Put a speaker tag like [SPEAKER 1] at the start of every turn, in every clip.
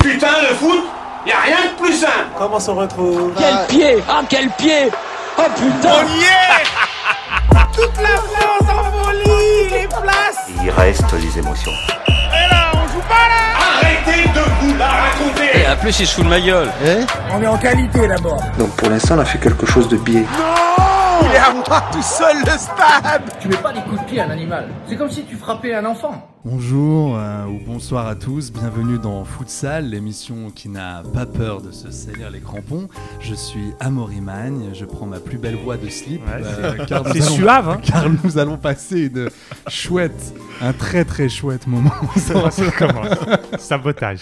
[SPEAKER 1] Putain, le foot, y a rien de plus simple.
[SPEAKER 2] Comment on se retrouve
[SPEAKER 3] Quel pied Ah quel pied Oh putain
[SPEAKER 1] Toute la France en folie, les places.
[SPEAKER 4] Il reste les émotions.
[SPEAKER 1] Et là, on joue pas là. Arrêtez de vous la raconter.
[SPEAKER 5] En plus, il se fout de ma gueule.
[SPEAKER 1] On est en qualité d'abord.
[SPEAKER 6] Donc pour l'instant, on a fait quelque chose de biais.
[SPEAKER 1] Il est à moi tout seul le stade.
[SPEAKER 7] Tu mets pas des coups de pied à un animal. C'est comme si tu frappais un enfant.
[SPEAKER 8] Bonjour euh, ou bonsoir à tous, bienvenue dans Futsal, l'émission qui n'a pas peur de se salir les crampons. Je suis Amaury Magne, je prends ma plus belle voix de slip. euh, car nous allons-
[SPEAKER 2] suave, hein.
[SPEAKER 8] Car nous allons passer une chouette, un très très chouette moment.
[SPEAKER 2] Oh,
[SPEAKER 8] ensemble.
[SPEAKER 2] Sabotage.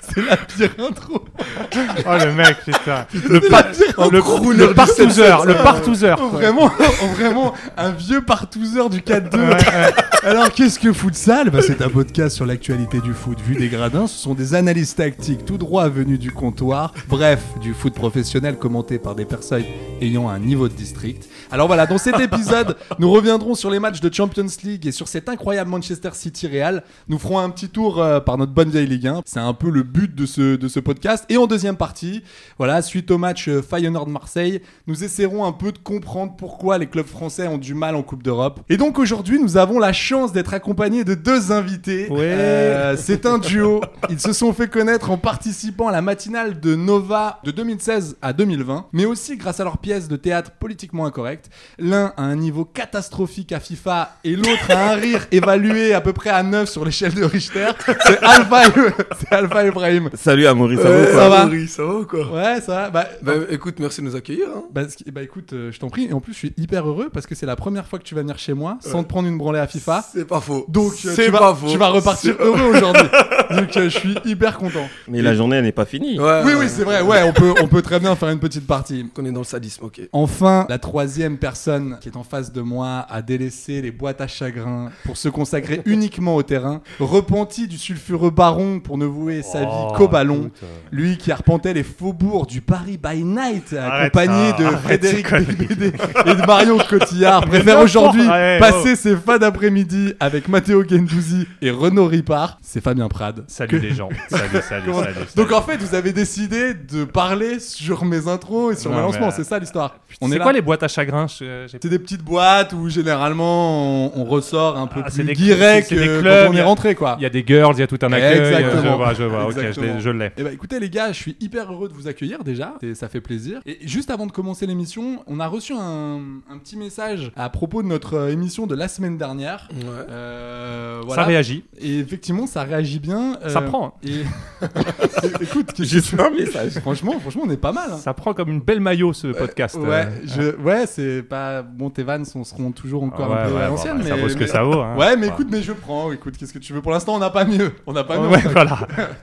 [SPEAKER 8] C'est la pire intro.
[SPEAKER 2] Oh le mec, putain. Le,
[SPEAKER 8] C'est
[SPEAKER 2] pa-
[SPEAKER 8] la pire
[SPEAKER 2] le,
[SPEAKER 8] intro
[SPEAKER 2] le
[SPEAKER 8] du
[SPEAKER 2] partouzeur,
[SPEAKER 8] 17e,
[SPEAKER 2] le
[SPEAKER 8] ça.
[SPEAKER 2] partouzeur.
[SPEAKER 8] Oh, Vraiment, oh, vraiment un vieux partouzeur du 4-2. Alors qu'est-ce que Futsal bah, C'est un podcast sur l'actualité du foot vu des gradins. Ce sont des analyses tactiques tout droit venus du comptoir. Bref, du foot professionnel commenté par des personnes ayant un niveau de district. Alors voilà, dans cet épisode, nous reviendrons sur les matchs de Champions League et sur cet incroyable Manchester City Real. Nous ferons un petit tour euh, par notre bonne vieille Ligue 1. C'est un peu le but de ce, de ce podcast. Et en deuxième partie, voilà, suite au match euh, Feyenoord Marseille, nous essaierons un peu de comprendre pourquoi les clubs français ont du mal en Coupe d'Europe. Et donc aujourd'hui, nous avons la chance d'être accompagnés de deux invités. Euh,
[SPEAKER 2] Ouais.
[SPEAKER 8] c'est un duo. Ils se sont fait connaître en participant à la matinale de Nova de 2016 à 2020, mais aussi grâce à leur pièce de théâtre politiquement incorrecte. L'un a un niveau catastrophique à FIFA et l'autre a un rire évalué à peu près à 9 sur l'échelle de Richter. C'est Alpha, c'est Alpha Ibrahim.
[SPEAKER 5] Salut à Maurice.
[SPEAKER 8] Euh, ça va
[SPEAKER 6] ça va ou quoi
[SPEAKER 8] Ouais, ça va. Bah,
[SPEAKER 6] Bah écoute, merci de nous accueillir. hein.
[SPEAKER 8] bah, ce qui- bah, écoute, euh, je t'en prie. Et en plus, je suis hyper heureux parce que c'est la première fois que tu vas venir chez moi sans te prendre une branlée à FIFA.
[SPEAKER 6] C'est pas faux.
[SPEAKER 8] Donc, euh,
[SPEAKER 6] c'est
[SPEAKER 8] tu, vas,
[SPEAKER 6] pas faux.
[SPEAKER 8] tu vas repartir heureux aujourd'hui. Donc, euh, je suis hyper content.
[SPEAKER 5] Mais la journée n'est pas finie.
[SPEAKER 6] C'est- Ouais,
[SPEAKER 8] Oui,
[SPEAKER 6] ouais,
[SPEAKER 8] oui,
[SPEAKER 6] ouais.
[SPEAKER 8] c'est vrai. Ouais, on peut, on peut très bien faire une petite partie.
[SPEAKER 6] Qu'on est dans le sadisme, ok.
[SPEAKER 8] Enfin, la troisième personne qui est en face de moi a délaissé les boîtes à chagrin pour se consacrer uniquement au terrain, repenti du sulfureux baron pour ne vouer sa
[SPEAKER 6] Oh.
[SPEAKER 2] Oh,
[SPEAKER 8] vie qu'au ballon. Lui qui arpentait les faubourgs du Paris by Night,
[SPEAKER 2] Arrête
[SPEAKER 8] accompagné
[SPEAKER 2] ça,
[SPEAKER 8] de
[SPEAKER 2] arrête
[SPEAKER 8] Frédéric
[SPEAKER 2] ces conneries.
[SPEAKER 8] Bébédé et de Marion Cotillard, préfère
[SPEAKER 2] n'importe-
[SPEAKER 8] aujourd'hui
[SPEAKER 2] Ouais, oh.
[SPEAKER 8] passer ses fins d'après-midi avec Matteo Gendouzi et Renaud Ripard. C'est Fabien Prade.
[SPEAKER 2] Salut les gens. Salut, salut,
[SPEAKER 8] Comment-
[SPEAKER 2] salut.
[SPEAKER 8] Donc en fait, vous avez décidé de parler sur mes intros et sur
[SPEAKER 2] Non,
[SPEAKER 8] mes
[SPEAKER 2] mais,
[SPEAKER 8] lancements,
[SPEAKER 2] euh,
[SPEAKER 8] c'est ça l'histoire.
[SPEAKER 2] On c'est
[SPEAKER 8] là.
[SPEAKER 2] quoi les boîtes à chagrin Je- j'ai-
[SPEAKER 8] C'est des petites boîtes où généralement on, on ressort un peu
[SPEAKER 2] Ah, c'est
[SPEAKER 8] plus
[SPEAKER 2] des-
[SPEAKER 8] direct
[SPEAKER 2] c'est- c'est des
[SPEAKER 8] que
[SPEAKER 2] clubs,
[SPEAKER 8] quand on
[SPEAKER 2] y
[SPEAKER 8] est
[SPEAKER 2] a-
[SPEAKER 8] rentré quoi.
[SPEAKER 2] Il y a des girls, il y a tout un accueil. euh,
[SPEAKER 8] Exactement.
[SPEAKER 2] Je vois, je vois. Ok, je
[SPEAKER 8] Exactement.
[SPEAKER 2] l'ai- je l'ai.
[SPEAKER 8] Eh ben, écoutez les gars, je suis hyper heureux de vous accueillir déjà, et ça fait plaisir. Et juste avant de commencer l'émission, on a reçu un, un petit message à propos de notre euh, émission de la semaine dernière.
[SPEAKER 6] Ouais.
[SPEAKER 8] Euh,
[SPEAKER 2] Ça
[SPEAKER 8] voilà.
[SPEAKER 2] réagit.
[SPEAKER 8] Et effectivement, ça réagit bien.
[SPEAKER 2] Ça
[SPEAKER 8] euh,
[SPEAKER 2] prend. hein.
[SPEAKER 8] Et... Écoute, qu'est-ce que
[SPEAKER 5] Juste
[SPEAKER 8] tu-
[SPEAKER 5] un message.
[SPEAKER 8] Franchement, franchement, on est pas mal. hein.
[SPEAKER 2] Ça prend comme une belle maillot ce podcast.
[SPEAKER 8] Ouais,
[SPEAKER 2] euh.
[SPEAKER 8] je, ouais, c'est pas bon. Tes vannes sont, seront toujours encore
[SPEAKER 2] Ouais,
[SPEAKER 8] un peu
[SPEAKER 2] ouais,
[SPEAKER 8] à
[SPEAKER 2] bon,
[SPEAKER 8] l'ancienne,
[SPEAKER 2] bah,
[SPEAKER 8] mais
[SPEAKER 2] ça vaut ce que
[SPEAKER 8] mais-
[SPEAKER 2] ça vaut. hein.
[SPEAKER 8] Ouais, mais
[SPEAKER 2] Voilà.
[SPEAKER 8] écoute, mais je prends. Écoute, qu'est-ce que tu veux Pour l'instant, on n'a pas mieux. On n'a pas mieux.
[SPEAKER 2] Ouais, voilà.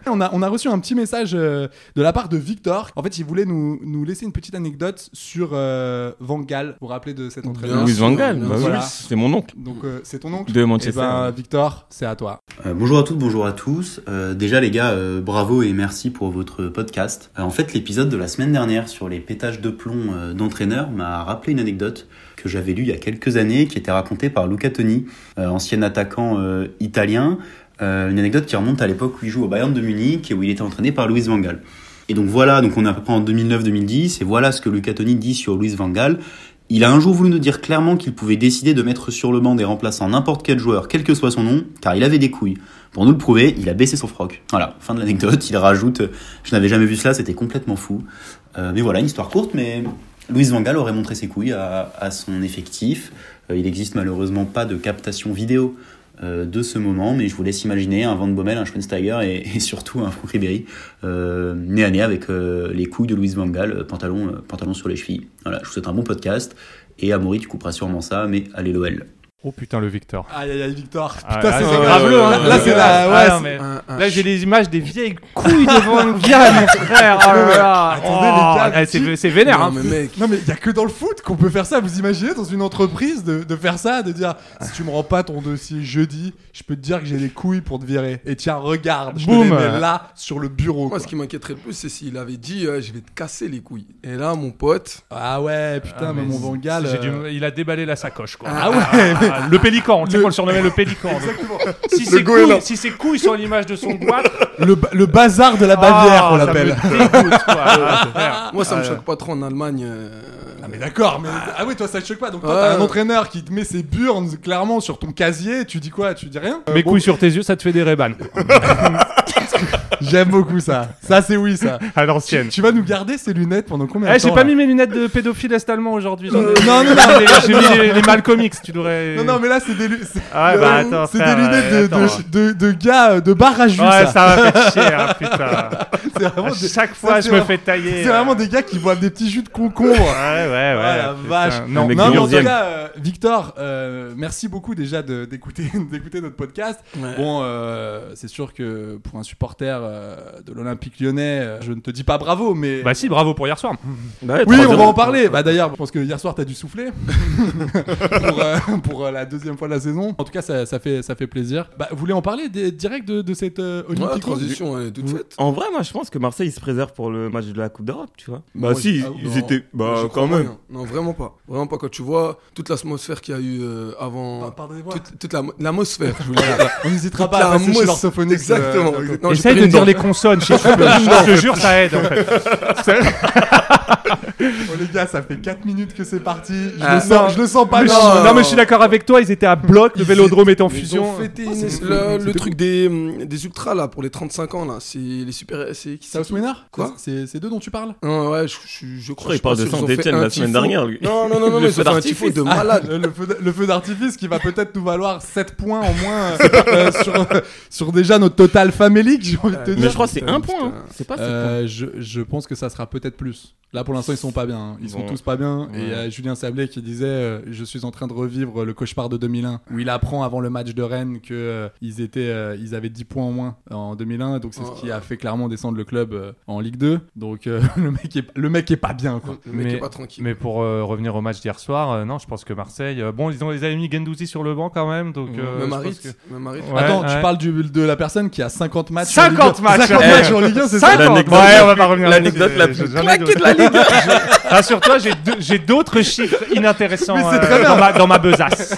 [SPEAKER 8] On a, on a reçu un petit message euh, de la part de Victor. En fait, il voulait nous, nous laisser une petite anecdote sur euh, Van Gaal. Vous vous rappelez de cet entraîneur
[SPEAKER 5] Louis Van Gaal,
[SPEAKER 6] Bien
[SPEAKER 8] sûr.
[SPEAKER 5] bah oui,
[SPEAKER 8] Voilà.
[SPEAKER 5] c'est mon oncle.
[SPEAKER 8] Donc, euh, c'est ton oncle
[SPEAKER 5] De Manchester.
[SPEAKER 8] Eh ben, Victor, c'est à toi.
[SPEAKER 9] Euh, bonjour à toutes, bonjour à tous. Euh, déjà les gars, euh, bravo et merci pour votre podcast. Euh, en fait, l'épisode de la semaine dernière sur les pétages de plomb euh, d'entraîneurs m'a rappelé une anecdote que j'avais lue il y a quelques années qui était racontée par Luca Toni, euh, ancien attaquant euh, italien. Euh, une anecdote qui remonte à l'époque où il joue au Bayern de Munich et où il était entraîné par Luis Van Gaal. Et donc voilà, donc on est à peu près en 2009-2010 et voilà ce que Luca Toni dit sur Luis Van Gaal. Il a un jour voulu nous dire clairement qu'il pouvait décider de mettre sur le banc des remplaçants n'importe quel joueur, quel que soit son nom, car il avait des couilles. Pour nous le prouver, il a baissé son froc. Voilà, fin de l'anecdote, il rajoute « Je n'avais jamais vu cela, c'était complètement fou Euh, Mais voilà, une histoire courte, mais Louis Van Gaal aurait montré ses couilles à, à son effectif. Euh, il n'existe malheureusement pas de captation vidéo euh, de ce moment, mais je vous laisse imaginer un Van Bommel, un Schweinsteiger et, et surtout un Franck Ribéry, euh, nez à nez avec euh, les couilles de Louis Van Gaal, euh, pantalon, euh, pantalon sur les chevilles. Voilà, je vous souhaite un bon podcast, et Amaury, tu couperas sûrement ça, mais allez l'OL
[SPEAKER 2] Oh putain, le Victor.
[SPEAKER 8] Aïe aïe aïe, Victor.
[SPEAKER 2] Ah,
[SPEAKER 8] Putain,
[SPEAKER 2] là,
[SPEAKER 8] c'est
[SPEAKER 2] c'est
[SPEAKER 8] grave.
[SPEAKER 5] graveleux, hein.
[SPEAKER 8] Là, c'est la. Ouais,
[SPEAKER 2] Ah,
[SPEAKER 8] c'est-
[SPEAKER 2] non, mais-
[SPEAKER 6] Un- un
[SPEAKER 2] Là, j'ai les images des vieilles couilles devant une gueule, mon frère. Oh là là.
[SPEAKER 8] Attendez,
[SPEAKER 2] Oh,
[SPEAKER 8] les gars,
[SPEAKER 2] eh, c'est,
[SPEAKER 8] qui-
[SPEAKER 2] c'est vénère.
[SPEAKER 6] Non,
[SPEAKER 2] hein.
[SPEAKER 6] mais mec.
[SPEAKER 8] Non mais il y a que dans le foot qu'on peut faire ça. Vous imaginez dans une entreprise de, de faire ça, de dire si tu me rends pas ton dossier jeudi, je peux te dire que j'ai les couilles pour te virer. Et tiens regarde, je
[SPEAKER 2] Boum.
[SPEAKER 8] te les mets là sur le bureau.
[SPEAKER 6] Moi,
[SPEAKER 8] quoi.
[SPEAKER 6] ce qui m'inquiéterait le plus, c'est s'il avait dit euh, Je vais te casser les couilles. Et là, mon pote.
[SPEAKER 8] Ah ouais putain
[SPEAKER 2] Ah,
[SPEAKER 8] mais
[SPEAKER 2] mais
[SPEAKER 8] mon
[SPEAKER 2] c'est-
[SPEAKER 8] Vangal.
[SPEAKER 2] j'ai
[SPEAKER 8] euh,
[SPEAKER 2] dû- il a déballé la sacoche, quoi.
[SPEAKER 8] Ah ouais. mais-
[SPEAKER 2] Ah, le pélican, tu sais
[SPEAKER 8] Le-
[SPEAKER 2] qu'on le surnommait le pélican. Si,
[SPEAKER 6] Le
[SPEAKER 2] ses
[SPEAKER 6] goéland.
[SPEAKER 2] couilles, si ses couilles sont à l'image de son ah, goitre,
[SPEAKER 8] Le, ba- le bazar de la Bavière, on l'appelle.
[SPEAKER 6] Moi, ça me choque pas trop en Allemagne. euh,
[SPEAKER 8] Ah mais d'accord, mais ah oui toi ça te choque pas. Donc toi
[SPEAKER 6] Ouais.
[SPEAKER 8] t'as un entraîneur qui te met ses burnes clairement sur ton casier. Tu dis quoi Tu dis rien
[SPEAKER 2] Mes couilles sur tes yeux, ça te fait des rébans
[SPEAKER 8] J'aime beaucoup ça. Ça c'est oui ça.
[SPEAKER 2] à l'ancienne.
[SPEAKER 8] Tu vas nous garder ces lunettes pendant combien
[SPEAKER 2] Eh,
[SPEAKER 8] de temps
[SPEAKER 2] j'ai pas
[SPEAKER 8] là
[SPEAKER 2] mis mes lunettes de pédophile est-allemand aujourd'hui. j'en ai-
[SPEAKER 8] Euh, non, non, non.
[SPEAKER 2] J'ai- J'ai mis les, les Malcomix, tu devrais.
[SPEAKER 8] Non, non, mais là, c'est des, lu- c'est- euh,
[SPEAKER 2] Ah ouais, bah, attends,
[SPEAKER 8] c'est
[SPEAKER 2] frère,
[SPEAKER 8] des lunettes de,
[SPEAKER 2] ouais,
[SPEAKER 8] de-
[SPEAKER 2] attends.
[SPEAKER 8] de, de gars euh, de bar à jus.
[SPEAKER 2] Ouais,
[SPEAKER 8] ça.
[SPEAKER 2] ça va faire chier, hein, putain.
[SPEAKER 8] C'est vraiment
[SPEAKER 2] À
[SPEAKER 8] des-
[SPEAKER 2] chaque
[SPEAKER 8] ça,
[SPEAKER 2] fois,
[SPEAKER 8] c'est
[SPEAKER 2] je me
[SPEAKER 8] vraiment-
[SPEAKER 2] fais tailler. hein.
[SPEAKER 8] C'est vraiment des gars qui boivent des petits jus de concombre.
[SPEAKER 2] Ouais, ouais, ouais.
[SPEAKER 8] Ah, la
[SPEAKER 2] putain.
[SPEAKER 8] vache.
[SPEAKER 2] Non,
[SPEAKER 5] mais
[SPEAKER 2] mais
[SPEAKER 8] Non, mais en tout
[SPEAKER 5] onzième.
[SPEAKER 8] cas, euh, Victor, euh, merci beaucoup déjà de- d'écouter d'écouter notre podcast. Bon, euh, c'est sûr que pour un supporter euh, de l'Olympique lyonnais, euh, je ne te dis pas bravo, mais.
[SPEAKER 2] Bah si, bravo pour hier soir.
[SPEAKER 8] oui, on va en parler. Bah d'ailleurs, je pense que hier soir t'as dû souffler pour, euh, pour, euh, la deuxième fois de la saison. En tout cas, ça, ça fait ça fait plaisir. Bah, vous voulez en parler des- direct de, de cette euh,
[SPEAKER 6] Ouais, la
[SPEAKER 8] Olympique
[SPEAKER 6] transition, elle est toute faite.
[SPEAKER 5] En vrai, moi, je pense que Marseille se préserve pour le match de la Coupe d'Europe, tu vois.
[SPEAKER 8] Bah, si, ils-
[SPEAKER 6] ils étaient- ah, Je
[SPEAKER 5] Bah,
[SPEAKER 6] crois pas, Non, Non, vraiment pas. Vraiment pas. Quand tu vois toute l'atmosphère qu'il y a eu euh, avant.
[SPEAKER 8] Pardonnez-moi.
[SPEAKER 6] Toute, toute la- l'atmosphère, je voulais dire.
[SPEAKER 8] On n'hésitera pas à
[SPEAKER 6] Toute
[SPEAKER 8] passer chez
[SPEAKER 6] l'atmos-
[SPEAKER 8] l'orthophoniste.
[SPEAKER 6] Exactement.
[SPEAKER 8] euh,
[SPEAKER 6] exact- non, j'ai
[SPEAKER 2] Essaye
[SPEAKER 6] pris
[SPEAKER 2] de
[SPEAKER 6] une
[SPEAKER 2] dire
[SPEAKER 6] dent.
[SPEAKER 2] les consonnes si tu peux. Je te jure, ça aide en fait.
[SPEAKER 8] Oh les gars, ça fait 4 minutes que c'est parti. Je,
[SPEAKER 6] Ah,
[SPEAKER 8] le sens, je le sens pas.
[SPEAKER 2] Mais je-
[SPEAKER 8] bien.
[SPEAKER 2] non, mais je suis d'accord avec toi, ils étaient à bloc, le
[SPEAKER 8] Ils
[SPEAKER 2] vélodrome est en
[SPEAKER 6] Ils
[SPEAKER 2] fusion.
[SPEAKER 6] ont fêté
[SPEAKER 8] Ouais,
[SPEAKER 6] une-
[SPEAKER 8] c'est-
[SPEAKER 6] le, le
[SPEAKER 8] c'était
[SPEAKER 6] truc des, hum, des ultras là pour les 35 ans là, c'est les super c'est qui
[SPEAKER 8] South
[SPEAKER 6] c'est
[SPEAKER 8] Maynard
[SPEAKER 6] Quoi
[SPEAKER 8] C'est c'est d'eux dont tu parles
[SPEAKER 6] Non, ouais, je, je, je
[SPEAKER 5] Je
[SPEAKER 6] crois
[SPEAKER 5] crois qu'il parle de
[SPEAKER 6] je pense qu'ils ont fait
[SPEAKER 5] Saint-Etienne
[SPEAKER 6] un
[SPEAKER 5] la semaine
[SPEAKER 6] tifo.
[SPEAKER 5] dernière, lui.
[SPEAKER 6] Non non non non,
[SPEAKER 5] Le
[SPEAKER 6] mais ils
[SPEAKER 5] feu
[SPEAKER 6] ont fait un
[SPEAKER 5] d'artifice.
[SPEAKER 6] tifo de
[SPEAKER 8] Ah,
[SPEAKER 6] malade.
[SPEAKER 8] le, le feu d- le feu d'artifice qui va peut-être nous valoir 7 points en moins euh, euh, sur, euh, sur déjà notre total famélique, j'ai envie de te
[SPEAKER 6] Mais
[SPEAKER 8] dire.
[SPEAKER 5] Mais je crois que c'est
[SPEAKER 6] Putain,
[SPEAKER 5] un point. hein.
[SPEAKER 6] putain.
[SPEAKER 5] C'est pas sept points.
[SPEAKER 8] Euh, je, je pense que ça sera peut-être plus. Là, pour l'instant, ils sont pas bien. hein. Ils sont
[SPEAKER 5] Bon.
[SPEAKER 8] tous pas bien.
[SPEAKER 5] Ouais.
[SPEAKER 8] Et il y a Julien Sablé qui disait euh, Je suis en train de revivre le cauchemar de 2001, où il apprend avant le match de Rennes que euh, ils étaient, euh, ils avaient 10 points en moins en 2001. Donc c'est ce qui a fait clairement descendre le club euh, en Ligue 2. Donc euh, le mec est, le mec est pas bien. Quoi.
[SPEAKER 6] Le mec
[SPEAKER 2] Mais-
[SPEAKER 6] est pas tranquille.
[SPEAKER 2] Mais pour euh, revenir au match d'hier soir, euh, non, je pense que Marseille. euh, bon, ils ont les avaient mis Gendouzi sur le banc quand même, donc. euh, je
[SPEAKER 6] Même
[SPEAKER 2] pense
[SPEAKER 6] Harit,
[SPEAKER 2] que-
[SPEAKER 6] même Harit.
[SPEAKER 2] Ouais,
[SPEAKER 8] Attends, tu
[SPEAKER 2] ouais.
[SPEAKER 8] parles du- de la personne qui a 50 matchs.
[SPEAKER 2] 50
[SPEAKER 8] en Ligue 1.
[SPEAKER 2] matchs,
[SPEAKER 8] 50
[SPEAKER 5] eh.
[SPEAKER 8] matchs en Ligue 1, c'est ça
[SPEAKER 2] 50
[SPEAKER 5] L'anecdote
[SPEAKER 2] Ouais,
[SPEAKER 5] la
[SPEAKER 2] on va
[SPEAKER 5] plus-
[SPEAKER 2] pas revenir
[SPEAKER 5] l'anecdote la plus
[SPEAKER 2] claquée de la Ligue Rassure-toi, j'ai deux- j'ai d'autres chiffres inintéressants
[SPEAKER 8] Mais c'est
[SPEAKER 2] euh,
[SPEAKER 8] très bien.
[SPEAKER 2] dans, ma, dans ma besace.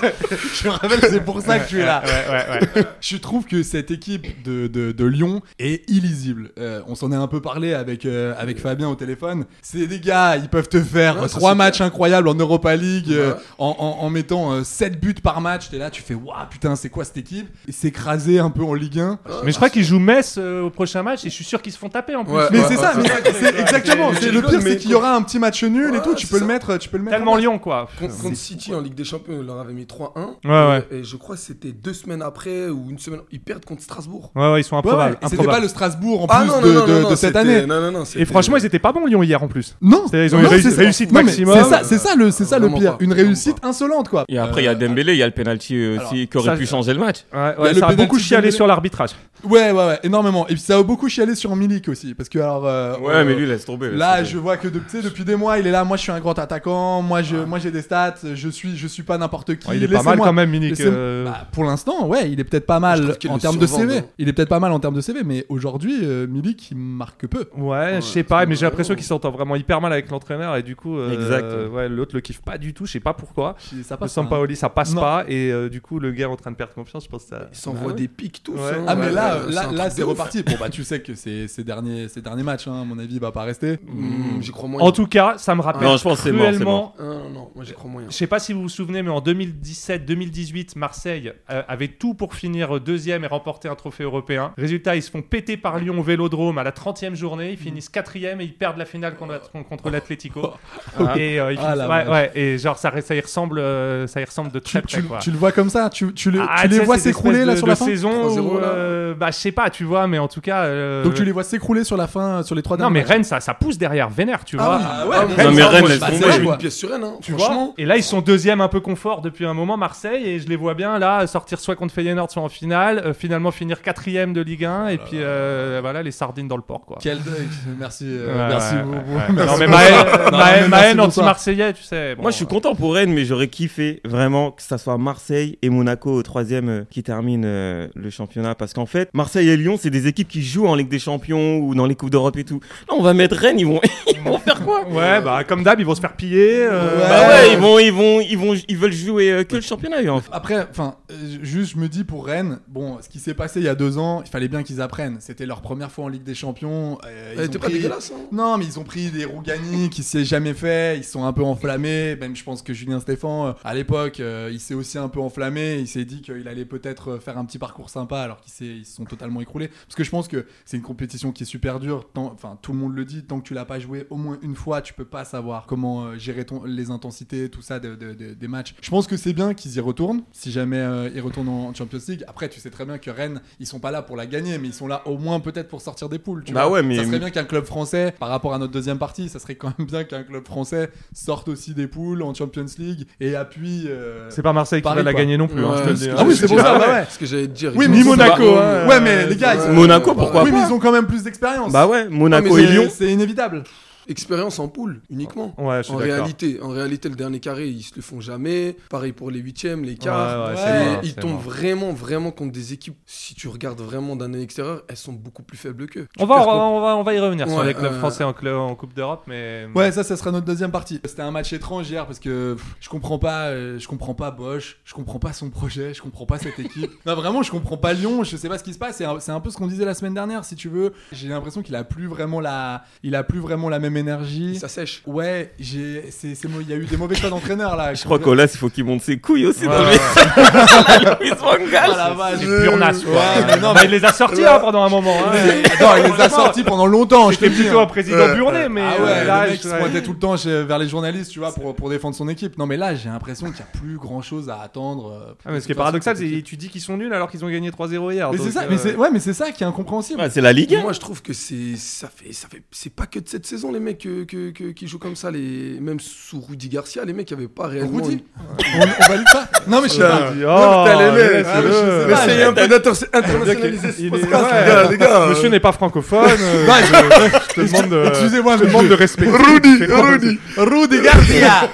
[SPEAKER 8] Je me rappelle, c'est pour ça que tu es là.
[SPEAKER 2] Ouais, ouais, ouais.
[SPEAKER 8] Je trouve que cette équipe de, de, de Lyon est illisible. Euh, on s'en est un peu parlé avec, euh, avec Fabien au téléphone. C'est des gars, ils peuvent te faire
[SPEAKER 6] Ouais,
[SPEAKER 8] euh,
[SPEAKER 6] ça,
[SPEAKER 8] trois
[SPEAKER 6] c'est
[SPEAKER 8] matchs incroyables en Europa League euh,
[SPEAKER 6] Ouais.
[SPEAKER 8] en, en- en mettant 7 buts par match. T'es là, tu fais waouh putain, c'est quoi cette équipe Et s'écraser un peu en Ligue 1.
[SPEAKER 2] Mais je crois qu'ils jouent Metz euh, au prochain match et je suis sûr qu'ils se font taper en plus.
[SPEAKER 6] Ouais,
[SPEAKER 8] Mais
[SPEAKER 6] ouais,
[SPEAKER 8] c'est
[SPEAKER 6] ouais,
[SPEAKER 8] ça,
[SPEAKER 6] ouais.
[SPEAKER 8] mais c'est exactement.
[SPEAKER 6] Mais
[SPEAKER 8] c'est-
[SPEAKER 6] tu
[SPEAKER 8] le pire,
[SPEAKER 6] rigoles,
[SPEAKER 8] c'est
[SPEAKER 6] mais
[SPEAKER 8] qu'il y aura un petit match nul et
[SPEAKER 6] Ouais,
[SPEAKER 8] tout. Tu
[SPEAKER 6] c'est
[SPEAKER 8] peux le
[SPEAKER 6] ça.
[SPEAKER 8] mettre, tu peux le mettre.
[SPEAKER 2] Tellement Lyon quoi.
[SPEAKER 6] Contre, contre City en Ligue des Champions, ils leur avaient mis 3-1.
[SPEAKER 2] Ouais, ouais.
[SPEAKER 6] Et je crois que c'était deux semaines après ou une semaine, ils perdent contre Strasbourg.
[SPEAKER 2] Ouais, ouais, ils sont
[SPEAKER 8] Ouais, ouais,
[SPEAKER 2] improbables.
[SPEAKER 8] C'était
[SPEAKER 2] improbables.
[SPEAKER 8] pas le Strasbourg en
[SPEAKER 6] Ah
[SPEAKER 8] plus
[SPEAKER 6] non,
[SPEAKER 8] de,
[SPEAKER 6] non, non,
[SPEAKER 8] de-
[SPEAKER 6] non,
[SPEAKER 8] de cette
[SPEAKER 6] c'était-
[SPEAKER 8] année.
[SPEAKER 6] Non, non, non,
[SPEAKER 2] Et
[SPEAKER 6] c'était-
[SPEAKER 2] franchement, ils étaient pas bons Lyon hier en plus.
[SPEAKER 8] Non,
[SPEAKER 2] C'est-à-dire, ils ont
[SPEAKER 8] non,
[SPEAKER 2] une réu-
[SPEAKER 8] c'est ça.
[SPEAKER 2] réussite
[SPEAKER 8] Non, mais
[SPEAKER 2] maximum.
[SPEAKER 8] C'est ça, c'est ça le, c'est ça le
[SPEAKER 6] Vraiment
[SPEAKER 8] pire.
[SPEAKER 6] pas.
[SPEAKER 8] Une
[SPEAKER 6] Vraiment
[SPEAKER 8] réussite insolente quoi.
[SPEAKER 5] Et après, il y a Dembélé, il y a le penalty euh,
[SPEAKER 8] euh, alors,
[SPEAKER 5] aussi qui aurait
[SPEAKER 2] ça,
[SPEAKER 5] pu changer le match.
[SPEAKER 8] Il y
[SPEAKER 2] Ouais,
[SPEAKER 8] a
[SPEAKER 2] ouais,
[SPEAKER 8] le
[SPEAKER 2] ça a
[SPEAKER 8] penalty
[SPEAKER 2] beaucoup
[SPEAKER 8] de
[SPEAKER 2] chialé
[SPEAKER 8] Dembélé.
[SPEAKER 2] sur l'arbitrage.
[SPEAKER 8] Ouais, ouais, ouais, énormément. Et puis ça a beaucoup chialé sur Milik aussi, parce que alors. euh, euh,
[SPEAKER 5] laisse tomber.
[SPEAKER 8] Là, je vois que de- tu sais, depuis des mois, il est là. Moi, je suis un grand attaquant. Moi, je,
[SPEAKER 6] Ah.
[SPEAKER 8] moi, j'ai des stats. Je suis, je suis pas n'importe qui.
[SPEAKER 2] Ouais, il est pas mal
[SPEAKER 8] Laissez-moi.
[SPEAKER 2] quand même, Milik.
[SPEAKER 8] Laissez-moi.
[SPEAKER 2] euh,
[SPEAKER 8] Bah, pour l'instant, ouais, il est peut-être pas
[SPEAKER 6] Je
[SPEAKER 8] mal
[SPEAKER 6] trouve qu'il
[SPEAKER 8] en
[SPEAKER 6] le
[SPEAKER 8] termes de
[SPEAKER 6] survend,
[SPEAKER 8] CV.
[SPEAKER 6] non
[SPEAKER 8] Il est peut-être pas mal en termes de CV, mais aujourd'hui, euh, Milik, il marque peu.
[SPEAKER 2] Ouais,
[SPEAKER 6] Ouais,
[SPEAKER 2] je sais pas, mais
[SPEAKER 6] c'est
[SPEAKER 2] j'ai l'impression
[SPEAKER 6] vraiment-
[SPEAKER 2] qu'il s'entend vraiment hyper mal avec l'entraîneur et du coup, euh,
[SPEAKER 5] Exact.
[SPEAKER 2] ouais, l'autre le kiffe pas du tout, je sais pas pourquoi.
[SPEAKER 8] Ça
[SPEAKER 2] Le
[SPEAKER 8] passe. pas, hein.
[SPEAKER 2] Sampaoli, ça passe
[SPEAKER 8] Non.
[SPEAKER 2] pas et euh, du coup, le gars est en train de perdre confiance, je pense que ça.
[SPEAKER 6] Ils s'envoient des pics tous.
[SPEAKER 2] Ouais.
[SPEAKER 6] hein.
[SPEAKER 8] Ah mais
[SPEAKER 6] Ouais,
[SPEAKER 8] là,
[SPEAKER 6] ouais,
[SPEAKER 8] là,
[SPEAKER 6] un
[SPEAKER 8] là,
[SPEAKER 6] truc
[SPEAKER 8] c'est
[SPEAKER 6] de ouf.
[SPEAKER 8] reparti. Bon bah tu sais que ces, ces derniers, ces derniers matchs, hein, à mon avis, va pas rester.
[SPEAKER 6] Hmm, J'y crois moyen.
[SPEAKER 2] En tout cas, ça me rappelle
[SPEAKER 5] Non, je pense que c'est mort, c'est
[SPEAKER 2] cruellement-
[SPEAKER 5] mort.
[SPEAKER 6] Ah, Non, non, moi j'y crois moyen.
[SPEAKER 2] Je sais pas si vous vous souvenez, mais en 2017-2018, Marseille euh, avait tout pour finir euh, deuxième et remporter un trophée européen. Résultat, ils se font péter par Lyon au Vélodrome à la 30e journée. Ils finissent quatrième et ils perdent la finale contre, contre l'Atlético. Ah. et euh, ils
[SPEAKER 8] Ah,
[SPEAKER 2] finissent-
[SPEAKER 8] la
[SPEAKER 2] ouais,
[SPEAKER 8] vache.
[SPEAKER 2] ouais, et genre ça, ça y ressemble, euh, ça y ressemble de très
[SPEAKER 8] Tu,
[SPEAKER 2] près.
[SPEAKER 8] tu-
[SPEAKER 2] quoi.
[SPEAKER 8] tu le vois comme ça Tu, tu, le-
[SPEAKER 2] Ah,
[SPEAKER 8] tu
[SPEAKER 2] tu
[SPEAKER 8] les
[SPEAKER 2] sais,
[SPEAKER 8] vois
[SPEAKER 2] cette
[SPEAKER 8] s'écrouler
[SPEAKER 2] espèce
[SPEAKER 8] là
[SPEAKER 2] de-
[SPEAKER 8] sur
[SPEAKER 2] de
[SPEAKER 8] la fin
[SPEAKER 6] 3-0
[SPEAKER 2] saison où,
[SPEAKER 6] là.
[SPEAKER 2] euh, bah je sais pas, tu vois, mais en tout cas. euh,
[SPEAKER 8] Donc tu les vois s'écrouler sur la fin, sur les trois
[SPEAKER 2] Non
[SPEAKER 8] derniers.
[SPEAKER 2] mais
[SPEAKER 8] matchs.
[SPEAKER 2] Rennes ça, ça pousse derrière Vénère tu
[SPEAKER 8] Ah
[SPEAKER 2] vois
[SPEAKER 8] oui, ah ouais,
[SPEAKER 6] Ah,
[SPEAKER 8] mais
[SPEAKER 5] Non, mais Rennes, laisse
[SPEAKER 6] Bah,
[SPEAKER 5] tomber.
[SPEAKER 6] moi, je mets
[SPEAKER 8] quoi.
[SPEAKER 6] une pièce sur Rennes, hein.
[SPEAKER 2] Tu
[SPEAKER 6] franchement.
[SPEAKER 2] vois Et là, ils sont deuxième un peu confort depuis un moment, Marseille, et je les vois bien là sortir soit contre Feyenoord, soit en finale, euh, finalement finir quatrième de Ligue
[SPEAKER 8] Oh
[SPEAKER 2] 1, et puis euh, voilà, les sardines dans le port, quoi.
[SPEAKER 8] Quel deuil. Merci, euh,
[SPEAKER 2] Ouais,
[SPEAKER 8] merci
[SPEAKER 2] ouais,
[SPEAKER 8] beaucoup.
[SPEAKER 2] ouais, ouais.
[SPEAKER 8] Merci
[SPEAKER 2] Non, mais
[SPEAKER 8] beaucoup.
[SPEAKER 2] ma haine,
[SPEAKER 8] Non,
[SPEAKER 2] ma
[SPEAKER 8] mais
[SPEAKER 2] haine- ma
[SPEAKER 8] merci
[SPEAKER 2] haine
[SPEAKER 8] pour ça.
[SPEAKER 2] anti-marseillais, tu sais. bon,
[SPEAKER 5] Moi, je suis
[SPEAKER 2] euh,
[SPEAKER 5] content pour Rennes, mais j'aurais kiffé vraiment que ça soit Marseille et Monaco au troisième euh, qui termine euh, le championnat. Parce qu'en fait, Marseille et Lyon, c'est des équipes qui jouent en Ligue des Champions ou dans les Coupes d'Europe et tout. Là, on va mettre Rennes, ils vont, ils vont faire quoi
[SPEAKER 2] Ouais, bah comme d'hab, ils vont se faire piller. euh,
[SPEAKER 8] Ouais.
[SPEAKER 5] Bah ouais, ils vont, ils vont, ils vont, ils veulent jouer euh, que le championnat, eux, en fait.
[SPEAKER 8] Après, enfin, euh, juste je me dis pour Rennes, bon, ce qui s'est passé il y a deux ans, il fallait bien qu'ils apprennent. C'était leur première fois en Ligue des Champions. euh, ils
[SPEAKER 6] Elle
[SPEAKER 8] ont
[SPEAKER 6] était pas
[SPEAKER 8] pris-
[SPEAKER 6] dégueulasse. hein.
[SPEAKER 8] Non, mais ils ont pris des Rougani qui s'est jamais fait. Ils sont un peu enflammés. Même je pense que Julien Stéphan, euh, à l'époque, euh, il s'est aussi un peu enflammé. Il s'est dit qu'il allait peut-être euh, faire un petit parcours sympa alors qu'ils s'est- ils se sont totalement écroulés. Parce que je pense que c'est une compétition qui est super dure. Tant- Enfin, tout le monde le dit. Tant que tu l'as pas joué au moins une fois, tu peux pas savoir comment euh, gérer ton- les intensités, tout ça de- de- de- des matchs. Je pense que c'est bien qu'ils y retournent. Si jamais euh, ils retournent en Champions League, après tu sais très bien que Rennes, ils sont pas là pour la gagner, mais ils sont là au moins peut-être pour sortir des poules. Tu
[SPEAKER 5] Bah
[SPEAKER 8] vois.
[SPEAKER 5] ouais, mais-
[SPEAKER 8] ça serait bien qu'un club français, par rapport à notre deuxième partie, ça serait quand même bien qu'un club français sorte aussi des poules en Champions League et appuie. euh,
[SPEAKER 2] C'est pas Marseille qui
[SPEAKER 8] Paris,
[SPEAKER 2] va la
[SPEAKER 8] quoi.
[SPEAKER 2] gagner non plus, hein,
[SPEAKER 6] Ouais,
[SPEAKER 2] je te le
[SPEAKER 6] ce
[SPEAKER 2] dis.
[SPEAKER 6] que
[SPEAKER 2] hein.
[SPEAKER 8] Ah oui,
[SPEAKER 6] j'allais
[SPEAKER 8] c'est pour
[SPEAKER 6] dire,
[SPEAKER 8] ça,
[SPEAKER 6] ouais,
[SPEAKER 8] bah ouais.
[SPEAKER 6] Ce que j'allais te dire.
[SPEAKER 8] Oui,
[SPEAKER 6] ils
[SPEAKER 8] mais
[SPEAKER 6] sont
[SPEAKER 8] Monaco,
[SPEAKER 6] pas-
[SPEAKER 2] hein.
[SPEAKER 8] Ouais, mais les gars, ils
[SPEAKER 6] Ouais,
[SPEAKER 8] sont-
[SPEAKER 5] Monaco,
[SPEAKER 6] ouais,
[SPEAKER 5] pourquoi
[SPEAKER 6] ouais.
[SPEAKER 8] Bah oui,
[SPEAKER 5] pas
[SPEAKER 8] mais ils ont quand même plus d'expérience.
[SPEAKER 5] Bah ouais, Monaco
[SPEAKER 6] mais
[SPEAKER 5] et
[SPEAKER 8] C'est-
[SPEAKER 5] Lyon.
[SPEAKER 8] C'est inévitable.
[SPEAKER 6] Expérience en poule uniquement.
[SPEAKER 2] Ouais, je suis
[SPEAKER 6] En
[SPEAKER 2] d'accord.
[SPEAKER 6] réalité, en réalité, le dernier carré, ils se le font jamais. Pareil pour les huitièmes, les quarts.
[SPEAKER 2] Ouais, ouais,
[SPEAKER 8] Ouais.
[SPEAKER 2] c'est
[SPEAKER 6] Et
[SPEAKER 2] mort,
[SPEAKER 6] ils
[SPEAKER 2] c'est
[SPEAKER 6] tombent
[SPEAKER 2] mort.
[SPEAKER 6] vraiment, vraiment contre des équipes. Si tu regardes vraiment d'un œil extérieur, elles sont beaucoup plus faibles qu'eux.
[SPEAKER 2] On
[SPEAKER 6] Tu
[SPEAKER 2] va,
[SPEAKER 6] perds contre-
[SPEAKER 2] on, va, on va y revenir sur
[SPEAKER 6] Ouais,
[SPEAKER 2] les clubs
[SPEAKER 6] euh,
[SPEAKER 2] français en, cl- en Coupe d'Europe, mais. euh,
[SPEAKER 8] Ouais, ça, ça sera notre deuxième partie. C'était un match étrange hier parce que pff, je comprends pas, euh, je comprends pas Bosch, je comprends pas son projet, je comprends pas cette équipe. non, vraiment, je comprends pas Lyon. Je sais pas ce qui se passe. C'est un, c'est un peu ce qu'on disait la semaine dernière, si tu veux. J'ai l'impression qu'il a plus vraiment la, il a plus vraiment la même énergie.
[SPEAKER 6] Ça sèche.
[SPEAKER 8] Ouais, j'ai, c'est, c'est mo- il y a eu des mauvais choix d'entraîneur là.
[SPEAKER 5] Je crois qu'Olas, il faut qu'il monte ses couilles
[SPEAKER 2] Ouais,
[SPEAKER 5] aussi dans
[SPEAKER 2] ouais.
[SPEAKER 5] les... Ils sont en gaz.
[SPEAKER 8] Ah, la vache.
[SPEAKER 2] C'est pure nasse, quoi.
[SPEAKER 8] Ouais, mais non,
[SPEAKER 2] Bah, il les a sortis hein, pendant un moment. hein.
[SPEAKER 8] Attends, il les a sortis pendant longtemps. Je te
[SPEAKER 2] C'était
[SPEAKER 8] le dis,
[SPEAKER 2] plutôt
[SPEAKER 8] hein.
[SPEAKER 2] un président burné, mais.
[SPEAKER 8] Ah
[SPEAKER 2] euh,
[SPEAKER 8] ouais,
[SPEAKER 2] là,
[SPEAKER 8] le mec qui se
[SPEAKER 2] je-
[SPEAKER 8] pointait tout le temps chez- vers les journalistes, tu vois, pour, pour défendre son équipe. Non, mais là, j'ai l'impression qu'il n'y a plus grand chose à attendre. euh,
[SPEAKER 2] Ah, mais ce qui est
[SPEAKER 8] pour
[SPEAKER 2] paradoxal,
[SPEAKER 8] cette équipe.
[SPEAKER 2] c'est tu dis qu'ils sont nuls alors qu'ils ont gagné 3-0 hier.
[SPEAKER 8] Mais
[SPEAKER 2] donc,
[SPEAKER 8] c'est ça,
[SPEAKER 2] euh,
[SPEAKER 8] mais c'est, ouais, mais c'est ça qui est incompréhensible.
[SPEAKER 5] Ouais, c'est la Ligue 1.
[SPEAKER 6] Moi, je trouve que c'est ça fait ça fait c'est pas que de cette saison les mecs que, que- que- qui jouent comme ça les même sous Rudy Garcia les mecs qui avaient pas réellement.
[SPEAKER 8] Rudy on, on valide pas Non, mais je sais pas.
[SPEAKER 6] euh,
[SPEAKER 2] Oh,
[SPEAKER 6] Non, mais t'as les
[SPEAKER 2] ouais,
[SPEAKER 6] mecs,
[SPEAKER 2] c'est
[SPEAKER 8] euh,
[SPEAKER 2] le-
[SPEAKER 8] mais c'est-
[SPEAKER 6] Essayez un peu d'internationaliser
[SPEAKER 2] Il
[SPEAKER 6] ce
[SPEAKER 2] est-
[SPEAKER 6] podcast,
[SPEAKER 2] ouais.
[SPEAKER 6] les gars, les gars.
[SPEAKER 2] Monsieur n'est pas francophone. euh,
[SPEAKER 8] Non,
[SPEAKER 2] je te demande de.
[SPEAKER 8] Excusez-moi,
[SPEAKER 2] je te
[SPEAKER 8] mais
[SPEAKER 2] demande de respecter. Rudy, Rudy.
[SPEAKER 8] Rudy Garcia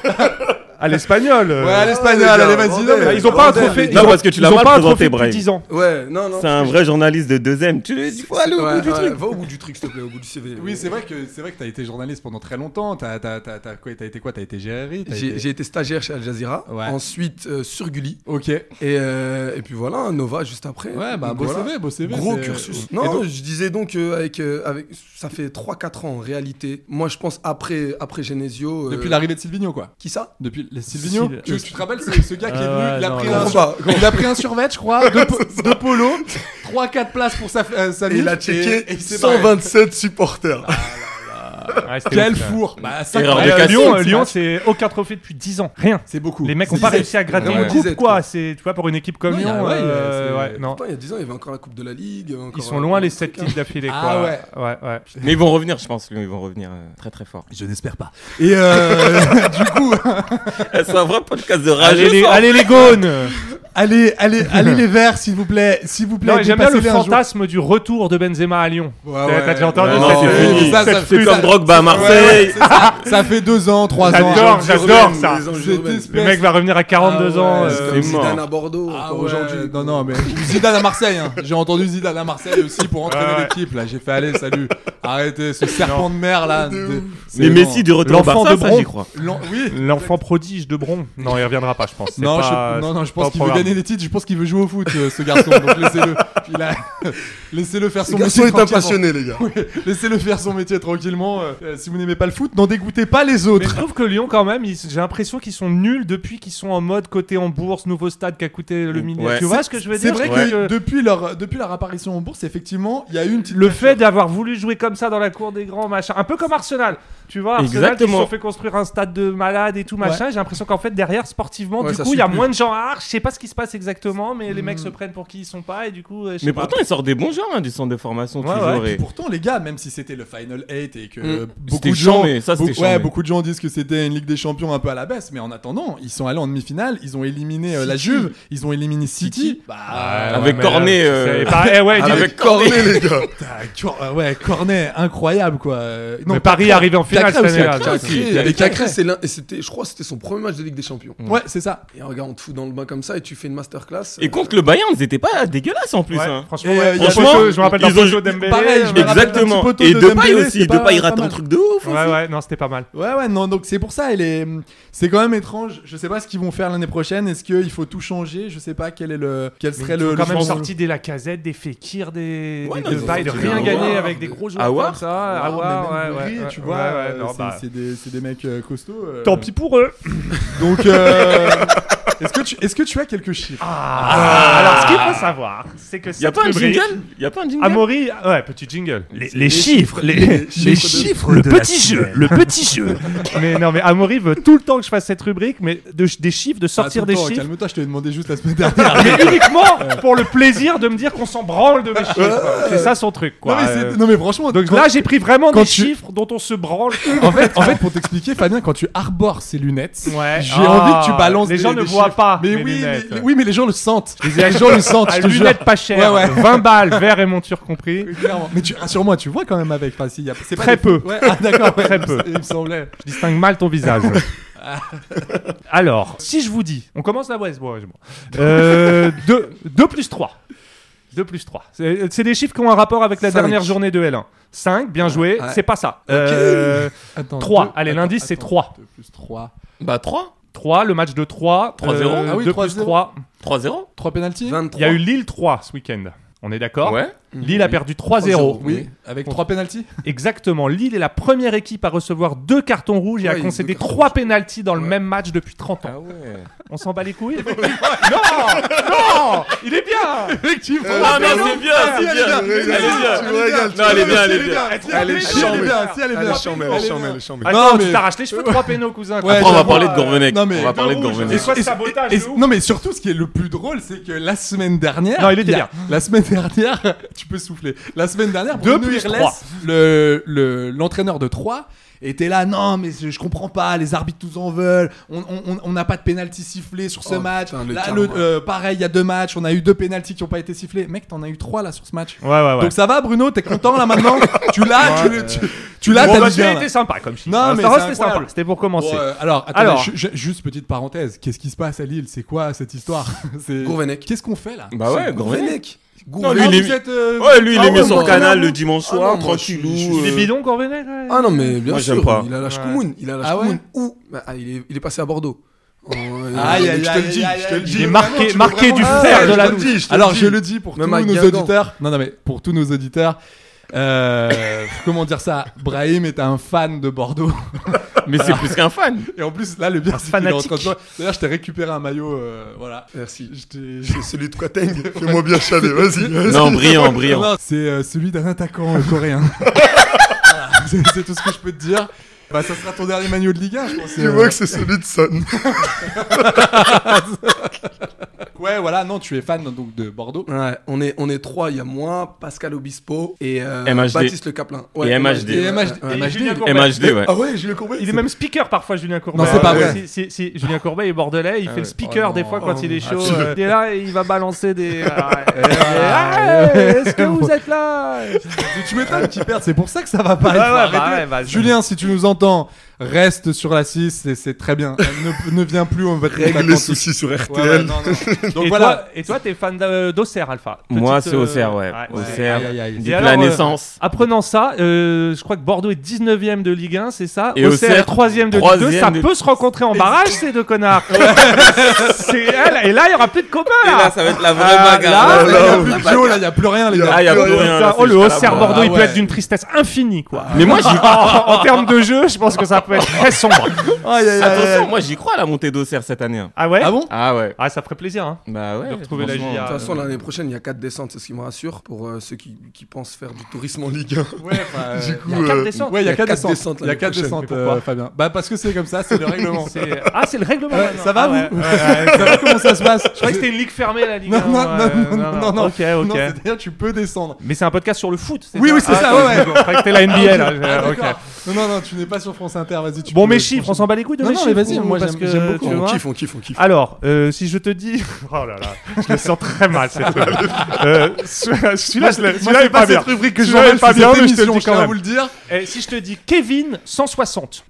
[SPEAKER 2] À l'espagnol. euh. Bah,
[SPEAKER 8] Ouais, à l'espagnal,
[SPEAKER 6] les
[SPEAKER 8] allez,
[SPEAKER 6] gars,
[SPEAKER 8] vas-y.
[SPEAKER 6] bordel.
[SPEAKER 8] non, mais-
[SPEAKER 2] Ils ont pas un trophée.
[SPEAKER 5] Non,
[SPEAKER 2] ils ont-
[SPEAKER 5] parce que tu
[SPEAKER 2] ils
[SPEAKER 5] l'as
[SPEAKER 2] ont
[SPEAKER 5] mal
[SPEAKER 2] pas un
[SPEAKER 5] présenté,
[SPEAKER 2] trophée depuis
[SPEAKER 5] Brahim.
[SPEAKER 2] 10 ans.
[SPEAKER 6] Ouais, non, non.
[SPEAKER 5] C'est un vrai journaliste de deuxième. Tu lui dis, faut aller au bout
[SPEAKER 6] Ouais,
[SPEAKER 5] du
[SPEAKER 6] ouais,
[SPEAKER 5] truc.
[SPEAKER 6] Va au bout du truc, s'il te plaît, au bout du CV.
[SPEAKER 8] Oui, c'est vrai que c'est vrai que t'as été journaliste pendant très longtemps. T'as, t'as, t'as, t'as quoi T'as été quoi T'as été GRI t'as
[SPEAKER 6] J'ai
[SPEAKER 8] été-
[SPEAKER 6] j'ai été stagiaire chez Al Jazeera,
[SPEAKER 8] Ouais.
[SPEAKER 6] ensuite euh, sur Gulli,
[SPEAKER 8] Ok. Ouais,
[SPEAKER 6] et, euh, et puis voilà, Nova juste après.
[SPEAKER 8] bah
[SPEAKER 6] Donc
[SPEAKER 8] beau
[SPEAKER 6] voilà.
[SPEAKER 8] CV, beau CV.
[SPEAKER 6] Gros
[SPEAKER 8] c'est-
[SPEAKER 6] cursus.
[SPEAKER 8] Et
[SPEAKER 6] Non,
[SPEAKER 8] donc-
[SPEAKER 6] je disais donc euh, avec, euh, avec ça fait 3-4 ans en réalité. Moi je pense après, après Genesio. euh,
[SPEAKER 8] depuis l'arrivée de Silvigno, quoi.
[SPEAKER 6] Qui ça
[SPEAKER 8] Depuis les Silvigno
[SPEAKER 2] Sil-
[SPEAKER 8] tu, tu te rappelles c'est ce gars qui est venu,
[SPEAKER 2] Ah ouais,
[SPEAKER 8] il, a
[SPEAKER 2] non,
[SPEAKER 8] pris
[SPEAKER 2] non.
[SPEAKER 8] un,
[SPEAKER 6] Comprends pas,
[SPEAKER 8] il a pris un survet, je crois, de, po- de polo, 3-4 places pour sa, euh, sa
[SPEAKER 6] Et
[SPEAKER 8] mif,
[SPEAKER 6] il a checké
[SPEAKER 8] et il s'est barré. Ah,
[SPEAKER 6] 127 supporters.
[SPEAKER 2] Ouais, c'était
[SPEAKER 8] Quel
[SPEAKER 2] ouf, là.
[SPEAKER 8] four bah, cinq
[SPEAKER 5] Erreur
[SPEAKER 8] fois.
[SPEAKER 5] de
[SPEAKER 2] Ouais,
[SPEAKER 8] Ouais,
[SPEAKER 2] euh,
[SPEAKER 5] casting,
[SPEAKER 2] Lyon,
[SPEAKER 8] c'est
[SPEAKER 2] euh, Lyon,
[SPEAKER 8] match.
[SPEAKER 2] c'est aucun trophée depuis 10 ans. Rien.
[SPEAKER 8] c'est beaucoup.
[SPEAKER 2] Les mecs ont pas
[SPEAKER 6] disette.
[SPEAKER 2] réussi à gratter
[SPEAKER 6] Ouais.
[SPEAKER 2] une coupe,
[SPEAKER 6] Disette,
[SPEAKER 2] quoi.
[SPEAKER 6] quoi.
[SPEAKER 2] C'est, tu vois, pour une équipe comme
[SPEAKER 8] Non, il y a-
[SPEAKER 2] Lyon,
[SPEAKER 8] ouais, il y a-
[SPEAKER 2] euh,
[SPEAKER 8] c'est-
[SPEAKER 2] ouais, non.
[SPEAKER 6] Attends, il y a 10 ans, il y avait encore la Coupe de la Ligue. il y avait encore
[SPEAKER 2] Ils sont
[SPEAKER 6] un-
[SPEAKER 2] loin les 7 titres d'affilée, quoi.
[SPEAKER 8] Ah ouais.
[SPEAKER 2] ouais, ouais.
[SPEAKER 5] Mais ils vont revenir, je pense. Lyon, Ils vont revenir euh, très très fort.
[SPEAKER 8] Je n'espère pas. Et euh, du coup,
[SPEAKER 5] Eh, C'est un vrai podcast de rage.
[SPEAKER 2] Allez les, allez
[SPEAKER 8] hein.
[SPEAKER 2] les Gaunes
[SPEAKER 8] allez, allez, allez les verts, s'il vous plaît, s'il vous plaît.
[SPEAKER 2] Non, mais j'aime bien le
[SPEAKER 8] dépassez-les un jour.
[SPEAKER 2] fantasme du retour de Benzema à Lyon.
[SPEAKER 8] Ouais,
[SPEAKER 2] T'as-
[SPEAKER 8] ouais.
[SPEAKER 2] T'as déjà entendu
[SPEAKER 5] Ouais,
[SPEAKER 2] cette-
[SPEAKER 5] non, c'est fini.
[SPEAKER 8] Ça, ça
[SPEAKER 2] cette-
[SPEAKER 8] fait
[SPEAKER 5] C'est
[SPEAKER 8] ça.
[SPEAKER 5] comme Drogba à
[SPEAKER 8] Ouais,
[SPEAKER 5] Marseille.
[SPEAKER 8] c'est ça. Ça fait 2 ans, 3 ans.
[SPEAKER 2] J'adore,
[SPEAKER 6] Jean-Jacques
[SPEAKER 2] j'adore
[SPEAKER 6] Urbain,
[SPEAKER 2] ça.
[SPEAKER 6] les Anges
[SPEAKER 8] Cette
[SPEAKER 6] Urbains.
[SPEAKER 8] espèce-
[SPEAKER 2] Le mec va revenir à 42
[SPEAKER 8] Ah
[SPEAKER 2] ans.
[SPEAKER 8] ouais,
[SPEAKER 2] euh,
[SPEAKER 6] C'est
[SPEAKER 5] C'est
[SPEAKER 6] comme Zidane
[SPEAKER 5] mort.
[SPEAKER 6] à Bordeaux,
[SPEAKER 8] Ah
[SPEAKER 6] encore
[SPEAKER 8] ouais,
[SPEAKER 6] aujourd'hui.
[SPEAKER 8] Non, non, mais Ou Zidane à Marseille. hein. J'ai entendu Zidane à Marseille aussi pour entraîner
[SPEAKER 2] Ouais.
[SPEAKER 8] l'équipe. Là, j'ai fait allez, salut. Arrêtez ce serpent de mer là. de- c'est
[SPEAKER 5] Mais
[SPEAKER 8] lent.
[SPEAKER 5] Messi du retour au
[SPEAKER 2] L'enfant
[SPEAKER 5] Barça,
[SPEAKER 2] de
[SPEAKER 5] ça
[SPEAKER 2] Bron.
[SPEAKER 5] j'y crois.
[SPEAKER 8] Lent- Oui.
[SPEAKER 2] L'enfant prodige de Bron. Non, il reviendra pas, je pense. C'est
[SPEAKER 8] Non,
[SPEAKER 2] pas-
[SPEAKER 8] je, non, non,
[SPEAKER 2] c'est
[SPEAKER 8] je
[SPEAKER 2] pas au
[SPEAKER 8] pense qu'il veut
[SPEAKER 2] programme.
[SPEAKER 8] gagner des titres. Je pense qu'il veut jouer au foot, euh, ce garçon. Donc laissez-le. Il a- laissez-le faire
[SPEAKER 6] Ce
[SPEAKER 8] son
[SPEAKER 6] garçon
[SPEAKER 8] métier.
[SPEAKER 6] est un
[SPEAKER 8] tranquillement.
[SPEAKER 6] passionné, les gars.
[SPEAKER 8] Laissez-le faire son métier tranquillement. euh, euh, si vous n'aimez pas le foot, n'en dégoûtez pas les
[SPEAKER 2] Mais je
[SPEAKER 8] autres.
[SPEAKER 2] trouve que Lyon, quand même, ils- j'ai l'impression qu'ils sont nuls depuis qu'ils sont en mode côté en bourse, nouveau stade qui a coûté le milliard.
[SPEAKER 5] Ouais.
[SPEAKER 2] Tu vois ce que je veux
[SPEAKER 8] C'est
[SPEAKER 2] dire
[SPEAKER 8] vrai
[SPEAKER 2] Je
[SPEAKER 8] que
[SPEAKER 2] trouve
[SPEAKER 8] depuis leur, depuis leur apparition en bourse, effectivement, il y a eu une petite.
[SPEAKER 2] le fait d'avoir voulu jouer comme ça dans la cour des grands, machin, un peu comme Arsenal, tu vois, Arsenal qui
[SPEAKER 5] Exactement.
[SPEAKER 2] se sont fait construire un stade de malade et tout, machin, j'ai l'impression qu'en fait derrière sportivement,
[SPEAKER 6] Ouais,
[SPEAKER 2] du
[SPEAKER 6] ça
[SPEAKER 2] coup, il y a
[SPEAKER 6] suit plus.
[SPEAKER 2] moins de gens à Arche, je sais pas ce qui se passe exactement, mais les
[SPEAKER 8] Hmm.
[SPEAKER 2] mecs se prennent pour qui ils sont pas, et du coup, euh, je sais
[SPEAKER 5] Mais
[SPEAKER 2] pas.
[SPEAKER 5] pourtant, il sort des bons gens hein, du centre de formation
[SPEAKER 2] Ouais,
[SPEAKER 5] toujours.
[SPEAKER 8] Puis
[SPEAKER 5] et-
[SPEAKER 8] pourtant, les gars, même si c'était le Final 8 et que
[SPEAKER 2] Mm.
[SPEAKER 8] euh, beaucoup
[SPEAKER 5] C'était
[SPEAKER 8] de gens,
[SPEAKER 5] chambé, ça, c'était
[SPEAKER 8] beaucoup- ouais,
[SPEAKER 5] chambé.
[SPEAKER 8] beaucoup de gens disent que c'était une Ligue des Champions un peu à la baisse, mais en attendant, ils sont allés en demi-finale, ils ont éliminé euh, la Juve, ils ont éliminé City. Bah,
[SPEAKER 5] Avec
[SPEAKER 2] mais,
[SPEAKER 5] Cornet,
[SPEAKER 2] euh,
[SPEAKER 5] euh,
[SPEAKER 2] c'est pas- eh ouais, dis-
[SPEAKER 5] Avec
[SPEAKER 8] Cornet, les gars. euh, ouais, Cornet, incroyable quoi. Euh, non,
[SPEAKER 2] mais Paris est arrivé en finale cette
[SPEAKER 8] Cacré aussi,
[SPEAKER 2] année-là.
[SPEAKER 8] Cacré aussi.
[SPEAKER 6] Cacré,
[SPEAKER 8] Il y avait
[SPEAKER 6] Cacré,
[SPEAKER 8] Cacré. Mm.
[SPEAKER 6] c'est l'un- et c'était, je crois, que c'était son premier match de Ligue des Champions.
[SPEAKER 8] Ouais, c'est ça.
[SPEAKER 6] Et regarde, on te fout dans le bain comme ça et tu fais une masterclass. euh,
[SPEAKER 5] Et contre le Bayern, ils étaient pas dégueulasses en plus.
[SPEAKER 2] Ouais,
[SPEAKER 5] hein.
[SPEAKER 2] Franchement,
[SPEAKER 8] Et,
[SPEAKER 2] ouais,
[SPEAKER 8] euh,
[SPEAKER 2] il y a
[SPEAKER 5] franchement,
[SPEAKER 2] Pocho, je me rappelle
[SPEAKER 5] ils
[SPEAKER 2] d'un
[SPEAKER 5] ont
[SPEAKER 2] Pocho
[SPEAKER 5] joué-
[SPEAKER 2] Dembélé.
[SPEAKER 8] pareil, je me
[SPEAKER 2] ouais.
[SPEAKER 8] rappelle d'un petit
[SPEAKER 5] Exactement.
[SPEAKER 8] poteau
[SPEAKER 5] Et
[SPEAKER 8] de
[SPEAKER 5] Depay
[SPEAKER 8] Dembélé,
[SPEAKER 5] aussi.
[SPEAKER 8] c'était pas-
[SPEAKER 5] Depay, il
[SPEAKER 8] pas
[SPEAKER 5] rate un
[SPEAKER 8] mal.
[SPEAKER 5] truc de ouf.
[SPEAKER 2] Ouais,
[SPEAKER 5] aussi.
[SPEAKER 2] ouais, non, c'était pas mal.
[SPEAKER 8] Ouais, ouais, non, donc c'est pour ça, elle est... c'est quand même étrange. Je sais pas ce qu'ils vont faire l'année prochaine. Est-ce qu'il faut tout changer Je sais pas quel est le, quel
[SPEAKER 2] Mais
[SPEAKER 8] serait
[SPEAKER 2] ils sont
[SPEAKER 8] le.
[SPEAKER 2] quand
[SPEAKER 8] le-
[SPEAKER 2] même
[SPEAKER 8] le-
[SPEAKER 2] sorti des Lacazette, des Fekir, des,
[SPEAKER 6] Ouais,
[SPEAKER 2] des
[SPEAKER 6] non, ils ont
[SPEAKER 2] Depay, de
[SPEAKER 6] sorti
[SPEAKER 2] rien
[SPEAKER 6] des
[SPEAKER 2] gagner
[SPEAKER 6] Aouar,
[SPEAKER 2] avec des
[SPEAKER 6] des-
[SPEAKER 2] gros joueurs
[SPEAKER 5] Aouar
[SPEAKER 2] comme ça.
[SPEAKER 8] Ah,
[SPEAKER 2] Aouar,
[SPEAKER 8] mais
[SPEAKER 2] ouais,
[SPEAKER 8] même
[SPEAKER 2] ouais,
[SPEAKER 8] Gris,
[SPEAKER 2] ouais,
[SPEAKER 8] tu vois,
[SPEAKER 2] ouais, ouais,
[SPEAKER 8] euh,
[SPEAKER 2] non,
[SPEAKER 8] c'est
[SPEAKER 2] bah,
[SPEAKER 8] c'est des, c'est des mecs euh, costauds. euh.
[SPEAKER 2] Tant pis pour eux.
[SPEAKER 8] Donc, euh, est-ce que tu, est-ce que tu as quelques chiffres
[SPEAKER 2] Ah,
[SPEAKER 4] Ah.
[SPEAKER 2] Alors, ce qu'il faut savoir, c'est que
[SPEAKER 5] Y a
[SPEAKER 2] cette
[SPEAKER 5] pas un
[SPEAKER 2] rubrique,
[SPEAKER 5] jingle Y a pas un jingle
[SPEAKER 2] Amaury, ouais, petit jingle.
[SPEAKER 4] Les, les chiffres, les, les chiffres, le petit jeu, le petit jeu.
[SPEAKER 2] mais non, mais Amaury veut tout le temps que je fasse cette rubrique, mais de- des chiffres, de sortir
[SPEAKER 8] Ah,
[SPEAKER 2] des
[SPEAKER 8] attends,
[SPEAKER 2] chiffres. Ah,
[SPEAKER 8] Calme-toi, je te l'ai demandé juste la semaine dernière.
[SPEAKER 2] mais uniquement pour le plaisir de me dire qu'on s'en branle de mes chiffres. quoi. C'est ça son truc,
[SPEAKER 8] Euh. non,
[SPEAKER 2] quoi.
[SPEAKER 8] mais c'est-
[SPEAKER 2] Euh,
[SPEAKER 8] non, mais franchement,
[SPEAKER 2] Donc
[SPEAKER 8] quand-
[SPEAKER 2] là, j'ai pris vraiment
[SPEAKER 8] quand
[SPEAKER 2] des
[SPEAKER 8] tu-
[SPEAKER 2] chiffres dont on se branle.
[SPEAKER 8] en fait, en fait, pour t'expliquer, Fabien, quand tu arbores ces lunettes,
[SPEAKER 2] Ouais.
[SPEAKER 8] j'ai
[SPEAKER 2] Ah,
[SPEAKER 8] envie que tu balances.
[SPEAKER 2] les
[SPEAKER 8] des-
[SPEAKER 2] gens ne
[SPEAKER 8] des
[SPEAKER 2] voient
[SPEAKER 8] chiffres.
[SPEAKER 2] pas
[SPEAKER 8] Mais
[SPEAKER 2] mes
[SPEAKER 8] oui,
[SPEAKER 2] lunettes.
[SPEAKER 8] mais- oui, mais les gens le sentent. Les gens le sentent.
[SPEAKER 2] À
[SPEAKER 8] je te jure.
[SPEAKER 2] lunettes pas chères,
[SPEAKER 8] Ouais, ouais.
[SPEAKER 2] 20 balles, verre et monture compris.
[SPEAKER 8] Clairement. Mais tu, rassure-moi, tu vois quand même avec. Enfin, s'il y a, c'est pas
[SPEAKER 2] Très
[SPEAKER 8] des-
[SPEAKER 2] peu.
[SPEAKER 8] Ouais, ah, d'accord, ouais,
[SPEAKER 2] Très
[SPEAKER 8] il me-
[SPEAKER 2] peu.
[SPEAKER 8] Il me semblait.
[SPEAKER 2] Je distingue mal ton visage. Alors, si je vous dis, on commence la West, bon, ouais, je- bon. Euh, 2, plus 3. 2 plus 3. C'est c'est des chiffres qui ont un rapport avec la
[SPEAKER 8] Cinq.
[SPEAKER 2] dernière journée de L1. 5, bien joué,
[SPEAKER 8] Ouais.
[SPEAKER 2] c'est pas ça. Euh,
[SPEAKER 8] Attends,
[SPEAKER 2] Trois.
[SPEAKER 8] deux-
[SPEAKER 2] Allez,
[SPEAKER 8] attends,
[SPEAKER 2] l'indice, c'est
[SPEAKER 8] attends,
[SPEAKER 2] trois.
[SPEAKER 8] deux plus 3.
[SPEAKER 5] Bah 3
[SPEAKER 2] 3, le match de 3.
[SPEAKER 5] 3-0.
[SPEAKER 8] Ah oui,
[SPEAKER 2] 2 plus
[SPEAKER 8] 3-0.
[SPEAKER 2] 3.
[SPEAKER 5] 3-0
[SPEAKER 8] 3 pénalties
[SPEAKER 6] 23.
[SPEAKER 2] Il y a eu Lille 3 ce week-end. On est d'accord
[SPEAKER 5] Ouais.
[SPEAKER 2] Lille a perdu 3-0.
[SPEAKER 8] Mmh. Oui, avec 3 pénalties
[SPEAKER 2] Exactement. Lille est la première équipe à recevoir deux cartons rouges et
[SPEAKER 6] Ouais,
[SPEAKER 2] à
[SPEAKER 6] ils-
[SPEAKER 2] concéder
[SPEAKER 6] deux cartons
[SPEAKER 2] trois pénalties dans le même match depuis 30 ans.
[SPEAKER 5] ouais.
[SPEAKER 2] On s'en bat les couilles Non Non Il est bien
[SPEAKER 8] Effectivement.
[SPEAKER 5] Ah non, c'est bien, c'est bien. Elle est bien. Non, elle est bien, elle est bien.
[SPEAKER 8] Elle est
[SPEAKER 2] chambée.
[SPEAKER 8] bien, si, elle est bien. Elle est bien.
[SPEAKER 2] Attends,
[SPEAKER 8] Non, mais-
[SPEAKER 2] tu t'arraches les cheveux, trois pénaux, cousin.
[SPEAKER 8] Ouais,
[SPEAKER 5] Après, on va
[SPEAKER 8] j'avoue,
[SPEAKER 5] parler de
[SPEAKER 2] euh,
[SPEAKER 5] Gourvenec.
[SPEAKER 8] non, mais-
[SPEAKER 5] On va
[SPEAKER 8] de
[SPEAKER 5] parler de
[SPEAKER 2] rouge,
[SPEAKER 8] Et,
[SPEAKER 2] Et
[SPEAKER 5] Gourvenec.
[SPEAKER 2] soit
[SPEAKER 8] et-
[SPEAKER 2] sabotage,
[SPEAKER 8] et-
[SPEAKER 2] de ouf.
[SPEAKER 8] non mais surtout ce qui est le plus drôle c'est que la semaine dernière
[SPEAKER 2] Non, il était
[SPEAKER 8] y a-
[SPEAKER 2] bien.
[SPEAKER 8] la semaine dernière tu peux souffler la semaine dernière
[SPEAKER 2] Deux
[SPEAKER 8] Bruno
[SPEAKER 2] plus
[SPEAKER 8] Irles,
[SPEAKER 2] trois.
[SPEAKER 8] le le- l'entraîneur de Troyes était là non mais je, je comprends pas les arbitres nous en veulent on on- on- on n'a pas de pénalty sifflé sur ce
[SPEAKER 6] Oh,
[SPEAKER 8] match
[SPEAKER 6] putain, le
[SPEAKER 8] là
[SPEAKER 6] karma.
[SPEAKER 8] euh, pareil il y a deux matchs on a eu deux pénalties qui ont pas été sifflés mec t'en as eu trois là sur ce match
[SPEAKER 2] Ouais, ouais, ouais.
[SPEAKER 8] donc ça va Bruno t'es content là maintenant tu l'as tu, le- tu, tu l'as
[SPEAKER 2] Bon,
[SPEAKER 8] t'as
[SPEAKER 2] bah,
[SPEAKER 8] mis bien, là.
[SPEAKER 2] c'était sympa comme chiffre.
[SPEAKER 8] Non,
[SPEAKER 2] Hein,
[SPEAKER 8] mais
[SPEAKER 2] ça,
[SPEAKER 8] c'est
[SPEAKER 2] c'était
[SPEAKER 8] incroyable.
[SPEAKER 2] sympa. C'était pour commencer.
[SPEAKER 8] Bon, euh, alors, attendez,
[SPEAKER 2] Alors.
[SPEAKER 8] je- je- juste petite parenthèse, qu'est-ce qui se passe à Lille C'est quoi cette histoire C'est-
[SPEAKER 6] Gourvenec.
[SPEAKER 8] Qu'est-ce qu'on fait là
[SPEAKER 5] Bah ouais, Gourvenec.
[SPEAKER 6] Gourvenec.
[SPEAKER 5] Non, lui,
[SPEAKER 8] Ah,
[SPEAKER 5] il est
[SPEAKER 8] vous
[SPEAKER 5] mis-
[SPEAKER 8] êtes, euh,
[SPEAKER 5] Ouais, lui, il
[SPEAKER 6] Ah
[SPEAKER 5] est
[SPEAKER 6] ouais,
[SPEAKER 5] mis sur
[SPEAKER 6] moi,
[SPEAKER 5] Canal
[SPEAKER 6] moi,
[SPEAKER 5] le dimanche
[SPEAKER 6] ah non,
[SPEAKER 5] soir,
[SPEAKER 6] moi,
[SPEAKER 5] tranquillou.
[SPEAKER 6] je suis- je suis-
[SPEAKER 2] Il
[SPEAKER 5] euh,
[SPEAKER 2] est bidon, Gourvenec ouais.
[SPEAKER 6] Ah non, mais bien
[SPEAKER 5] Moi, j'aime
[SPEAKER 6] sûr,
[SPEAKER 5] pas.
[SPEAKER 6] il a la
[SPEAKER 2] Ouais.
[SPEAKER 6] Shkoumoun, il a la
[SPEAKER 8] Ah ouais
[SPEAKER 6] Shkoumoun. Où Bah, ah, il, est, il est passé à Bordeaux. Oh, euh,
[SPEAKER 8] Aïe, aïe,
[SPEAKER 6] je te le
[SPEAKER 8] aïe,
[SPEAKER 6] dis,
[SPEAKER 8] aïe,
[SPEAKER 6] je te le
[SPEAKER 8] aïe.
[SPEAKER 6] dis.
[SPEAKER 2] Il est
[SPEAKER 8] veux
[SPEAKER 2] marqué,
[SPEAKER 8] vraiment-
[SPEAKER 2] marqué du
[SPEAKER 8] Ah,
[SPEAKER 2] fer
[SPEAKER 8] je
[SPEAKER 2] de la
[SPEAKER 8] le
[SPEAKER 2] loose.
[SPEAKER 8] dis, je Alors je le dis pour
[SPEAKER 6] Même à
[SPEAKER 8] tous nos
[SPEAKER 6] Guingamp.
[SPEAKER 8] auditeurs. Non non mais pour tous nos auditeurs. euh, comment dire ça Brahim est un fan de Bordeaux.
[SPEAKER 5] Mais c'est plus qu'un fan.
[SPEAKER 8] Et en plus là le bien c'est qu'il est en train de
[SPEAKER 2] fanatique.
[SPEAKER 8] D'ailleurs je t'ai récupéré un maillot euh, voilà.
[SPEAKER 6] Merci.
[SPEAKER 8] Je t'ai-
[SPEAKER 6] C'est celui de Quateng. Fais-moi bien chaler, vas-y.
[SPEAKER 5] Non, brillant, brillant.
[SPEAKER 8] Non, c'est euh, celui d'un attaquant euh, coréen. Voilà, c'est c'est tout ce que je peux te dire. Bah, ça sera ton dernier maillot de Ligue 1, je pense. euh,
[SPEAKER 6] c'est celui de Son.
[SPEAKER 8] Ouais, voilà, non, tu es fan donc de Bordeaux.
[SPEAKER 6] Ouais, on est, on est trois. Il y a moi, Pascal Obispo et euh,
[SPEAKER 5] MHD.
[SPEAKER 6] Baptiste Le Caplin.
[SPEAKER 5] Et
[SPEAKER 8] Et
[SPEAKER 5] MHD.
[SPEAKER 8] MHD.
[SPEAKER 6] ouais, ouais.
[SPEAKER 8] MHD,
[SPEAKER 2] Julien Courbet.
[SPEAKER 5] MHD, ouais.
[SPEAKER 6] Ah ouais, je l'ai compris.
[SPEAKER 2] Il est même speaker parfois, Julien Courbet. Euh,
[SPEAKER 8] Non, c'est pas vrai.
[SPEAKER 2] Si, si- si, Julien Courbet est bordelais, il fait le speaker
[SPEAKER 8] Oh
[SPEAKER 2] des
[SPEAKER 8] non.
[SPEAKER 2] fois quand
[SPEAKER 8] Oh
[SPEAKER 2] il est
[SPEAKER 8] non.
[SPEAKER 2] chaud. euh, il est là et il va balancer des. Ah, ouais. Ah, ouais, Est-ce que vous êtes là
[SPEAKER 8] Tu m'étonnes qu'ils perdent, c'est pour ça que ça va pas.
[SPEAKER 2] Ouais,
[SPEAKER 8] il faut
[SPEAKER 2] ouais,
[SPEAKER 8] arrêter.
[SPEAKER 2] bah ouais, bah, je-
[SPEAKER 8] Julien, si tu nous entends, reste sur la 6, c'est- c'est très bien. ne, ne viens plus, on va te mettre à
[SPEAKER 6] Règle les
[SPEAKER 8] cantine.
[SPEAKER 6] soucis sur RTL.
[SPEAKER 8] Ouais, ouais, non, non. Donc
[SPEAKER 2] et
[SPEAKER 8] voilà.
[SPEAKER 2] Toi, et toi, t'es fan d'A- d'Auxerre, Alpha Petite,
[SPEAKER 5] Moi, c'est
[SPEAKER 2] euh,
[SPEAKER 5] Auxerre, ouais.
[SPEAKER 8] Aïe, aïe,
[SPEAKER 5] Auxerre.
[SPEAKER 8] aïe.
[SPEAKER 5] Dites
[SPEAKER 2] Et
[SPEAKER 5] la
[SPEAKER 2] alors, euh,
[SPEAKER 5] naissance.
[SPEAKER 2] Apprenant ça, euh, je crois que Bordeaux est 19ème de Ligue 1, c'est ça
[SPEAKER 5] Et
[SPEAKER 2] Auxerre est
[SPEAKER 5] Auxerre,
[SPEAKER 2] 3ème de Ligue 2,
[SPEAKER 5] troisième
[SPEAKER 2] ça
[SPEAKER 5] de-
[SPEAKER 2] peut se rencontrer en barrage ces deux connards C'est elle, Et là, il y aura plus de copains là,
[SPEAKER 5] ça va être la
[SPEAKER 2] Ah, là,
[SPEAKER 8] Ah,
[SPEAKER 5] là.
[SPEAKER 8] là, il n'y a plus de bio, là, il n'y a plus rien, les gars.
[SPEAKER 5] Ah, il y a plus rien. là,
[SPEAKER 2] Oh,
[SPEAKER 5] c'est
[SPEAKER 2] le
[SPEAKER 5] jusqu'à la
[SPEAKER 2] Auxerre
[SPEAKER 5] mort.
[SPEAKER 2] Bordeaux,
[SPEAKER 8] Ah
[SPEAKER 2] il peut
[SPEAKER 8] ouais.
[SPEAKER 2] être d'une tristesse infinie, quoi.
[SPEAKER 5] Mais moi, j'y
[SPEAKER 2] en, en termes de jeu, je pense que ça peut être très sombre.
[SPEAKER 5] Attention, moi j'y crois à la montée d'Auxerre cette année. hein.
[SPEAKER 2] Ah ouais
[SPEAKER 8] Ah bon
[SPEAKER 5] Euh, Ah ouais.
[SPEAKER 2] Ah, ça ferait plaisir, hein.
[SPEAKER 5] Bah ouais.
[SPEAKER 2] De retrouver la euh,
[SPEAKER 5] franchement.
[SPEAKER 2] GIA.
[SPEAKER 6] De toute façon, l'année prochaine, il y a 4 descentes, c'est ce qui me rassure pour euh, ceux qui, qui pensent faire du tourisme en Ligue 1.
[SPEAKER 8] Ouais, enfin, euh,
[SPEAKER 2] Il y a quatre descentes.
[SPEAKER 8] Ouais, il y a 4
[SPEAKER 6] quatre
[SPEAKER 8] descentes.
[SPEAKER 6] descentes
[SPEAKER 8] Il y a
[SPEAKER 6] l'année
[SPEAKER 8] 4
[SPEAKER 6] prochaine.
[SPEAKER 8] descentes,
[SPEAKER 2] Mais pourquoi
[SPEAKER 8] euh, Fabien. Bah, parce que c'est comme ça, c'est le règlement.
[SPEAKER 2] C'est- Ah, c'est le règlement.
[SPEAKER 8] Ouais,
[SPEAKER 2] maintenant.
[SPEAKER 8] ça va,
[SPEAKER 2] Ah,
[SPEAKER 8] vous
[SPEAKER 2] ouais, ouais, ouais.
[SPEAKER 8] Ça va comment ça se passe
[SPEAKER 2] Je croyais que c'était une ligue fermée, la Ligue
[SPEAKER 8] Non,
[SPEAKER 2] 1,
[SPEAKER 8] non,
[SPEAKER 2] ouais,
[SPEAKER 8] non, non, non, non.
[SPEAKER 2] Ok,
[SPEAKER 8] Non,
[SPEAKER 2] ok.
[SPEAKER 8] c'est-à-dire, tu peux descendre.
[SPEAKER 2] Mais c'est un podcast sur le foot.
[SPEAKER 8] Oui, oui, c'est ça, ouais, ouais.
[SPEAKER 2] Je croyais que c'était la NBA, là.
[SPEAKER 8] Ah,
[SPEAKER 2] Ok.
[SPEAKER 8] d'accord. Non, non, non, tu n'es pas sur France Inter, vas-y. tu
[SPEAKER 2] Bon,
[SPEAKER 8] peux-
[SPEAKER 2] mes chiffres, on s'en bat les couilles de
[SPEAKER 8] Non,
[SPEAKER 2] mes
[SPEAKER 8] non,
[SPEAKER 2] chiffres.
[SPEAKER 8] mais vas-y,
[SPEAKER 2] ou
[SPEAKER 8] moi,
[SPEAKER 2] parce
[SPEAKER 8] j'aime-
[SPEAKER 2] que
[SPEAKER 8] j'aime beaucoup.
[SPEAKER 2] tu
[SPEAKER 6] On
[SPEAKER 2] vois
[SPEAKER 6] kiffe, on kiffe, on kiffe.
[SPEAKER 2] Alors, euh, si je te dis. Oh là là, je le sens très mal cette rubrique. Euh, ce- Celui-là, je l'ai-
[SPEAKER 8] Moi,
[SPEAKER 2] celui-là
[SPEAKER 8] c'est
[SPEAKER 2] est pas bien.
[SPEAKER 8] cette rubrique que
[SPEAKER 2] Celui-là est
[SPEAKER 8] j'emmène
[SPEAKER 2] pas
[SPEAKER 8] pas
[SPEAKER 2] bien,
[SPEAKER 8] bien,
[SPEAKER 2] mais je te le
[SPEAKER 8] émission,
[SPEAKER 2] dis
[SPEAKER 8] je
[SPEAKER 2] quand
[SPEAKER 8] tiens à
[SPEAKER 2] même.
[SPEAKER 8] vous le dire.
[SPEAKER 2] Et si je te dis Kevin 160,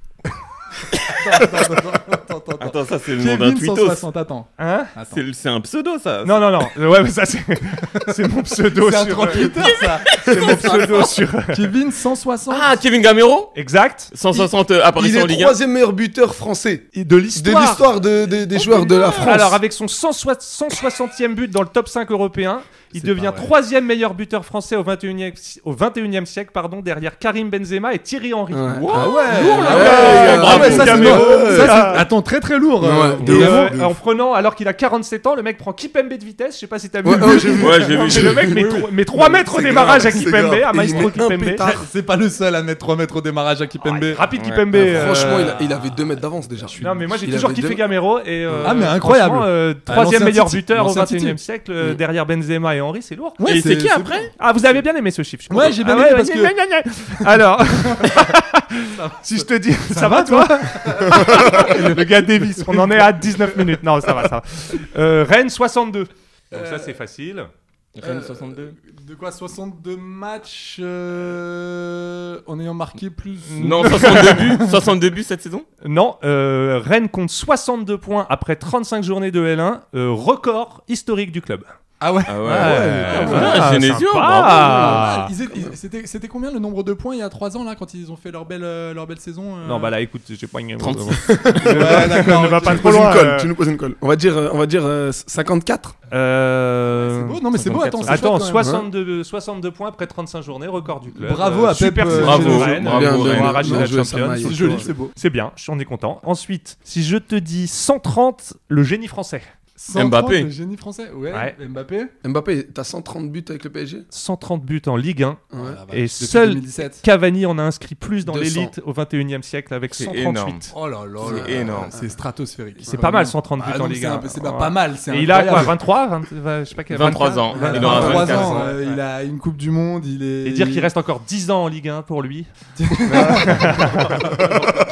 [SPEAKER 8] Attends, attends, attends, attends, attends.
[SPEAKER 5] Attends, ça c'est le nom d'un
[SPEAKER 8] Kevin
[SPEAKER 5] tweetos.
[SPEAKER 8] 160, attends.
[SPEAKER 2] hein
[SPEAKER 8] attends.
[SPEAKER 5] C'est c'est un pseudo ça.
[SPEAKER 2] Non, non, non. Euh, Ouais, mais ça, c'est c'est mon pseudo
[SPEAKER 8] C'est un
[SPEAKER 2] sur.
[SPEAKER 8] 38 heures, ça.
[SPEAKER 2] C'est mon pseudo sur.
[SPEAKER 8] Kevin 160.
[SPEAKER 5] Ah, Kevin Gamero
[SPEAKER 2] Exact.
[SPEAKER 5] 160
[SPEAKER 6] Il
[SPEAKER 5] apparitions en
[SPEAKER 6] est
[SPEAKER 5] Ligue 1.
[SPEAKER 6] troisième meilleur buteur français
[SPEAKER 2] De Oh,
[SPEAKER 6] de l'histoire de- des- des joueurs de la France.
[SPEAKER 2] Alors, avec son 160 160e but dans le top 5 européen, il
[SPEAKER 8] C'est
[SPEAKER 2] devient
[SPEAKER 8] pas vrai.
[SPEAKER 2] troisième meilleur buteur français au 21e, au 21e siècle, pardon, derrière Karim Benzema et Thierry Henry.
[SPEAKER 8] Ah ouais.
[SPEAKER 2] Lourd, là.
[SPEAKER 8] Ah ouais,
[SPEAKER 2] Ouais,
[SPEAKER 8] ah ouais,
[SPEAKER 5] bravo,
[SPEAKER 8] ça, c'est
[SPEAKER 2] Gamero.
[SPEAKER 8] lourd. Ça,
[SPEAKER 2] Ah.
[SPEAKER 8] c'est- Attends, très très lourd. euh,
[SPEAKER 6] Ouais,
[SPEAKER 2] Et,
[SPEAKER 6] de ouf.
[SPEAKER 2] euh, en prenant, alors qu'il a 47 ans, le mec prend Kipembe de vitesse. Je sais pas si t'as vu.
[SPEAKER 6] Ouais,
[SPEAKER 2] le-
[SPEAKER 6] ouais, j'ai vu.
[SPEAKER 5] Ouais, j'ai
[SPEAKER 2] Non,
[SPEAKER 5] vu,
[SPEAKER 2] mais
[SPEAKER 5] j'ai
[SPEAKER 2] le
[SPEAKER 5] vu.
[SPEAKER 2] mec met, trois- met 3 mètres au
[SPEAKER 6] C'est
[SPEAKER 2] démarrage à
[SPEAKER 6] grave, c'est
[SPEAKER 2] Kipembe,
[SPEAKER 6] grave.
[SPEAKER 2] à
[SPEAKER 6] Et il
[SPEAKER 2] Maestro
[SPEAKER 6] met un
[SPEAKER 2] Kipembe.
[SPEAKER 6] pétard.
[SPEAKER 8] C'est pas le seul à mettre 3 mètres au démarrage à Kipembe.
[SPEAKER 2] Ah, rapide
[SPEAKER 5] Ouais.
[SPEAKER 2] Kipembe.
[SPEAKER 5] Ah,
[SPEAKER 6] Franchement,
[SPEAKER 2] euh,
[SPEAKER 6] il, a- il avait deux mètres d'avance déjà.
[SPEAKER 2] Non, mais moi j'ai
[SPEAKER 6] Il
[SPEAKER 2] toujours
[SPEAKER 6] avait
[SPEAKER 2] kiffé
[SPEAKER 6] deux-
[SPEAKER 2] Gamero. Et, euh,
[SPEAKER 8] Ah, mais incroyable.
[SPEAKER 2] franchement, euh,
[SPEAKER 8] Ah,
[SPEAKER 2] Troisième
[SPEAKER 8] l'ancien
[SPEAKER 2] meilleur
[SPEAKER 8] titre.
[SPEAKER 2] buteur au
[SPEAKER 8] L'ancien
[SPEAKER 2] 21 e
[SPEAKER 8] titre.
[SPEAKER 2] siècle,
[SPEAKER 6] Mm.
[SPEAKER 2] euh, derrière Benzema et Henry, c'est lourd.
[SPEAKER 8] Ouais,
[SPEAKER 5] Et c'est qui après Euh,
[SPEAKER 2] Ah, vous avez bien aimé ce chiffre. je crois.
[SPEAKER 8] Ouais, j'ai bien
[SPEAKER 2] Ah
[SPEAKER 8] aimé parce
[SPEAKER 2] gna,
[SPEAKER 8] que-
[SPEAKER 2] gna, gna, gna. Alors, si je te dis, ça, va, toi Le gars Davis, on en est à 19 minutes. Non, ça va, ça va. Euh, Rennes Euh, 62. Donc ça c'est facile.
[SPEAKER 8] Rennes 62. De quoi 62 matchs euh, en ayant marqué plus
[SPEAKER 5] Non, 62 buts, 62 buts cette saison
[SPEAKER 2] Non, euh, Rennes compte 62 points après 35 journées de L1, euh, record historique du club.
[SPEAKER 8] Ah ouais.
[SPEAKER 5] Ah ouais.
[SPEAKER 2] Ah,
[SPEAKER 5] Ah, Genesio,
[SPEAKER 2] sympa. Ah.
[SPEAKER 5] bravo.
[SPEAKER 8] Ils étaient- ils- C'était c'était combien le nombre de points il y a 3 ans là quand ils ont fait leur belle, euh, leur belle saison euh
[SPEAKER 2] Non, bah là, écoute, j'ai pas une.
[SPEAKER 5] 36.
[SPEAKER 8] Ouais, d'accord.
[SPEAKER 2] ne va pas
[SPEAKER 6] Tu nous
[SPEAKER 2] trop
[SPEAKER 6] poses
[SPEAKER 2] loin.
[SPEAKER 6] une colle,
[SPEAKER 2] euh.
[SPEAKER 6] tu nous poses une colle. On va dire, euh, on va dire euh, 54
[SPEAKER 2] Euh,
[SPEAKER 8] C'est beau, non mais c'est beau, attends, c'est
[SPEAKER 2] Attends,
[SPEAKER 8] chouette, quand même. hein.
[SPEAKER 2] 62, 62 points après 35 journées, record du club.
[SPEAKER 8] Bravo à
[SPEAKER 2] super
[SPEAKER 8] Pep,
[SPEAKER 2] saison
[SPEAKER 5] euh,
[SPEAKER 2] de
[SPEAKER 5] bravo,
[SPEAKER 2] Rennes.
[SPEAKER 5] bravo,
[SPEAKER 2] Bien,
[SPEAKER 5] Rennes.
[SPEAKER 2] bien, bien
[SPEAKER 6] Bien
[SPEAKER 2] joué,
[SPEAKER 6] joué,
[SPEAKER 2] Champions.
[SPEAKER 6] Samaï.
[SPEAKER 8] C'est joli, c'est beau.
[SPEAKER 2] euh, C'est bien, on est content. Ensuite, si je te dis 130, le génie français.
[SPEAKER 8] 130,
[SPEAKER 5] Mbappé.
[SPEAKER 8] le génie français, ouais,
[SPEAKER 2] Ouais.
[SPEAKER 8] Mbappé.
[SPEAKER 6] Mbappé, t'as 130 buts avec le PSG
[SPEAKER 2] 130 buts en Ligue 1
[SPEAKER 6] Ouais.
[SPEAKER 8] Oh la vache,
[SPEAKER 2] et
[SPEAKER 8] depuis
[SPEAKER 2] seul
[SPEAKER 8] 2017.
[SPEAKER 2] Cavani en a inscrit plus dans
[SPEAKER 6] 200.
[SPEAKER 2] l'élite au 21e siècle avec
[SPEAKER 5] C'est
[SPEAKER 2] 138.
[SPEAKER 5] énorme.
[SPEAKER 8] Oh là là,
[SPEAKER 5] C'est
[SPEAKER 8] là là,
[SPEAKER 5] énorme.
[SPEAKER 8] C'est stratosphérique.
[SPEAKER 2] C'est pas mal 130 buts
[SPEAKER 8] Ah
[SPEAKER 2] en
[SPEAKER 8] non,
[SPEAKER 2] Ligue
[SPEAKER 8] c'est
[SPEAKER 2] 1.
[SPEAKER 8] un peu- C'est pas, pas mal, c'est
[SPEAKER 2] Et il a quoi
[SPEAKER 8] incroyable.
[SPEAKER 2] 23 20, euh, je sais pas, quel-
[SPEAKER 5] 23 ans.
[SPEAKER 8] Ouais,
[SPEAKER 5] Il aura
[SPEAKER 8] 23
[SPEAKER 5] 24
[SPEAKER 8] ans,
[SPEAKER 5] ans.
[SPEAKER 8] euh, il a une Coupe du Monde, il est.
[SPEAKER 2] Et dire qu'il reste encore 10 ans en Ligue 1 pour lui.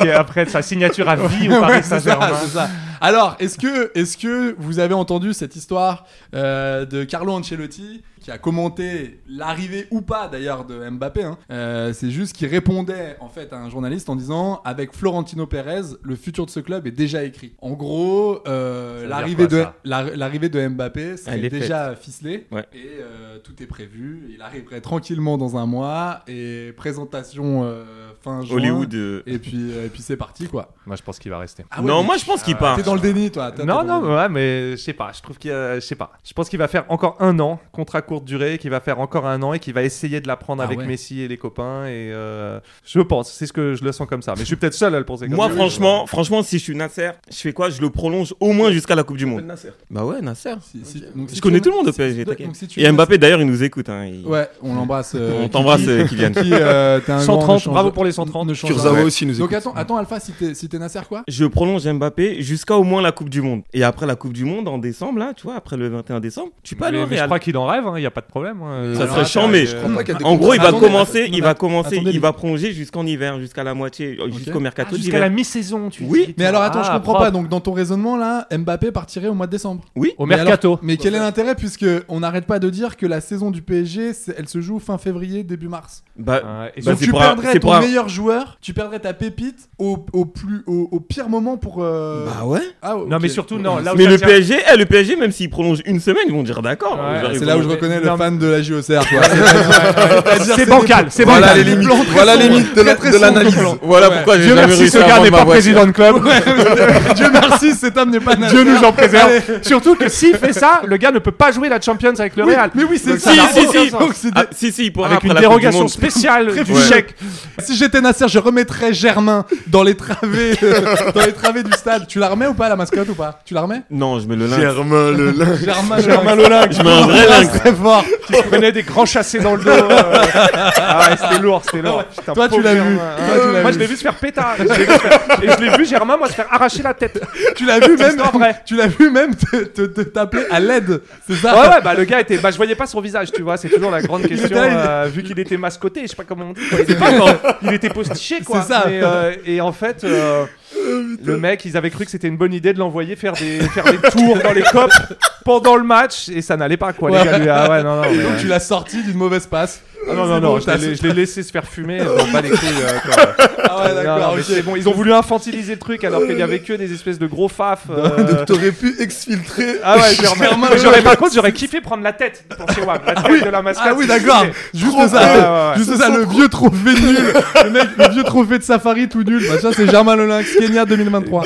[SPEAKER 2] Qui est après sa signature à vie au
[SPEAKER 8] Ouais,
[SPEAKER 2] Paris
[SPEAKER 8] c'est ça,
[SPEAKER 2] Saint-Germain.
[SPEAKER 8] c'est ça. Alors, est-ce que, est-ce que vous avez entendu cette histoire euh, de Carlo Ancelotti qui a commenté l'arrivée ou pas d'ailleurs de Mbappé hein Euh, C'est juste qu'il répondait en fait à un journaliste en disant avec Florentino Pérez, le futur de ce club est déjà écrit. En gros, euh,
[SPEAKER 2] Ça veut
[SPEAKER 8] l'arrivée
[SPEAKER 2] dire quoi,
[SPEAKER 8] de
[SPEAKER 2] ça
[SPEAKER 8] la- l'arrivée de Mbappé, c'est
[SPEAKER 5] Elle est
[SPEAKER 8] déjà ficelé
[SPEAKER 5] Ouais.
[SPEAKER 8] et euh, tout est prévu. Il arriverait tranquillement dans un mois et présentation euh, fin juin.
[SPEAKER 5] Hollywood. euh,
[SPEAKER 8] Et puis, euh, et puis c'est parti quoi.
[SPEAKER 2] Moi, je pense qu'il va rester.
[SPEAKER 8] Ah ouais,
[SPEAKER 5] Non,
[SPEAKER 8] mais-
[SPEAKER 5] moi je pense qu'il part.
[SPEAKER 8] T'es dans le déni, toi. T'as-
[SPEAKER 2] Non,
[SPEAKER 8] t'as-
[SPEAKER 2] non, mais ouais, mais je sais pas. Je trouve qu'il y a- je sais pas. Je pense qu'il va faire encore un an, contrat courte durée, qu'il va faire encore un an et qu'il va essayer de la prendre
[SPEAKER 8] Ah
[SPEAKER 2] avec
[SPEAKER 8] ouais.
[SPEAKER 2] Messi et les copains. Et euh, je pense, c'est ce que je le sens comme ça. Mais je suis peut-être seul à le penser. Comme
[SPEAKER 5] Moi
[SPEAKER 2] ça.
[SPEAKER 5] franchement, franchement si je suis Nasser, je fais quoi Je le prolonge au moins jusqu'à la Coupe du Monde.
[SPEAKER 6] Nasser.
[SPEAKER 5] Bah ouais, Nasser.
[SPEAKER 8] Si- si- donc, si
[SPEAKER 5] Je connais
[SPEAKER 8] tu-
[SPEAKER 5] tout le monde au PSG,
[SPEAKER 8] donc,
[SPEAKER 5] t'inquiète.
[SPEAKER 8] si tu
[SPEAKER 5] Et
[SPEAKER 8] veux-
[SPEAKER 5] Mbappé d'ailleurs, il nous écoute hein. il-
[SPEAKER 8] Ouais, on l'embrasse. euh,
[SPEAKER 5] On t'embrasse
[SPEAKER 8] Kiki.
[SPEAKER 5] euh, Kylian.
[SPEAKER 8] Kiki, euh, t'es un grand,
[SPEAKER 2] 130,
[SPEAKER 8] ne change-
[SPEAKER 2] bravo pour les 130.
[SPEAKER 8] ne change
[SPEAKER 6] Kurzawa
[SPEAKER 8] rien.
[SPEAKER 6] aussi nous
[SPEAKER 8] Donc
[SPEAKER 6] écoute.
[SPEAKER 8] attends, attends Alpha, si t'es si t'es Nasser quoi
[SPEAKER 5] Je prolonge Mbappé jusqu'à au moins la Coupe du Monde. Et après la Coupe du Monde, en décembre, là, tu vois, après le 21 décembre, tu peux aller
[SPEAKER 2] mais,
[SPEAKER 5] au
[SPEAKER 2] mais je
[SPEAKER 5] Real.
[SPEAKER 2] crois qu'il en rêve. hein, Il n'y a pas de problème. hein.
[SPEAKER 5] Ça
[SPEAKER 2] Euh,
[SPEAKER 5] serait chiant, mais
[SPEAKER 6] Je crois pas qu'il y a des
[SPEAKER 5] en gros, il va
[SPEAKER 8] Attendez,
[SPEAKER 5] commencer, il va
[SPEAKER 8] attendez,
[SPEAKER 5] commencer,
[SPEAKER 8] attendez.
[SPEAKER 5] il va prolonger jusqu'en hiver, jusqu'à la moitié, euh, jusqu'au mercato
[SPEAKER 2] ah, Jusqu'à la
[SPEAKER 5] d'hiver.
[SPEAKER 2] mi-saison, tu
[SPEAKER 5] Oui,
[SPEAKER 2] dis.
[SPEAKER 8] Mais alors attends, je
[SPEAKER 2] Ah,
[SPEAKER 8] comprends
[SPEAKER 2] propre.
[SPEAKER 8] pas. Donc dans ton raisonnement là, Mbappé partirait au mois de décembre.
[SPEAKER 2] Au
[SPEAKER 8] Mais
[SPEAKER 2] mercato.
[SPEAKER 8] alors- mais quel est l'intérêt puisque on n'arrête pas de dire que la saison du PSG, c'est- elle se joue fin février, début mars.
[SPEAKER 5] Bah,
[SPEAKER 2] Ouais, Ah, et
[SPEAKER 5] Bah,
[SPEAKER 8] Donc
[SPEAKER 2] surtout-
[SPEAKER 5] c'est
[SPEAKER 8] tu
[SPEAKER 5] pour un-
[SPEAKER 8] perdrais
[SPEAKER 5] c'est
[SPEAKER 8] ton
[SPEAKER 5] pour un-
[SPEAKER 8] meilleur joueur, tu perdrais ta pépite au, au plus au, au pire moment pour. euh,
[SPEAKER 5] bah ouais.
[SPEAKER 8] ah,
[SPEAKER 2] Non,
[SPEAKER 8] ok.
[SPEAKER 2] mais surtout, non. Là où
[SPEAKER 5] Mais
[SPEAKER 2] ça
[SPEAKER 5] le
[SPEAKER 2] tient-
[SPEAKER 5] PSG, eh, le PSG, même s'il prolonge une semaine, ils vont dire d'accord.
[SPEAKER 2] Ouais,
[SPEAKER 5] Genre, ils
[SPEAKER 8] C'est
[SPEAKER 5] vont
[SPEAKER 8] là où
[SPEAKER 5] dire-
[SPEAKER 8] je
[SPEAKER 2] Mais-
[SPEAKER 8] connais le fan de la JOCR, quoi.
[SPEAKER 2] C'est
[SPEAKER 8] C'est-à-dire,
[SPEAKER 2] bancal, c'est
[SPEAKER 8] voilà
[SPEAKER 2] bancal.
[SPEAKER 8] Les limites,
[SPEAKER 2] Plan très
[SPEAKER 8] voilà
[SPEAKER 2] sombre,
[SPEAKER 8] les limites de la-
[SPEAKER 2] très, très
[SPEAKER 8] de
[SPEAKER 2] sombre
[SPEAKER 8] l'analyse.
[SPEAKER 2] plan.
[SPEAKER 8] Voilà
[SPEAKER 2] Ouais.
[SPEAKER 8] pourquoi j'ai
[SPEAKER 2] Dieu
[SPEAKER 8] jamais
[SPEAKER 2] merci,
[SPEAKER 8] réussi
[SPEAKER 2] ce
[SPEAKER 8] à
[SPEAKER 2] gars
[SPEAKER 8] vendre
[SPEAKER 2] n'est
[SPEAKER 8] ma
[SPEAKER 2] pas
[SPEAKER 8] voiture.
[SPEAKER 2] président de club.
[SPEAKER 8] Dieu merci, cet homme n'est pas
[SPEAKER 2] Dieu nous en préserve. Surtout que s'il fait ça, le gars ne peut pas jouer la Champions avec le
[SPEAKER 8] Oui,
[SPEAKER 2] Real.
[SPEAKER 8] mais oui, c'est
[SPEAKER 2] Donc
[SPEAKER 8] ça.
[SPEAKER 2] n'a
[SPEAKER 8] Si, si,
[SPEAKER 2] aucun
[SPEAKER 8] si,
[SPEAKER 2] sens.
[SPEAKER 8] donc c'est-
[SPEAKER 2] Ah,
[SPEAKER 5] si, si, il pourra
[SPEAKER 2] Avec
[SPEAKER 5] après
[SPEAKER 2] une
[SPEAKER 5] la Coupe du
[SPEAKER 2] dérogation
[SPEAKER 5] Monde.
[SPEAKER 2] spéciale
[SPEAKER 8] Très
[SPEAKER 2] du
[SPEAKER 8] bien.
[SPEAKER 2] chèque.
[SPEAKER 8] Si j'étais Nasser, je remettrais Germain dans les travées, euh, dans les travées du stade. Tu la remets ou pas la mascotte ou pas Tu la remets
[SPEAKER 5] Non, je mets le lynx.
[SPEAKER 4] Germain le lynx.
[SPEAKER 8] Germain,
[SPEAKER 5] Germain le lynx, je mets un vrai lynx.
[SPEAKER 8] Très fort.
[SPEAKER 2] qui prenait des grands chassés dans le dos. euh. Ah ouais, c'était lourd, c'était lourd. Putain,
[SPEAKER 8] Toi, tu
[SPEAKER 2] pauvre
[SPEAKER 8] l'as vu.
[SPEAKER 2] Germain.
[SPEAKER 8] Toi, tu l'as
[SPEAKER 2] moi,
[SPEAKER 8] vu.
[SPEAKER 2] je l'ai vu se faire pétard. Et je l'ai vu se faire- et je l'ai vu, Germain, moi, se faire arracher la tête.
[SPEAKER 8] Tu l'as vu même
[SPEAKER 2] Histoire vraie.
[SPEAKER 8] Tu l'as vu même te te- te taper à l'aide. C'est ça
[SPEAKER 2] Ouais, ouais, bah le gars était. Bah, je voyais pas son visage, tu vois, c'est toujours la grande question.
[SPEAKER 8] était là,
[SPEAKER 2] euh, vu qu'il était mascoté, je sais pas comment on dit. quoi. Il, était, il était postiché, quoi.
[SPEAKER 8] C'est ça. Oh,
[SPEAKER 2] Mais, euh, et en fait, euh, le mec, ils avaient cru que c'était une bonne idée de l'envoyer faire des, faire des tours dans les copes pendant le match, et ça n'allait pas, quoi.
[SPEAKER 8] Ouais.
[SPEAKER 2] Les gars, lui, ah ouais, non, non. mais,
[SPEAKER 8] Donc
[SPEAKER 2] euh,
[SPEAKER 8] tu l'as sorti d'une mauvaise passe.
[SPEAKER 2] Ah non, non,
[SPEAKER 8] C'est
[SPEAKER 2] non,
[SPEAKER 8] bon,
[SPEAKER 2] je
[SPEAKER 8] t'as-
[SPEAKER 2] l'ai je l'ai laissé se faire fumer, euh, dans pas les couilles. euh, quoi.
[SPEAKER 8] Ah ouais,
[SPEAKER 2] Non, non,
[SPEAKER 8] d'accord,
[SPEAKER 2] mais
[SPEAKER 8] ok.
[SPEAKER 2] c'est bon, ils ont voulu infantiliser le truc alors qu'il y avait que des espèces de gros faf. euh,
[SPEAKER 4] T'aurais pu exfiltrer.
[SPEAKER 2] Ah ouais, Germain. Mais J'aurais par contre, j'aurais kiffé prendre la tête pour chez Wam, la tête de la mascotte.
[SPEAKER 8] Ah oui, d'accord. Juste ça, euh,
[SPEAKER 2] Ouais, Ah, ouais, ouais.
[SPEAKER 8] juste ça, le vieux trophée nul. Le mec, le vieux trophée de safari tout nul. Bah, ça, c'est Germain Lynx Kenya 2023.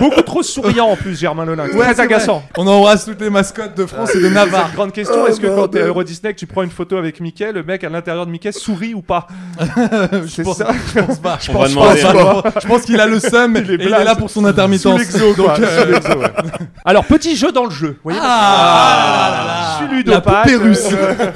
[SPEAKER 2] Beaucoup trop souriant en plus, Germain Lolin.
[SPEAKER 8] Ouais,
[SPEAKER 2] très
[SPEAKER 8] c'est
[SPEAKER 2] agaçant.
[SPEAKER 8] vrai. On embrasse toutes les mascottes de France et de Navarre.
[SPEAKER 2] Grande
[SPEAKER 8] Oh,
[SPEAKER 2] question, est-ce que quand t'es à Euro Disney, que tu prends une photo avec Mickey, le mec à l'intérieur de Mickey sourit ou pas
[SPEAKER 8] Je
[SPEAKER 2] C'est
[SPEAKER 8] pense,
[SPEAKER 2] ça
[SPEAKER 8] je pense pas. Je
[SPEAKER 5] On
[SPEAKER 8] pense,
[SPEAKER 5] va demander. hein.
[SPEAKER 8] je pense pas. Je pense qu'il a le seum et il est là
[SPEAKER 2] blaze.
[SPEAKER 8] pour son intermittence. euh,
[SPEAKER 2] quoi, sous l'exo, ouais. Alors, petit jeu dans le jeu. Vous voyez
[SPEAKER 8] Ah,
[SPEAKER 2] Je suis
[SPEAKER 8] la
[SPEAKER 2] ludopathe,
[SPEAKER 8] poupée russe.
[SPEAKER 2] euh,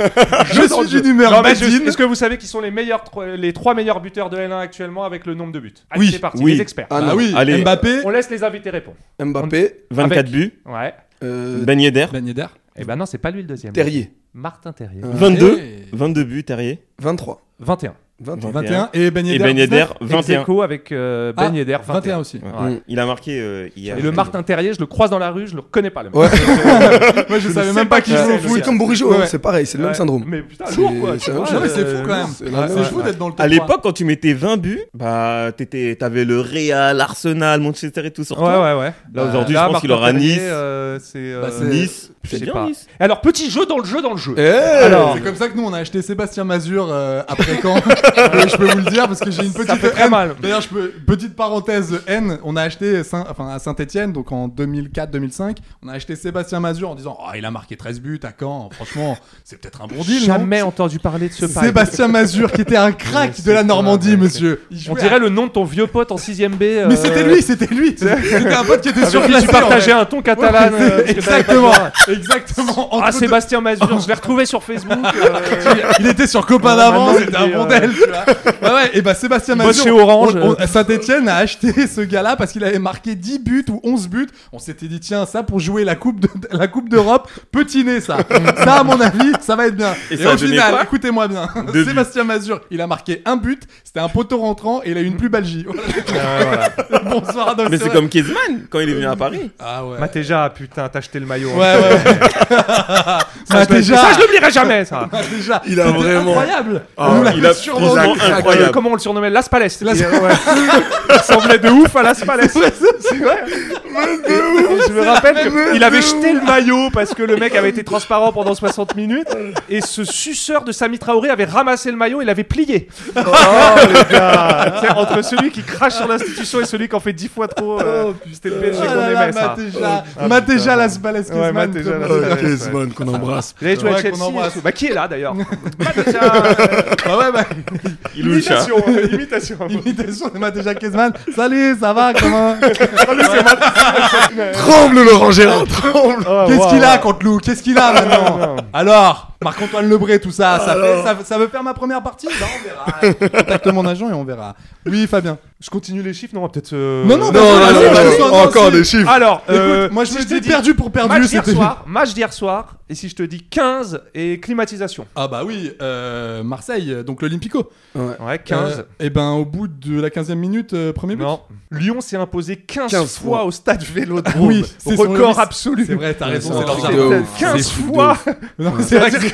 [SPEAKER 8] Je suis d'une humeur
[SPEAKER 2] Non, mais je-
[SPEAKER 8] badine.
[SPEAKER 2] Est-ce que vous savez qui sont les, meilleurs, tro- les trois meilleurs buteurs de L1 actuellement avec le nombre de buts Allez,
[SPEAKER 8] Oui,
[SPEAKER 2] c'est parti,
[SPEAKER 5] oui.
[SPEAKER 2] les experts.
[SPEAKER 6] Ah
[SPEAKER 8] Ah
[SPEAKER 6] non.
[SPEAKER 8] oui,
[SPEAKER 5] Allez.
[SPEAKER 8] Mbappé,
[SPEAKER 2] On laisse les invités répondre.
[SPEAKER 6] Mbappé,
[SPEAKER 5] 24
[SPEAKER 2] Avec-
[SPEAKER 5] buts,
[SPEAKER 2] Ouais.
[SPEAKER 6] euh,
[SPEAKER 5] Ben Yedder,
[SPEAKER 8] Ben Yedder.
[SPEAKER 2] Eh ben non, c'est pas lui le deuxième.
[SPEAKER 6] Terrier,
[SPEAKER 2] Martin Terrier.
[SPEAKER 6] Euh,
[SPEAKER 5] 22, 22 buts, Terrier.
[SPEAKER 6] 23.
[SPEAKER 2] 21.
[SPEAKER 6] 23.
[SPEAKER 8] 21 et Ben
[SPEAKER 5] Et
[SPEAKER 8] Yedder.
[SPEAKER 5] Ben Yedder,
[SPEAKER 2] 21.
[SPEAKER 5] 21.
[SPEAKER 2] avec euh,
[SPEAKER 8] Ah,
[SPEAKER 2] Ben Yedder, 21.
[SPEAKER 8] 21 aussi.
[SPEAKER 5] Ouais.
[SPEAKER 2] Ouais.
[SPEAKER 5] Il a marqué euh, hier.
[SPEAKER 2] Et le Martin Terrier, je le crois dans la rue, je le reconnais pas le mec.
[SPEAKER 6] Ouais.
[SPEAKER 8] Moi je, savais
[SPEAKER 2] sais
[SPEAKER 8] même
[SPEAKER 2] pas
[SPEAKER 8] pas qui
[SPEAKER 2] qui
[SPEAKER 8] joue au
[SPEAKER 2] c'est,
[SPEAKER 8] foot.
[SPEAKER 6] C'est comme Bourigeau, hein,
[SPEAKER 8] Ouais.
[SPEAKER 6] c'est pareil, c'est le
[SPEAKER 2] Ouais.
[SPEAKER 6] même syndrome.
[SPEAKER 2] Mais putain,
[SPEAKER 6] C'est-
[SPEAKER 2] lourd quoi.
[SPEAKER 6] c'est
[SPEAKER 2] tu
[SPEAKER 6] la même
[SPEAKER 2] vois,
[SPEAKER 6] chose.
[SPEAKER 8] Non, mais c'est
[SPEAKER 2] euh,
[SPEAKER 8] fou quand même.
[SPEAKER 6] c'est la même
[SPEAKER 8] C'est
[SPEAKER 6] chose.
[SPEAKER 8] fou d'être dans le top 3.
[SPEAKER 5] À l'époque, quand tu mettais 20 buts, bah t'étais, t'avais le Real, Arsenal, Manchester et tout sur
[SPEAKER 2] Ouais,
[SPEAKER 5] toi.
[SPEAKER 2] ouais, ouais.
[SPEAKER 5] Là, aujourd'hui, je
[SPEAKER 2] Là,
[SPEAKER 5] pense qu'il
[SPEAKER 2] Martin
[SPEAKER 5] aura
[SPEAKER 2] Terrier,
[SPEAKER 5] Nice.
[SPEAKER 2] euh, c'est. euh,
[SPEAKER 8] Bah, c'est- Eh,
[SPEAKER 5] Nice,
[SPEAKER 2] je
[SPEAKER 5] c'est
[SPEAKER 2] sais
[SPEAKER 5] bien
[SPEAKER 2] pas.
[SPEAKER 5] Nice.
[SPEAKER 2] Alors, petit jeu dans le jeu, dans le jeu.
[SPEAKER 8] C'est
[SPEAKER 2] Alors,
[SPEAKER 8] comme ça que nous on a acheté Sébastien Mazur euh, après quand Et Je peux vous le dire parce que j'ai une
[SPEAKER 2] Ça
[SPEAKER 8] petite
[SPEAKER 2] fait très
[SPEAKER 8] haine.
[SPEAKER 2] mal.
[SPEAKER 8] D'ailleurs, je peux petite parenthèse haine. On a acheté Saint- enfin à Saint-Étienne, donc en 2004-2005, on a acheté Sébastien Mazur en disant oh, il a marqué 13 buts à Caen. Franchement, c'est peut-être un bon deal. non
[SPEAKER 2] jamais entendu parler de ce paille.
[SPEAKER 8] Sébastien Mazur qui était un crack de la Normandie, monsieur. Il
[SPEAKER 2] On
[SPEAKER 8] jouait à-
[SPEAKER 2] dirait le nom de ton vieux pote en 6ème B. euh,
[SPEAKER 8] Mais c'était lui, c'était lui. C'était un pote qui était
[SPEAKER 2] Sur qui
[SPEAKER 8] surclassé.
[SPEAKER 2] tu partageais un ton catalan.
[SPEAKER 8] Ouais,
[SPEAKER 2] euh, parce que
[SPEAKER 8] exactement, exactement.
[SPEAKER 2] t'avais-
[SPEAKER 8] Entre
[SPEAKER 2] Ah,
[SPEAKER 8] deux-
[SPEAKER 2] Sébastien Mazur, je l'ai retrouvé sur Facebook. euh,
[SPEAKER 8] il était sur copain d'avant,
[SPEAKER 2] Maintenant,
[SPEAKER 8] c'était un
[SPEAKER 2] il est,
[SPEAKER 8] bordel, tu vois. Ouais, ouais, et bah Sébastien
[SPEAKER 2] Il bosse
[SPEAKER 8] Mazur,
[SPEAKER 2] chez Orange.
[SPEAKER 8] Saint-Etienne a acheté ce gars-là parce qu'il avait marqué 10 buts ou 11 buts. On s'était dit, tiens, ça pour jouer la Coupe de- la coupe d'Europe, petit nez, ça. ça, à mon avis, ça va être bien. Et,
[SPEAKER 5] Et ça a
[SPEAKER 8] au
[SPEAKER 5] donné
[SPEAKER 8] final,
[SPEAKER 5] quoi
[SPEAKER 8] écoutez-moi bien,
[SPEAKER 5] Deux buts.
[SPEAKER 8] Sébastien Mazur, il a marqué un but, c'était un poteau rentrant et il a eu une plus belle J. Bonsoir, Adam,
[SPEAKER 5] Mais c'est
[SPEAKER 8] vrai.
[SPEAKER 5] comme Kezman quand il est venu à Paris.
[SPEAKER 8] Ah ouais.
[SPEAKER 2] Matéja, putain, t'as acheté le maillot.
[SPEAKER 8] Ouais, ouais, ouais.
[SPEAKER 2] Ça,
[SPEAKER 8] Bah,
[SPEAKER 2] je l'ai-
[SPEAKER 8] déjà,
[SPEAKER 2] ça, je l'oublierai jamais, ça.
[SPEAKER 8] déjà,
[SPEAKER 4] Il a
[SPEAKER 8] c'était
[SPEAKER 4] vraiment-
[SPEAKER 8] incroyable.
[SPEAKER 4] Ah,
[SPEAKER 8] On nous
[SPEAKER 4] il
[SPEAKER 8] l'avait
[SPEAKER 4] a-
[SPEAKER 8] sûrement
[SPEAKER 4] il a-
[SPEAKER 8] dit.
[SPEAKER 2] Euh,
[SPEAKER 5] Incroyable.
[SPEAKER 2] comment on le surnommait Las Palais.
[SPEAKER 8] Las-
[SPEAKER 2] Il, euh, ouais. Il ressemblait de ouf à Las Palais. C'est vrai. Et Je me rappelle qu'il avait jeté le maillot parce que le mec avait été transparent pendant 60 minutes et ce suceur de Sami Traoré avait ramassé le maillot et l'avait plié. Oh les gars Tu sais, Entre celui qui crache sur l'institution et celui qui en fait 10 fois trop, euh, c'était le PSG
[SPEAKER 8] Ah
[SPEAKER 2] qu'on
[SPEAKER 8] là là,
[SPEAKER 2] aimait ça.
[SPEAKER 8] Matéja, Matéja Las Balles
[SPEAKER 2] Ah, Ouais,
[SPEAKER 8] Griezmann,
[SPEAKER 2] Matéja
[SPEAKER 8] comme-
[SPEAKER 2] Las Balles.
[SPEAKER 4] Euh, Kezman qu'on embrasse.
[SPEAKER 2] Il avait joué à
[SPEAKER 8] Ouais, qu'on
[SPEAKER 2] Chelsea. et
[SPEAKER 8] embrasse.
[SPEAKER 2] tout. Bah, qui est là d'ailleurs Matéja
[SPEAKER 8] Ah ouais, bah,
[SPEAKER 5] Il loue le chat.
[SPEAKER 2] Imitation, imitation.
[SPEAKER 8] imitation de Matéja Griezmann. Salut, ça va, comment
[SPEAKER 4] Tremble Laurent Gérard, tremble.
[SPEAKER 8] Qu'est-ce qu'il a, Canteloup Qu'est-ce qu'il
[SPEAKER 2] Ah,
[SPEAKER 8] a maintenant Alors, Marc-Antoine Lebré, tout ça, ça, fait- ça, ça veut faire ma première partie Bah, on verra. Contacte mon agent et on verra. Oui, Fabien.
[SPEAKER 2] Je continue les chiffres, non, on va peut-être. euh,
[SPEAKER 8] Non, non,
[SPEAKER 4] Non, non,
[SPEAKER 8] vas-y,
[SPEAKER 4] non,
[SPEAKER 8] vas-y,
[SPEAKER 4] non,
[SPEAKER 8] vas-y,
[SPEAKER 4] non,
[SPEAKER 8] vas-y.
[SPEAKER 4] encore des chiffres.
[SPEAKER 2] Alors,
[SPEAKER 8] Écoute,
[SPEAKER 2] euh,
[SPEAKER 8] moi je
[SPEAKER 2] si
[SPEAKER 8] me
[SPEAKER 2] te
[SPEAKER 8] dis
[SPEAKER 2] dis
[SPEAKER 8] perdu pour perdu,
[SPEAKER 2] Match d'hier
[SPEAKER 8] c'était-
[SPEAKER 2] soir, match d'hier soir, et si je te dis 15 et climatisation.
[SPEAKER 8] Ah bah oui, euh, Marseille, donc l'Olympico.
[SPEAKER 2] Ouais, 15.
[SPEAKER 8] et ben au bout de la 15e minute, euh, premier but.
[SPEAKER 2] non. Lyon s'est imposé 15,
[SPEAKER 6] 15
[SPEAKER 2] fois
[SPEAKER 6] fois.
[SPEAKER 2] au stade Vélodrome.
[SPEAKER 8] Ah oui, c'est son-
[SPEAKER 2] Record
[SPEAKER 8] oui,
[SPEAKER 2] absolu.
[SPEAKER 8] C'est vrai, t'as raison,
[SPEAKER 6] c'est
[SPEAKER 8] c'est
[SPEAKER 6] un
[SPEAKER 8] leur
[SPEAKER 6] truc
[SPEAKER 8] jardin.
[SPEAKER 6] de ouf.
[SPEAKER 2] 15
[SPEAKER 6] C'est fou de
[SPEAKER 2] fois
[SPEAKER 6] ouf.
[SPEAKER 8] Non,
[SPEAKER 2] C'est
[SPEAKER 8] c'est vrai que
[SPEAKER 2] dire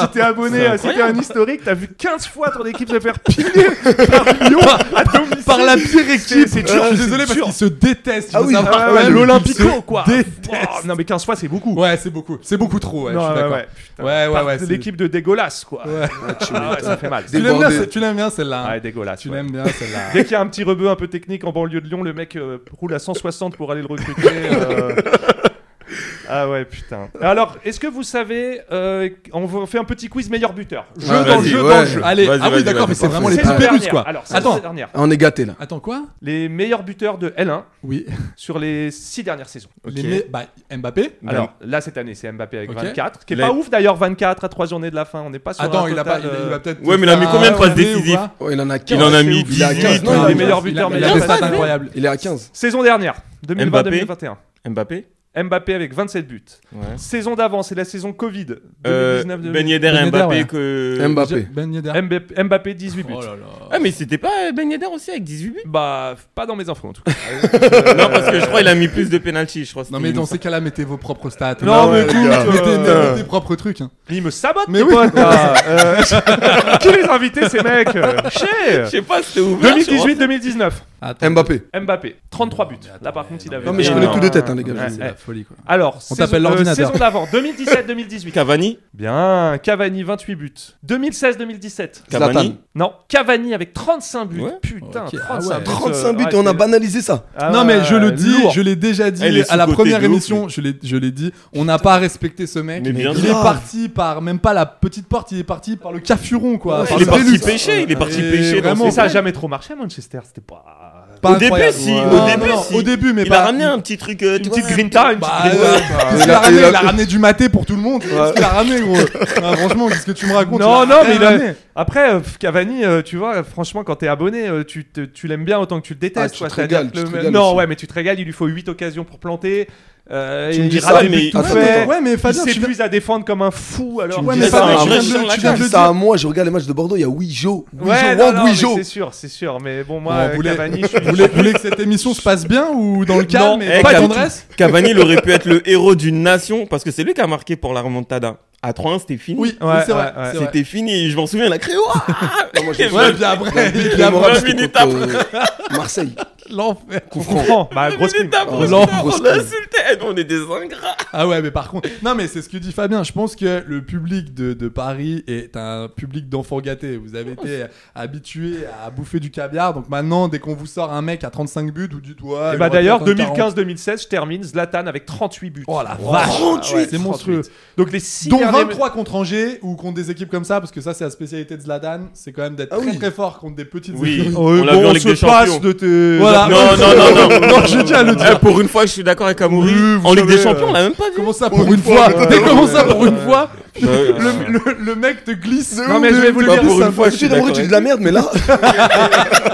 [SPEAKER 2] Si t'es abonné,
[SPEAKER 8] C'est
[SPEAKER 2] euh, si t'es un
[SPEAKER 8] incroyable.
[SPEAKER 2] historique, t'as vu 15 fois ton équipe se faire piler par Lyon à domicile.
[SPEAKER 8] Par la pire équipe.
[SPEAKER 2] C'est
[SPEAKER 8] Euh,
[SPEAKER 2] dur.
[SPEAKER 8] je suis désolé parce qu'ils se détestent. il
[SPEAKER 2] Ah
[SPEAKER 8] faut
[SPEAKER 2] oui,
[SPEAKER 8] savoir.
[SPEAKER 2] ah ouais,
[SPEAKER 8] Ouais, ils
[SPEAKER 2] l'Olympico
[SPEAKER 8] se
[SPEAKER 2] quoi.
[SPEAKER 8] détestent.
[SPEAKER 2] Oh, non mais 15 fois c'est beaucoup.
[SPEAKER 8] Ouais, c'est beaucoup. C'est beaucoup trop. Ouais,
[SPEAKER 2] Non,
[SPEAKER 8] je suis
[SPEAKER 2] ouais,
[SPEAKER 8] d'accord.
[SPEAKER 2] ouais, putain.
[SPEAKER 8] Ouais, ouais,
[SPEAKER 2] Par-
[SPEAKER 8] ouais,
[SPEAKER 2] de
[SPEAKER 8] c'est-
[SPEAKER 2] L'équipe de dégueulasse quoi.
[SPEAKER 8] Ouais.
[SPEAKER 2] Ah ouais, ça fait mal. Ah
[SPEAKER 8] Tu l'aimes bien,
[SPEAKER 6] Débordé.
[SPEAKER 8] ce- tu l'aimes bien celle-là. hein.
[SPEAKER 2] Ouais, dégueulasse.
[SPEAKER 8] Tu
[SPEAKER 2] ouais.
[SPEAKER 8] l'aimes bien celle-là.
[SPEAKER 2] Dès qu'il y a un petit rebeu un peu technique en banlieue de Lyon, le mec euh, roule à 160 pour aller le recruter. euh. Ah ouais, putain. Alors, est-ce que vous savez, euh, on vous fait un petit quiz meilleur buteur. Jeu
[SPEAKER 6] Ah,
[SPEAKER 2] dans le
[SPEAKER 6] vas-y,
[SPEAKER 2] jeu,
[SPEAKER 6] ouais.
[SPEAKER 2] dans le jeu.
[SPEAKER 8] Allez,
[SPEAKER 6] Vas-y,
[SPEAKER 8] ah oui,
[SPEAKER 6] vas-y,
[SPEAKER 8] d'accord,
[SPEAKER 6] vas-y,
[SPEAKER 8] mais c'est
[SPEAKER 6] parfait.
[SPEAKER 8] vraiment les
[SPEAKER 2] C'est la
[SPEAKER 8] pépérus
[SPEAKER 2] dernière.
[SPEAKER 8] quoi.
[SPEAKER 2] Alors, c'est
[SPEAKER 8] Attends,
[SPEAKER 2] la dernière.
[SPEAKER 6] Ah, On est gâté là.
[SPEAKER 8] attends quoi
[SPEAKER 2] Les meilleurs buteurs de L1
[SPEAKER 8] Oui.
[SPEAKER 2] sur les six dernières saisons.
[SPEAKER 8] Les mé- bah, Mbappé.
[SPEAKER 2] Alors là, cette année, c'est Mbappé avec
[SPEAKER 8] Ok.
[SPEAKER 2] 24, qui est
[SPEAKER 5] Les-
[SPEAKER 2] pas ouf d'ailleurs, 24 à 3 journées de la fin. On n'est pas sur
[SPEAKER 8] Attends,
[SPEAKER 2] un
[SPEAKER 8] il a pas,
[SPEAKER 2] total,
[SPEAKER 8] il, il
[SPEAKER 2] euh,
[SPEAKER 8] va peut-être.
[SPEAKER 5] Ouais, mais il a mis
[SPEAKER 8] faire
[SPEAKER 5] combien de
[SPEAKER 8] un
[SPEAKER 5] passes
[SPEAKER 8] ou quoi
[SPEAKER 5] décisives
[SPEAKER 6] Oh, il en a 15.
[SPEAKER 5] Il en a
[SPEAKER 2] c'est
[SPEAKER 5] mis
[SPEAKER 2] ouf, il a
[SPEAKER 5] 18.
[SPEAKER 6] 15,
[SPEAKER 8] Non,
[SPEAKER 6] Non,
[SPEAKER 8] il
[SPEAKER 6] il
[SPEAKER 8] a
[SPEAKER 6] a
[SPEAKER 8] mis-
[SPEAKER 2] meilleurs buteurs,
[SPEAKER 8] il a- il
[SPEAKER 2] meilleurs
[SPEAKER 8] a fait ça
[SPEAKER 2] passeurs.
[SPEAKER 8] incroyable.
[SPEAKER 6] Il est à 15.
[SPEAKER 2] Saison dernière, 2020-2021.
[SPEAKER 5] Mbappé
[SPEAKER 2] Mbappé avec 27 buts.
[SPEAKER 5] Ouais.
[SPEAKER 2] Saison d'avant, c'est la saison Covid. 2019
[SPEAKER 5] Euh, Ben Yedder
[SPEAKER 8] Ben
[SPEAKER 5] et
[SPEAKER 8] Yedder, ouais.
[SPEAKER 5] Mbappé que.
[SPEAKER 6] Mbappé.
[SPEAKER 8] Ben Yedder.
[SPEAKER 2] Mbappé, Mbappé, 18 buts.
[SPEAKER 8] Oh là là.
[SPEAKER 5] Ah, mais c'était pas Ben Yedder aussi avec 18 buts
[SPEAKER 2] Bah, pas dans mes infos en tout cas.
[SPEAKER 5] Non, parce que je crois qu'il a mis plus de penalty, je crois.
[SPEAKER 8] Non mais dans
[SPEAKER 5] c'est
[SPEAKER 8] ces cas-là, mettez vos propres stats. Bah
[SPEAKER 2] Non, mais
[SPEAKER 8] ouais,
[SPEAKER 2] écoute,
[SPEAKER 8] mettez,
[SPEAKER 2] euh,
[SPEAKER 8] mettez tes propres trucs. hein.
[SPEAKER 2] Il me sabote,
[SPEAKER 8] Mais
[SPEAKER 2] mes
[SPEAKER 8] oui.
[SPEAKER 2] potes, là. Euh, Qui les a invités, ces mecs euh, Chez
[SPEAKER 5] Je sais pas, c'était ouvert. je crois.
[SPEAKER 2] 2018-2019,
[SPEAKER 8] Ah,
[SPEAKER 6] Mbappé.
[SPEAKER 2] Mbappé, 33 buts. Là, par contre, il avait.
[SPEAKER 6] Non, mais je
[SPEAKER 2] Et
[SPEAKER 6] connais
[SPEAKER 2] non.
[SPEAKER 6] tout de tête, hein, les gars.
[SPEAKER 2] Ouais,
[SPEAKER 6] je vous dis.
[SPEAKER 2] ouais.
[SPEAKER 8] folie quoi.
[SPEAKER 2] Alors,
[SPEAKER 8] On
[SPEAKER 2] saison-
[SPEAKER 8] t'appelle
[SPEAKER 2] euh,
[SPEAKER 8] l'ordinateur.
[SPEAKER 2] Saison d'avant, 2017-2018.
[SPEAKER 5] Cavani
[SPEAKER 2] Bien, Cavani 28 buts. 2016-2017.
[SPEAKER 5] Cavani
[SPEAKER 6] Zlatan.
[SPEAKER 2] Non, Cavani avec 35 buts.
[SPEAKER 5] Ouais.
[SPEAKER 2] Putain,
[SPEAKER 8] Ok, ah
[SPEAKER 2] 35
[SPEAKER 8] ouais.
[SPEAKER 2] buts.
[SPEAKER 6] 35 buts,
[SPEAKER 2] Ouais,
[SPEAKER 6] on a
[SPEAKER 2] c'est-
[SPEAKER 6] banalisé ça.
[SPEAKER 2] Ah
[SPEAKER 8] non mais je
[SPEAKER 2] ouais,
[SPEAKER 8] le dis,
[SPEAKER 2] lourd.
[SPEAKER 8] je l'ai déjà dit
[SPEAKER 5] Elle est
[SPEAKER 8] à la
[SPEAKER 5] sous-cotée
[SPEAKER 8] première
[SPEAKER 5] de ouf,
[SPEAKER 8] émission, je l'ai, je l'ai dit, on n'a pas respecté ce mec.
[SPEAKER 5] Mais bien
[SPEAKER 8] il est
[SPEAKER 6] grave.
[SPEAKER 8] parti par même pas la petite porte, il est parti par le cafuron quoi.
[SPEAKER 6] Ouais,
[SPEAKER 8] par
[SPEAKER 5] Il est
[SPEAKER 8] le
[SPEAKER 5] parti
[SPEAKER 8] Velux.
[SPEAKER 5] pêcher, il est parti
[SPEAKER 8] Et
[SPEAKER 5] pêcher. dans
[SPEAKER 8] vraiment,
[SPEAKER 2] Mais
[SPEAKER 5] ses-
[SPEAKER 2] ça a jamais trop marché à Manchester, c'était pas.
[SPEAKER 8] Pas
[SPEAKER 5] Au début,
[SPEAKER 8] incroyable.
[SPEAKER 5] si.
[SPEAKER 8] Ouais.
[SPEAKER 5] Au
[SPEAKER 8] Non,
[SPEAKER 5] début,
[SPEAKER 8] non,
[SPEAKER 5] si.
[SPEAKER 8] Au début, mais
[SPEAKER 5] Il
[SPEAKER 8] pas.
[SPEAKER 5] a ramené un petit truc, euh, une petite grinta,
[SPEAKER 2] Grinta,
[SPEAKER 5] une
[SPEAKER 2] une
[SPEAKER 8] Bah,
[SPEAKER 2] petite
[SPEAKER 8] euh,
[SPEAKER 2] grinta.
[SPEAKER 8] qu'est-ce qu'il a ramené Il a ramené du maté pour tout le monde. Qu'est-ce qu'il a ramené, gros Ah, Franchement, qu'est-ce que tu me racontes
[SPEAKER 2] Non,
[SPEAKER 8] a
[SPEAKER 2] non, mais
[SPEAKER 8] rien
[SPEAKER 2] il a-
[SPEAKER 8] ramené.
[SPEAKER 2] Après, euh, Cavani, euh, tu vois, franchement, quand t'es abonné, euh, tu, te- tu l'aimes bien autant que tu le
[SPEAKER 6] Ah,
[SPEAKER 2] détestes.
[SPEAKER 6] tu
[SPEAKER 2] quoi.
[SPEAKER 6] te
[SPEAKER 2] C'est-à-dire
[SPEAKER 6] régales,
[SPEAKER 2] que
[SPEAKER 6] tu
[SPEAKER 2] le-
[SPEAKER 6] te régales
[SPEAKER 2] Non,
[SPEAKER 6] aussi.
[SPEAKER 2] ouais, mais tu te régales, il lui faut 8 occasions pour planter. Euh,
[SPEAKER 5] Tu me
[SPEAKER 2] il
[SPEAKER 5] dis
[SPEAKER 2] rate
[SPEAKER 5] ça,
[SPEAKER 2] les buts
[SPEAKER 5] mais-
[SPEAKER 2] tout
[SPEAKER 6] Attends,
[SPEAKER 2] faits.
[SPEAKER 8] mais- ouais, mais Fabien,
[SPEAKER 2] il
[SPEAKER 8] tu viens-
[SPEAKER 2] s'épuise à défendre comme un fou. Alors,
[SPEAKER 8] Ouais,
[SPEAKER 5] dis
[SPEAKER 8] mais
[SPEAKER 5] ça,
[SPEAKER 8] Fabien,
[SPEAKER 5] mais
[SPEAKER 8] tu
[SPEAKER 5] je
[SPEAKER 8] viens
[SPEAKER 5] reste
[SPEAKER 8] de
[SPEAKER 5] sur
[SPEAKER 8] le-
[SPEAKER 5] la
[SPEAKER 8] tu viens de
[SPEAKER 6] Dis
[SPEAKER 8] le
[SPEAKER 6] ça à
[SPEAKER 8] dire.
[SPEAKER 6] moi, je regarde les matchs de Bordeaux, il y a Wijo.
[SPEAKER 2] Ouais,
[SPEAKER 6] Wijo,
[SPEAKER 2] non,
[SPEAKER 6] Wang
[SPEAKER 2] non, mais
[SPEAKER 6] Wijo.
[SPEAKER 2] c'est sûr, c'est sûr. Mais bon, moi,
[SPEAKER 8] Bon,
[SPEAKER 2] euh,
[SPEAKER 8] vous voulez-
[SPEAKER 2] Cavani, je suis-
[SPEAKER 8] Vous voulez- vous voulez que cette émission se passe bien ou dans le calme
[SPEAKER 5] eh,
[SPEAKER 8] et pas
[SPEAKER 5] calme.
[SPEAKER 8] tendresse
[SPEAKER 5] Cavani, il aurait pu être le héros d'une nation parce que c'est lui qui a marqué pour la remontada. À 3-1, c'était fini.
[SPEAKER 8] Oui,
[SPEAKER 2] Ouais,
[SPEAKER 8] oui, c'est vrai.
[SPEAKER 2] ouais, ouais.
[SPEAKER 8] c'est vrai.
[SPEAKER 5] C'était fini. Je m'en souviens, il a crié. Ouah Et
[SPEAKER 8] Ouais,
[SPEAKER 5] vingt-
[SPEAKER 8] puis après,
[SPEAKER 6] Le
[SPEAKER 8] il a
[SPEAKER 6] moral,
[SPEAKER 5] vingt
[SPEAKER 6] c'était
[SPEAKER 5] minutes
[SPEAKER 6] contre, euh, Marseille.
[SPEAKER 8] l'enfer.
[SPEAKER 6] Coup
[SPEAKER 2] On
[SPEAKER 6] franc.
[SPEAKER 2] comprend. Bah, grosse
[SPEAKER 5] minutes
[SPEAKER 2] crime.
[SPEAKER 5] après,
[SPEAKER 6] Oh,
[SPEAKER 5] putain,
[SPEAKER 6] grosse
[SPEAKER 5] on
[SPEAKER 6] crime.
[SPEAKER 5] l'insultait. On est des ingrats.
[SPEAKER 8] Ah ouais, mais par contre, non, mais c'est ce que dit Fabien. Je pense que le public de, de Paris est un public d'enfants gâtés. Vous avez été habitués à bouffer du caviar, donc maintenant, dès qu'on vous sort un mec à 35 buts, vous dites ouais.
[SPEAKER 2] Et
[SPEAKER 8] il
[SPEAKER 2] bah
[SPEAKER 8] aurait pu
[SPEAKER 2] d'ailleurs,
[SPEAKER 8] atteindre 40.
[SPEAKER 2] 2015-2016, je termine Zlatan avec 38 buts.
[SPEAKER 8] Oh la vache!
[SPEAKER 2] 38,
[SPEAKER 8] Ouais, c'est monstrueux.
[SPEAKER 2] Donc les 6
[SPEAKER 8] Dont
[SPEAKER 2] derniers...
[SPEAKER 8] 23 contre Angers ou contre des équipes comme ça, parce que ça, c'est la spécialité de Zlatan, c'est quand même d'être
[SPEAKER 6] Ah
[SPEAKER 8] très
[SPEAKER 6] oui.
[SPEAKER 8] très fort contre des petites
[SPEAKER 5] Oui.
[SPEAKER 8] équipes.
[SPEAKER 2] Oh,
[SPEAKER 5] On l'a vu en
[SPEAKER 2] bon,
[SPEAKER 5] Ligue
[SPEAKER 2] se
[SPEAKER 5] des
[SPEAKER 2] passe
[SPEAKER 5] Champions.
[SPEAKER 2] de tes...
[SPEAKER 8] Voilà.
[SPEAKER 5] Non, non, non, non.
[SPEAKER 8] non, je tiens à le
[SPEAKER 5] Eh,
[SPEAKER 8] dire.
[SPEAKER 5] pour une fois, je suis d'accord avec Amoury.
[SPEAKER 8] Oui, vous
[SPEAKER 5] en Ligue
[SPEAKER 8] savez,
[SPEAKER 5] des Champions,
[SPEAKER 8] euh,
[SPEAKER 5] on l'a même pas vu.
[SPEAKER 8] Comment ça pour une fois?
[SPEAKER 5] ouais,
[SPEAKER 8] Dès
[SPEAKER 5] ouais,
[SPEAKER 8] comment
[SPEAKER 5] ouais,
[SPEAKER 8] ça pour
[SPEAKER 5] ouais.
[SPEAKER 8] une fois?
[SPEAKER 5] Euh,
[SPEAKER 8] Le, le- le mec te glisse.
[SPEAKER 2] Non, mais je vais vous le
[SPEAKER 8] te
[SPEAKER 2] dire,
[SPEAKER 8] glisse
[SPEAKER 5] pour
[SPEAKER 8] un
[SPEAKER 5] une
[SPEAKER 8] peu.
[SPEAKER 5] fois, je
[SPEAKER 6] Tu
[SPEAKER 5] suis
[SPEAKER 6] es
[SPEAKER 5] d'accord.
[SPEAKER 6] tu dis de la merde, mais là,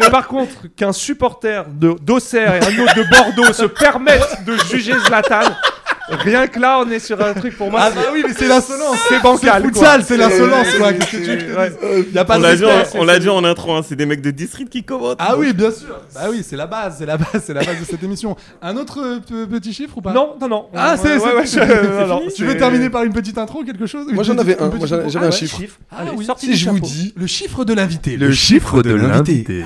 [SPEAKER 2] Mais par contre, qu'un supporter de- d'Auxerre et un autre de Bordeaux se permettent de juger Zlatan, rien que là, on est sur un truc pour moi.
[SPEAKER 8] Ah
[SPEAKER 2] c'est-
[SPEAKER 8] bah oui, mais c'est l'insolence.
[SPEAKER 2] C'est bancal,
[SPEAKER 8] C'est
[SPEAKER 2] quoi.
[SPEAKER 8] futsal, c'est l'insolence,
[SPEAKER 2] C'est-
[SPEAKER 8] quoi. Qu'est-ce que tu veux que je te dise Y a pas
[SPEAKER 5] On
[SPEAKER 8] de
[SPEAKER 5] l'a dit,
[SPEAKER 8] respect,
[SPEAKER 5] en-
[SPEAKER 8] c'est-
[SPEAKER 5] on l'a dit en intro, hein, c'est des mecs de district qui commentent.
[SPEAKER 8] Ah oui, bien sûr. Bah oui, c'est la base, c'est la base, c'est la base de cette émission. Un autre euh, p- petit chiffre ou pas
[SPEAKER 2] Non, non, non.
[SPEAKER 8] Ah,
[SPEAKER 2] Ouais,
[SPEAKER 8] c'est
[SPEAKER 2] ouais,
[SPEAKER 8] c'est-
[SPEAKER 2] ouais,
[SPEAKER 8] c'est
[SPEAKER 2] je-
[SPEAKER 8] fini.
[SPEAKER 2] alors,
[SPEAKER 8] Tu
[SPEAKER 2] c'est-
[SPEAKER 8] veux terminer par une petite intro ou quelque chose
[SPEAKER 6] Moi,
[SPEAKER 8] Une
[SPEAKER 6] j'en
[SPEAKER 8] petite-
[SPEAKER 6] avais un.
[SPEAKER 8] une petite
[SPEAKER 6] Moi, j'en-
[SPEAKER 8] info
[SPEAKER 6] j'avais
[SPEAKER 8] Ah
[SPEAKER 6] un
[SPEAKER 8] ouais.
[SPEAKER 6] chiffre.
[SPEAKER 8] Ah
[SPEAKER 2] Allez,
[SPEAKER 8] oui.
[SPEAKER 2] sorti
[SPEAKER 6] Si
[SPEAKER 2] du
[SPEAKER 6] je vous
[SPEAKER 2] chapeau.
[SPEAKER 6] dis
[SPEAKER 8] Le chiffre de l'invité.
[SPEAKER 4] Le chiffre de l'invité.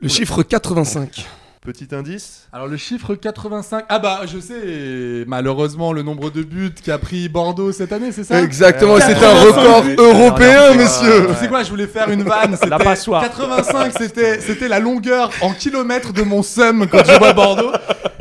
[SPEAKER 6] le chiffre 85.
[SPEAKER 2] Petit indice.
[SPEAKER 8] Alors le chiffre 85. Ah bah je sais. Malheureusement le nombre de buts qu'a pris Bordeaux cette année, c'est ça
[SPEAKER 6] Exactement,
[SPEAKER 2] Ouais.
[SPEAKER 6] c'est un record européen,
[SPEAKER 2] Ouais.
[SPEAKER 6] messieurs.
[SPEAKER 8] Tu sais quoi, je voulais faire une vanne.
[SPEAKER 2] La
[SPEAKER 8] c'était-
[SPEAKER 2] passoire.
[SPEAKER 8] 85, c'était, c'était la longueur en kilomètres de mon seum quand je vois Bordeaux.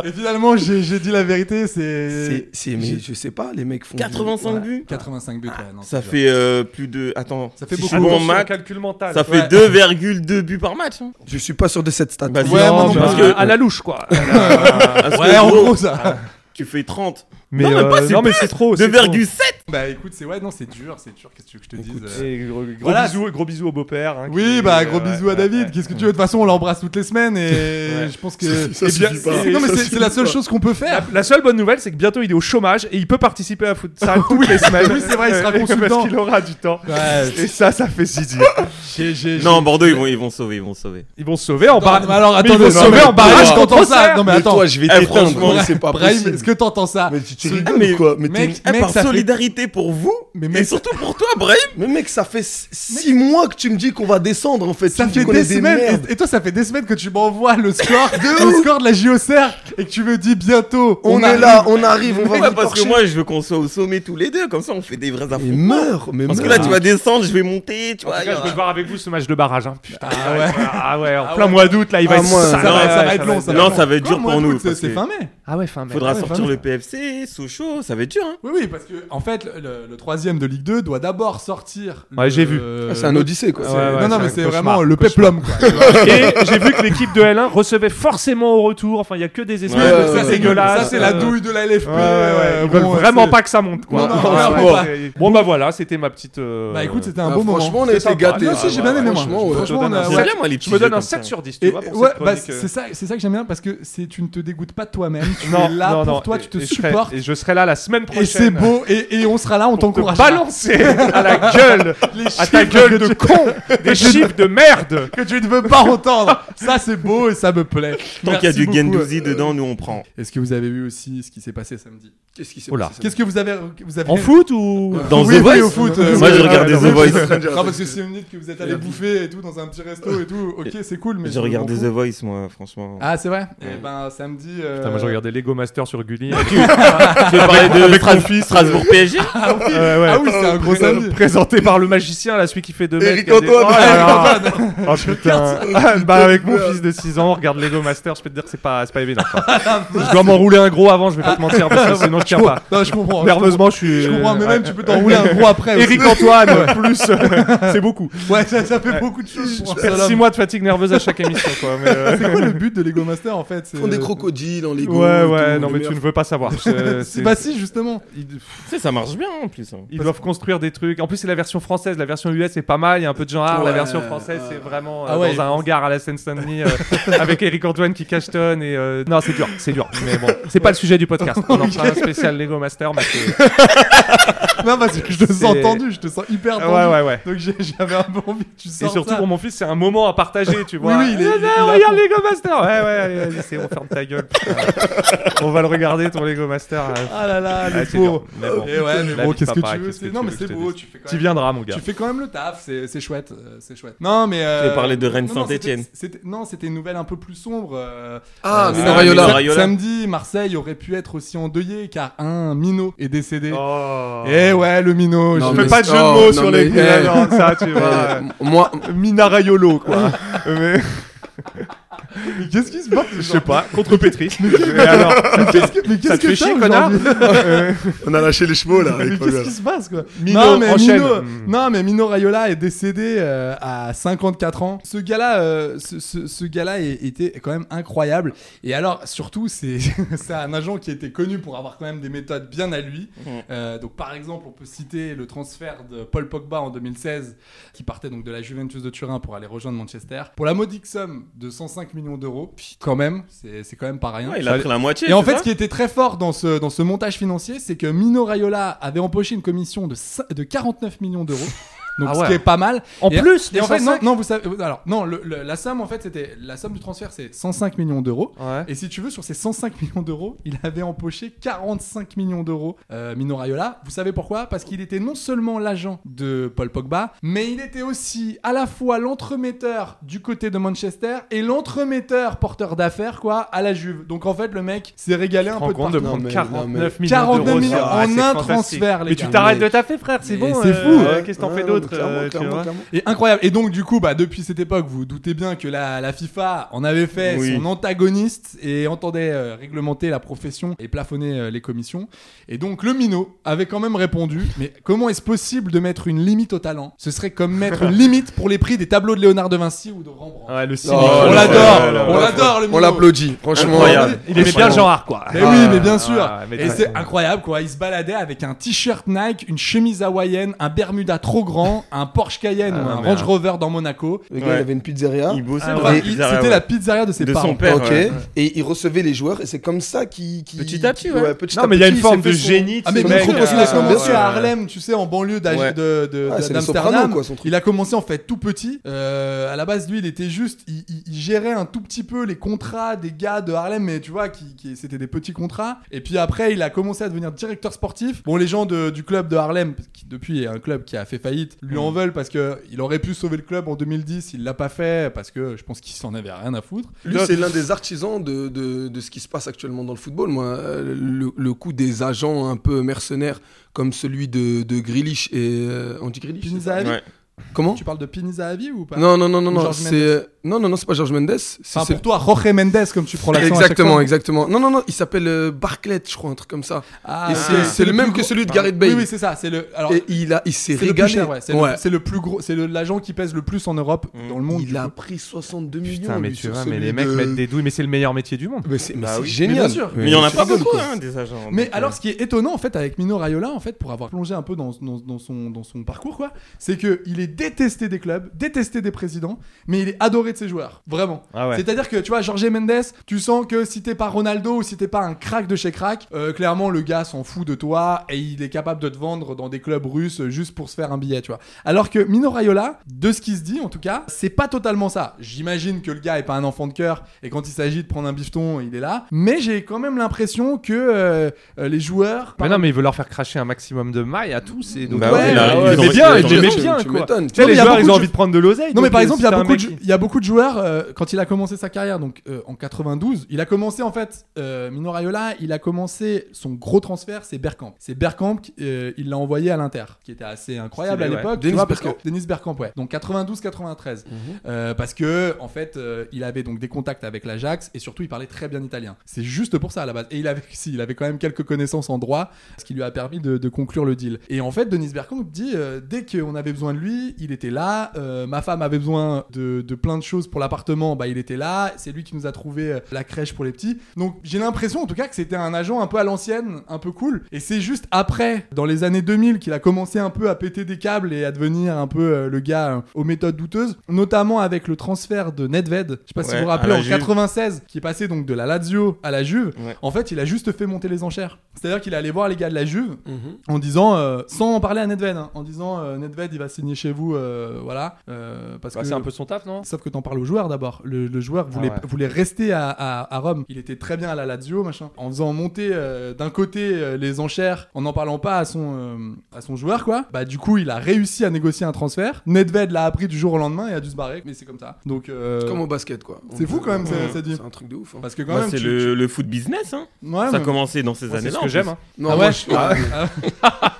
[SPEAKER 8] Et finalement, j'ai, j'ai dit la vérité, c'est.
[SPEAKER 6] C'est, c'est- mais je sais pas, les mecs font. du-
[SPEAKER 5] 85
[SPEAKER 6] Voilà.
[SPEAKER 5] buts.
[SPEAKER 8] 85 buts, ouais, non,
[SPEAKER 5] Ah, Ça
[SPEAKER 8] c'est dur.
[SPEAKER 5] fait euh, plus de. Attends.
[SPEAKER 8] Ça fait
[SPEAKER 5] si
[SPEAKER 8] beaucoup.
[SPEAKER 5] je suis bon en
[SPEAKER 2] Ah, Attention au
[SPEAKER 5] maths,
[SPEAKER 2] calcul mental.
[SPEAKER 5] ça
[SPEAKER 8] Ouais.
[SPEAKER 5] fait 2,2 buts par match. hein.
[SPEAKER 6] Je suis pas sûr de cette stat.
[SPEAKER 5] Bah,
[SPEAKER 6] Ouais.
[SPEAKER 5] si.
[SPEAKER 8] Ouais, moi
[SPEAKER 2] Non,
[SPEAKER 8] non
[SPEAKER 2] mais
[SPEAKER 5] parce
[SPEAKER 8] plus.
[SPEAKER 5] que-
[SPEAKER 2] à la louche, quoi.
[SPEAKER 5] Parce que,
[SPEAKER 8] Ouais, en
[SPEAKER 5] gros,
[SPEAKER 8] gros, ça.
[SPEAKER 5] Tu fais 30.
[SPEAKER 2] Mais,
[SPEAKER 5] Non, même pas,
[SPEAKER 2] euh,
[SPEAKER 5] c'est
[SPEAKER 2] non, mais
[SPEAKER 5] plus.
[SPEAKER 2] c'est trop. c'est trop.
[SPEAKER 5] 2,7.
[SPEAKER 8] Bah écoute, c'est ouais, non, c'est dur, c'est dur. Qu'est-ce que tu veux que je te dise euh,
[SPEAKER 2] Et gros, gros
[SPEAKER 8] Voilà.
[SPEAKER 2] bisous, gros bisous au beau-père. hein,
[SPEAKER 8] Oui,
[SPEAKER 2] qui-
[SPEAKER 8] bah gros
[SPEAKER 2] ouais,
[SPEAKER 8] bisous à
[SPEAKER 2] ouais,
[SPEAKER 8] David.
[SPEAKER 2] ouais.
[SPEAKER 8] Qu'est-ce que tu veux De toute façon, on l'embrasse toutes les semaines et je pense que. Eh
[SPEAKER 6] Ça
[SPEAKER 8] bien,
[SPEAKER 6] suffit pas.
[SPEAKER 8] c'est- Non, mais
[SPEAKER 6] Ça
[SPEAKER 8] c'est,
[SPEAKER 6] suffit
[SPEAKER 8] c'est la seule
[SPEAKER 6] pas.
[SPEAKER 8] chose qu'on peut faire.
[SPEAKER 2] La seule bonne nouvelle, c'est que bientôt il est au chômage et il peut participer à Futsal toutes les semaines.
[SPEAKER 8] Oui, c'est vrai, il sera
[SPEAKER 2] Euh,
[SPEAKER 8] consultant.
[SPEAKER 2] Parce qu'il aura du temps.
[SPEAKER 8] Ouais,
[SPEAKER 2] Et ça, ça fait zizir.
[SPEAKER 8] j'ai, j'ai, j'ai-
[SPEAKER 5] Non, Bordeaux, ils vont, ils vont sauver, ils vont sauver.
[SPEAKER 2] Ils vont se sauver en
[SPEAKER 8] Non,
[SPEAKER 2] barrage.
[SPEAKER 8] mais alors
[SPEAKER 2] mais ils
[SPEAKER 8] attends,
[SPEAKER 2] vont se sauver en barrage
[SPEAKER 8] t'entends
[SPEAKER 2] contre
[SPEAKER 8] ça
[SPEAKER 2] Auxerre.
[SPEAKER 8] Non mais
[SPEAKER 6] Mais
[SPEAKER 8] attends,
[SPEAKER 6] toi, je vais
[SPEAKER 5] Eh,
[SPEAKER 6] t'éteindre.
[SPEAKER 5] franchement,
[SPEAKER 6] mais c'est pas
[SPEAKER 8] Brahim,
[SPEAKER 6] possible.
[SPEAKER 8] est-ce que t'entends ça
[SPEAKER 6] Mais tu Tu
[SPEAKER 5] Ce-
[SPEAKER 6] rigoles
[SPEAKER 5] mais-
[SPEAKER 6] ou quoi Mais
[SPEAKER 5] mec,
[SPEAKER 6] t'es une-
[SPEAKER 5] mec,
[SPEAKER 6] par
[SPEAKER 5] ça fait-
[SPEAKER 6] solidarité
[SPEAKER 5] Eh, pour vous
[SPEAKER 6] et surtout pour toi, Brahim Mais mec, ça fait 6 mois que tu me dis qu'on va descendre en fait.
[SPEAKER 8] Ça fait des semaines, et, et toi, ça fait des semaines que tu m'envoies le score, le score de la JOCR et que tu me dis bientôt.
[SPEAKER 6] On est là, on arrive, on va
[SPEAKER 5] Ouais,
[SPEAKER 6] vous
[SPEAKER 5] parce que
[SPEAKER 6] torcher.
[SPEAKER 5] moi, je veux qu'on soit au sommet tous les deux. Comme ça, on fait des vrais affrontements.
[SPEAKER 6] meurs, mais
[SPEAKER 5] Parce que
[SPEAKER 6] meurs.
[SPEAKER 5] là, tu vas descendre, je vais monter. Tu
[SPEAKER 2] En
[SPEAKER 5] vois,
[SPEAKER 2] tout
[SPEAKER 5] il
[SPEAKER 2] cas,
[SPEAKER 5] y
[SPEAKER 2] je
[SPEAKER 5] aura-
[SPEAKER 2] peux voir avec vous ce match de barrage. hein. Putain, ah ouais, en
[SPEAKER 5] Ah
[SPEAKER 2] plein
[SPEAKER 5] ouais.
[SPEAKER 2] mois d'août, là, il va
[SPEAKER 5] Ah,
[SPEAKER 2] être
[SPEAKER 5] moi, ça va-
[SPEAKER 2] ouais,
[SPEAKER 5] ça va être long,
[SPEAKER 8] ça va
[SPEAKER 5] non,
[SPEAKER 8] être
[SPEAKER 5] ça va être
[SPEAKER 8] long.
[SPEAKER 5] dur
[SPEAKER 8] Quand,
[SPEAKER 5] pour
[SPEAKER 8] moi,
[SPEAKER 5] nous.
[SPEAKER 8] écoute,
[SPEAKER 5] parce
[SPEAKER 8] c'est
[SPEAKER 5] que
[SPEAKER 8] fin mai. Ah ouais, fin mai.
[SPEAKER 5] Faudra
[SPEAKER 8] Ouais, fin
[SPEAKER 5] sortir
[SPEAKER 8] mai.
[SPEAKER 5] le PFC, Sochaux, ça va être dur. Hein.
[SPEAKER 8] Oui, oui, parce que en fait, le- le, le troisième de Ligue 2 doit d'abord sortir.
[SPEAKER 2] Ouais, j'ai vu.
[SPEAKER 8] le-
[SPEAKER 2] Ah,
[SPEAKER 6] euh,
[SPEAKER 2] c'est un odyssée, quoi.
[SPEAKER 8] C'est-
[SPEAKER 2] Ouais, ouais,
[SPEAKER 8] non, non,
[SPEAKER 2] c'est
[SPEAKER 8] mais
[SPEAKER 2] un
[SPEAKER 8] c'est
[SPEAKER 2] cauchemar,
[SPEAKER 8] vraiment le
[SPEAKER 2] cauchemar.
[SPEAKER 8] peplum. Quoi, tu vois.
[SPEAKER 2] Et j'ai vu que l'équipe de L1 recevait forcément au retour. Enfin, il y a que des espèces
[SPEAKER 8] Ouais,
[SPEAKER 2] de
[SPEAKER 8] ouais,
[SPEAKER 2] trucs
[SPEAKER 8] ouais.
[SPEAKER 2] dégueulasses.
[SPEAKER 8] Ça, c'est la
[SPEAKER 2] Euh,
[SPEAKER 8] douille de la LFP,
[SPEAKER 2] Ouais, ouais, ouais.
[SPEAKER 8] euh,
[SPEAKER 2] Ils veulent
[SPEAKER 8] bon,
[SPEAKER 2] vraiment
[SPEAKER 8] c'est-
[SPEAKER 2] pas que ça monte, quoi.
[SPEAKER 8] Non, non,
[SPEAKER 2] Ouais,
[SPEAKER 8] vraiment
[SPEAKER 2] ouais,
[SPEAKER 8] pas.
[SPEAKER 2] c'est- Bon, bah voilà, c'était ma petite. euh,
[SPEAKER 8] Bah écoute, c'était
[SPEAKER 6] Ah,
[SPEAKER 8] un beau moment.
[SPEAKER 6] franchement, on a été
[SPEAKER 8] C'était sympa.
[SPEAKER 6] gâtés.
[SPEAKER 8] Moi aussi, j'ai
[SPEAKER 6] Ah,
[SPEAKER 8] bien aimé.
[SPEAKER 6] ouais,
[SPEAKER 8] moi.
[SPEAKER 6] franchement, ouais.
[SPEAKER 8] Franchement, on a-
[SPEAKER 5] C'est
[SPEAKER 8] ouais.
[SPEAKER 5] bien, moi, les
[SPEAKER 2] Je
[SPEAKER 5] petits
[SPEAKER 2] me
[SPEAKER 5] jeux
[SPEAKER 2] donne un
[SPEAKER 5] comme
[SPEAKER 2] 7
[SPEAKER 5] ça.
[SPEAKER 2] sur 10, tu
[SPEAKER 8] Et-
[SPEAKER 2] vois, pour
[SPEAKER 8] ouais,
[SPEAKER 2] cette
[SPEAKER 8] bah,
[SPEAKER 2] chronique, euh.
[SPEAKER 8] c'est ça, c'est ça que j'aime bien parce que c'est tu ne te dégoûtes pas de toi-même. Tu es
[SPEAKER 2] Non,
[SPEAKER 8] là
[SPEAKER 2] non,
[SPEAKER 8] pour
[SPEAKER 2] non,
[SPEAKER 8] toi,
[SPEAKER 2] et-
[SPEAKER 8] tu te
[SPEAKER 2] et je serai-
[SPEAKER 8] supportes.
[SPEAKER 2] Et je serai là la semaine prochaine.
[SPEAKER 8] Et c'est beau, et, et on sera là, on
[SPEAKER 2] pour te
[SPEAKER 8] t'encourage.
[SPEAKER 2] balancer à la gueule,
[SPEAKER 8] Les
[SPEAKER 2] à ta
[SPEAKER 8] chiffres
[SPEAKER 2] gueule
[SPEAKER 8] que
[SPEAKER 2] de
[SPEAKER 8] tu-
[SPEAKER 2] con, des chiffres de merde.
[SPEAKER 8] que tu ne veux pas entendre. Ça, c'est beau et ça me plaît.
[SPEAKER 5] Tant qu'il y a
[SPEAKER 8] Merci
[SPEAKER 5] du
[SPEAKER 8] beaucoup,
[SPEAKER 5] Gendouzi
[SPEAKER 8] euh,
[SPEAKER 5] dedans, nous, on prend.
[SPEAKER 8] Est-ce que vous avez vu aussi ce qui s'est passé samedi
[SPEAKER 6] Qu'est-ce qui s'est
[SPEAKER 2] Oh là.
[SPEAKER 6] passé ça
[SPEAKER 8] Qu'est-ce que vous avez, vous avez
[SPEAKER 2] En foot ou
[SPEAKER 5] Dans
[SPEAKER 8] oui,
[SPEAKER 5] The
[SPEAKER 8] oui,
[SPEAKER 5] Voice
[SPEAKER 8] au foot. euh,
[SPEAKER 5] Moi,
[SPEAKER 8] oui,
[SPEAKER 5] j'ai
[SPEAKER 8] oui,
[SPEAKER 5] regardé
[SPEAKER 8] oui,
[SPEAKER 5] The
[SPEAKER 8] oui.
[SPEAKER 5] Voice.
[SPEAKER 8] Non, parce que c'est une minute que vous êtes allé bouffer et tout dans un petit resto et tout. Ok, c'est cool, mais.
[SPEAKER 5] J'ai
[SPEAKER 8] je
[SPEAKER 5] regardé
[SPEAKER 8] m'en
[SPEAKER 5] The
[SPEAKER 8] fous.
[SPEAKER 5] Voice, moi, franchement.
[SPEAKER 8] Ah, c'est vrai Eh ben, samedi. euh,
[SPEAKER 2] Putain, moi j'ai regardé Lego Master sur Gulli.
[SPEAKER 5] Tu veux parler de Stras- Strasbourg PSG
[SPEAKER 8] Ah oui,
[SPEAKER 2] Ouais, ouais.
[SPEAKER 8] ah oui, c'est un gros
[SPEAKER 2] Pré-
[SPEAKER 8] samedi.
[SPEAKER 2] présenté par le magicien, là, celui qui fait deux mecs.
[SPEAKER 6] Eric
[SPEAKER 2] qui a des-
[SPEAKER 6] Antoine.
[SPEAKER 2] Oh, là, là. Oh, putain. Ah, bah, avec mon fils de 6 ans, regarde Lego Master, je peux te dire que c'est pas, c'est pas évident. quoi. je dois m'enrouler un gros avant, je vais pas te mentir, parce que sinon je tiens pas.
[SPEAKER 8] Non, Ah, je comprends.
[SPEAKER 2] Nerveusement, je suis.
[SPEAKER 8] Je comprends, mais même
[SPEAKER 2] Euh, Ouais.
[SPEAKER 8] tu euh, peux t'enrouler un gros après. aussi.
[SPEAKER 2] Eric Antoine, plus, euh, c'est beaucoup.
[SPEAKER 8] Ouais, ça, ça fait beaucoup de choses. pour
[SPEAKER 2] Je
[SPEAKER 8] un
[SPEAKER 2] perds
[SPEAKER 8] seul
[SPEAKER 2] 6
[SPEAKER 8] homme.
[SPEAKER 2] mois de fatigue nerveuse à chaque émission, quoi. mais, euh,
[SPEAKER 8] C'est quoi le but de Lego Master en fait
[SPEAKER 6] Ils
[SPEAKER 8] C'est- euh,
[SPEAKER 6] font des crocodiles en Lego.
[SPEAKER 2] Ouais,
[SPEAKER 6] et
[SPEAKER 2] ouais,
[SPEAKER 6] tout,
[SPEAKER 2] non,
[SPEAKER 6] les
[SPEAKER 2] mais tu ne
[SPEAKER 6] meilleurs.
[SPEAKER 2] veux pas savoir. C'est-
[SPEAKER 8] C'est
[SPEAKER 2] c'est-
[SPEAKER 8] bah si justement.
[SPEAKER 2] Ils
[SPEAKER 5] Tu sais, ça marche bien en plus. hein.
[SPEAKER 2] ils doivent construire des trucs. En plus, c'est la version française. La version US c'est pas mal. Il y a un peu de genre. art. la
[SPEAKER 6] Ouais,
[SPEAKER 2] version française, c'est vraiment euh,
[SPEAKER 8] Ah ouais.
[SPEAKER 2] dans un hangar à la Seine-Saint-Denis euh, avec Eric Antoine qui cachetonne. Et euh, non, c'est dur, c'est dur. Mais bon, c'est pas le sujet du podcast. On en fera un spécial Lego Master. mais c'est-
[SPEAKER 8] Non parce que je te sens
[SPEAKER 2] C'est-
[SPEAKER 8] tendu, je te sens hyper tendu.
[SPEAKER 2] ouais, ouais, ouais.
[SPEAKER 8] Donc j'ai- j'avais un peu envie que tu
[SPEAKER 2] Et
[SPEAKER 8] sortes
[SPEAKER 2] surtout
[SPEAKER 8] ça.
[SPEAKER 2] pour mon fils, c'est un moment à partager, tu vois.
[SPEAKER 8] oui, il est-
[SPEAKER 2] Ah,
[SPEAKER 8] il est
[SPEAKER 2] non,
[SPEAKER 8] à
[SPEAKER 2] regarde
[SPEAKER 8] fond.
[SPEAKER 2] Lego Master. Ouais, ouais, allez, vas-y, c'est bon, ferme ta gueule. putain. On va le regarder ton Lego Master. euh.
[SPEAKER 8] Ah là là,
[SPEAKER 2] Ah,
[SPEAKER 8] les
[SPEAKER 2] c'est dur.
[SPEAKER 8] pauvres.
[SPEAKER 2] Mais bon. Bah,
[SPEAKER 8] Et Eh ouais, mais
[SPEAKER 2] La
[SPEAKER 8] bon,
[SPEAKER 2] vie de
[SPEAKER 8] qu'est-ce que
[SPEAKER 2] papa,
[SPEAKER 8] tu veux
[SPEAKER 2] qu'est-ce
[SPEAKER 8] c'est-
[SPEAKER 2] que tu
[SPEAKER 8] Non
[SPEAKER 2] veux
[SPEAKER 8] mais
[SPEAKER 2] que
[SPEAKER 8] c'est
[SPEAKER 2] je te
[SPEAKER 8] beau,
[SPEAKER 2] dise
[SPEAKER 8] tu fais quand
[SPEAKER 2] Tu
[SPEAKER 8] même.
[SPEAKER 2] viendras, mon gars.
[SPEAKER 8] Tu fais quand même le taf, c'est c'est chouette, euh, c'est chouette. Non mais. euh,
[SPEAKER 5] Tu veux parler de Rennes
[SPEAKER 8] non, non, c'était-
[SPEAKER 5] Saint-Etienne.
[SPEAKER 8] c'était- Non, c'était une nouvelle un peu plus sombre. euh,
[SPEAKER 6] Ah,
[SPEAKER 8] euh,
[SPEAKER 6] mais
[SPEAKER 8] sam-
[SPEAKER 5] Ah, Mino
[SPEAKER 6] Rayola.
[SPEAKER 5] Raiola.
[SPEAKER 8] Samedi, Marseille aurait pu être aussi endeuillé car un minot est décédé.
[SPEAKER 2] Oh.
[SPEAKER 8] Eh ouais, le minot.
[SPEAKER 6] Non,
[SPEAKER 8] je-
[SPEAKER 6] mais-
[SPEAKER 2] Fais pas de jeu de
[SPEAKER 6] Oh,
[SPEAKER 2] mots
[SPEAKER 6] non,
[SPEAKER 2] sur
[SPEAKER 6] mais-
[SPEAKER 2] les
[SPEAKER 6] eh.
[SPEAKER 2] non, ça, tu vois.
[SPEAKER 6] Euh, Moi,
[SPEAKER 2] Minaraiolo, quoi. Mais,
[SPEAKER 8] Mais Qu'est-ce qui se passe
[SPEAKER 2] je sais pas, contre Petri. Mais alors, ça te fait-
[SPEAKER 8] Mais
[SPEAKER 2] ça
[SPEAKER 8] qu'est-ce
[SPEAKER 2] te
[SPEAKER 8] que
[SPEAKER 2] fait
[SPEAKER 8] t'as
[SPEAKER 2] chier, connard
[SPEAKER 8] aujourd'hui
[SPEAKER 6] on a lâché les chevaux là.
[SPEAKER 8] Mais
[SPEAKER 6] avec
[SPEAKER 8] qu'est-ce
[SPEAKER 6] Raiola.
[SPEAKER 8] qui se passe quoi
[SPEAKER 2] Mino,
[SPEAKER 8] non, mais
[SPEAKER 2] enchaîne.
[SPEAKER 8] Mino,
[SPEAKER 2] Mm.
[SPEAKER 8] non mais Mino Raiola est décédé euh, à 54 ans. Ce gars-là, euh, ce, ce, ce gars-là est- était quand même incroyable. Et alors surtout, c'est c'est un agent qui était connu pour avoir quand même des méthodes bien à lui.
[SPEAKER 2] Mm.
[SPEAKER 8] Euh, donc par exemple, on peut citer le transfert de Paul Pogba en 2016, qui partait donc de la Juventus de Turin pour aller rejoindre Manchester pour la modique somme de 105 millions d'euros. Quand même, c'est c'est quand même pas rien.
[SPEAKER 5] Ouais, il a pris la moitié.
[SPEAKER 8] Et en
[SPEAKER 5] c'est
[SPEAKER 8] fait,
[SPEAKER 5] ça
[SPEAKER 8] ce qui était très fort dans ce, dans ce montage financier, c'est que Mino Raiola avait empoché une commission de, cin- de 49 millions d'euros. Donc,
[SPEAKER 2] Ah
[SPEAKER 8] ce
[SPEAKER 2] ouais.
[SPEAKER 8] qui est pas mal.
[SPEAKER 2] En
[SPEAKER 8] Et-
[SPEAKER 2] plus,
[SPEAKER 8] et
[SPEAKER 2] les
[SPEAKER 8] en fait, non,
[SPEAKER 2] 105.
[SPEAKER 8] non, vous savez, alors, non, le- le- la somme, en fait, c'était la somme du transfert, c'est 105 millions d'euros.
[SPEAKER 2] Ouais.
[SPEAKER 8] Et si tu veux, sur ces 105 millions d'euros, il avait empoché 45 millions d'euros, euh, Mino Raiola. Vous savez pourquoi Parce qu'il était non seulement l'agent de Paul Pogba, mais il était aussi à la fois l'entremetteur du côté de Manchester et l'entremetteur porteur d'affaires, quoi, à la Juve. Donc en fait, le mec s'est régalé
[SPEAKER 2] Tu
[SPEAKER 8] un
[SPEAKER 2] te
[SPEAKER 8] peu
[SPEAKER 2] rends
[SPEAKER 8] de
[SPEAKER 2] compte de
[SPEAKER 8] partout.
[SPEAKER 2] prendre
[SPEAKER 6] mais-
[SPEAKER 2] 49 millions
[SPEAKER 8] 49
[SPEAKER 2] d'euros,
[SPEAKER 8] millions
[SPEAKER 2] ça,
[SPEAKER 8] en
[SPEAKER 2] c'est
[SPEAKER 8] un
[SPEAKER 2] fantastique.
[SPEAKER 8] transfert, les
[SPEAKER 2] Mais
[SPEAKER 8] gars.
[SPEAKER 2] tu t'arrêtes
[SPEAKER 8] Mais-
[SPEAKER 2] de taffer, frère, c'est
[SPEAKER 8] Mais
[SPEAKER 2] bon.
[SPEAKER 8] c'est
[SPEAKER 2] euh,
[SPEAKER 8] fou, ouais.
[SPEAKER 2] euh, Qu'est-ce que t'en fais d'autre euh, tu vois
[SPEAKER 8] Et incroyable. Et donc, du coup, bah, depuis cette époque, vous doutez bien que la, la FIFA en avait fait
[SPEAKER 5] Oui.
[SPEAKER 8] son antagoniste et entendait euh, réglementer la profession et plafonner euh, les commissions. Et donc, le minot avait quand même répondu Mais comment est-ce possible de mettre une limite au talent Ce serait comme mettre une limite pour les prix des tableaux de Léonard de Vinci ou de Rembrandt.
[SPEAKER 2] Ouais, le cynique.
[SPEAKER 6] Oh,
[SPEAKER 8] on
[SPEAKER 6] là,
[SPEAKER 8] l'adore,
[SPEAKER 6] là, là,
[SPEAKER 8] on
[SPEAKER 6] là,
[SPEAKER 8] l'adore, le
[SPEAKER 6] On
[SPEAKER 8] minot.
[SPEAKER 6] l'applaudit, franchement.
[SPEAKER 5] Incroyable.
[SPEAKER 2] Il aimait bien
[SPEAKER 6] Franchement.
[SPEAKER 2] Jean Art, quoi.
[SPEAKER 8] Mais oui, mais bien sûr.
[SPEAKER 2] Ah, mais
[SPEAKER 8] et
[SPEAKER 2] t'as-
[SPEAKER 8] c'est incroyable, quoi. Il se baladait avec un t-shirt Nike, une chemise hawaïenne, un Bermuda trop grand, avant un Porsche Cayenne
[SPEAKER 6] Ah,
[SPEAKER 8] ou un
[SPEAKER 6] mais
[SPEAKER 8] Range
[SPEAKER 6] un-
[SPEAKER 8] Rover dans Monaco.
[SPEAKER 6] Le gars, il avait une pizzeria.
[SPEAKER 8] Il bossait Ah, dans ouais. la
[SPEAKER 6] Et-
[SPEAKER 8] pizzeria, C'était ouais. la pizzeria de ses
[SPEAKER 6] de
[SPEAKER 8] parents.
[SPEAKER 6] Son père,
[SPEAKER 8] Ok.
[SPEAKER 6] ouais. Et il recevait les joueurs, et c'est comme ça qu'il. qu'il-
[SPEAKER 8] Petit à petit,
[SPEAKER 6] qu'il-
[SPEAKER 8] ouais.
[SPEAKER 6] petit
[SPEAKER 2] Non,
[SPEAKER 6] à
[SPEAKER 2] mais il y a
[SPEAKER 6] petit,
[SPEAKER 2] une
[SPEAKER 6] il
[SPEAKER 2] forme
[SPEAKER 6] s'est
[SPEAKER 2] de
[SPEAKER 6] fait son-
[SPEAKER 2] génie de
[SPEAKER 8] Ah mais
[SPEAKER 6] son
[SPEAKER 8] bien
[SPEAKER 6] mec,
[SPEAKER 8] sûr, quand il
[SPEAKER 6] euh,
[SPEAKER 8] a commencé
[SPEAKER 6] bien
[SPEAKER 8] à
[SPEAKER 6] sûr.
[SPEAKER 8] Harlem, tu sais, en banlieue d'Ag-
[SPEAKER 6] Ouais.
[SPEAKER 8] de, de-
[SPEAKER 6] Ah, c'est les
[SPEAKER 8] d'Amsterdam,
[SPEAKER 6] Sopranos, quoi, son truc.
[SPEAKER 8] il a commencé en fait tout petit. Euh, à la base, lui, il était juste, il, il- il gérait un tout petit peu les contrats des gars de Harlem, mais tu vois, qui, qui- c'était des petits contrats. Et puis après, il a commencé à devenir directeur sportif. Bon, les gens de- du club de Harlem, qui depuis est un club qui a fait faillite, lui
[SPEAKER 6] Mm.
[SPEAKER 8] en veulent parce que il aurait pu sauver le club en 2010, il l'a pas fait parce que je pense qu'il s'en avait rien à foutre.
[SPEAKER 6] Lui, c'est l'un des artisans de, de, de ce qui se passe actuellement dans le football. Moi, euh, le, le coup des agents un peu mercenaires, comme celui de, de Grealish et. euh, on dit Grealish c'est ça
[SPEAKER 8] Zahavi.
[SPEAKER 6] Comment
[SPEAKER 8] Tu parles de Pini Zahavi ou pas
[SPEAKER 6] Non, non, non, non,
[SPEAKER 8] Ou
[SPEAKER 6] non,
[SPEAKER 8] Jorge
[SPEAKER 6] c'est
[SPEAKER 8] Mendes
[SPEAKER 6] euh, non, non, non, c'est pas George Mendes. C'est
[SPEAKER 8] Enfin,
[SPEAKER 6] c'est-
[SPEAKER 8] pour toi, Jorge Mendes, comme tu prends l'accent à chaque
[SPEAKER 6] Exactement,
[SPEAKER 8] fois.
[SPEAKER 6] exactement. Non, non, non, il s'appelle euh, Barclay, je crois, un truc comme ça.
[SPEAKER 8] Ah,
[SPEAKER 6] Et
[SPEAKER 8] ok.
[SPEAKER 6] c'est- c'est le même
[SPEAKER 8] plus
[SPEAKER 6] que
[SPEAKER 8] gros-
[SPEAKER 6] celui de
[SPEAKER 8] Pardon.
[SPEAKER 6] Gareth Bale.
[SPEAKER 8] Oui, oui, c'est ça. C'est le. Alors,
[SPEAKER 6] Et il a, il s'est
[SPEAKER 8] c'est le plus
[SPEAKER 6] régalé.
[SPEAKER 8] cher, ouais, C'est
[SPEAKER 6] Ouais.
[SPEAKER 8] le, c'est le plus gros. C'est le- l'agent qui pèse le plus en Europe dans le monde.
[SPEAKER 6] Il a pris 62 millions.
[SPEAKER 2] Putain, mais
[SPEAKER 6] lui,
[SPEAKER 2] tu
[SPEAKER 6] sur
[SPEAKER 2] vois, mais
[SPEAKER 6] celui
[SPEAKER 2] les mecs
[SPEAKER 6] de-
[SPEAKER 2] mettent des douilles, mais c'est le meilleur métier du monde.
[SPEAKER 6] Mais c'est mais
[SPEAKER 2] Bah
[SPEAKER 6] c'est
[SPEAKER 2] oui.
[SPEAKER 6] génial.
[SPEAKER 8] Mais bien sûr.
[SPEAKER 5] Mais il y en a
[SPEAKER 6] c'est
[SPEAKER 5] pas
[SPEAKER 6] génial,
[SPEAKER 5] beaucoup,
[SPEAKER 6] quoi.
[SPEAKER 5] hein, des agents.
[SPEAKER 8] Mais
[SPEAKER 5] Donc,
[SPEAKER 8] alors, ce qui est étonnant en fait avec Mino Raiola, en fait, pour avoir plongé un peu dans, dans- dans son, dans son parcours, quoi, c'est que il est détesté des clubs, détesté des présidents, mais il est adoré de ses joueurs, vraiment.
[SPEAKER 2] Ah ouais.
[SPEAKER 8] C'est-à-dire que tu vois, Jorge Mendes, tu sens que si t'es pas Ronaldo ou si t'es pas un crack de chez crack, euh, clairement le gars s'en fout de toi et il est capable de te vendre dans des clubs russes juste pour se faire un billet, tu vois. Alors que Mino Raiola, de ce qui se dit en tout cas, c'est pas totalement ça. J'imagine que le gars est pas un enfant de cœur et quand il s'agit de prendre un bifton, il est là. Mais j'ai quand même l'impression que euh, euh, les joueurs.
[SPEAKER 2] Mais non, mais il veut leur faire cracher un maximum de mailles à tous. Et donc,
[SPEAKER 8] Bah ouais,
[SPEAKER 2] il
[SPEAKER 8] bah
[SPEAKER 2] a-
[SPEAKER 8] ouais,
[SPEAKER 2] il
[SPEAKER 8] mais
[SPEAKER 2] l'aimait bien,
[SPEAKER 8] c'est-
[SPEAKER 2] il
[SPEAKER 8] tu
[SPEAKER 2] l'aimait
[SPEAKER 8] m'étonnes,
[SPEAKER 2] bien,
[SPEAKER 8] tu
[SPEAKER 2] quoi.
[SPEAKER 6] m'étonnes.
[SPEAKER 2] Tu sais,
[SPEAKER 8] Non, mais
[SPEAKER 2] les
[SPEAKER 8] il y a
[SPEAKER 2] joueurs,
[SPEAKER 8] beaucoup
[SPEAKER 2] ils ont
[SPEAKER 8] de
[SPEAKER 2] envie de prendre de l'oseille.
[SPEAKER 8] Non, mais
[SPEAKER 2] donc,
[SPEAKER 8] par
[SPEAKER 2] euh,
[SPEAKER 8] exemple, il y,
[SPEAKER 2] c'est
[SPEAKER 8] a
[SPEAKER 2] un
[SPEAKER 8] beaucoup
[SPEAKER 2] mec
[SPEAKER 8] de,
[SPEAKER 2] qui-
[SPEAKER 8] il y a beaucoup de joueurs, euh, quand il a commencé sa carrière, donc euh, en 92, il a commencé en fait, euh, Mino Raiola, il a commencé son gros transfert, c'est Bergkamp. C'est Bergkamp, qui, euh, il l'a envoyé à l'Inter, qui était assez incroyable
[SPEAKER 6] Stylé,
[SPEAKER 8] à
[SPEAKER 6] ouais.
[SPEAKER 8] l'époque. tu
[SPEAKER 6] Dennis
[SPEAKER 8] vois, parce
[SPEAKER 6] Bergkamp.
[SPEAKER 8] que- Dennis Bergkamp, ouais. Donc 92-93. Euh, parce que, en fait, euh, il avait donc des contacts avec l'Ajax et surtout, il parlait très bien italien. C'est juste pour ça à la base. Et il avait, si, il avait quand même quelques connaissances en droit, ce qui lui a permis de, de conclure le deal. Et en fait, Denis Bergkamp dit euh, dès qu'on avait besoin de lui, il était là. Euh, ma femme avait besoin de, de plein de choses pour l'appartement, bah il était là. C'est lui qui nous a trouvé euh, la crèche pour les petits. Donc j'ai l'impression, en tout cas, que c'était un agent un peu à l'ancienne, un peu cool. Et c'est juste après, dans les années 2000, qu'il a commencé un peu à péter des câbles et à devenir un peu euh, le gars euh, aux méthodes douteuses, notamment avec le transfert de Nedved. Je sais pas si
[SPEAKER 5] Ouais,
[SPEAKER 8] vous vous rappelez
[SPEAKER 5] à la
[SPEAKER 8] en
[SPEAKER 5] Juve.
[SPEAKER 8] 96, qui est passé donc de la Lazio à la Juve.
[SPEAKER 5] Ouais.
[SPEAKER 8] En fait, il a juste fait monter les enchères. C'est-à-dire qu'il est allé voir les gars de la Juve
[SPEAKER 6] Mhm.
[SPEAKER 8] en disant, euh, sans en parler à Nedved, hein, en disant euh, Nedved, il va signer chez vous, euh, voilà. euh, parce
[SPEAKER 2] Bah,
[SPEAKER 8] que
[SPEAKER 2] C'est un peu son taf, non
[SPEAKER 8] Sauf que t'en parles au joueur d'abord. Le, le joueur voulait,
[SPEAKER 2] ouais.
[SPEAKER 8] voulait rester à, à- à Rome. Il était très bien à la Lazio, machin. En faisant monter euh, d'un côté euh, les enchères, en n'en parlant pas à son, euh, à son joueur, quoi. Bah, du coup, il a réussi à négocier un transfert. Nedved l'a appris du jour au lendemain et a dû se barrer, mais c'est comme ça. Donc, euh, Ah
[SPEAKER 6] Comme au basket, quoi. euh,
[SPEAKER 8] c'est fou quand même, ça- ça dit.
[SPEAKER 6] C'est un truc de ouf. hein.
[SPEAKER 8] parce que quand
[SPEAKER 5] Bah,
[SPEAKER 8] même,
[SPEAKER 5] c'est
[SPEAKER 8] tu-
[SPEAKER 5] le, le foot business, hein.
[SPEAKER 8] Ouais,
[SPEAKER 5] ça a
[SPEAKER 8] mais-
[SPEAKER 5] commencé dans ces
[SPEAKER 2] C'est
[SPEAKER 5] années-là.
[SPEAKER 2] ce
[SPEAKER 5] en
[SPEAKER 2] que j'aime.
[SPEAKER 5] plus.
[SPEAKER 2] hein.
[SPEAKER 6] Non,
[SPEAKER 8] Ah
[SPEAKER 6] moi,
[SPEAKER 8] ouais.
[SPEAKER 6] je-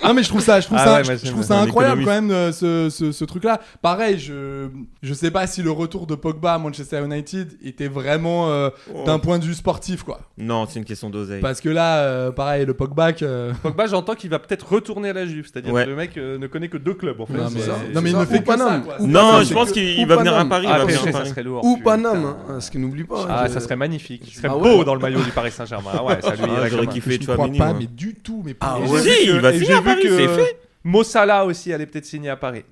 [SPEAKER 8] non mais je trouve ça, je trouve
[SPEAKER 2] Ah
[SPEAKER 8] ça,
[SPEAKER 2] ouais, moi,
[SPEAKER 8] je
[SPEAKER 2] j'aime
[SPEAKER 8] trouve
[SPEAKER 2] bien.
[SPEAKER 8] ça
[SPEAKER 5] Un
[SPEAKER 8] incroyable
[SPEAKER 5] économiste.
[SPEAKER 8] quand même euh, ce, ce, ce truc-là. Pareil, je je sais pas si le retour de Pogba à Manchester United était vraiment euh,
[SPEAKER 5] Oh.
[SPEAKER 8] d'un point de vue sportif quoi.
[SPEAKER 5] Non, c'est une question d'oseille.
[SPEAKER 8] Parce que là, euh, pareil, le Pogba. que-
[SPEAKER 2] Pogba, j'entends qu'il va peut-être retourner à la Juve. C'est-à-dire
[SPEAKER 5] Ouais.
[SPEAKER 2] que le mec euh, ne connaît que deux clubs, en fait.
[SPEAKER 8] Non,
[SPEAKER 6] c'est
[SPEAKER 8] mais,
[SPEAKER 6] ça.
[SPEAKER 8] non, mais il
[SPEAKER 6] C'est
[SPEAKER 8] ne
[SPEAKER 6] ça.
[SPEAKER 8] fait
[SPEAKER 6] Ou
[SPEAKER 8] que ça.
[SPEAKER 6] Paname.
[SPEAKER 8] Quoi.
[SPEAKER 6] Ou
[SPEAKER 5] Non,
[SPEAKER 6] Paname.
[SPEAKER 5] je pense
[SPEAKER 6] Ou
[SPEAKER 5] qu'il va venir à
[SPEAKER 6] Paname.
[SPEAKER 5] Paris. il
[SPEAKER 2] Ah,
[SPEAKER 5] va
[SPEAKER 2] après,
[SPEAKER 5] venir à
[SPEAKER 2] ça
[SPEAKER 5] Paris.
[SPEAKER 2] serait lourd.
[SPEAKER 6] Ou
[SPEAKER 2] putain.
[SPEAKER 6] Paname, hein, hein, ce qui n'oublie pas.
[SPEAKER 2] Ah,
[SPEAKER 6] hein,
[SPEAKER 2] ça
[SPEAKER 6] je-
[SPEAKER 2] serait magnifique. Il serait
[SPEAKER 6] Ah ouais.
[SPEAKER 2] beau dans le maillot du Paris Saint-Germain. Ah ouais, ça lui
[SPEAKER 5] Ah,
[SPEAKER 2] irait
[SPEAKER 5] j'aurais
[SPEAKER 2] comme un-
[SPEAKER 8] Je
[SPEAKER 5] kiffé. fait,
[SPEAKER 8] n'y
[SPEAKER 5] toi,
[SPEAKER 8] crois
[SPEAKER 5] Mini,
[SPEAKER 8] pas,
[SPEAKER 5] moi.
[SPEAKER 8] mais du tout. Mais
[SPEAKER 6] Ah
[SPEAKER 8] pas-
[SPEAKER 2] Et
[SPEAKER 6] ouais.
[SPEAKER 2] j'ai vu
[SPEAKER 5] Si,
[SPEAKER 2] que-
[SPEAKER 5] il va
[SPEAKER 2] et j'ai
[SPEAKER 5] signer à
[SPEAKER 2] vu
[SPEAKER 5] Paris,
[SPEAKER 2] que
[SPEAKER 5] c'est fait.
[SPEAKER 2] Mo Salah aussi allait peut-être signer à Paris.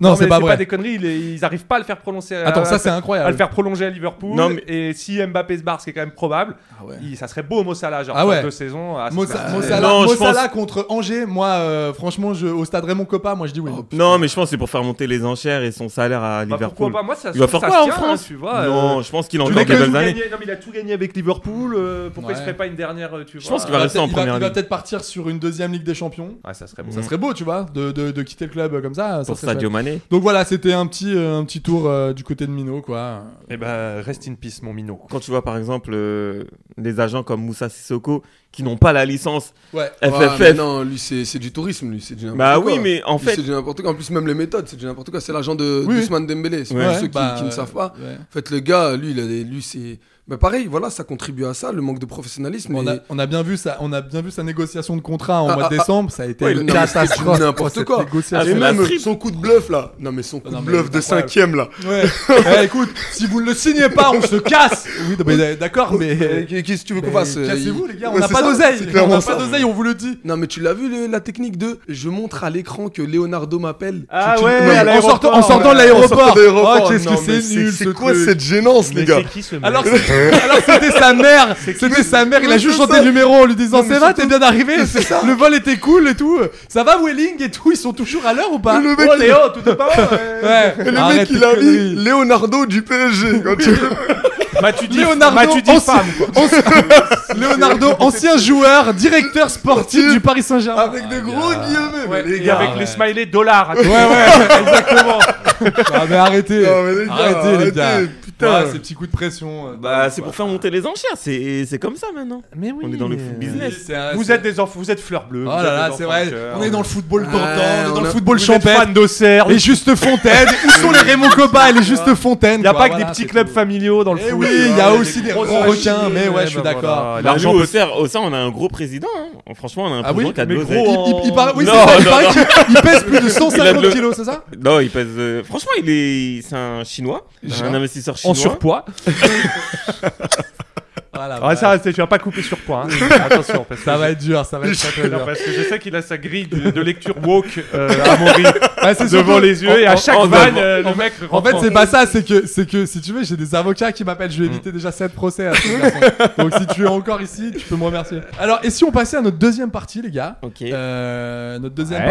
[SPEAKER 8] Non, c'est
[SPEAKER 2] mais
[SPEAKER 8] pas
[SPEAKER 2] C'est
[SPEAKER 8] vrai.
[SPEAKER 2] pas des conneries, il est- ils arrivent pas à le faire prononcer. à-
[SPEAKER 8] Attends,
[SPEAKER 2] à-
[SPEAKER 8] ça
[SPEAKER 5] Ah,
[SPEAKER 8] c'est
[SPEAKER 2] à le
[SPEAKER 8] incroyable.
[SPEAKER 2] faire prolonger à Liverpool.
[SPEAKER 5] Non, mais-
[SPEAKER 2] Et si Mbappé se barre, ce qui est quand même probable,
[SPEAKER 6] Ah ouais.
[SPEAKER 2] il- ça serait beau Mo Salah, genre
[SPEAKER 8] Ah
[SPEAKER 2] sur
[SPEAKER 8] ouais.
[SPEAKER 2] deux saisons. ah, ça
[SPEAKER 8] Mo
[SPEAKER 2] serait-
[SPEAKER 8] Sa- Mo Salah-
[SPEAKER 5] Non,
[SPEAKER 8] Mo
[SPEAKER 5] je pense-
[SPEAKER 8] Salah contre Angers, moi, euh, franchement, je, au stade Raymond Coppa, moi je dis oui.
[SPEAKER 6] Oh,
[SPEAKER 5] Non, mais je pense que c'est pour faire monter les enchères et son salaire
[SPEAKER 2] Bah,
[SPEAKER 5] à
[SPEAKER 2] pourquoi
[SPEAKER 5] Liverpool.
[SPEAKER 2] pas Moi, ça
[SPEAKER 5] Il va
[SPEAKER 2] ça
[SPEAKER 5] faire
[SPEAKER 2] se
[SPEAKER 5] quoi en
[SPEAKER 2] tient,
[SPEAKER 5] France
[SPEAKER 2] tu vois, euh,
[SPEAKER 5] Non, je pense qu'il a
[SPEAKER 2] Le
[SPEAKER 5] encore
[SPEAKER 2] mec
[SPEAKER 5] des
[SPEAKER 2] a tout
[SPEAKER 5] belles années.
[SPEAKER 2] gagné- non, mais il a tout gagné avec Liverpool. euh, pourquoi il se
[SPEAKER 8] Ouais.
[SPEAKER 2] ferait pas une dernière euh, tu
[SPEAKER 5] Je
[SPEAKER 2] vois,
[SPEAKER 5] pense qu'il
[SPEAKER 8] Il
[SPEAKER 5] va
[SPEAKER 8] va
[SPEAKER 5] rester en
[SPEAKER 8] peut-être- il va-
[SPEAKER 5] première
[SPEAKER 8] il va
[SPEAKER 5] ligue. Mhm.
[SPEAKER 8] peut-être partir sur une deuxième Ligue des Champions.
[SPEAKER 2] Ah, ça serait bon.
[SPEAKER 8] Ça serait beau, tu vois, de, de- de quitter le club comme ça. ça
[SPEAKER 5] Pour
[SPEAKER 8] serait
[SPEAKER 5] Sadio Mané.
[SPEAKER 8] chouette. Donc voilà, c'était un petit, euh, un petit tour euh, du côté de Mino, quoi.
[SPEAKER 2] Et ben, reste in peace, mon minot.
[SPEAKER 5] Quand tu vois par exemple euh, des agents comme Moussa Sissoko qui n'ont pas la licence
[SPEAKER 8] Ouais.
[SPEAKER 6] Ouais,
[SPEAKER 5] FFF,
[SPEAKER 6] mais non, lui c'est c'est du tourisme, lui c'est du n'importe
[SPEAKER 5] Bah
[SPEAKER 6] quoi.
[SPEAKER 5] oui, mais en
[SPEAKER 6] Lui,
[SPEAKER 5] fait-
[SPEAKER 6] c'est du n'importe quoi. En plus, même les méthodes, c'est du n'importe quoi. C'est l'agent de
[SPEAKER 8] Oui.
[SPEAKER 6] Ousmane Dembélé. C'est pour
[SPEAKER 8] Ouais.
[SPEAKER 6] ceux qui,
[SPEAKER 8] Bah,
[SPEAKER 6] qui ne savent pas.
[SPEAKER 8] ouais.
[SPEAKER 6] En fait, le gars, lui, il a des- lui c'est. Bah pareil, voilà, ça contribue à ça, le manque de professionnalisme.
[SPEAKER 8] On
[SPEAKER 6] et-
[SPEAKER 8] a, on a bien vu ça, on a bien vu sa négociation de contrat en
[SPEAKER 6] Ah,
[SPEAKER 8] mois de
[SPEAKER 6] ah,
[SPEAKER 8] décembre, ça a été
[SPEAKER 6] Ouais,
[SPEAKER 8] une
[SPEAKER 6] non, mais c'était
[SPEAKER 8] catastrophe.
[SPEAKER 6] du n'importe
[SPEAKER 8] cette
[SPEAKER 6] quoi. Ah,
[SPEAKER 8] négociation.
[SPEAKER 6] Et
[SPEAKER 5] c'est la
[SPEAKER 6] même
[SPEAKER 5] strip.
[SPEAKER 6] son coup de bluff là. Non mais son coup
[SPEAKER 8] Non,
[SPEAKER 6] de
[SPEAKER 8] mais
[SPEAKER 6] bluff de
[SPEAKER 8] incroyable.
[SPEAKER 6] cinquième là.
[SPEAKER 8] Ouais. Eh, écoute, si vous ne le signez pas, on se casse. Oui, mais d'accord, mais
[SPEAKER 6] Euh, Qu'est-ce que tu veux qu'on
[SPEAKER 8] Mais
[SPEAKER 6] fasse euh,
[SPEAKER 8] cassez-vous,
[SPEAKER 6] il-
[SPEAKER 8] les gars, on
[SPEAKER 6] Ouais,
[SPEAKER 8] n'a
[SPEAKER 6] c'est
[SPEAKER 8] pas d'oseille.
[SPEAKER 6] C'est clairement
[SPEAKER 8] On a pas
[SPEAKER 6] ça.
[SPEAKER 8] d'oseille, on vous le dit.
[SPEAKER 6] Non, mais tu l'as vu le- la technique de je montre à l'écran que Leonardo m'appelle.
[SPEAKER 8] Ah
[SPEAKER 6] Tu- tu-
[SPEAKER 8] ouais,
[SPEAKER 6] Non, mais
[SPEAKER 8] à
[SPEAKER 6] en
[SPEAKER 8] l'aéroport,
[SPEAKER 6] sortant, en sortant
[SPEAKER 8] ouais.
[SPEAKER 6] de l'aéroport.
[SPEAKER 8] En sortant de l'aéroport.
[SPEAKER 6] Oh, qu'est-ce
[SPEAKER 8] Non,
[SPEAKER 6] que
[SPEAKER 8] mais
[SPEAKER 6] c'est nul
[SPEAKER 8] c'est-
[SPEAKER 6] ce
[SPEAKER 8] c'est
[SPEAKER 6] quoi cette
[SPEAKER 8] gênance,
[SPEAKER 6] les gars
[SPEAKER 8] Alors, c'est- alors c'était sa mère. C'était sa mère. Il a juste chanté le numéro en lui disant c'est va, t'es bien arrivé. Le vol était cool et tout. Ça va, Welling et tout. Ils sont toujours à l'heure ou pas
[SPEAKER 6] Le mec,
[SPEAKER 8] Oh,
[SPEAKER 6] il-
[SPEAKER 8] Léo, tout de pas Ouais.
[SPEAKER 6] Et le
[SPEAKER 8] Arrête
[SPEAKER 6] mec, il
[SPEAKER 8] tes
[SPEAKER 6] a mis
[SPEAKER 8] conneries.
[SPEAKER 6] Leonardo du PSG. Quand tu...
[SPEAKER 2] Bah, tu dis,
[SPEAKER 8] Leonardo,
[SPEAKER 2] bah, tu dis
[SPEAKER 8] ancien-
[SPEAKER 2] femme, quoi.
[SPEAKER 8] ancien- Leonardo, ancien joueur, directeur sportif du Paris Saint-Germain.
[SPEAKER 6] Avec de gros guillemets. mais les
[SPEAKER 2] Et
[SPEAKER 6] gars.
[SPEAKER 2] avec les smileys dollars.
[SPEAKER 8] Ouais, ouais, exactement. Ah, mais arrêtez.
[SPEAKER 6] Non, mais les gars,
[SPEAKER 8] arrêtez, les gars.
[SPEAKER 6] arrêtez, putain.
[SPEAKER 8] Ouais, ces petits coups de pression. euh,
[SPEAKER 5] Bah, c'est pour faire monter les enchères, c'est c'est comme ça maintenant.
[SPEAKER 2] Mais oui.
[SPEAKER 5] On est dans le foot business.
[SPEAKER 8] c'est un-
[SPEAKER 2] Vous êtes des enfants, vous êtes fleurs bleues.
[SPEAKER 8] Oh
[SPEAKER 2] vous êtes
[SPEAKER 8] là
[SPEAKER 2] des
[SPEAKER 8] là, c'est
[SPEAKER 2] enfants
[SPEAKER 8] vrai.
[SPEAKER 2] de cœur.
[SPEAKER 8] On est dans le football d'antan, Ah, on est dans
[SPEAKER 6] on
[SPEAKER 8] le
[SPEAKER 6] a-
[SPEAKER 8] football
[SPEAKER 2] Vous êtes
[SPEAKER 8] champêtre.
[SPEAKER 2] fan d'Auxerre.
[SPEAKER 8] Les Juste Fontaine, où sont les Raymond Copa et les Juste Fontaine
[SPEAKER 2] Il n'y a
[SPEAKER 8] quoi,
[SPEAKER 2] pas que
[SPEAKER 8] voilà,
[SPEAKER 2] des petits
[SPEAKER 8] c'est
[SPEAKER 2] clubs
[SPEAKER 8] tout.
[SPEAKER 2] familiaux dans le
[SPEAKER 8] Eh
[SPEAKER 2] foot.
[SPEAKER 8] oui, il y a aussi des gros requins, mais ouais, je suis d'accord.
[SPEAKER 5] Bah, nous,
[SPEAKER 2] L'argent
[SPEAKER 5] au
[SPEAKER 2] peut
[SPEAKER 5] CER, au CER, on a un gros président. hein. Franchement, on a un
[SPEAKER 8] Ah oui,
[SPEAKER 5] président qui a de
[SPEAKER 2] mais
[SPEAKER 5] l'oseille.
[SPEAKER 2] gros,
[SPEAKER 8] Il, il- il paraît- oui,
[SPEAKER 5] Non,
[SPEAKER 8] c'est vrai, il
[SPEAKER 5] non,
[SPEAKER 8] paraît qu'il- il pèse plus de
[SPEAKER 5] Il a
[SPEAKER 8] 150
[SPEAKER 5] de-
[SPEAKER 8] kilos, c'est ça
[SPEAKER 5] Non, il pèse. euh, franchement, il est. C'est un chinois, un investisseur chinois.
[SPEAKER 2] en surpoids.
[SPEAKER 8] Voilà,
[SPEAKER 2] Ouais, Ah, ça, c'est- tu vas pas couper surpoids. hein. Attention, parce que
[SPEAKER 8] Ah, ça va être dur, ça va être très, très
[SPEAKER 2] Non,
[SPEAKER 8] dur.
[SPEAKER 2] parce que je sais qu'il a sa grille de, de lecture woke euh, à Maury
[SPEAKER 8] Ouais, c'est
[SPEAKER 2] devant
[SPEAKER 8] surtout-
[SPEAKER 2] les yeux
[SPEAKER 8] en-
[SPEAKER 2] et à
[SPEAKER 8] en-
[SPEAKER 2] chaque
[SPEAKER 8] en-
[SPEAKER 2] vanne, euh, le mec.
[SPEAKER 8] En
[SPEAKER 2] reprend.
[SPEAKER 8] fait, c'est pas ça, c'est que, c'est que si tu veux, j'ai des avocats qui m'appellent, je vais éviter déjà 7 procès. à ce garçon. Donc si tu es encore ici, tu peux me remercier. Alors, et si on passait à notre deuxième partie, les gars
[SPEAKER 5] Ok.
[SPEAKER 8] Euh, Notre deuxième
[SPEAKER 2] Ouais.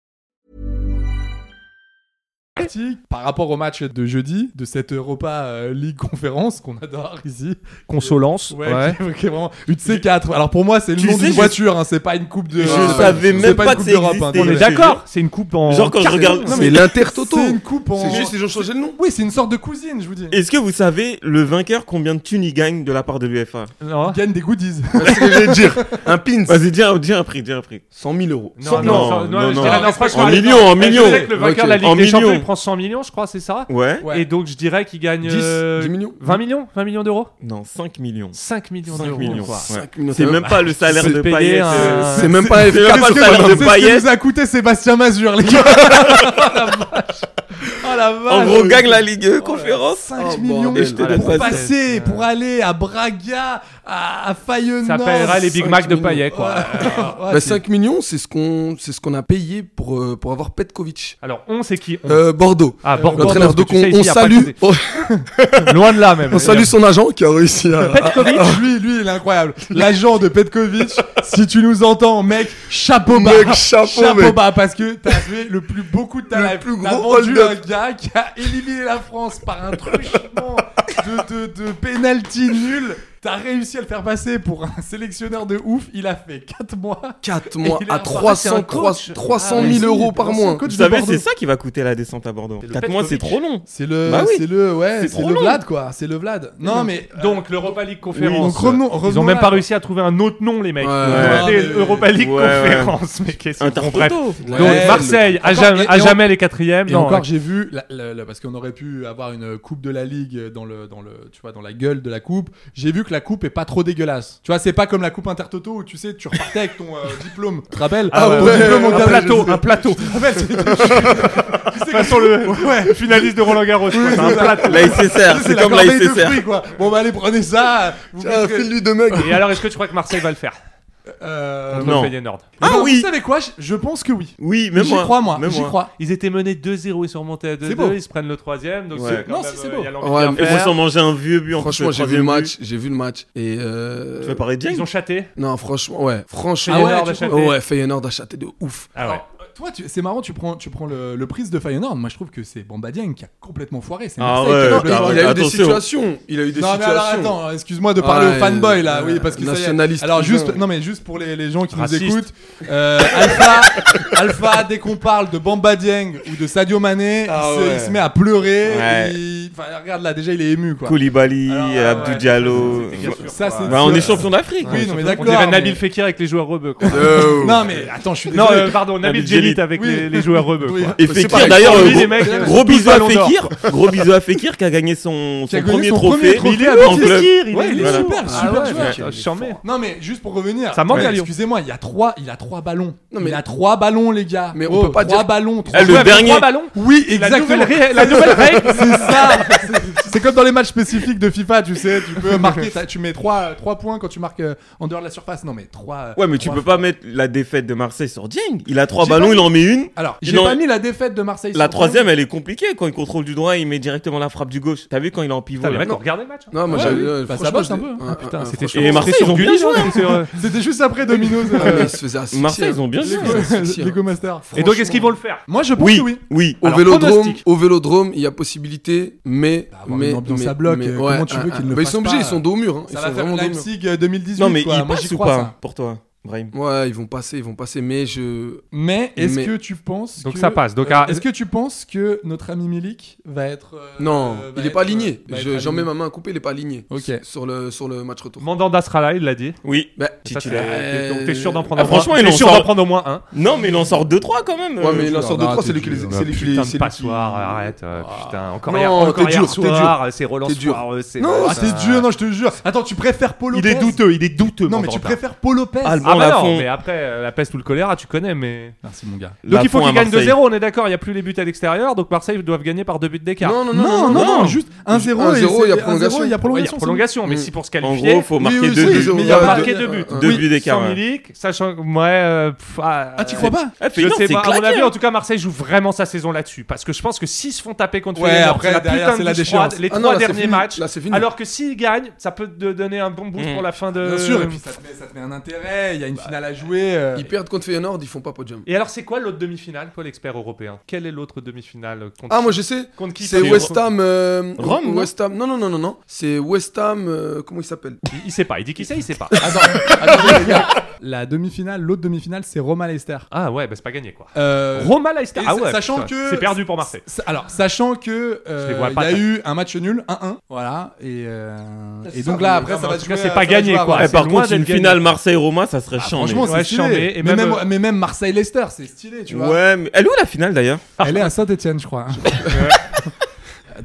[SPEAKER 8] partie par rapport au match de jeudi de cette Europa euh, League conférence qu'on adore ici.
[SPEAKER 2] Consolence.
[SPEAKER 8] Ouais, Qui, qui est vraiment une C4. Alors pour moi, c'est le
[SPEAKER 5] Tu
[SPEAKER 8] nom
[SPEAKER 5] sais,
[SPEAKER 8] d'une
[SPEAKER 5] je-
[SPEAKER 8] voiture, hein, c'est pas une coupe de.
[SPEAKER 5] Je
[SPEAKER 8] euh,
[SPEAKER 5] savais
[SPEAKER 8] c'est
[SPEAKER 5] même pas
[SPEAKER 8] une
[SPEAKER 5] que
[SPEAKER 8] coupe
[SPEAKER 5] ça
[SPEAKER 8] d'Europe,
[SPEAKER 5] existait.
[SPEAKER 8] hein,
[SPEAKER 2] On est
[SPEAKER 8] c'est-
[SPEAKER 2] d'accord, c'est une coupe en.
[SPEAKER 5] Genre, quand je regarde.
[SPEAKER 6] C'est l'Inter-Toto.
[SPEAKER 8] C'est une coupe en.
[SPEAKER 6] C'est juste, ils ont changé le nom.
[SPEAKER 8] Oui, c'est une sorte de cousine, je vous dis.
[SPEAKER 5] Est-ce que vous savez, le vainqueur, combien de thunes il gagne de la part de l'UFA
[SPEAKER 2] Non.
[SPEAKER 8] Ils gagnent des goodies.
[SPEAKER 6] C'est ce que j'allais te dire. Un pins.
[SPEAKER 5] Vas-y, dis, un- dis un prix, dis un prix.
[SPEAKER 6] 100 000 euros.
[SPEAKER 2] Non, non,
[SPEAKER 5] non,
[SPEAKER 2] non,
[SPEAKER 5] non,
[SPEAKER 2] je
[SPEAKER 5] non.
[SPEAKER 2] dirais- non, franchement,
[SPEAKER 5] En
[SPEAKER 2] allez,
[SPEAKER 5] millions, en
[SPEAKER 2] non.
[SPEAKER 5] millions.
[SPEAKER 2] Je sais que le vainqueur de la
[SPEAKER 5] Ok.
[SPEAKER 2] Ligue
[SPEAKER 5] En
[SPEAKER 2] des Champions,
[SPEAKER 5] millions.
[SPEAKER 2] il prend 100 millions, je crois, c'est ça
[SPEAKER 5] Ouais.
[SPEAKER 8] Ouais.
[SPEAKER 2] Et donc, je dirais qu'il gagne
[SPEAKER 6] 10,
[SPEAKER 2] euh,
[SPEAKER 6] 10 millions.
[SPEAKER 2] 20 millions 20 millions d'euros
[SPEAKER 5] Non, 5 millions.
[SPEAKER 2] 5 millions
[SPEAKER 5] 5
[SPEAKER 2] d'euros.
[SPEAKER 5] millions.
[SPEAKER 2] quoi.
[SPEAKER 5] ouais.
[SPEAKER 6] Cinq millions.
[SPEAKER 5] C'est même pas le salaire
[SPEAKER 2] C'est
[SPEAKER 5] de
[SPEAKER 2] payer
[SPEAKER 5] Payet.
[SPEAKER 2] un-
[SPEAKER 5] euh,
[SPEAKER 6] C'est même pas
[SPEAKER 5] C'est
[SPEAKER 6] FK.
[SPEAKER 5] même pas le salaire de
[SPEAKER 8] C'est ce que
[SPEAKER 5] Payet.
[SPEAKER 8] nous a coûté Sébastien Mazur, les gars. oh la vache. Oh la vache.
[SPEAKER 5] En gros, gagne la Ligue euh, Conférence.
[SPEAKER 8] 5
[SPEAKER 6] Oh,
[SPEAKER 8] millions
[SPEAKER 6] bordel.
[SPEAKER 2] Ah, la
[SPEAKER 8] pour
[SPEAKER 2] tristesse.
[SPEAKER 8] passer, pour aller à Braga, à, à Feyenoord.
[SPEAKER 2] Ça paiera les Big Mac de
[SPEAKER 6] millions.
[SPEAKER 2] Payet, quoi.
[SPEAKER 8] Ouais,
[SPEAKER 6] Bah,
[SPEAKER 8] c'est-
[SPEAKER 6] 5 millions, c'est ce qu'on c'est ce qu'on a payé pour, euh, pour avoir Petkovic.
[SPEAKER 2] Alors, on, c'est qui On.
[SPEAKER 6] Euh, Bordeaux.
[SPEAKER 2] Ah, Bordeaux.
[SPEAKER 6] L'entraîneur,
[SPEAKER 2] parce
[SPEAKER 6] donc
[SPEAKER 2] que tu sais,
[SPEAKER 6] on, on
[SPEAKER 2] ici, y a pas
[SPEAKER 6] salue,
[SPEAKER 2] que des- Loin de là, même.
[SPEAKER 6] on
[SPEAKER 8] euh,
[SPEAKER 6] salue son agent qui a réussi à.
[SPEAKER 2] Petkovic
[SPEAKER 8] lui, lui, il est incroyable. L'agent de Petkovic, si tu nous entends, mec, chapeau bas.
[SPEAKER 6] Mec, chapeau, mec.
[SPEAKER 8] bas, parce que t'as fait le plus beau coup de ta
[SPEAKER 6] Le
[SPEAKER 8] life.
[SPEAKER 6] plus
[SPEAKER 8] T'as
[SPEAKER 6] gros
[SPEAKER 8] vendu un
[SPEAKER 6] hold-up.
[SPEAKER 8] gars qui a éliminé la France par un truchement de, de, de penalty nul. T'as réussi à le faire passer pour un sélectionneur de ouf. Il a fait 4 mois.
[SPEAKER 6] 4
[SPEAKER 8] Et
[SPEAKER 6] mois
[SPEAKER 8] il est
[SPEAKER 6] à
[SPEAKER 8] reparti,
[SPEAKER 6] 300,
[SPEAKER 8] un coach.
[SPEAKER 6] 300
[SPEAKER 8] Ah,
[SPEAKER 6] 000
[SPEAKER 8] oui,
[SPEAKER 6] euros
[SPEAKER 8] c'est
[SPEAKER 6] par
[SPEAKER 8] un
[SPEAKER 6] mois.
[SPEAKER 8] coach
[SPEAKER 5] Vous
[SPEAKER 8] de
[SPEAKER 5] savez,
[SPEAKER 8] Bordeaux.
[SPEAKER 5] c'est ça qui va coûter la descente à Bordeaux. 4 mois, c'est trop long.
[SPEAKER 8] C'est le,
[SPEAKER 5] Bah oui.
[SPEAKER 8] c'est le, ouais,
[SPEAKER 5] C'est
[SPEAKER 8] c'est
[SPEAKER 5] trop
[SPEAKER 8] le
[SPEAKER 5] long.
[SPEAKER 8] Vlad quoi, c'est le Vlad. Non mais euh,
[SPEAKER 2] Donc, l'Europa League conférence.
[SPEAKER 8] donc revenons-
[SPEAKER 2] Ils
[SPEAKER 8] revenons
[SPEAKER 2] ont même
[SPEAKER 8] là,
[SPEAKER 2] pas
[SPEAKER 8] quoi.
[SPEAKER 2] réussi à trouver un autre nom, les mecs.
[SPEAKER 6] Ouais.
[SPEAKER 2] Ils ont appelé
[SPEAKER 8] Ouais, mais-
[SPEAKER 2] Europa League
[SPEAKER 5] Ouais, ouais.
[SPEAKER 2] conférence. Mais qu'est-ce que- bon, bref.
[SPEAKER 5] Intertoto.
[SPEAKER 2] Donc,
[SPEAKER 8] Ouais,
[SPEAKER 2] Marseille, à
[SPEAKER 8] Encore,
[SPEAKER 2] jamais,
[SPEAKER 8] et-
[SPEAKER 2] à
[SPEAKER 8] et
[SPEAKER 2] jamais les quatrièmes.
[SPEAKER 8] Et
[SPEAKER 2] Non,
[SPEAKER 8] encore, j'ai vu, la- la- la- parce qu'on aurait pu avoir une coupe de la ligue dans le, dans le, tu vois, dans la gueule de la coupe. J'ai vu que la coupe est pas trop dégueulasse. Tu vois, c'est pas comme la coupe Intertoto où tu sais, tu repartais avec ton euh, diplôme. Tu te rappelles
[SPEAKER 2] Ah
[SPEAKER 8] Ton
[SPEAKER 2] ouais,
[SPEAKER 8] diplôme en
[SPEAKER 2] un
[SPEAKER 8] table.
[SPEAKER 2] plateau,
[SPEAKER 8] Je-
[SPEAKER 2] un plateau.
[SPEAKER 8] je te rappelle, c'est- tu sais,
[SPEAKER 2] façon,
[SPEAKER 8] comme-
[SPEAKER 2] le-
[SPEAKER 8] Ouais.
[SPEAKER 2] Le finaliste de Roland Garros, quoi,
[SPEAKER 8] Oui,
[SPEAKER 2] c'est
[SPEAKER 8] c'est
[SPEAKER 2] un
[SPEAKER 8] ça.
[SPEAKER 2] plateau.
[SPEAKER 5] La SSR, c'est
[SPEAKER 8] C'est la
[SPEAKER 5] comme la
[SPEAKER 8] corbeille de
[SPEAKER 5] SSR.
[SPEAKER 8] fruits, quoi. Bon, bah, allez, prenez ça. Vous
[SPEAKER 6] Tiens,
[SPEAKER 8] faites-
[SPEAKER 6] euh, file-lui de mec.
[SPEAKER 2] Et alors, est-ce que tu crois que Marseille va le faire
[SPEAKER 8] Euh,
[SPEAKER 2] contre
[SPEAKER 5] Non.
[SPEAKER 2] le Feyenoord
[SPEAKER 8] mais
[SPEAKER 5] Ah
[SPEAKER 8] bon,
[SPEAKER 5] oui.
[SPEAKER 8] Vous savez quoi je, je pense que oui.
[SPEAKER 5] Oui, même
[SPEAKER 8] J'y
[SPEAKER 5] moi.
[SPEAKER 8] crois, moi.
[SPEAKER 5] Même
[SPEAKER 8] J'y crois.
[SPEAKER 2] Ils étaient menés 2-0, ils sont remontés à
[SPEAKER 8] beau.
[SPEAKER 2] 2-2, ils se prennent le troisième. Donc
[SPEAKER 5] Ouais.
[SPEAKER 2] c'est quand
[SPEAKER 8] Non,
[SPEAKER 2] même,
[SPEAKER 8] si, c'est
[SPEAKER 2] euh,
[SPEAKER 8] beau.
[SPEAKER 2] il y a l'envie
[SPEAKER 6] Ouais,
[SPEAKER 2] de
[SPEAKER 6] mais
[SPEAKER 5] Ils
[SPEAKER 2] faire.
[SPEAKER 5] vont s'en manger un vieux but en
[SPEAKER 6] Franchement, j'ai vu le match, j'ai vu le match et
[SPEAKER 5] Tu
[SPEAKER 6] euh...
[SPEAKER 5] vas parler de
[SPEAKER 2] Ils
[SPEAKER 5] James
[SPEAKER 2] ont chaté.
[SPEAKER 6] non franchement ouais franchement
[SPEAKER 8] Feyenoord
[SPEAKER 6] ouais,
[SPEAKER 8] a
[SPEAKER 6] tu-
[SPEAKER 2] chaté.
[SPEAKER 6] oh, ouais Feyenoord a chaté de ouf
[SPEAKER 2] Ah ouais.
[SPEAKER 8] Alors, euh, toi, tu- c'est marrant, tu prends, tu prends le, le prise de Feyenoord. Moi, je trouve que c'est Bamba Dieng qui a complètement foiré. C'est
[SPEAKER 5] Ah
[SPEAKER 8] Marseille
[SPEAKER 5] ouais,
[SPEAKER 8] qui a
[SPEAKER 6] Non, il,
[SPEAKER 8] complètement
[SPEAKER 5] t'as-
[SPEAKER 6] il a eu des
[SPEAKER 5] attention.
[SPEAKER 6] situations il a eu des
[SPEAKER 8] Non mais
[SPEAKER 6] situations
[SPEAKER 8] alors attends, excuse-moi de parler
[SPEAKER 6] Ouais,
[SPEAKER 8] aux fanboys là,
[SPEAKER 6] euh,
[SPEAKER 8] oui parce que ça y est.
[SPEAKER 6] nationaliste
[SPEAKER 8] Alors
[SPEAKER 6] cousin.
[SPEAKER 8] juste, non mais juste juste pour les, les gens qui
[SPEAKER 2] Raciste.
[SPEAKER 8] nous écoutent. Euh, Alpha, Alpha, dès qu'on parle de Bamba Dieng ou de Sadio Mané,
[SPEAKER 5] Ah
[SPEAKER 8] il, se,
[SPEAKER 5] ouais.
[SPEAKER 8] il se met à pleurer.
[SPEAKER 5] Ouais.
[SPEAKER 8] il- enfin, regarde là, déjà il est ému quoi.
[SPEAKER 5] Koulibaly, Abdou Diallo.
[SPEAKER 8] Ça, c'est
[SPEAKER 5] Bah, on est champion d'Afrique.
[SPEAKER 8] Oui, non, mais d'accord.
[SPEAKER 2] On dirait
[SPEAKER 8] mais-
[SPEAKER 2] Nabil Fekir avec les joueurs rebeux. quoi.
[SPEAKER 8] non mais attends, je suis
[SPEAKER 2] Non,
[SPEAKER 8] désolé.
[SPEAKER 2] euh, pardon, Nabil Djelit avec les, les joueurs rebeux. quoi.
[SPEAKER 5] Et
[SPEAKER 2] C'est
[SPEAKER 5] Fekir,
[SPEAKER 2] pareil,
[SPEAKER 5] d'ailleurs,
[SPEAKER 2] pour lui,
[SPEAKER 5] gros,
[SPEAKER 2] les mecs, euh,
[SPEAKER 5] gros
[SPEAKER 2] tous
[SPEAKER 5] bisous à
[SPEAKER 2] Ballon d'Or.
[SPEAKER 5] Fekir. Gros bisous à Fekir qui a gagné son,
[SPEAKER 8] Qui a
[SPEAKER 5] son
[SPEAKER 8] gagné
[SPEAKER 5] premier
[SPEAKER 8] son
[SPEAKER 5] trophée.
[SPEAKER 8] premier trophée.
[SPEAKER 5] en
[SPEAKER 8] Ouais,
[SPEAKER 5] club.
[SPEAKER 8] il est
[SPEAKER 5] Ouais,
[SPEAKER 8] super,
[SPEAKER 5] voilà.
[SPEAKER 8] super
[SPEAKER 2] Ah ouais,
[SPEAKER 8] joueur.
[SPEAKER 2] ouais, je t'en mets.
[SPEAKER 8] Non mais juste pour revenir.
[SPEAKER 2] Ça manque
[SPEAKER 8] Ouais.
[SPEAKER 2] à Lyon.
[SPEAKER 8] Excusez-moi, il y a trois, il a trois ballons.
[SPEAKER 6] Non, mais-
[SPEAKER 8] Il a trois ballons les gars.
[SPEAKER 6] Mais on
[SPEAKER 8] Oh,
[SPEAKER 6] peut pas
[SPEAKER 8] trois
[SPEAKER 6] dire-
[SPEAKER 8] ballons.
[SPEAKER 5] Eh,
[SPEAKER 8] Trois
[SPEAKER 5] le
[SPEAKER 8] ballons.
[SPEAKER 5] dernier-
[SPEAKER 2] Trois ballons.
[SPEAKER 8] Oui,
[SPEAKER 2] La
[SPEAKER 8] exactement.
[SPEAKER 2] nouvelle ré- la nouvelle règle.
[SPEAKER 8] C'est ça. C'est- C'est comme dans les matchs spécifiques de FIFA, tu sais, tu peux marquer, t'as- tu mets 3 trois points quand tu marques euh, en dehors de la surface. Non mais 3
[SPEAKER 5] Ouais, mais tu peux pas mettre la défaite de Marseille sur Dieng. Il a trois
[SPEAKER 8] J'ai
[SPEAKER 5] ballons,
[SPEAKER 8] pas
[SPEAKER 5] il en met une.
[SPEAKER 8] Alors,
[SPEAKER 5] Il
[SPEAKER 8] j'ai
[SPEAKER 5] en-
[SPEAKER 8] pas mis la défaite de Marseille.
[SPEAKER 5] La
[SPEAKER 8] sur
[SPEAKER 5] troisième, elle est compliquée. Quand il contrôle du droit, il met directement la frappe du gauche. T'as vu quand il est en pivot
[SPEAKER 2] Putain, les
[SPEAKER 5] là.
[SPEAKER 2] mecs ont regardé le match. hein.
[SPEAKER 6] Non, moi
[SPEAKER 8] Ouais,
[SPEAKER 6] j'avais.
[SPEAKER 8] oui.
[SPEAKER 6] euh,
[SPEAKER 8] Bah, ça
[SPEAKER 6] franchement,
[SPEAKER 8] bosse
[SPEAKER 6] je
[SPEAKER 8] un
[SPEAKER 6] l'ai-
[SPEAKER 8] peu.
[SPEAKER 6] Ah, ah,
[SPEAKER 2] Putain, c'était
[SPEAKER 6] franchement,
[SPEAKER 2] chaud.
[SPEAKER 5] Et Marseille,
[SPEAKER 2] C'était
[SPEAKER 5] ils
[SPEAKER 2] sur
[SPEAKER 5] ont bien
[SPEAKER 2] Gulli,
[SPEAKER 5] joué,
[SPEAKER 2] ouais,
[SPEAKER 5] hein.
[SPEAKER 2] sur, euh,
[SPEAKER 8] C'était juste après Domino's.
[SPEAKER 6] Ah, mais
[SPEAKER 8] euh,
[SPEAKER 6] il se faisait asphyxier,
[SPEAKER 5] Marseille,
[SPEAKER 6] hein.
[SPEAKER 5] ils ont bien joué.
[SPEAKER 6] se faisait asphyxier,
[SPEAKER 8] Lego Master.
[SPEAKER 2] Et donc, est-ce qu'ils vont le faire
[SPEAKER 8] Moi je pense
[SPEAKER 5] Oui,
[SPEAKER 8] que oui.
[SPEAKER 5] oui.
[SPEAKER 6] Au
[SPEAKER 2] Alors,
[SPEAKER 6] vélodrome,
[SPEAKER 2] pronostic.
[SPEAKER 6] au vélodrome, il y a possibilité, mais.
[SPEAKER 8] Bah, avoir
[SPEAKER 6] mais
[SPEAKER 8] une ambiance
[SPEAKER 6] mais-
[SPEAKER 8] à bloc,
[SPEAKER 6] mais-
[SPEAKER 8] euh, comment tu veux qu'ils ne
[SPEAKER 6] bah,
[SPEAKER 8] le
[SPEAKER 6] Ils sont
[SPEAKER 8] fassent
[SPEAKER 6] obligés,
[SPEAKER 8] pas,
[SPEAKER 6] ils sont dos au mur. hein. Ils
[SPEAKER 8] Ça
[SPEAKER 6] sont
[SPEAKER 8] va faire
[SPEAKER 6] vraiment dos au mur.
[SPEAKER 8] Leipzig euh, 2018.
[SPEAKER 5] Non, mais
[SPEAKER 8] quoi.
[SPEAKER 5] il
[SPEAKER 8] Moi j'y
[SPEAKER 5] passe ou
[SPEAKER 8] crois.
[SPEAKER 5] pas
[SPEAKER 8] ça.
[SPEAKER 5] pour toi, Brahim
[SPEAKER 6] Ouais, ils vont passer, ils vont passer, mais je.
[SPEAKER 8] Mais est-ce
[SPEAKER 6] Mais-
[SPEAKER 8] que tu penses
[SPEAKER 2] Donc
[SPEAKER 8] que-
[SPEAKER 2] ça passe. Donc, ah,
[SPEAKER 8] Euh,
[SPEAKER 2] à-
[SPEAKER 8] Est-ce que tu penses que notre ami Milik va être euh,
[SPEAKER 6] Non,
[SPEAKER 8] euh, va
[SPEAKER 6] il est
[SPEAKER 8] être,
[SPEAKER 6] pas aligné.
[SPEAKER 8] euh, va
[SPEAKER 6] Je-
[SPEAKER 8] être
[SPEAKER 6] J'en mets
[SPEAKER 8] aligné
[SPEAKER 6] ma main coupée, il est pas aligné.
[SPEAKER 8] Ok.
[SPEAKER 6] S- Sur le, sur le match retour.
[SPEAKER 2] Mandanda sera là, il l'a dit.
[SPEAKER 5] Oui.
[SPEAKER 6] Bah,
[SPEAKER 2] Ça, c'est-
[SPEAKER 5] Titulaire.
[SPEAKER 6] Euh,
[SPEAKER 2] Donc t'es sûr d'en prendre
[SPEAKER 5] Ah,
[SPEAKER 2] au moins-
[SPEAKER 5] franchement,
[SPEAKER 2] t'es
[SPEAKER 5] il en
[SPEAKER 2] sûr
[SPEAKER 5] sort-
[SPEAKER 2] d'en prendre au moins un.
[SPEAKER 5] Non, mais il en sort 2-3 quand même. euh,
[SPEAKER 6] Ouais, mais il en
[SPEAKER 8] euh, tu vois,
[SPEAKER 6] sort de
[SPEAKER 8] là,
[SPEAKER 6] trois, c'est
[SPEAKER 8] t'es
[SPEAKER 6] lui qui les.
[SPEAKER 8] dur,
[SPEAKER 6] c'est lui qui les-
[SPEAKER 2] Putain
[SPEAKER 6] c'est
[SPEAKER 2] de
[SPEAKER 6] lui qui-
[SPEAKER 2] passoire, arrête. euh, Putain, encore
[SPEAKER 6] Non,
[SPEAKER 2] hier, encore
[SPEAKER 6] t'es
[SPEAKER 2] hier
[SPEAKER 6] dur, t'es
[SPEAKER 2] soir, euh, c'est Roland
[SPEAKER 6] T'es dur.
[SPEAKER 2] Soir, euh, c'est.
[SPEAKER 8] Non,
[SPEAKER 2] Ah,
[SPEAKER 8] c'est dur, non, je te jure. Attends, tu préfères Paul
[SPEAKER 2] Il
[SPEAKER 8] Lopez
[SPEAKER 2] est douteux, il est douteux.
[SPEAKER 8] Non, mais
[SPEAKER 2] Mandanda.
[SPEAKER 8] tu préfères Paul Lopez
[SPEAKER 5] Ah, le-
[SPEAKER 2] Ah
[SPEAKER 5] Bon,
[SPEAKER 2] bah
[SPEAKER 5] la
[SPEAKER 2] non,
[SPEAKER 5] fond.
[SPEAKER 2] mais après euh, la peste ou le choléra, tu connais, mais.
[SPEAKER 8] Merci Ah, mon gars.
[SPEAKER 2] Donc il faut qu'ils gagnent 2-0,
[SPEAKER 5] 2-0
[SPEAKER 2] on est d'accord, il n'y a plus les buts à l'extérieur, donc Marseille doivent gagner par deux buts d'écart.
[SPEAKER 6] Non, non,
[SPEAKER 8] Non, non, non,
[SPEAKER 5] non.
[SPEAKER 8] juste 1-0 et
[SPEAKER 6] 1-0, il y a
[SPEAKER 8] c'est- 1-0, Il y a
[SPEAKER 6] prolongation.
[SPEAKER 2] Ouais, il y
[SPEAKER 8] prolongation.
[SPEAKER 2] a prolongation, mais
[SPEAKER 6] Mm.
[SPEAKER 2] si pour se
[SPEAKER 5] En
[SPEAKER 2] qualifier.
[SPEAKER 5] gros, faut
[SPEAKER 8] Oui,
[SPEAKER 5] marquer
[SPEAKER 8] oui,
[SPEAKER 5] deux
[SPEAKER 8] oui,
[SPEAKER 5] buts.
[SPEAKER 8] mais
[SPEAKER 2] il
[SPEAKER 8] il
[SPEAKER 2] y
[SPEAKER 8] y
[SPEAKER 2] a
[SPEAKER 8] a
[SPEAKER 2] marqué
[SPEAKER 8] deux-
[SPEAKER 2] deux buts.
[SPEAKER 6] euh,
[SPEAKER 5] deux buts d'écart,
[SPEAKER 2] Sans
[SPEAKER 5] ouais.
[SPEAKER 2] Milik, sachant que. Ouais. euh, pff, ah,
[SPEAKER 8] Ah, tu crois pas
[SPEAKER 5] Ah,
[SPEAKER 2] Je
[SPEAKER 5] Feyenoord,
[SPEAKER 2] sais
[SPEAKER 5] c'est
[SPEAKER 2] pas, à mon
[SPEAKER 5] claqué,
[SPEAKER 2] avis,
[SPEAKER 5] hein.
[SPEAKER 2] en tout cas, Marseille joue vraiment sa saison là-dessus. Parce que je pense que s'ils se font taper contre
[SPEAKER 8] Ouais,
[SPEAKER 2] Feyenoord,
[SPEAKER 8] après,
[SPEAKER 2] c'est la
[SPEAKER 8] derrière,
[SPEAKER 2] putain
[SPEAKER 8] c'est
[SPEAKER 2] de
[SPEAKER 8] la
[SPEAKER 2] douche
[SPEAKER 8] déchéance.
[SPEAKER 2] froide, les
[SPEAKER 6] Ah non,
[SPEAKER 2] trois
[SPEAKER 6] là, c'est
[SPEAKER 2] derniers
[SPEAKER 6] fini.
[SPEAKER 2] matchs.
[SPEAKER 6] Là, c'est fini.
[SPEAKER 2] Alors que s'ils gagnent, ça peut te donner un bon boost
[SPEAKER 5] Mm.
[SPEAKER 2] pour la fin de.
[SPEAKER 8] Bien sûr, Euh, et puis ça te, met, ça te met un intérêt, il y a une finale à jouer. euh,
[SPEAKER 6] Ils perdent contre Feyenoord, ils font pas podium.
[SPEAKER 2] Et alors, c'est quoi l'autre demi-finale, toi, l'expert européen Quelle est l'autre demi-finale contre...
[SPEAKER 6] Ah, moi je sais.
[SPEAKER 2] contre qui
[SPEAKER 6] C'est
[SPEAKER 2] t'as-
[SPEAKER 6] West Ham. euh,
[SPEAKER 5] Rome, non
[SPEAKER 6] West Ham. Non, non, non, non, non. C'est West Ham. euh, comment il s'appelle
[SPEAKER 2] Il, il sait pas, il dit qu'il sait, il sait pas.
[SPEAKER 8] Attends, attendez, les gars. La demi-finale, l'autre demi-finale, c'est Roma Leicester.
[SPEAKER 2] Ah ouais, bah c'est pas gagné quoi.
[SPEAKER 8] Euh,
[SPEAKER 2] Roma Leicester.
[SPEAKER 8] et
[SPEAKER 2] Ah
[SPEAKER 8] sa-
[SPEAKER 2] ouais,
[SPEAKER 8] sachant
[SPEAKER 2] putain,
[SPEAKER 8] que
[SPEAKER 2] c'est perdu pour Marseille.
[SPEAKER 8] S- Alors, sachant que euh,
[SPEAKER 2] Je les vois
[SPEAKER 8] il y
[SPEAKER 2] pas,
[SPEAKER 8] a
[SPEAKER 2] t'as-
[SPEAKER 8] eu un match nul, 1-1, voilà, et, euh, et
[SPEAKER 6] C'est
[SPEAKER 8] donc
[SPEAKER 6] ça,
[SPEAKER 8] là
[SPEAKER 6] mais
[SPEAKER 8] après
[SPEAKER 6] non,
[SPEAKER 8] ça
[SPEAKER 6] mais
[SPEAKER 8] va
[SPEAKER 6] en
[SPEAKER 8] se
[SPEAKER 6] tout
[SPEAKER 8] jouer
[SPEAKER 2] cas, c'est
[SPEAKER 8] à-
[SPEAKER 2] pas
[SPEAKER 8] ça va se
[SPEAKER 2] gagné,
[SPEAKER 8] jouer à
[SPEAKER 2] quoi.
[SPEAKER 8] Reims.
[SPEAKER 5] Eh, par
[SPEAKER 2] loin
[SPEAKER 5] contre,
[SPEAKER 2] d'être
[SPEAKER 5] une
[SPEAKER 2] gagné.
[SPEAKER 5] finale Marseille-Roma, ça serait chiant.
[SPEAKER 8] Franchement,
[SPEAKER 2] Ouais,
[SPEAKER 8] c'est stylé.
[SPEAKER 2] chambé, et
[SPEAKER 8] mais,
[SPEAKER 2] même,
[SPEAKER 8] même,
[SPEAKER 2] euh,
[SPEAKER 8] mais même Marseille Leicester, c'est stylé, tu vois.
[SPEAKER 5] Ouais, mais elle est où la finale d'ailleurs
[SPEAKER 8] Elle est à Saint-Etienne, je crois. hein.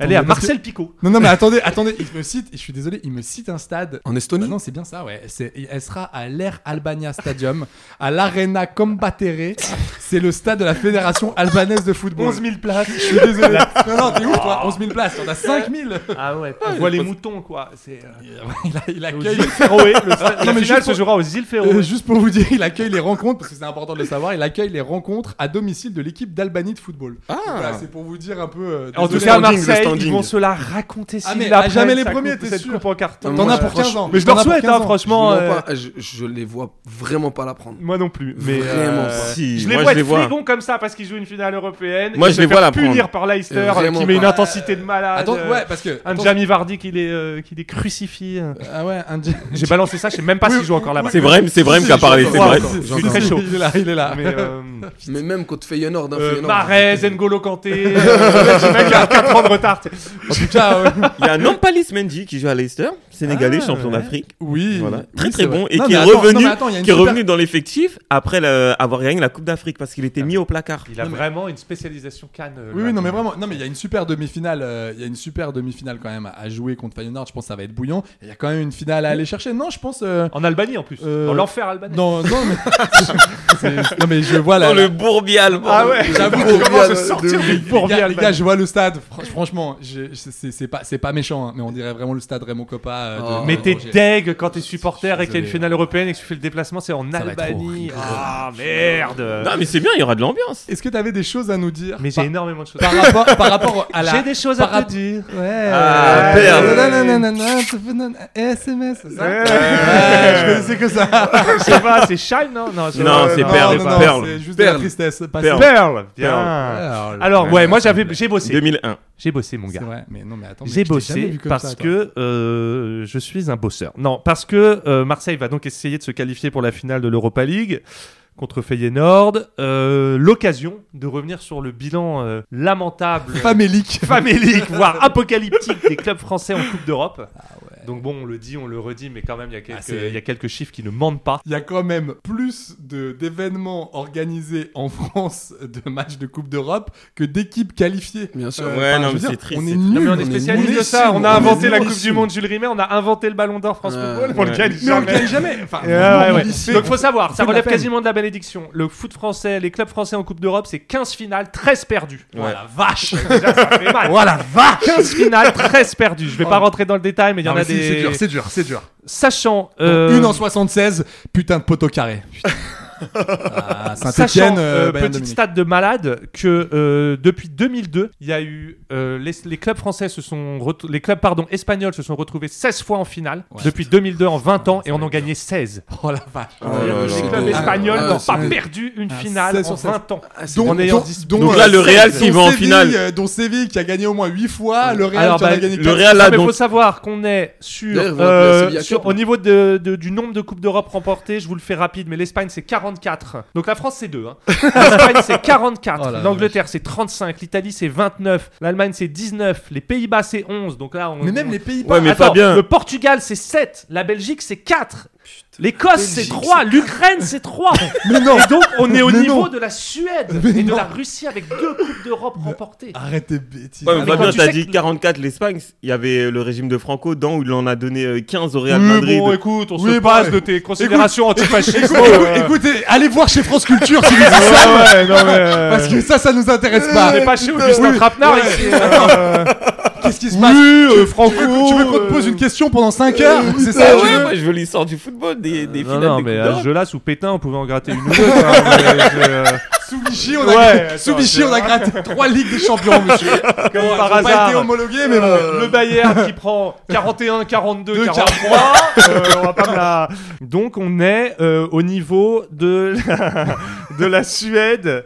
[SPEAKER 2] Elle est à
[SPEAKER 8] Attendez, parce que-
[SPEAKER 2] Marcel Picot.
[SPEAKER 8] Non, non, mais attendez, attendez, il me cite, je suis désolé, il me cite un stade.
[SPEAKER 6] En Estonie
[SPEAKER 8] Bah non, c'est bien ça, ouais. C'est- elle sera à l'Air Albania Stadium, à l'Arena Combattere. C'est le stade de la Fédération Albanaise de Football.
[SPEAKER 2] 11 000 places.
[SPEAKER 8] Je suis désolé. non, non, t'es ouf, toi. 11 000 places, t'en as 5 000.
[SPEAKER 2] Ah ouais, on voit les moutons quoi. C'est euh,
[SPEAKER 8] Il, a- il
[SPEAKER 2] aux
[SPEAKER 8] accueille.
[SPEAKER 2] îles Féroé. Le stade-
[SPEAKER 8] Non, mais
[SPEAKER 2] la finale
[SPEAKER 8] juste
[SPEAKER 2] se
[SPEAKER 8] pour-
[SPEAKER 2] jouera aux îles Féroé.
[SPEAKER 8] Euh, juste pour vous dire, il accueille les rencontres, parce que c'est important de le savoir, il accueille les rencontres à domicile de l'équipe d'Albanie de football. Ah. c'est pour vous dire un peu. euh,
[SPEAKER 2] En tout
[SPEAKER 8] désolé.
[SPEAKER 2] cas, à
[SPEAKER 5] standing, le
[SPEAKER 2] Marseille, ils
[SPEAKER 5] standing.
[SPEAKER 2] vont se la raconter si
[SPEAKER 8] Ah, mais à jamais les premiers, t'es
[SPEAKER 2] cette
[SPEAKER 8] sûr.
[SPEAKER 2] coupe en carton.
[SPEAKER 8] T'en as
[SPEAKER 6] Ouais,
[SPEAKER 8] pour 15 ans.
[SPEAKER 2] Mais je
[SPEAKER 8] T'en
[SPEAKER 2] leur
[SPEAKER 8] as pour
[SPEAKER 2] souhaite,
[SPEAKER 8] 15
[SPEAKER 2] hein,
[SPEAKER 8] ans.
[SPEAKER 6] Je, vous
[SPEAKER 2] franchement.
[SPEAKER 6] mens
[SPEAKER 2] euh,
[SPEAKER 6] pas, je, je les vois vraiment pas la prendre.
[SPEAKER 2] Moi non plus. Mais
[SPEAKER 6] Vraiment
[SPEAKER 2] euh,
[SPEAKER 6] pas.
[SPEAKER 5] Si,
[SPEAKER 2] je les
[SPEAKER 5] moi,
[SPEAKER 2] vois
[SPEAKER 5] je les
[SPEAKER 2] être
[SPEAKER 5] vois.
[SPEAKER 2] frigons comme ça parce qu'ils jouent une finale européenne.
[SPEAKER 5] Moi,
[SPEAKER 2] Et
[SPEAKER 5] je
[SPEAKER 2] se
[SPEAKER 5] les
[SPEAKER 2] faire
[SPEAKER 5] vois la
[SPEAKER 2] punir
[SPEAKER 5] prendre.
[SPEAKER 2] par Leicester
[SPEAKER 6] Vraiment
[SPEAKER 2] qui met une
[SPEAKER 6] pas.
[SPEAKER 2] intensité de malade.
[SPEAKER 8] Attends,
[SPEAKER 2] euh,
[SPEAKER 8] ouais, parce que.
[SPEAKER 2] Un
[SPEAKER 8] attends-
[SPEAKER 2] Jamie Vardy qui les, euh, qui les crucifie. euh.
[SPEAKER 8] Ah ouais, un Jamie.
[SPEAKER 2] J'ai balancé ça, je sais même pas
[SPEAKER 8] Oui,
[SPEAKER 2] s'il joue encore là-bas.
[SPEAKER 5] C'est Brahim, c'est Brahim
[SPEAKER 6] Si,
[SPEAKER 5] qui a
[SPEAKER 6] si,
[SPEAKER 5] parlé.
[SPEAKER 6] j'entends,
[SPEAKER 5] C'est vrai.
[SPEAKER 6] j'entends,
[SPEAKER 5] Je suis
[SPEAKER 6] j'entends.
[SPEAKER 5] très chaud.
[SPEAKER 8] Il est là, il est là.
[SPEAKER 2] Mais, euh,
[SPEAKER 6] Mais même contre Feyenoord, hein,
[SPEAKER 2] Euh,
[SPEAKER 6] Feyenoord.
[SPEAKER 2] Mahrez, N'Golo Kanté, euh, le mec a 4 ans de retard. t'sais.
[SPEAKER 8] En tout cas, ouais.
[SPEAKER 5] Il y a Nampalis Mendy qui joue à Leicester, sénégalais,
[SPEAKER 2] Ah,
[SPEAKER 5] champion
[SPEAKER 2] ouais.
[SPEAKER 5] d'Afrique.
[SPEAKER 8] oui.
[SPEAKER 5] Voilà.
[SPEAKER 8] oui,
[SPEAKER 5] Très
[SPEAKER 8] c'est
[SPEAKER 5] très
[SPEAKER 8] vrai.
[SPEAKER 5] bon et
[SPEAKER 8] Non,
[SPEAKER 5] qui
[SPEAKER 8] mais
[SPEAKER 5] est
[SPEAKER 8] attends, non,
[SPEAKER 5] revenu,
[SPEAKER 8] mais attends, il y a une
[SPEAKER 5] qui est
[SPEAKER 8] super-
[SPEAKER 5] revenu dans l'effectif après le- avoir gagné la Coupe d'Afrique parce qu'il était mis au placard.
[SPEAKER 2] Il a vraiment une spécialisation canne. euh,
[SPEAKER 8] Oui,
[SPEAKER 2] là.
[SPEAKER 8] oui, non, mais vraiment, non, mais il y a une super demi-finale, euh, il y a une super demi-finale quand même à- à jouer contre Feyenoord. Je pense que ça va être bouillant. Et Il y a quand même une finale à aller chercher. Non, je pense. euh,
[SPEAKER 2] En Albanie en plus.
[SPEAKER 8] Euh,
[SPEAKER 2] Dans l'enfer albanais.
[SPEAKER 8] Non, non, mais. C'est- non, mais je vois la.
[SPEAKER 5] Dans le bourbier allemand.
[SPEAKER 2] Ah ouais,
[SPEAKER 8] J'avoue,
[SPEAKER 2] on commence à
[SPEAKER 6] de-
[SPEAKER 2] sortir
[SPEAKER 6] de-
[SPEAKER 2] du
[SPEAKER 8] les,
[SPEAKER 2] bourbier
[SPEAKER 8] gars, les
[SPEAKER 2] albanais.
[SPEAKER 8] gars, je vois le stade. Fr- franchement, je- je- c'est c'est pas, c'est pas méchant, hein, mais on dirait vraiment le stade Raymond Coppa. euh, de-
[SPEAKER 6] Oh.
[SPEAKER 8] de
[SPEAKER 2] Mais t'es
[SPEAKER 8] Roger.
[SPEAKER 2] deg quand t'es supporter
[SPEAKER 8] Je suis
[SPEAKER 2] et qu'il y a une
[SPEAKER 8] désolé.
[SPEAKER 2] finale européenne et que tu fais le déplacement, c'est en
[SPEAKER 8] Ça va être
[SPEAKER 2] Albanie. Ah merde.
[SPEAKER 5] Non mais c'est bien, il y aura de l'ambiance.
[SPEAKER 8] Est-ce que t'avais des choses à nous dire
[SPEAKER 2] Mais
[SPEAKER 8] par,
[SPEAKER 2] j'ai énormément de choses.
[SPEAKER 8] par rapport, par rapport à la.
[SPEAKER 2] J'ai des choses
[SPEAKER 8] par
[SPEAKER 2] à
[SPEAKER 8] rap-
[SPEAKER 2] te dire.
[SPEAKER 8] Ouais.
[SPEAKER 5] Ah, perle.
[SPEAKER 8] Nanananana, nanana, SMS, c'est ça
[SPEAKER 2] Ouais.
[SPEAKER 8] Ouais, je connaissais que ça.
[SPEAKER 2] Je sais pas, c'est Shine, non Non,
[SPEAKER 5] Non, c'est
[SPEAKER 2] non,
[SPEAKER 5] Perle,
[SPEAKER 2] non,
[SPEAKER 5] pas
[SPEAKER 2] non.
[SPEAKER 5] Perle.
[SPEAKER 8] C'est juste de
[SPEAKER 5] Perle.
[SPEAKER 8] la tristesse. pas Ah, oh
[SPEAKER 5] Perle.
[SPEAKER 8] ça.
[SPEAKER 2] Perle. Bien.
[SPEAKER 8] Perle.
[SPEAKER 2] Alors, ouais, moi j'avais, j'ai bossé.
[SPEAKER 5] 2001.
[SPEAKER 2] J'ai bossé, mon
[SPEAKER 8] C'est
[SPEAKER 2] gars.
[SPEAKER 8] vrai, mais non, mais attends. mais
[SPEAKER 2] J'ai
[SPEAKER 8] je t'ai jamais
[SPEAKER 2] bossé
[SPEAKER 8] vu comme
[SPEAKER 2] parce
[SPEAKER 8] ça, toi.
[SPEAKER 2] que euh, je, je suis un bosseur. Non, parce que euh, Marseille va donc essayer de se qualifier pour la finale de l'Europa League contre Feyenoord. Euh, L'occasion de revenir sur le bilan euh, lamentable,
[SPEAKER 8] Famélique.
[SPEAKER 2] famélique, voire apocalyptique des clubs français en Coupe d'Europe. Donc bon, on le dit, on le redit, mais quand même, il y a quelques,
[SPEAKER 8] c'est-
[SPEAKER 2] il y a quelques chiffres qui ne mentent pas.
[SPEAKER 8] Il y a quand même plus de- d'événements organisés en France de matchs de Coupe d'Europe que d'équipes qualifiées. Euh,
[SPEAKER 6] Bien sûr.
[SPEAKER 5] Ouais, non, mais c'est triste,
[SPEAKER 8] On
[SPEAKER 5] c'est
[SPEAKER 8] est
[SPEAKER 5] triste.
[SPEAKER 8] nuls,
[SPEAKER 5] Non, mais on est
[SPEAKER 8] nuls,
[SPEAKER 2] spécialiste
[SPEAKER 8] nuls,
[SPEAKER 2] de ça.
[SPEAKER 8] nuls,
[SPEAKER 2] On a inventé
[SPEAKER 8] nuls,
[SPEAKER 2] la
[SPEAKER 8] nuls.
[SPEAKER 2] Coupe du Monde, Jules Rimet. On a inventé le Ballon d'Or France Football. mais On le
[SPEAKER 8] ouais.
[SPEAKER 2] gagne
[SPEAKER 8] Mais on le
[SPEAKER 2] jamais.
[SPEAKER 8] gagne jamais. Enfin,
[SPEAKER 2] Et ouais,
[SPEAKER 8] on
[SPEAKER 2] ouais, ouais.
[SPEAKER 8] l'oublie.
[SPEAKER 2] Donc faut savoir, ça
[SPEAKER 8] C'est de la
[SPEAKER 2] relève
[SPEAKER 8] peine.
[SPEAKER 2] quasiment de la bénédiction. Le foot français, les clubs français en Coupe d'Europe, c'est 15 finales, 13 perdues.
[SPEAKER 8] Ouais.
[SPEAKER 2] Voilà, vache. Déjà, ça fait mal.
[SPEAKER 8] Voilà, Oh vache.
[SPEAKER 2] 15 finales, 13 perdues. Je vais pas
[SPEAKER 8] Oh.
[SPEAKER 2] rentrer dans le détail, mais il y
[SPEAKER 8] Non,
[SPEAKER 2] en a
[SPEAKER 8] mais c'est-
[SPEAKER 2] des.
[SPEAKER 8] C'est dur, c'est dur, c'est dur.
[SPEAKER 2] Sachant.
[SPEAKER 8] Donc,
[SPEAKER 2] euh,
[SPEAKER 8] Une en 76, putain de poteau carré. Ah,
[SPEAKER 2] Sachant,
[SPEAKER 8] Saint-Etienne,
[SPEAKER 2] euh, petite stat de malade, que euh, depuis 2002, il y a eu euh, les, les clubs français se sont retou- les clubs pardon espagnols se sont retrouvés 16 fois en finale depuis 2002 en 20 ans et on en gagnait 16.
[SPEAKER 8] Oh la vache.
[SPEAKER 6] Ah,
[SPEAKER 2] les clubs espagnols
[SPEAKER 8] Ah,
[SPEAKER 2] n'ont
[SPEAKER 8] c'est
[SPEAKER 2] pas
[SPEAKER 8] vrai.
[SPEAKER 2] perdu une finale
[SPEAKER 8] Ah,
[SPEAKER 2] en
[SPEAKER 8] c'est sur
[SPEAKER 2] 20 ans.
[SPEAKER 8] c'est-
[SPEAKER 2] en
[SPEAKER 8] dont-
[SPEAKER 2] ayant
[SPEAKER 8] dont-
[SPEAKER 2] dis-
[SPEAKER 8] dont,
[SPEAKER 5] Donc
[SPEAKER 8] euh,
[SPEAKER 5] là, le Real,
[SPEAKER 8] dont
[SPEAKER 5] s'il va en
[SPEAKER 8] Séville,
[SPEAKER 5] finale.
[SPEAKER 8] euh, Dont Séville qui a gagné au moins 8 fois, le Real
[SPEAKER 2] Alors,
[SPEAKER 8] qui en a
[SPEAKER 2] bah,
[SPEAKER 8] gagné
[SPEAKER 5] le
[SPEAKER 8] 4
[SPEAKER 5] Real
[SPEAKER 2] Non,
[SPEAKER 5] a
[SPEAKER 2] mais
[SPEAKER 5] Ah, donc-
[SPEAKER 2] faut savoir qu'on est sur,
[SPEAKER 6] D'ailleurs, ils vont l'appeler
[SPEAKER 2] euh,
[SPEAKER 6] la Sevilla
[SPEAKER 2] sur-
[SPEAKER 6] Cup,
[SPEAKER 2] au
[SPEAKER 6] hein.
[SPEAKER 2] niveau de- de- du nombre de coupes d'Europe remportées, je vous le fais rapide, mais l'Espagne c'est 44. Donc la France c'est 2. L'Espagne c'est 44.
[SPEAKER 8] Oh la
[SPEAKER 2] L'Angleterre c'est 35. L'Italie c'est 29. L'Allemagne c'est 19. Les Pays-Bas c'est 11. Donc là on.
[SPEAKER 8] Mais même
[SPEAKER 2] on-
[SPEAKER 8] les Pays-Bas.
[SPEAKER 5] Ouais, mais
[SPEAKER 2] Attends,
[SPEAKER 5] Fabien.
[SPEAKER 2] Le Portugal c'est 7. La Belgique c'est 4. L'Écosse c'est
[SPEAKER 6] Belgique,
[SPEAKER 2] 3. L'Ukraine c'est 3.
[SPEAKER 8] Mais non.
[SPEAKER 2] Et donc on est au
[SPEAKER 8] Mais
[SPEAKER 2] niveau
[SPEAKER 8] non.
[SPEAKER 2] de la Suède
[SPEAKER 8] Mais
[SPEAKER 2] et de
[SPEAKER 8] non. Ah,
[SPEAKER 2] la Russie avec deux coupes d'Europe remportées.
[SPEAKER 8] Arrête tes bêtises. Ah,
[SPEAKER 5] Ouais, mais
[SPEAKER 2] mais quand
[SPEAKER 5] Fabien,
[SPEAKER 2] tu
[SPEAKER 5] t'as
[SPEAKER 2] sais
[SPEAKER 5] dit
[SPEAKER 2] que-
[SPEAKER 5] 44 l'Espagne, il y avait le régime de Franco dedans où il en a donné euh, 15 au Real
[SPEAKER 2] Oui,
[SPEAKER 5] Madrid.
[SPEAKER 2] bon, écoute, on
[SPEAKER 8] Oui,
[SPEAKER 2] se
[SPEAKER 8] bah,
[SPEAKER 2] passe de tes considérations antifascistes.
[SPEAKER 8] Écoute, écoute,
[SPEAKER 2] euh,
[SPEAKER 8] écoutez, allez voir chez France Culture si vous dites
[SPEAKER 2] ouais,
[SPEAKER 8] ça.
[SPEAKER 2] ouais, non, mais, euh,
[SPEAKER 8] Parce que ça, ça nous intéresse
[SPEAKER 2] on
[SPEAKER 8] pas.
[SPEAKER 2] n'est pas chez Augustin
[SPEAKER 8] Oui,
[SPEAKER 2] Trapenard
[SPEAKER 8] ouais.
[SPEAKER 2] ici. hein. Euh,
[SPEAKER 8] Qu'est-ce qui se
[SPEAKER 2] Oui,
[SPEAKER 8] passe
[SPEAKER 2] euh,
[SPEAKER 8] Tu veux-
[SPEAKER 2] Franco,
[SPEAKER 8] Tu veux, tu veux qu'on te pose
[SPEAKER 2] euh,
[SPEAKER 8] une question pendant 5 heures C'est ça
[SPEAKER 5] Ah
[SPEAKER 8] tu
[SPEAKER 5] ouais,
[SPEAKER 8] veux
[SPEAKER 5] moi, je veux l'histoire du football, des, des
[SPEAKER 2] Non,
[SPEAKER 5] finales
[SPEAKER 2] non,
[SPEAKER 5] des
[SPEAKER 2] mais euh,
[SPEAKER 5] Coupes
[SPEAKER 2] à
[SPEAKER 5] d'Europe.
[SPEAKER 2] ce jeu-là, sous Pétain, on pouvait en gratter une ou deux. quoi, mais euh, je-
[SPEAKER 8] Sous Vichy, on a,
[SPEAKER 2] Ouais, attends,
[SPEAKER 8] sous Vichy,
[SPEAKER 2] c'est-
[SPEAKER 8] on a gratté 3 Ligues des Champions, monsieur. Comme
[SPEAKER 2] par
[SPEAKER 8] pas
[SPEAKER 2] hasard. Euh,
[SPEAKER 8] été homologué, mais bon.
[SPEAKER 2] Le Bayern qui prend 41, 42, 43. euh, on va pas me la- Donc on est euh, au niveau de la, de la Suède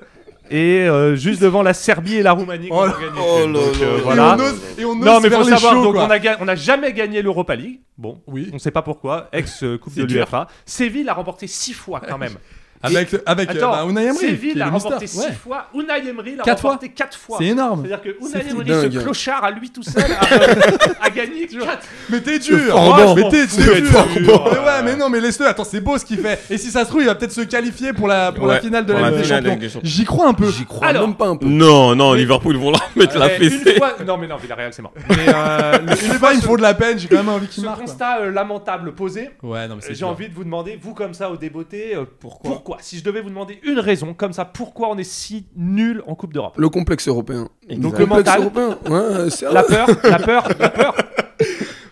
[SPEAKER 2] et euh, juste devant la Serbie et la Roumanie. qu'on
[SPEAKER 8] Oh
[SPEAKER 2] a
[SPEAKER 8] là-
[SPEAKER 2] gagné.
[SPEAKER 5] oh là
[SPEAKER 2] Donc, euh,
[SPEAKER 5] là.
[SPEAKER 2] voilà.
[SPEAKER 8] Et on ose, et on ose
[SPEAKER 2] Non mais
[SPEAKER 8] faire
[SPEAKER 2] faut
[SPEAKER 8] les
[SPEAKER 2] savoir,
[SPEAKER 8] shows,
[SPEAKER 2] donc
[SPEAKER 8] quoi.
[SPEAKER 2] on a, ga- on a jamais gagné l'Europa League. Bon,
[SPEAKER 8] Oui.
[SPEAKER 2] on sait pas pourquoi. Ex euh, Coupe
[SPEAKER 5] C'est
[SPEAKER 2] de
[SPEAKER 5] dur.
[SPEAKER 2] l'UEFA. Séville a remporté 6 fois quand même.
[SPEAKER 8] Avec, avec euh,
[SPEAKER 2] Attends,
[SPEAKER 8] bah, Unai Emery. qui est
[SPEAKER 2] Séville
[SPEAKER 8] le
[SPEAKER 2] a
[SPEAKER 8] mister.
[SPEAKER 2] remporté 6
[SPEAKER 8] Ouais.
[SPEAKER 2] fois. Unai Emery l'a
[SPEAKER 8] Quatre
[SPEAKER 2] remporté 4 fois.
[SPEAKER 8] C'est énorme.
[SPEAKER 2] C'est-à-dire que
[SPEAKER 8] C'est
[SPEAKER 2] Unai
[SPEAKER 8] fou.
[SPEAKER 2] Emery,
[SPEAKER 6] Dingue.
[SPEAKER 2] ce clochard à lui tout seul, a, a gagné 4
[SPEAKER 8] Mais t'es dur.
[SPEAKER 2] Farbon.
[SPEAKER 8] Mais t'es
[SPEAKER 2] Fou,
[SPEAKER 8] dur.
[SPEAKER 2] mais t'es
[SPEAKER 8] Mais
[SPEAKER 2] dur.
[SPEAKER 8] ouais, mais non, mais laisse-le. Attends, c'est beau ce qu'il fait. Et si ça se trouve, il va peut-être se qualifier pour la pour la
[SPEAKER 5] Ouais,
[SPEAKER 8] finale de
[SPEAKER 5] pour
[SPEAKER 8] la
[SPEAKER 5] la
[SPEAKER 8] Ligue des
[SPEAKER 5] finale de la
[SPEAKER 8] Champions.
[SPEAKER 5] Ligue des Champions.
[SPEAKER 8] J'y crois un peu.
[SPEAKER 6] J'y crois
[SPEAKER 2] Alors-
[SPEAKER 6] même pas un peu.
[SPEAKER 5] Non, non, Liverpool, ils vont leur mettre la
[SPEAKER 2] Mais une
[SPEAKER 5] fessée.
[SPEAKER 2] fois... Non, mais non, Villarreal, c'est mort. Mais euh, le-
[SPEAKER 8] Je sais pas, il me faut de la peine. J'ai quand même envie
[SPEAKER 2] ce
[SPEAKER 8] qu'il marque. quoi.
[SPEAKER 2] constat euh, lamentable posé, euh,
[SPEAKER 8] Ouais, non, mais
[SPEAKER 2] j'ai
[SPEAKER 8] dur.
[SPEAKER 2] envie de vous demander, vous comme ça, au débeauté, euh, pourquoi, Si je devais vous demander une raison, comme ça, pourquoi on est si nul en Coupe d'Europe
[SPEAKER 6] Le complexe européen.
[SPEAKER 2] Donc
[SPEAKER 6] le
[SPEAKER 2] le
[SPEAKER 6] complexe
[SPEAKER 2] mental,
[SPEAKER 6] européen. Ouais, euh, c'est
[SPEAKER 2] la peur, la peur, la peur,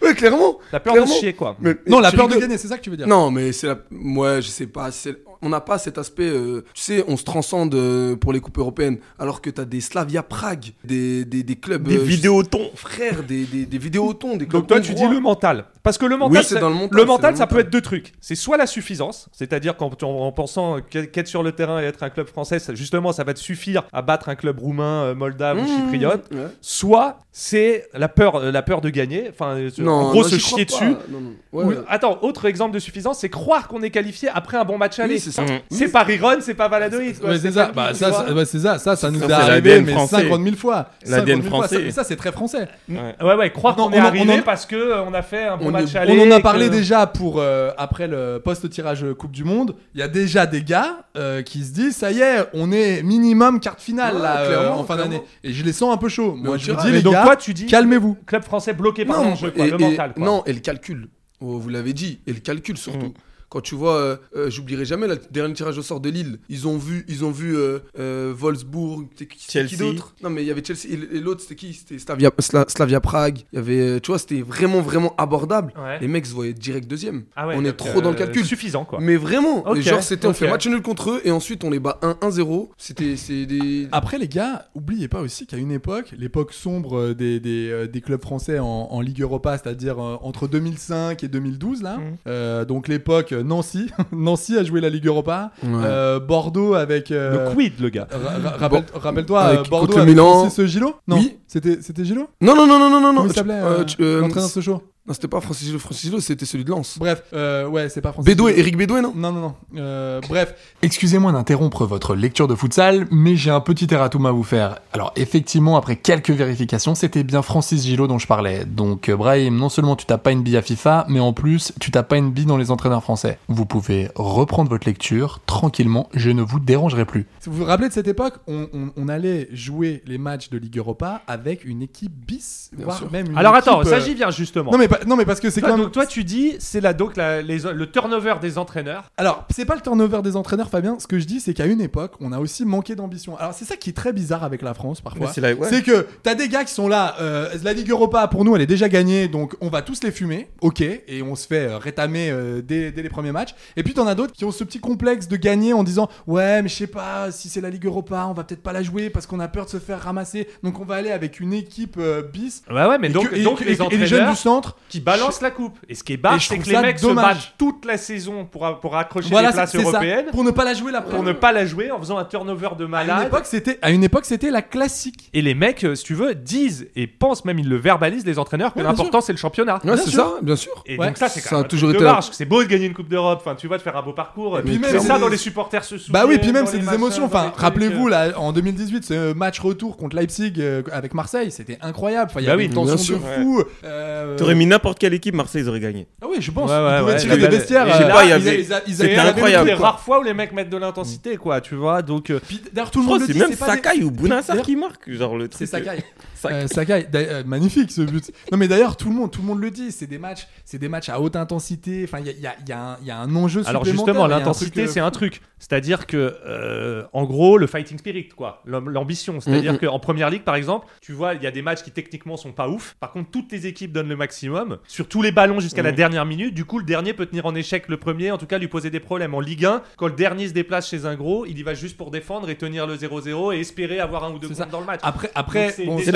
[SPEAKER 6] Ouais, clairement.
[SPEAKER 2] la peur de se
[SPEAKER 6] Clairement.
[SPEAKER 2] chier, quoi.
[SPEAKER 6] Mais-
[SPEAKER 8] Non,
[SPEAKER 6] mais
[SPEAKER 8] la
[SPEAKER 6] tu
[SPEAKER 8] peur de
[SPEAKER 6] rigoles.
[SPEAKER 8] gagner, c'est ça que tu veux dire.
[SPEAKER 6] Non, mais c'est la. Moi, je sais pas. c'est- On n'a pas cet aspect. euh, Tu sais, on se transcende euh, pour les Coupes européennes. Alors que t'as des Slavia Prague, des, des, des clubs.
[SPEAKER 5] Des
[SPEAKER 6] euh,
[SPEAKER 5] vidéotons.
[SPEAKER 6] Frères, des, des, des vidéotons, des clubs.
[SPEAKER 2] Donc toi tu dis
[SPEAKER 6] hongrois.
[SPEAKER 2] le mental. Parce que le
[SPEAKER 6] Oui,
[SPEAKER 2] mental,
[SPEAKER 6] c'est
[SPEAKER 2] ça-
[SPEAKER 6] dans le mental,
[SPEAKER 2] le
[SPEAKER 6] c'est
[SPEAKER 2] mental
[SPEAKER 6] dans
[SPEAKER 2] ça
[SPEAKER 6] le
[SPEAKER 2] peut
[SPEAKER 6] mental.
[SPEAKER 2] être deux trucs. C'est soit la suffisance, c'est-à-dire qu'en en, en pensant qu'e- qu'être sur le terrain et être un club français, ça- justement ça va te suffire à battre un club roumain, euh, moldave ou chypriote.
[SPEAKER 6] Mmh, Ouais.
[SPEAKER 2] Soit c'est la peur, euh, la peur de gagner. Enfin, euh, en
[SPEAKER 6] non,
[SPEAKER 2] gros se
[SPEAKER 6] j'y crois
[SPEAKER 2] chier
[SPEAKER 6] pas.
[SPEAKER 2] dessus.
[SPEAKER 6] Ah, Non, non. Ouais,
[SPEAKER 2] Ou-
[SPEAKER 6] ouais.
[SPEAKER 2] Attends, autre exemple de suffisance, c'est croire qu'on est qualifié après un bon match aller.
[SPEAKER 6] Oui, c'est ça.
[SPEAKER 5] Mmh.
[SPEAKER 2] C'est pas Riron, c'est pas Valladolid. quoi.
[SPEAKER 8] Ouais, c'est
[SPEAKER 2] C'est
[SPEAKER 8] ça,
[SPEAKER 2] pas
[SPEAKER 8] bah,
[SPEAKER 2] lui,
[SPEAKER 8] ça,
[SPEAKER 2] tu vois.
[SPEAKER 8] ça- ouais, c'est ça, ça, ça nous
[SPEAKER 5] Ça,
[SPEAKER 8] est
[SPEAKER 5] c'est
[SPEAKER 8] arrivé,
[SPEAKER 5] l'ADN
[SPEAKER 8] mais
[SPEAKER 5] français.
[SPEAKER 8] 50 000 fois.
[SPEAKER 5] L'ADN
[SPEAKER 8] 50 000 fois,
[SPEAKER 5] français.
[SPEAKER 8] ça- Ça, c'est très français.
[SPEAKER 2] Ouais, ouais, croire
[SPEAKER 8] Non,
[SPEAKER 2] qu'on
[SPEAKER 8] on
[SPEAKER 2] est
[SPEAKER 8] en- on
[SPEAKER 2] arrivé
[SPEAKER 8] en-
[SPEAKER 2] parce que euh, on a fait un bon
[SPEAKER 8] On,
[SPEAKER 2] match
[SPEAKER 8] on
[SPEAKER 2] aller.
[SPEAKER 8] en a
[SPEAKER 2] et
[SPEAKER 8] parlé
[SPEAKER 2] que-
[SPEAKER 8] déjà pour euh, après le post-tirage Coupe du Monde. Il y a déjà des gars euh, qui se disent ça y est, on est minimum quart de finale
[SPEAKER 6] Ouais,
[SPEAKER 8] là, euh,
[SPEAKER 6] clairement,
[SPEAKER 8] en fin
[SPEAKER 6] clairement.
[SPEAKER 8] d'année. Et je les sens un peu chauds. Moi,
[SPEAKER 6] au
[SPEAKER 8] je vous
[SPEAKER 6] tirage.
[SPEAKER 8] dis,
[SPEAKER 6] Mais
[SPEAKER 8] les
[SPEAKER 2] donc
[SPEAKER 8] gars,
[SPEAKER 2] toi, tu dis-
[SPEAKER 8] calmez-vous.
[SPEAKER 2] Club français bloqué par
[SPEAKER 6] Non,
[SPEAKER 2] l'enjeu, quoi,
[SPEAKER 6] et-
[SPEAKER 2] le
[SPEAKER 6] et-
[SPEAKER 2] mental. quoi. Mm.
[SPEAKER 6] Non, et le calcul. Oh, vous l'avez dit. Et le calcul surtout. Quand tu vois, euh, euh, j'oublierai jamais le dernier tirage au sort de Lille. Ils ont vu, ils ont vu euh, euh, Wolfsburg, c'est qui, c'est qui
[SPEAKER 5] Chelsea.
[SPEAKER 6] d'autre Non mais il y avait Chelsea et, l- et l'autre c'était qui C'était Slavia, Sla- Slavia Prague. Il y avait, euh, tu vois, c'était vraiment vraiment abordable.
[SPEAKER 2] Ouais.
[SPEAKER 6] Les mecs se voyaient direct deuxième.
[SPEAKER 2] Ah ouais,
[SPEAKER 6] on est
[SPEAKER 2] donc,
[SPEAKER 6] trop dans le
[SPEAKER 2] euh,
[SPEAKER 6] calcul.
[SPEAKER 2] Suffisant quoi.
[SPEAKER 6] Mais vraiment,
[SPEAKER 2] Ok,
[SPEAKER 6] Et genre c'était on
[SPEAKER 2] ok.
[SPEAKER 6] fait match nul contre eux et ensuite on les bat 1-1-0. C'était c'est
[SPEAKER 2] Ah.
[SPEAKER 6] des
[SPEAKER 8] Après, les gars, oubliez pas aussi qu'à une époque, l'époque sombre euh, des, des, euh, des clubs français en, en Ligue Europa, c'est-à-dire euh, entre 2005 et 2012, là,
[SPEAKER 6] Mmh.
[SPEAKER 8] euh, donc l'époque euh, Nancy. Nancy a joué la Ligue Europa.
[SPEAKER 6] Ah.
[SPEAKER 8] Euh, Bordeaux avec. euh,
[SPEAKER 2] Le quid le gars.
[SPEAKER 8] ra- ra- rappelle- Rappelle-toi, euh,
[SPEAKER 6] avec- contre
[SPEAKER 8] Bordeaux
[SPEAKER 6] le
[SPEAKER 8] avec
[SPEAKER 6] Milan.
[SPEAKER 8] aussi ce Gilot Non,
[SPEAKER 6] Oui.
[SPEAKER 8] c'était c'était Gilot
[SPEAKER 6] Non non non non non non.
[SPEAKER 8] Comment il
[SPEAKER 6] Tu-
[SPEAKER 8] s'appelait
[SPEAKER 6] euh,
[SPEAKER 8] euh,
[SPEAKER 6] tu- euh,
[SPEAKER 8] l'entraîneur de ce show
[SPEAKER 6] Non, c'était pas Francis Gillot. Francis Gillot, c'était celui de Lens.
[SPEAKER 8] Bref, euh, ouais, c'est pas Francis
[SPEAKER 6] Bédoué,
[SPEAKER 8] Gillot.
[SPEAKER 6] Eric Bédoué, non
[SPEAKER 8] Non, non, non. Euh, bref, excusez-moi d'interrompre votre lecture de futsal, mais j'ai un petit erratum à vous faire. Alors, effectivement, après quelques vérifications, c'était bien Francis Gillot dont je parlais. Donc, euh, Brahim, non seulement tu t'as pas une bille à FIFA, mais en plus, tu t'as pas une bille dans les entraîneurs français. Vous pouvez reprendre votre lecture tranquillement, je ne vous dérangerai plus. Vous vous rappelez de cette époque on, on- on allait jouer les matchs de Ligue Europa avec une équipe bis, voire
[SPEAKER 2] sûr.
[SPEAKER 8] même une
[SPEAKER 2] Alors
[SPEAKER 8] équipe,
[SPEAKER 2] attends, ça
[SPEAKER 8] euh,
[SPEAKER 2] j'y viens justement.
[SPEAKER 8] Non mais, pas- non, mais parce que c'est
[SPEAKER 2] Toi,
[SPEAKER 8] quand même...
[SPEAKER 2] donc, toi tu dis c'est la donc la- les- le turnover des entraîneurs.
[SPEAKER 8] Alors, c'est pas le turnover des entraîneurs, Fabien. Ce que je dis, c'est qu'à une époque, on a aussi manqué d'ambition. Alors, c'est ça qui est très bizarre avec la France parfois.
[SPEAKER 5] Mais c'est la- ouais.
[SPEAKER 8] C'est que t'as des gars qui sont là. euh, la Ligue Europa, pour nous, elle est déjà gagnée, donc on va tous les fumer. Ok. Et on se fait euh, rétamer euh, dès, dès les premiers matchs. Et puis, t'en as d'autres qui ont ce petit complexe de gagner en disant Ouais, mais je sais pas, si c'est la Ligue Europa, on va peut-être pas la jouer parce qu'on a peur de se faire ramasser. Donc, on va aller avec une équipe euh, bis.
[SPEAKER 2] Bah ouais, mais
[SPEAKER 8] Et
[SPEAKER 2] donc,
[SPEAKER 8] que- et-
[SPEAKER 2] donc
[SPEAKER 8] et-
[SPEAKER 2] les
[SPEAKER 8] et
[SPEAKER 2] entraîneurs
[SPEAKER 8] jeunes du centre
[SPEAKER 2] qui balancent la coupe. Et ce qui est bas,
[SPEAKER 8] Et je
[SPEAKER 2] c'est
[SPEAKER 8] trouve
[SPEAKER 2] que les
[SPEAKER 8] ça
[SPEAKER 2] mecs
[SPEAKER 8] dommage.
[SPEAKER 2] se battent toute la saison pour, pour accrocher
[SPEAKER 8] Voilà,
[SPEAKER 2] les places
[SPEAKER 8] c'est- c'est ça.
[SPEAKER 2] européennes.
[SPEAKER 8] Pour ne pas la jouer la
[SPEAKER 2] Pour ne pas la jouer en faisant un turnover de
[SPEAKER 8] À une
[SPEAKER 2] malade.
[SPEAKER 8] époque, c'était- à une époque, c'était la classique.
[SPEAKER 2] Et les mecs, euh, si tu veux, disent et pensent, même ils le verbalisent, les entraîneurs, que
[SPEAKER 8] Ouais, bien
[SPEAKER 2] l'important
[SPEAKER 8] sûr.
[SPEAKER 2] c'est le championnat.
[SPEAKER 8] Ouais, Bien c'est sûr. ça,
[SPEAKER 6] bien sûr.
[SPEAKER 2] Et
[SPEAKER 8] Ouais.
[SPEAKER 2] donc ça, c'est quand
[SPEAKER 8] Ça a
[SPEAKER 2] même un
[SPEAKER 8] toujours
[SPEAKER 2] toujours
[SPEAKER 8] été la-
[SPEAKER 2] C'est beau de gagner une Coupe d'Europe, enfin, tu vois, de faire un beau parcours. Et
[SPEAKER 8] puis
[SPEAKER 2] puis
[SPEAKER 8] même,
[SPEAKER 2] même, ça
[SPEAKER 8] c'est
[SPEAKER 2] dans
[SPEAKER 8] des-
[SPEAKER 2] les supporters se souviennent.
[SPEAKER 8] Bah oui, puis même
[SPEAKER 2] dans
[SPEAKER 8] c'est
[SPEAKER 2] les
[SPEAKER 8] des
[SPEAKER 2] machins,
[SPEAKER 8] émotions.
[SPEAKER 2] dans les
[SPEAKER 8] Enfin,
[SPEAKER 2] trucs,
[SPEAKER 8] rappelez-vous
[SPEAKER 2] euh,
[SPEAKER 8] là, en 2018, ce match retour contre Leipzig euh, avec Marseille, c'était incroyable. Enfin, il y
[SPEAKER 5] Bah
[SPEAKER 8] avait
[SPEAKER 5] oui,
[SPEAKER 8] une
[SPEAKER 5] bien
[SPEAKER 8] tension
[SPEAKER 5] sûr.
[SPEAKER 8] de fou.
[SPEAKER 5] Ouais.
[SPEAKER 8] Euh,
[SPEAKER 5] T'aurais mis n'importe quelle équipe, Marseille, ils auraient gagné.
[SPEAKER 8] Ah oui, je pense.
[SPEAKER 2] Ouais, ouais,
[SPEAKER 8] ils pouvaient
[SPEAKER 2] ouais.
[SPEAKER 8] tirer
[SPEAKER 2] Et
[SPEAKER 8] des
[SPEAKER 2] là,
[SPEAKER 8] vestiaires.
[SPEAKER 2] et
[SPEAKER 8] euh,
[SPEAKER 2] là,
[SPEAKER 8] ils
[SPEAKER 2] il
[SPEAKER 8] avaient-
[SPEAKER 2] y avait-
[SPEAKER 8] ils avaient- ils
[SPEAKER 2] c'était
[SPEAKER 8] avaient-
[SPEAKER 2] une des rares fois où les mecs mettent de l'intensité, quoi, tu vois. Donc, euh,
[SPEAKER 8] D'ailleurs, tout le monde le
[SPEAKER 5] c'est
[SPEAKER 8] dit,
[SPEAKER 5] même
[SPEAKER 8] pas des-
[SPEAKER 5] Sakai ou Bounassar
[SPEAKER 8] D'ailleurs,
[SPEAKER 5] qui marque, genre le
[SPEAKER 8] C'est
[SPEAKER 5] truc,
[SPEAKER 8] Sakai.
[SPEAKER 5] Sakai.
[SPEAKER 8] Euh, Sakai, d'a- euh, magnifique ce but. Non mais d'ailleurs tout le monde, tout le monde le dit, c'est des matchs, c'est des matchs à haute intensité. Enfin il y a, il y a- il y a un- il y a un enjeu.
[SPEAKER 2] Alors
[SPEAKER 8] supplémentaire,
[SPEAKER 2] justement,
[SPEAKER 8] il y a un
[SPEAKER 2] l'intensité,
[SPEAKER 8] truc, euh,
[SPEAKER 2] c'est un truc. C'est-à-dire que, euh, en gros, le fighting spirit, quoi, L'am- l'ambition. C'est-à-dire
[SPEAKER 8] Mm, mm.
[SPEAKER 2] qu'en première ligue, par exemple, tu vois, il y a des matchs qui techniquement sont pas ouf. Par contre, toutes les équipes donnent le maximum sur tous les ballons jusqu'à la
[SPEAKER 8] Mm.
[SPEAKER 2] dernière minute. Du coup, le dernier peut tenir en échec le premier, en tout cas lui poser des problèmes. En Ligue 1, quand le dernier se déplace chez un gros, il y va juste pour défendre et tenir le 0-0 et espérer avoir un ou deux points dans le match.
[SPEAKER 8] Après, après,
[SPEAKER 2] Donc, c'est
[SPEAKER 8] bon,
[SPEAKER 2] déjà-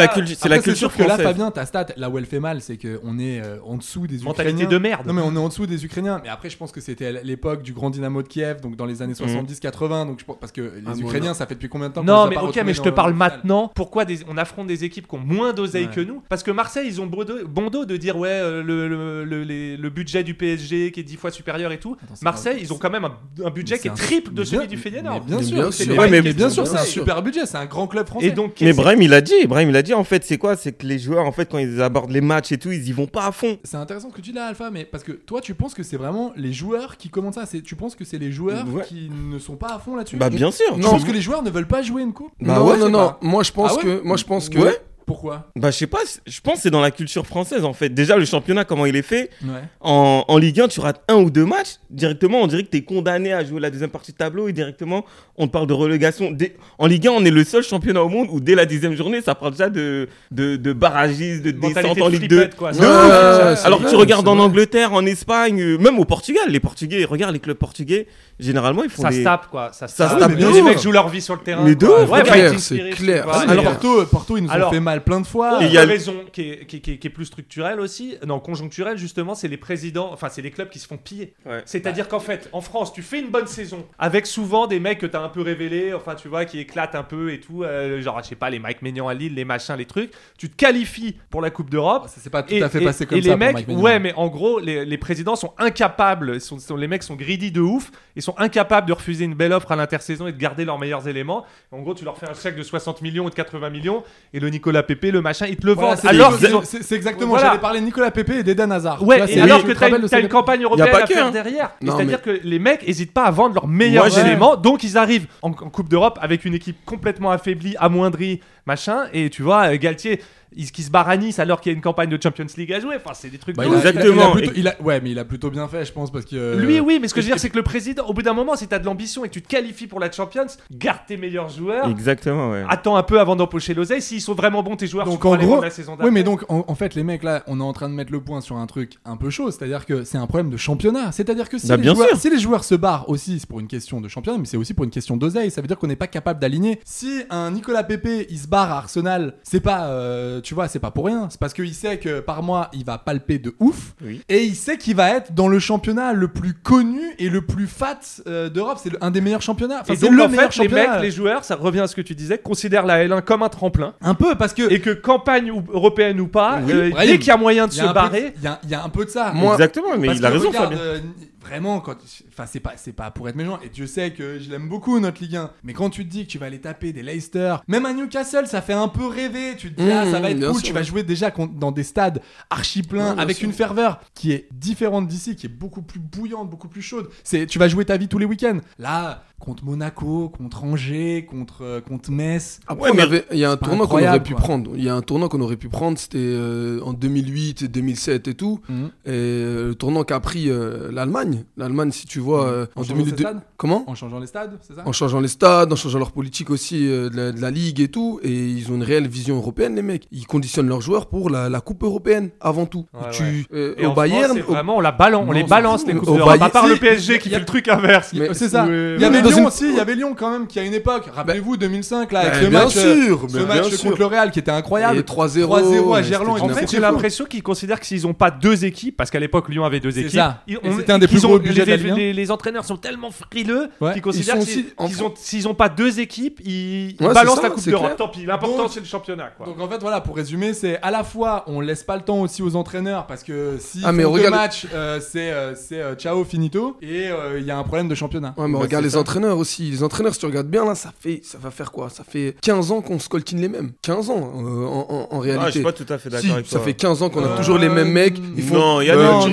[SPEAKER 8] après, sûr que là, Fabien, ta stat, là où elle fait mal, c'est qu'on est euh, en dessous des
[SPEAKER 2] Mentalité
[SPEAKER 8] Ukrainiens.
[SPEAKER 2] de merde.
[SPEAKER 8] Non, mais on est en dessous des Ukrainiens. Mais après, je pense que c'était à l'époque du grand Dynamo de Kiev, donc dans les années 70-80. Donc, je pense- parce que les
[SPEAKER 2] Ah, bon,
[SPEAKER 8] Ukrainiens,
[SPEAKER 2] non.
[SPEAKER 8] ça fait depuis combien de temps qu'on
[SPEAKER 2] Non,
[SPEAKER 8] les a
[SPEAKER 2] mais
[SPEAKER 8] pas
[SPEAKER 2] ok,
[SPEAKER 8] retrouvés
[SPEAKER 2] mais je
[SPEAKER 8] dans
[SPEAKER 2] te
[SPEAKER 8] le-
[SPEAKER 2] parle maintenant. Pourquoi des- on affronte des équipes qui ont moins d'oseille
[SPEAKER 8] Ouais.
[SPEAKER 2] que nous Parce que Marseille, ils ont bon dos- bon dos de dire ouais, euh, le, le- le- les- le budget du PSG qui est 10 fois supérieur et tout. Marseille, ils ont quand même un, un budget qui est,
[SPEAKER 8] un-
[SPEAKER 2] triple de
[SPEAKER 8] mais bien-
[SPEAKER 2] celui du Feyenoord.
[SPEAKER 8] Bien sûr, c'est-
[SPEAKER 2] des
[SPEAKER 8] ouais, mais
[SPEAKER 2] mecs qui
[SPEAKER 8] bien
[SPEAKER 2] sont-
[SPEAKER 8] sûr, c'est un super budget, c'est un grand club français.
[SPEAKER 2] Et donc,
[SPEAKER 5] Mais Brahim, il a dit, Brahim, il a dit, en fait, c'est quoi C'est que les joueurs, en fait, quand ils abordent les matchs et tout, ils y vont pas à fond.
[SPEAKER 8] C'est intéressant ce que tu dis là, Alpha, mais parce que toi, tu penses que c'est vraiment les joueurs qui commencent ça. c'est- Tu penses que c'est les joueurs
[SPEAKER 6] Ouais.
[SPEAKER 8] qui ne sont pas à fond là-dessus
[SPEAKER 2] Ah,
[SPEAKER 5] Bah, bien sûr.
[SPEAKER 8] Je
[SPEAKER 5] Non.
[SPEAKER 8] pense que les joueurs ne veulent pas jouer une coupe.
[SPEAKER 6] non,
[SPEAKER 8] Bah ouais,
[SPEAKER 6] Bah non,
[SPEAKER 8] c'est
[SPEAKER 6] non.
[SPEAKER 8] pas-
[SPEAKER 6] Moi, je pense
[SPEAKER 8] Ah ouais
[SPEAKER 6] que. Moi, je pense que.
[SPEAKER 5] Ouais.
[SPEAKER 8] Pourquoi
[SPEAKER 5] Bah, je sais pas, c'est- je pense que c'est dans la culture française en fait. Déjà, le championnat, comment il est fait
[SPEAKER 8] Ouais.
[SPEAKER 5] en, en Ligue 1, tu rates un ou deux matchs, directement, on dirait que t'es condamné à jouer la deuxième partie de tableau et directement, on te parle de relégation. Dès- en Ligue 1, on est le seul championnat au monde où dès la dixième journée, ça parle déjà de, de, de barragistes, de
[SPEAKER 2] Mentalité
[SPEAKER 5] descente
[SPEAKER 2] de
[SPEAKER 5] en Ligue 2.
[SPEAKER 2] flippette, quoi.
[SPEAKER 5] De
[SPEAKER 2] Ouais,
[SPEAKER 5] ouf.
[SPEAKER 2] ouais, c'est
[SPEAKER 5] Alors, que
[SPEAKER 2] vrai,
[SPEAKER 5] tu regardes
[SPEAKER 2] c'est
[SPEAKER 5] en
[SPEAKER 2] vrai.
[SPEAKER 5] Angleterre, en Espagne, euh, même au Portugal, les Portugais, regarde les clubs portugais, généralement, ils font
[SPEAKER 2] Ça
[SPEAKER 5] des-
[SPEAKER 2] se tape, quoi, ça se tape.
[SPEAKER 5] tape
[SPEAKER 2] Mais
[SPEAKER 5] de
[SPEAKER 2] les
[SPEAKER 5] ouf.
[SPEAKER 2] mecs jouent leur vie sur le terrain,
[SPEAKER 5] Mais de
[SPEAKER 2] quoi.
[SPEAKER 5] ouf,
[SPEAKER 2] Ouais, bah,
[SPEAKER 5] c'est clair,
[SPEAKER 2] fighting
[SPEAKER 5] c'est
[SPEAKER 2] spirit,
[SPEAKER 5] clair.
[SPEAKER 2] quoi.
[SPEAKER 5] Alors,
[SPEAKER 8] Porto, euh, Porto, ils nous
[SPEAKER 2] Alors,
[SPEAKER 8] ont fait mal plein de fois.
[SPEAKER 2] Il
[SPEAKER 8] Et
[SPEAKER 2] y a
[SPEAKER 8] le-
[SPEAKER 2] raison qui est, qui, est- qui est- qui est plus structurelle aussi, non conjoncturelle justement, c'est les présidents, enfin c'est les clubs qui se font piller. C'est-à-dire qu'en fait, en France, tu fais une bonne saison avec souvent des mecs que t'as un peu révélés, enfin tu vois, qui éclatent un peu et tout, euh, genre je sais pas les Mike Maignan à Lille, les machins, les trucs. Tu te qualifies pour la Coupe d'Europe.
[SPEAKER 8] Oh, Ça s'est pas tout
[SPEAKER 2] et,
[SPEAKER 8] à fait
[SPEAKER 2] et-
[SPEAKER 8] passé comme
[SPEAKER 2] et
[SPEAKER 8] ça
[SPEAKER 2] les
[SPEAKER 8] pour
[SPEAKER 2] mecs,
[SPEAKER 8] Mike Maignan.
[SPEAKER 2] ouais, mais en gros, les, les présidents sont incapables, sont, sont- les mecs sont greedy de ouf, ils sont incapables de refuser une belle offre à l'intersaison et de garder leurs meilleurs éléments. En gros, tu leur fais un chèque de 60 millions ou de 80 millions et le Nicolas Pépé, le machin, ils te le
[SPEAKER 8] Voilà,
[SPEAKER 2] vendent.
[SPEAKER 8] c'est-
[SPEAKER 2] alors
[SPEAKER 8] c'est-
[SPEAKER 2] qu'ils ont-
[SPEAKER 8] c'est c'est exactement.
[SPEAKER 2] Voilà.
[SPEAKER 8] J'allais parler de Nicolas Pépé et d'Eden Hazard.
[SPEAKER 2] Ouais,
[SPEAKER 8] Là,
[SPEAKER 2] et
[SPEAKER 8] c'est-
[SPEAKER 2] alors
[SPEAKER 8] je
[SPEAKER 2] que
[SPEAKER 8] me
[SPEAKER 2] t'as
[SPEAKER 8] rappelle
[SPEAKER 2] une,
[SPEAKER 8] de
[SPEAKER 2] t'as
[SPEAKER 8] cette
[SPEAKER 2] une campagne
[SPEAKER 8] époque. Y a
[SPEAKER 2] européenne
[SPEAKER 8] pas
[SPEAKER 2] à
[SPEAKER 8] que,
[SPEAKER 2] faire
[SPEAKER 8] hein.
[SPEAKER 2] derrière.
[SPEAKER 8] Non,
[SPEAKER 2] C'est-à-dire
[SPEAKER 8] mais-
[SPEAKER 2] que les mecs hésitent pas à vendre leurs meilleurs
[SPEAKER 8] j'ai-
[SPEAKER 2] éléments, donc ils arrivent en, en Coupe d'Europe avec une équipe complètement affaiblie, amoindrie, machin, et tu vois, euh, Galtier, il, qui se barre à Nice alors qu'il y a une campagne de Champions League à jouer, enfin c'est des trucs
[SPEAKER 8] Bah,
[SPEAKER 2] de
[SPEAKER 8] il a-
[SPEAKER 2] ouf.
[SPEAKER 8] il a plutôt- il a- ouais, mais il a plutôt bien fait, je pense, parce que. euh,
[SPEAKER 2] Lui, oui, mais ce que je veux dire, c'est que le président, au bout d'un moment, si t'as de l'ambition et que tu te qualifies pour la Champions, garde tes meilleurs joueurs.
[SPEAKER 5] Exactement, ouais.
[SPEAKER 2] Attends un peu avant d'empocher l'oseille. S'ils sont vraiment bons, tes joueurs, tu
[SPEAKER 8] Donc
[SPEAKER 2] pourras
[SPEAKER 8] en
[SPEAKER 2] les vendre
[SPEAKER 8] gros,
[SPEAKER 2] la saison
[SPEAKER 8] oui,
[SPEAKER 2] d'après.
[SPEAKER 8] mais donc en, en fait, les mecs là, on est en train de mettre le point sur un truc un peu chaud, c'est-à-dire que c'est un problème de championnat. C'est-à-dire que si,
[SPEAKER 5] Bah,
[SPEAKER 8] les
[SPEAKER 5] bien
[SPEAKER 8] joueurs,
[SPEAKER 5] sûr.
[SPEAKER 8] si les joueurs se barrent aussi, c'est pour une question de championnat, mais c'est aussi pour une question d'oseille. Ça veut dire qu'on n'est pas capable d'aligner. Si un Nicolas Pépé il se barre à Arsenal, c'est pas, euh, tu vois, c'est pas pour rien. C'est parce qu'il sait que par mois il va palper de ouf et il sait qu'il va être dans le championnat le plus connu et le plus fat euh, d'Europe. C'est le- un des meilleurs championnats. Enfin,
[SPEAKER 2] Et
[SPEAKER 8] c'est
[SPEAKER 2] donc,
[SPEAKER 8] le
[SPEAKER 2] en
[SPEAKER 8] meilleur
[SPEAKER 2] fait, les
[SPEAKER 8] championnat.
[SPEAKER 2] mecs, les joueurs, ça revient à ce que tu disais, considèrent la L1 comme un tremplin.
[SPEAKER 8] Un peu, parce que
[SPEAKER 2] et que campagne ou- européenne ou pas, euh, dès
[SPEAKER 8] Brahim,
[SPEAKER 2] qu'il y a moyen de
[SPEAKER 8] il y
[SPEAKER 2] se
[SPEAKER 8] a un peu-
[SPEAKER 2] barrer,
[SPEAKER 8] Il y a- il y, a un peu de ça.
[SPEAKER 2] Moi- Exactement, mais
[SPEAKER 8] Parce
[SPEAKER 2] il a
[SPEAKER 8] que
[SPEAKER 2] raison,
[SPEAKER 8] regarde,
[SPEAKER 2] Fabien.
[SPEAKER 8] euh, vraiment, quand, enfin, c'est pas, c'est pas pour être méchant. Et Dieu sait que je l'aime beaucoup, notre Ligue 1. Mais quand tu te dis que tu vas aller taper des Leicester, même à Newcastle, ça fait un peu rêver. Tu te dis,
[SPEAKER 10] Mmh,
[SPEAKER 8] ah, ça va être
[SPEAKER 10] bien
[SPEAKER 8] cool.
[SPEAKER 10] sûr,
[SPEAKER 8] tu vas
[SPEAKER 10] ouais.
[SPEAKER 8] jouer déjà contre- dans des stades archi
[SPEAKER 10] Ouais,
[SPEAKER 8] pleins
[SPEAKER 10] bien
[SPEAKER 8] avec
[SPEAKER 10] sûr.
[SPEAKER 8] une ferveur qui est différente d'ici, qui est beaucoup plus bouillante, beaucoup plus chaude. C'est, tu vas jouer ta vie tous les week-ends. Là, contre Monaco, contre Angers, contre, euh, contre Metz.
[SPEAKER 10] Ah.
[SPEAKER 6] Après, on avait- il y a un
[SPEAKER 8] C'est pas
[SPEAKER 6] tournoi qu'on aurait
[SPEAKER 8] incroyable,
[SPEAKER 6] pu
[SPEAKER 8] quoi.
[SPEAKER 6] prendre. Il y a un tournoi qu'on aurait pu prendre, c'était euh, en 2008, 2007 et tout.
[SPEAKER 8] Mhm.
[SPEAKER 6] Et euh, le tournant qu'a pris euh, l'Allemagne. L'Allemagne, si tu vois, euh, en,
[SPEAKER 8] En changeant
[SPEAKER 6] 2002.
[SPEAKER 8] ses stades
[SPEAKER 6] Comment
[SPEAKER 8] En changeant les stades, c'est ça
[SPEAKER 6] En changeant les stades, en changeant leur politique aussi euh, de, la, de la ligue et tout. Et ils ont une réelle vision européenne, les mecs. Ils conditionnent leurs joueurs pour la, la Coupe européenne avant tout. tu, euh,
[SPEAKER 2] Et
[SPEAKER 6] au
[SPEAKER 2] en
[SPEAKER 6] Bayern,
[SPEAKER 2] France, c'est
[SPEAKER 6] au-
[SPEAKER 2] vraiment, on la balance- on
[SPEAKER 6] Non,
[SPEAKER 2] les
[SPEAKER 6] c'est
[SPEAKER 2] balance,
[SPEAKER 6] fou.
[SPEAKER 2] les Coupes
[SPEAKER 6] Au
[SPEAKER 2] d'Europe, à
[SPEAKER 6] Bayern-
[SPEAKER 2] part le
[SPEAKER 6] si,
[SPEAKER 2] PSG qui fait le truc inverse.
[SPEAKER 6] Mais-
[SPEAKER 8] Euh, C'est ça.
[SPEAKER 6] Ouais,
[SPEAKER 8] il y avait
[SPEAKER 6] ouais.
[SPEAKER 8] Lyon
[SPEAKER 6] Dans une-
[SPEAKER 8] aussi, il y avait Lyon quand même qui à une époque, rappelez-vous 2005 là avec
[SPEAKER 6] Bah,
[SPEAKER 8] ce
[SPEAKER 6] bien
[SPEAKER 8] match
[SPEAKER 6] sûr,
[SPEAKER 8] euh, ce
[SPEAKER 6] mais
[SPEAKER 8] match
[SPEAKER 6] bien sûr.
[SPEAKER 8] contre le Real qui était incroyable.
[SPEAKER 6] Et 3-0,
[SPEAKER 8] 3-0 à
[SPEAKER 6] mais
[SPEAKER 8] Gerland,
[SPEAKER 6] c'était
[SPEAKER 2] En
[SPEAKER 8] et
[SPEAKER 2] fait,
[SPEAKER 8] c'était
[SPEAKER 2] j'ai
[SPEAKER 8] fou.
[SPEAKER 2] l'impression qu'ils considèrent que s'ils n'ont pas deux équipes, parce qu'à l'époque Lyon avait deux
[SPEAKER 8] C'est
[SPEAKER 2] équipes,
[SPEAKER 8] ça.
[SPEAKER 2] ils-
[SPEAKER 8] Et c'était un des
[SPEAKER 2] qu'ils
[SPEAKER 8] plus
[SPEAKER 2] ont-
[SPEAKER 8] gros budgets de la
[SPEAKER 2] les,
[SPEAKER 8] Ligue un.
[SPEAKER 2] les- les entraîneurs sont tellement frileux
[SPEAKER 8] Ouais.
[SPEAKER 2] qu'ils
[SPEAKER 8] Ils
[SPEAKER 2] considèrent
[SPEAKER 8] sont
[SPEAKER 2] que
[SPEAKER 8] aussi-
[SPEAKER 2] s'ils-
[SPEAKER 8] en
[SPEAKER 2] qu'ils
[SPEAKER 8] France-
[SPEAKER 2] ont- s'ils n'ont pas deux équipes, ils, ils
[SPEAKER 8] Ouais,
[SPEAKER 2] balancent
[SPEAKER 8] c'est ça,
[SPEAKER 2] la Coupe
[SPEAKER 8] c'est
[SPEAKER 2] d'Europe.
[SPEAKER 8] clair.
[SPEAKER 2] Tant pis, l'important
[SPEAKER 8] Donc-
[SPEAKER 2] c'est le championnat. quoi.
[SPEAKER 8] Donc en fait voilà, pour résumer, c'est à la fois on laisse pas le temps aussi aux entraîneurs parce que si
[SPEAKER 6] Ah, mais
[SPEAKER 8] font deux
[SPEAKER 6] regarde-
[SPEAKER 8] matchs euh, c'est euh, c'est euh, ciao finito et euh, il y a un problème de championnat.
[SPEAKER 6] Ouais, mais
[SPEAKER 8] Bah,
[SPEAKER 6] regarde
[SPEAKER 8] c'est
[SPEAKER 6] les
[SPEAKER 8] ça.
[SPEAKER 6] entraîneurs aussi. Les entraîneurs, si tu regardes bien, là, ça fait, ça va faire quoi Ça fait 15 ans qu'on se coltine les mêmes. 15 ans, euh, en, en- en réalité.
[SPEAKER 5] Ah, je suis pas tout à fait d'accord
[SPEAKER 6] Si,
[SPEAKER 5] avec
[SPEAKER 6] Ça
[SPEAKER 5] toi.
[SPEAKER 6] fait 15 ans qu'on a
[SPEAKER 5] Euh,
[SPEAKER 6] toujours les mêmes mecs. Ils font,
[SPEAKER 5] non, il y
[SPEAKER 8] Euh,
[SPEAKER 5] a des- tu rigoles ou quoi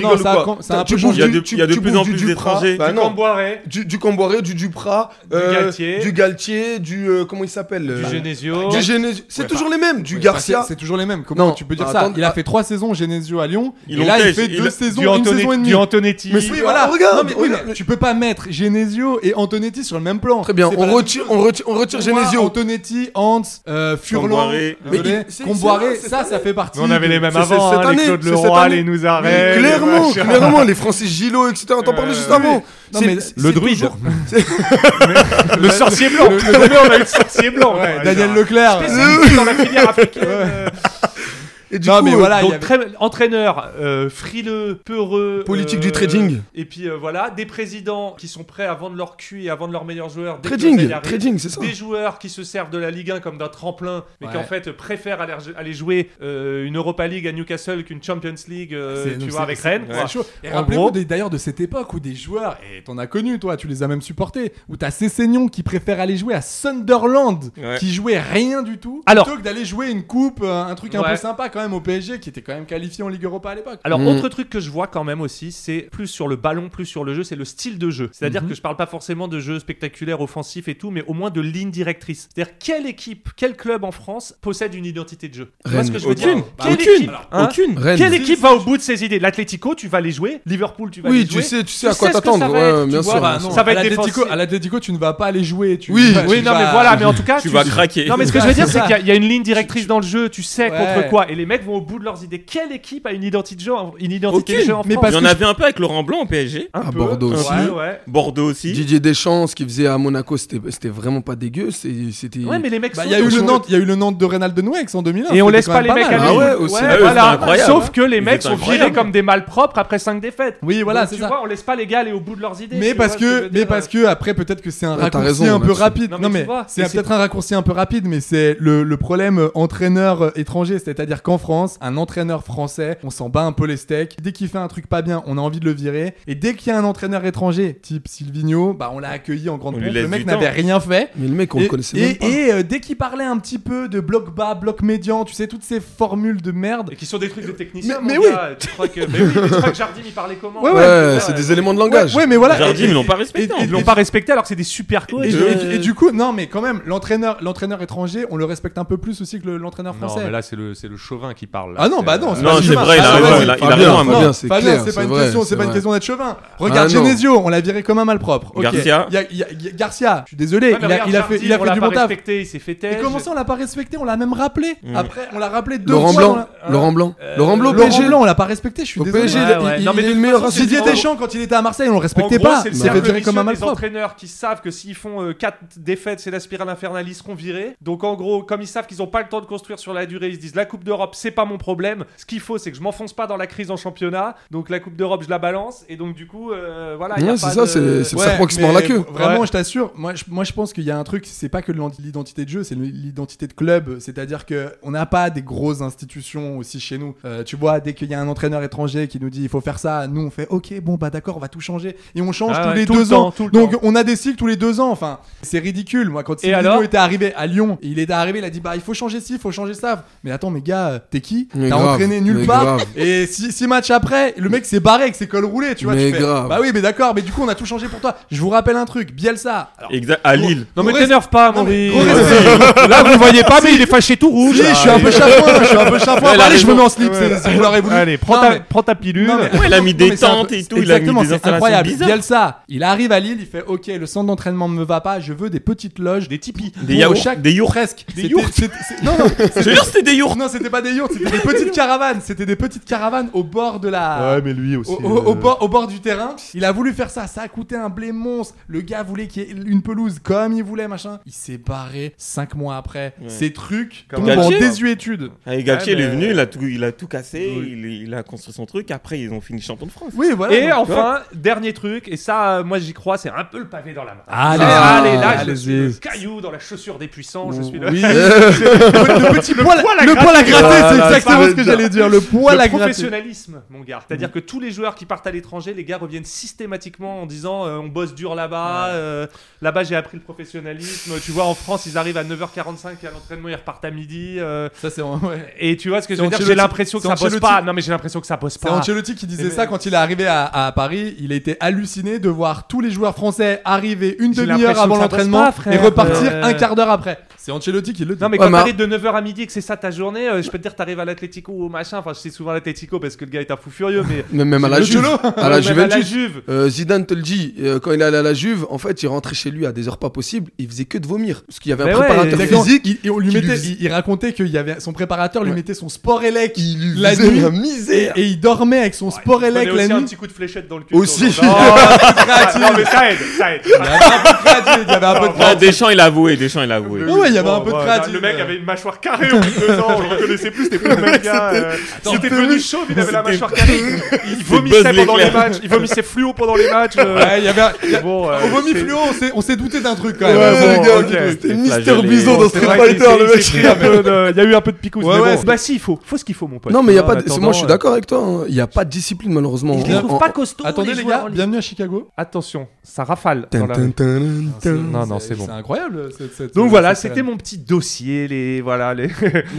[SPEAKER 5] T'as- tu bouffes
[SPEAKER 6] bouffes
[SPEAKER 5] du-
[SPEAKER 6] du-
[SPEAKER 5] tu- il y a de
[SPEAKER 6] tu
[SPEAKER 5] plus
[SPEAKER 6] bouffes
[SPEAKER 5] en plus
[SPEAKER 6] Duprat,
[SPEAKER 5] d'étrangers.
[SPEAKER 6] bah
[SPEAKER 5] Du
[SPEAKER 6] non.
[SPEAKER 2] Camboiré.
[SPEAKER 6] Du, du Camboiré, du Duprat, euh,
[SPEAKER 2] Galtier.
[SPEAKER 6] du Galtier, du, euh, comment il s'appelle euh,
[SPEAKER 2] Genesio.
[SPEAKER 6] Du Genesio. C'est
[SPEAKER 8] Ouais,
[SPEAKER 6] toujours
[SPEAKER 8] bah,
[SPEAKER 6] les mêmes. Du
[SPEAKER 8] ouais,
[SPEAKER 6] Garcia.
[SPEAKER 8] bah, c'est- C'est toujours les mêmes. Comment
[SPEAKER 6] Non,
[SPEAKER 8] tu peux dire
[SPEAKER 6] bah,
[SPEAKER 8] ça
[SPEAKER 6] attends,
[SPEAKER 8] Il a
[SPEAKER 6] ah.
[SPEAKER 8] fait trois saisons Genesio à Lyon.
[SPEAKER 6] Ils
[SPEAKER 8] et
[SPEAKER 6] l'ont
[SPEAKER 8] là, il
[SPEAKER 6] têche,
[SPEAKER 8] fait
[SPEAKER 6] il-
[SPEAKER 8] deux
[SPEAKER 6] du
[SPEAKER 8] saisons, une
[SPEAKER 2] Antone-
[SPEAKER 8] saison et demie.
[SPEAKER 2] du Antonetti.
[SPEAKER 8] Mais
[SPEAKER 2] Mais
[SPEAKER 8] oui,
[SPEAKER 2] c'est-
[SPEAKER 8] voilà.
[SPEAKER 2] ah, regarde,
[SPEAKER 8] non, mais,
[SPEAKER 2] oui,
[SPEAKER 8] oui, mais tu peux pas mettre Genesio et Antonetti sur le même plan.
[SPEAKER 6] Très bien,
[SPEAKER 8] C'est
[SPEAKER 6] on
[SPEAKER 8] pas la
[SPEAKER 6] retire-
[SPEAKER 8] même chose.
[SPEAKER 6] on retire- on retire
[SPEAKER 8] Pour moi,
[SPEAKER 6] Genesio.
[SPEAKER 8] Antonetti, Hans, euh, Furlan,
[SPEAKER 5] Comboiré.
[SPEAKER 6] Mais il-
[SPEAKER 8] désolé,
[SPEAKER 6] c'est-
[SPEAKER 8] Comboiré,
[SPEAKER 6] c'est- c'est
[SPEAKER 8] ça,
[SPEAKER 6] cette
[SPEAKER 8] ça fait partie.
[SPEAKER 2] Mais on avait
[SPEAKER 8] de-
[SPEAKER 2] les mêmes
[SPEAKER 8] c'est-
[SPEAKER 2] avant,
[SPEAKER 8] c'est cette
[SPEAKER 2] hein, les
[SPEAKER 8] année,
[SPEAKER 2] Claude
[SPEAKER 8] c'est
[SPEAKER 2] Leroy,
[SPEAKER 8] cette année.
[SPEAKER 2] les Nouzarets,
[SPEAKER 6] Mais
[SPEAKER 2] les
[SPEAKER 6] clairement,
[SPEAKER 2] machins.
[SPEAKER 6] clairement, les Francis Gillot, etc. On t'en
[SPEAKER 5] Euh,
[SPEAKER 6] parlait juste
[SPEAKER 2] oui.
[SPEAKER 6] avant.
[SPEAKER 8] Non,
[SPEAKER 6] C'est-
[SPEAKER 8] mais
[SPEAKER 6] c'est-
[SPEAKER 8] le
[SPEAKER 6] c'est
[SPEAKER 8] druide.
[SPEAKER 6] toujours-
[SPEAKER 2] Le sorcier blanc.
[SPEAKER 8] le- le-
[SPEAKER 2] Jamais on a eu de sorcier blanc.
[SPEAKER 8] Ouais,
[SPEAKER 2] quoi.
[SPEAKER 8] Daniel
[SPEAKER 2] Genre,
[SPEAKER 8] Leclerc.
[SPEAKER 2] spécialiste dans la filière africaine. euh,
[SPEAKER 6] Et du
[SPEAKER 8] Non,
[SPEAKER 6] coup,
[SPEAKER 8] mais
[SPEAKER 6] euh,
[SPEAKER 8] voilà,
[SPEAKER 2] Donc
[SPEAKER 8] Ah, il y avait-
[SPEAKER 2] très- entraîneur euh, frileux, peureux,
[SPEAKER 6] Politique
[SPEAKER 2] euh,
[SPEAKER 6] du trading.
[SPEAKER 2] Et puis euh, voilà, des présidents qui sont prêts à vendre leur cul et à vendre leurs meilleurs joueurs. dès que
[SPEAKER 6] Trading,
[SPEAKER 2] l'oseille arrive.
[SPEAKER 6] trading, c'est ça.
[SPEAKER 2] Des joueurs qui se servent de la Ligue 1 comme d'un tremplin, mais qui
[SPEAKER 8] Ouais.
[SPEAKER 2] en fait préfèrent aller, aller jouer euh, une Europa League à Newcastle qu'une Champions League, euh,
[SPEAKER 8] C'est-
[SPEAKER 2] tu
[SPEAKER 8] donc
[SPEAKER 2] vois,
[SPEAKER 8] c'est-
[SPEAKER 2] avec
[SPEAKER 8] c'est-
[SPEAKER 2] Rennes.
[SPEAKER 8] c'est
[SPEAKER 2] quoi.
[SPEAKER 8] chaud. Et
[SPEAKER 2] En
[SPEAKER 8] rappelez-vous
[SPEAKER 2] gros-
[SPEAKER 8] des- d'ailleurs de cette époque où des joueurs, et t'en as connu toi, tu les as même supportés, où t'as Cessignon qui préfère aller jouer à Sunderland,
[SPEAKER 5] Ouais.
[SPEAKER 8] qui jouait rien du tout,
[SPEAKER 2] Alors-
[SPEAKER 8] plutôt que d'aller jouer une coupe, euh, un truc un
[SPEAKER 2] Ouais.
[SPEAKER 8] peu sympa quand même au PSG, qui était quand même qualifié en Ligue Europa à l'époque.
[SPEAKER 2] Alors,
[SPEAKER 6] Mm.
[SPEAKER 2] autre truc que je vois quand même aussi, c'est plus sur le ballon, plus sur le jeu, c'est le style de jeu.
[SPEAKER 6] Mhm.
[SPEAKER 2] C'est-à-dire que je parle pas forcément de jeu spectaculaire, offensif et tout, mais au moins de ligne directrice. C'est-à-dire, quelle équipe, quel club en France possède une identité de jeu Tu vois
[SPEAKER 6] Rennes.
[SPEAKER 2] ce que je veux
[SPEAKER 6] Aucune.
[SPEAKER 2] dire
[SPEAKER 6] Bah,
[SPEAKER 2] Quelle
[SPEAKER 6] aucune.
[SPEAKER 2] équipe, hein
[SPEAKER 6] Aucune. Rennes.
[SPEAKER 2] Quelle
[SPEAKER 6] Si,
[SPEAKER 2] équipe va au bout de ses idées L'Atlético, tu vas les jouer. Liverpool, tu vas
[SPEAKER 6] Oui,
[SPEAKER 2] les
[SPEAKER 6] tu
[SPEAKER 2] jouer.
[SPEAKER 6] sais- tu sais à quoi
[SPEAKER 2] ce que
[SPEAKER 6] t'attendre,
[SPEAKER 2] ça va être,
[SPEAKER 6] ouais,
[SPEAKER 2] tu
[SPEAKER 6] bien
[SPEAKER 2] vois.
[SPEAKER 6] sûr.
[SPEAKER 2] Bah, non,
[SPEAKER 8] ça
[SPEAKER 2] ça va être défensif.
[SPEAKER 8] à l'Atletico, tu vas pas aller jouer. Tu,
[SPEAKER 6] Oui.
[SPEAKER 8] tu
[SPEAKER 2] Oui, non,
[SPEAKER 8] vas-
[SPEAKER 2] mais voilà, mais en tout cas,
[SPEAKER 5] Tu vas craquer.
[SPEAKER 2] Non, mais ce que je veux dire, c'est
[SPEAKER 8] ça.
[SPEAKER 2] qu'il y a- il y, a une ligne directrice dans le jeu, tu sais
[SPEAKER 8] Ouais.
[SPEAKER 2] contre quoi, et les mecs vont au bout de leurs idées. Quelle équipe a une identité de jeu, en- une identité de
[SPEAKER 5] Aucune.
[SPEAKER 2] jeu en
[SPEAKER 8] Mais
[SPEAKER 2] France
[SPEAKER 5] Il y en
[SPEAKER 8] que je-
[SPEAKER 5] avait un peu avec Laurent Blanc au PSG.
[SPEAKER 2] Un
[SPEAKER 6] À
[SPEAKER 2] peu,
[SPEAKER 6] Bordeaux
[SPEAKER 2] un
[SPEAKER 6] aussi.
[SPEAKER 2] peu, ouais.
[SPEAKER 5] Bordeaux aussi.
[SPEAKER 6] Didier Deschamps, ce qu'il faisait à Monaco, c'était c'était vraiment pas dégueu. c'est- C'était.
[SPEAKER 2] Ouais, mais les mecs
[SPEAKER 8] Bah,
[SPEAKER 2] sont-
[SPEAKER 8] Il y a eu
[SPEAKER 2] sont-
[SPEAKER 8] le Nantes, il y a eu le Nantes de Reynaldo Nouex en 2001.
[SPEAKER 2] Et on
[SPEAKER 8] c'était
[SPEAKER 2] laisse
[SPEAKER 8] quand
[SPEAKER 2] pas les
[SPEAKER 8] même
[SPEAKER 2] mecs
[SPEAKER 8] mal. hein.
[SPEAKER 2] aller.
[SPEAKER 6] ouais, aussi. Ah ouais,
[SPEAKER 2] voilà.
[SPEAKER 5] c'était incroyable, hein.
[SPEAKER 2] Sauf que les
[SPEAKER 5] Ils
[SPEAKER 2] mecs
[SPEAKER 5] étaient
[SPEAKER 2] sont virés
[SPEAKER 5] incroyables.
[SPEAKER 2] comme des malpropres après 5 défaites.
[SPEAKER 8] Oui, voilà,
[SPEAKER 2] Donc,
[SPEAKER 8] c'est
[SPEAKER 2] tu
[SPEAKER 8] ça.
[SPEAKER 2] vois, on laisse pas les gars aller au bout de leurs idées.
[SPEAKER 8] Mais
[SPEAKER 2] tu
[SPEAKER 8] parce
[SPEAKER 2] vois ce je
[SPEAKER 8] que,
[SPEAKER 2] veux
[SPEAKER 8] mais
[SPEAKER 2] dire. euh.
[SPEAKER 8] parce que après peut-être que c'est un
[SPEAKER 6] Ouais, t'as
[SPEAKER 8] raccourci
[SPEAKER 6] raison,
[SPEAKER 8] un peu
[SPEAKER 6] là-dessus.
[SPEAKER 8] rapide.
[SPEAKER 2] Non,
[SPEAKER 8] Non,
[SPEAKER 2] mais tu
[SPEAKER 8] mais,
[SPEAKER 2] vois, mais
[SPEAKER 8] c'est
[SPEAKER 2] c'est-
[SPEAKER 8] peut-être un raccourci un peu rapide, mais c'est le, le problème euh, entraîneur euh, étranger, c'est-à-dire qu'en France, un entraîneur français, on s'en bat un peu les steaks. Dès qu'il fait un truc pas bien, on a envie de le virer. Et dès qu'il y a un entraîneur étranger, type Silvino, bah on l'a accueilli en grande
[SPEAKER 5] On lui
[SPEAKER 8] pompe.
[SPEAKER 5] laisse
[SPEAKER 8] Le mec
[SPEAKER 5] du temps.
[SPEAKER 8] n'avait rien fait.
[SPEAKER 6] Mais le mec, on
[SPEAKER 8] et,
[SPEAKER 6] le connaissait
[SPEAKER 8] et-
[SPEAKER 6] même pas.
[SPEAKER 8] et, euh, dès qu'il parlait un petit peu de bloc bas, bloc médian, tu sais toutes ces formules de merde.
[SPEAKER 2] Et qui sont des trucs de techniciens.
[SPEAKER 8] Mais-
[SPEAKER 2] mon
[SPEAKER 8] mais
[SPEAKER 2] gars. Tu crois que. Mais oui, mais tu crois que Jardim il parlait comment
[SPEAKER 8] Ouais,
[SPEAKER 6] Ouais,
[SPEAKER 8] ouais,
[SPEAKER 6] c'est des éléments de langage.
[SPEAKER 8] Ouais, ouais, mais voilà.
[SPEAKER 5] Jardim,
[SPEAKER 8] Et-
[SPEAKER 5] ils l'ont pas
[SPEAKER 8] et-
[SPEAKER 5] respecté,
[SPEAKER 8] et-
[SPEAKER 5] en
[SPEAKER 8] et-
[SPEAKER 2] Ils l'ont
[SPEAKER 8] et-
[SPEAKER 2] pas respecté alors que c'est des super coachs.
[SPEAKER 8] Et,
[SPEAKER 2] euh.
[SPEAKER 8] et- et du coup, non, mais quand même, l'entraîneur, l'entraîneur étranger, on le respecte un peu plus aussi que le- l'entraîneur
[SPEAKER 2] Non,
[SPEAKER 8] français.
[SPEAKER 2] mais là, c'est le, c'est le chauvin qui parle. là.
[SPEAKER 8] ah non,
[SPEAKER 2] C'est- euh,
[SPEAKER 8] bah non,
[SPEAKER 5] euh, Non,
[SPEAKER 8] pas
[SPEAKER 5] c'est
[SPEAKER 8] Chauvin.
[SPEAKER 5] vrai, il a
[SPEAKER 8] Ah,
[SPEAKER 5] raison,
[SPEAKER 8] vas-y.
[SPEAKER 5] il a- il a
[SPEAKER 8] Fabien,
[SPEAKER 5] raison, hein,
[SPEAKER 8] non,
[SPEAKER 6] Fabien, c'est
[SPEAKER 8] Fabien,
[SPEAKER 6] clair,
[SPEAKER 8] c'est pas
[SPEAKER 6] c'est
[SPEAKER 8] une
[SPEAKER 6] vrai,
[SPEAKER 8] question,
[SPEAKER 6] c'est
[SPEAKER 8] c'est pas une
[SPEAKER 6] vrai.
[SPEAKER 8] question d'être chauvin. Regarde
[SPEAKER 6] Ah, non.
[SPEAKER 8] Genesio, on l'a viré comme un malpropre. Ok.
[SPEAKER 5] Garcia.
[SPEAKER 8] Il y a- il y a- il y a- Garcia, je suis désolé,
[SPEAKER 2] Ouais, mais
[SPEAKER 8] il a,
[SPEAKER 2] regarde,
[SPEAKER 8] il a fait,
[SPEAKER 2] Jardim,
[SPEAKER 8] il a
[SPEAKER 2] on
[SPEAKER 8] fait
[SPEAKER 2] l'a
[SPEAKER 8] du
[SPEAKER 2] pas
[SPEAKER 8] bon taf.
[SPEAKER 2] respecté, il s'est fait
[SPEAKER 8] Et
[SPEAKER 2] têche.
[SPEAKER 8] comment ça, on l'a pas respecté On l'a même rappelé.
[SPEAKER 5] Mm.
[SPEAKER 8] Après, on l'a rappelé deux
[SPEAKER 6] Laurent
[SPEAKER 8] fois. dans
[SPEAKER 6] Blanc,
[SPEAKER 8] la-
[SPEAKER 6] Laurent Blanc, Laurent Blanc, au
[SPEAKER 8] Laurent
[SPEAKER 6] PSG.
[SPEAKER 8] Blanc, on l'a pas respecté. Je suis
[SPEAKER 6] Au
[SPEAKER 8] désolé.
[SPEAKER 6] PSG,
[SPEAKER 2] Ouais,
[SPEAKER 6] il-
[SPEAKER 2] ouais.
[SPEAKER 6] il-
[SPEAKER 2] Non, mais
[SPEAKER 6] il est
[SPEAKER 2] de
[SPEAKER 6] le
[SPEAKER 2] toute
[SPEAKER 6] meilleur
[SPEAKER 2] façon, c'est
[SPEAKER 6] Didier
[SPEAKER 8] Didier
[SPEAKER 2] en-
[SPEAKER 6] Deschamps.
[SPEAKER 8] Deschamps, quand il était à Marseille, on le
[SPEAKER 2] En
[SPEAKER 8] respectait
[SPEAKER 2] gros,
[SPEAKER 8] pas.
[SPEAKER 2] c'est le
[SPEAKER 8] Il s'est fait
[SPEAKER 2] cercle
[SPEAKER 8] virer comme un
[SPEAKER 2] vicieux des
[SPEAKER 8] malpropre.
[SPEAKER 2] entraîneurs qui savent que s'ils font euh, 4 défaites, c'est la spirale infernale, ils seront virés. Donc en gros, comme ils savent qu'ils n'ont pas le temps de construire sur la durée, ils se disent la Coupe d'Europe, c'est pas mon problème. Ce qu'il faut, c'est que je m'enfonce pas dans la crise en championnat. Donc la Coupe d'Europe, je la balance. Et donc, du coup, euh, voilà. il y a
[SPEAKER 6] Ouais,
[SPEAKER 2] pas
[SPEAKER 6] c'est ça,
[SPEAKER 2] de-
[SPEAKER 6] c'est- c'est le serpent qui se
[SPEAKER 2] mais
[SPEAKER 6] mord la queue.
[SPEAKER 2] Vraiment,
[SPEAKER 8] Vraiment, je t'assure, moi je, moi je pense qu'il y a un truc, c'est pas que l'ident- l'identité de jeu, c'est l'identité de club. C'est-à-dire que on n'a pas des grosses institutions aussi chez nous. Euh, tu vois, dès qu'il y a un entraîneur étranger qui nous dit il faut faire ça, nous on fait ok, bon bah d'accord, on va tout changer. Et on change
[SPEAKER 2] Ah
[SPEAKER 8] tous
[SPEAKER 2] ouais,
[SPEAKER 8] les
[SPEAKER 2] tout le
[SPEAKER 8] deux
[SPEAKER 2] temps,
[SPEAKER 8] ans.
[SPEAKER 2] tout le
[SPEAKER 8] Donc
[SPEAKER 2] temps.
[SPEAKER 8] on a des cycles tous les deux ans. Enfin, c'est ridicule. Moi, quand
[SPEAKER 2] Et alors
[SPEAKER 8] Silvio était arrivé à Lyon, il était arrivé, il a dit bah il faut changer ci, il faut changer ça. Mais attends, mes gars, euh, t'es qui
[SPEAKER 6] Mais
[SPEAKER 8] T'as
[SPEAKER 6] grave,
[SPEAKER 8] entraîné nulle
[SPEAKER 6] mais
[SPEAKER 8] part.
[SPEAKER 6] grave.
[SPEAKER 8] Et six, six matchs après, le mec s'est barré avec ses cols roulés, tu vois.
[SPEAKER 6] Mais
[SPEAKER 8] tu fais,
[SPEAKER 6] grave.
[SPEAKER 8] Bah oui, mais d'accord, mais du coup, on a tout changé pour toi. Je vous rappelle un truc, Bielsa. Alors,
[SPEAKER 5] Exact, à Lille.
[SPEAKER 2] Non, mais
[SPEAKER 8] Gros
[SPEAKER 2] t'énerve pas,
[SPEAKER 8] Non, mais
[SPEAKER 2] Maurice.
[SPEAKER 8] gros respect.
[SPEAKER 2] Là, vous le voyez pas, mais
[SPEAKER 8] Si.
[SPEAKER 2] il est fâché tout rouge.
[SPEAKER 8] Si, je suis un peu chafouin, je suis un peu chafouin.
[SPEAKER 2] Ouais, il a
[SPEAKER 8] Allez, je me
[SPEAKER 2] raison.
[SPEAKER 8] mets en slip,
[SPEAKER 2] Ouais.
[SPEAKER 8] c'est- si vous l'aurez voulu.
[SPEAKER 2] Allez, prends
[SPEAKER 8] Non,
[SPEAKER 2] ta-
[SPEAKER 8] mais-
[SPEAKER 2] prends ta pilule.
[SPEAKER 8] Non, mais-
[SPEAKER 5] Ouais, il a mis
[SPEAKER 8] non, mais
[SPEAKER 5] des
[SPEAKER 8] c'est un peu-
[SPEAKER 5] tentes et tout, il a mis
[SPEAKER 8] exactement,
[SPEAKER 5] des
[SPEAKER 8] c'est
[SPEAKER 5] installations
[SPEAKER 8] incroyable.
[SPEAKER 5] bizarres.
[SPEAKER 8] Bielsa, il arrive à Lille, il fait OK, le centre d'entraînement me va pas, je veux des petites loges,
[SPEAKER 2] des tipis,
[SPEAKER 8] Pour
[SPEAKER 5] yaourts,
[SPEAKER 8] chaque-
[SPEAKER 5] des yourts.
[SPEAKER 8] presque.
[SPEAKER 5] Des
[SPEAKER 8] C'était-
[SPEAKER 5] yourts.
[SPEAKER 8] c'était- c'est- Non, non,
[SPEAKER 5] Je jure, c'était des yourts.
[SPEAKER 8] Non, c'était pas des yourts, c'était des petites caravanes, c'était des petites caravanes au bord de la Ouais, mais lui aussi, au, au- au euh, bord, au bord du terrain, il a voulu faire ça, ça a coûté un blé monstre. Le gars voulait qu'il y ait une pelouse comme il voulait, machin. Il s'est barré 5 mois après.
[SPEAKER 5] Ouais.
[SPEAKER 8] Ces trucs
[SPEAKER 5] Comme
[SPEAKER 8] tombent en
[SPEAKER 5] Galtier.
[SPEAKER 8] désuétude.
[SPEAKER 5] Avec Galtier,
[SPEAKER 8] Ouais,
[SPEAKER 5] il est
[SPEAKER 8] mais-
[SPEAKER 5] venu, il a tout, il a tout cassé, il, il a construit son truc. Après, ils ont fini champion de France.
[SPEAKER 8] Oui, voilà.
[SPEAKER 2] Et
[SPEAKER 5] Tu vois
[SPEAKER 2] enfin, dernier truc, et ça, euh, moi j'y crois, c'est un peu le pavé dans la main.
[SPEAKER 8] Allez-y.
[SPEAKER 2] Ah, allez, là, je
[SPEAKER 8] Allez-y.
[SPEAKER 2] suis le caillou dans la chaussure des puissants, je suis le.
[SPEAKER 8] Oui. le petit poil, le poil à gratter, c'est exactement ce que j'allais dire, le poil à Mm-hmm. gratter.
[SPEAKER 2] professionnalisme, mon gars. C'est-à-dire que tous les joueurs qui partent à l'étranger, les gars reviennent systématiquement en disant euh, on bosse dur là-bas, euh, là-bas j'ai appris le professionnalisme. tu vois, en France, ils arrivent à 9h45 à l'entraînement, ils repartent à midi. euh,
[SPEAKER 8] Ça, c'est en- ouais.
[SPEAKER 2] Et tu vois ce que je
[SPEAKER 8] C'est
[SPEAKER 2] veux dire
[SPEAKER 8] Ancelotti-
[SPEAKER 2] J'ai l'impression que
[SPEAKER 8] c'est
[SPEAKER 2] ça bosse
[SPEAKER 8] Ancelotti-
[SPEAKER 2] pas. Non, mais j'ai l'impression que ça Eh ben. bosse
[SPEAKER 8] C'est
[SPEAKER 2] pas.
[SPEAKER 8] Ancelotti qui disait
[SPEAKER 2] Mais-
[SPEAKER 8] ça quand il est arrivé à, à Paris. Il a été halluciné de voir tous les joueurs français arriver une
[SPEAKER 2] J'ai
[SPEAKER 8] demi-heure
[SPEAKER 2] l'impression
[SPEAKER 8] avant
[SPEAKER 2] que ça bosse
[SPEAKER 8] l'entraînement
[SPEAKER 2] pas, frère.
[SPEAKER 8] et repartir
[SPEAKER 2] Euh.
[SPEAKER 8] un quart d'heure après. C'est Ancelotti qui le dit.
[SPEAKER 2] Non mais
[SPEAKER 8] Ouais,
[SPEAKER 2] quand
[SPEAKER 8] mais-
[SPEAKER 2] t'arrives de 9h à midi et que c'est ça ta journée, euh, je peux te dire t'arrives à l'Atlético ou au machin, enfin je sais souvent l'Atlético parce que le gars est un fou furieux mais...
[SPEAKER 6] Mais même à la
[SPEAKER 2] Le
[SPEAKER 6] Juve,
[SPEAKER 2] Cholo.
[SPEAKER 6] à la
[SPEAKER 2] Même à la
[SPEAKER 6] Juventus.
[SPEAKER 2] Juve.
[SPEAKER 6] Euh, Zidane te le dit, euh, quand il allait à la Juve, en fait, il rentrait chez lui à des heures pas possibles, il faisait que de vomir. Parce qu'il y avait
[SPEAKER 2] Mais
[SPEAKER 6] un
[SPEAKER 2] ouais,
[SPEAKER 6] préparateur
[SPEAKER 8] Exactement.
[SPEAKER 6] physique.
[SPEAKER 8] il, il- on lui
[SPEAKER 6] qui lui
[SPEAKER 8] mettait-
[SPEAKER 6] faisait-
[SPEAKER 8] il- il racontait qu'il y avait son préparateur lui mettait son sport élec
[SPEAKER 6] lui
[SPEAKER 8] la
[SPEAKER 6] faisait
[SPEAKER 8] nuit
[SPEAKER 6] la misère.
[SPEAKER 8] et, et il dormait avec son sport
[SPEAKER 2] Prenez
[SPEAKER 8] élec la
[SPEAKER 2] aussi un
[SPEAKER 8] nuit.
[SPEAKER 2] petit coup de fléchette dans le cul.
[SPEAKER 6] Aussi.
[SPEAKER 2] Non, non, non, mais ça aide, ça aide.
[SPEAKER 8] Il y avait un peu de créativité, il y avait un peu de
[SPEAKER 5] Ah, Deschamps, il a avoué. Deschamps, il a avoué.
[SPEAKER 8] Ouais, ouais, il y avait un peu de
[SPEAKER 2] Ouais,
[SPEAKER 8] créativité.
[SPEAKER 2] Le mec avait une mâchoire carrée au bout de deux ans, on le reconnaissait plus, c'était plus le même gars. euh, C'était devenu chauve, il avait la mâchoire carrée. Il vomissait
[SPEAKER 5] Buzz
[SPEAKER 2] pendant les
[SPEAKER 5] l'éclair.
[SPEAKER 2] matchs, il vomissait fluo pendant les matchs. euh,
[SPEAKER 8] Ouais, il y avait un- il y a-
[SPEAKER 2] bon, euh,
[SPEAKER 8] Au vomi
[SPEAKER 2] c'est-
[SPEAKER 8] fluo, on s'est- on s'est douté d'un truc quand même.
[SPEAKER 2] Ouais,
[SPEAKER 8] Ouais,
[SPEAKER 2] bon,
[SPEAKER 8] les gars,
[SPEAKER 2] ok.
[SPEAKER 6] C'était
[SPEAKER 5] Il est
[SPEAKER 6] Mister
[SPEAKER 5] flagellé.
[SPEAKER 6] Bison dans
[SPEAKER 5] Bon,
[SPEAKER 6] Street Fighter, le mec.
[SPEAKER 2] Il y a eu un peu de picousse.
[SPEAKER 8] Ouais,
[SPEAKER 2] mais
[SPEAKER 8] ouais,
[SPEAKER 2] bon.
[SPEAKER 8] c'est-
[SPEAKER 2] Bah si, il faut. Faut ce qu'il faut, mon pote.
[SPEAKER 6] Non, mais il y a
[SPEAKER 8] Non,
[SPEAKER 6] pas.
[SPEAKER 8] en
[SPEAKER 6] de- c'est-
[SPEAKER 8] attendant,
[SPEAKER 6] Moi, je suis
[SPEAKER 8] euh,
[SPEAKER 6] d'accord avec toi. hein. Il n'y a pas de discipline, malheureusement.
[SPEAKER 2] Je les trouve pas costauds.
[SPEAKER 8] Attendez les gars,
[SPEAKER 2] joueurs en Ligue.
[SPEAKER 8] bienvenue à Chicago.
[SPEAKER 2] euh, Attention, ça rafale dans
[SPEAKER 6] Tin,
[SPEAKER 2] la
[SPEAKER 6] tin,
[SPEAKER 2] rue.
[SPEAKER 6] tin, tin.
[SPEAKER 2] Non, non, c'est bon.
[SPEAKER 8] C'est incroyable. cette- cette-
[SPEAKER 2] Donc voilà,
[SPEAKER 8] cette
[SPEAKER 2] c'était
[SPEAKER 8] scène.
[SPEAKER 2] mon petit dossier, les voilà, les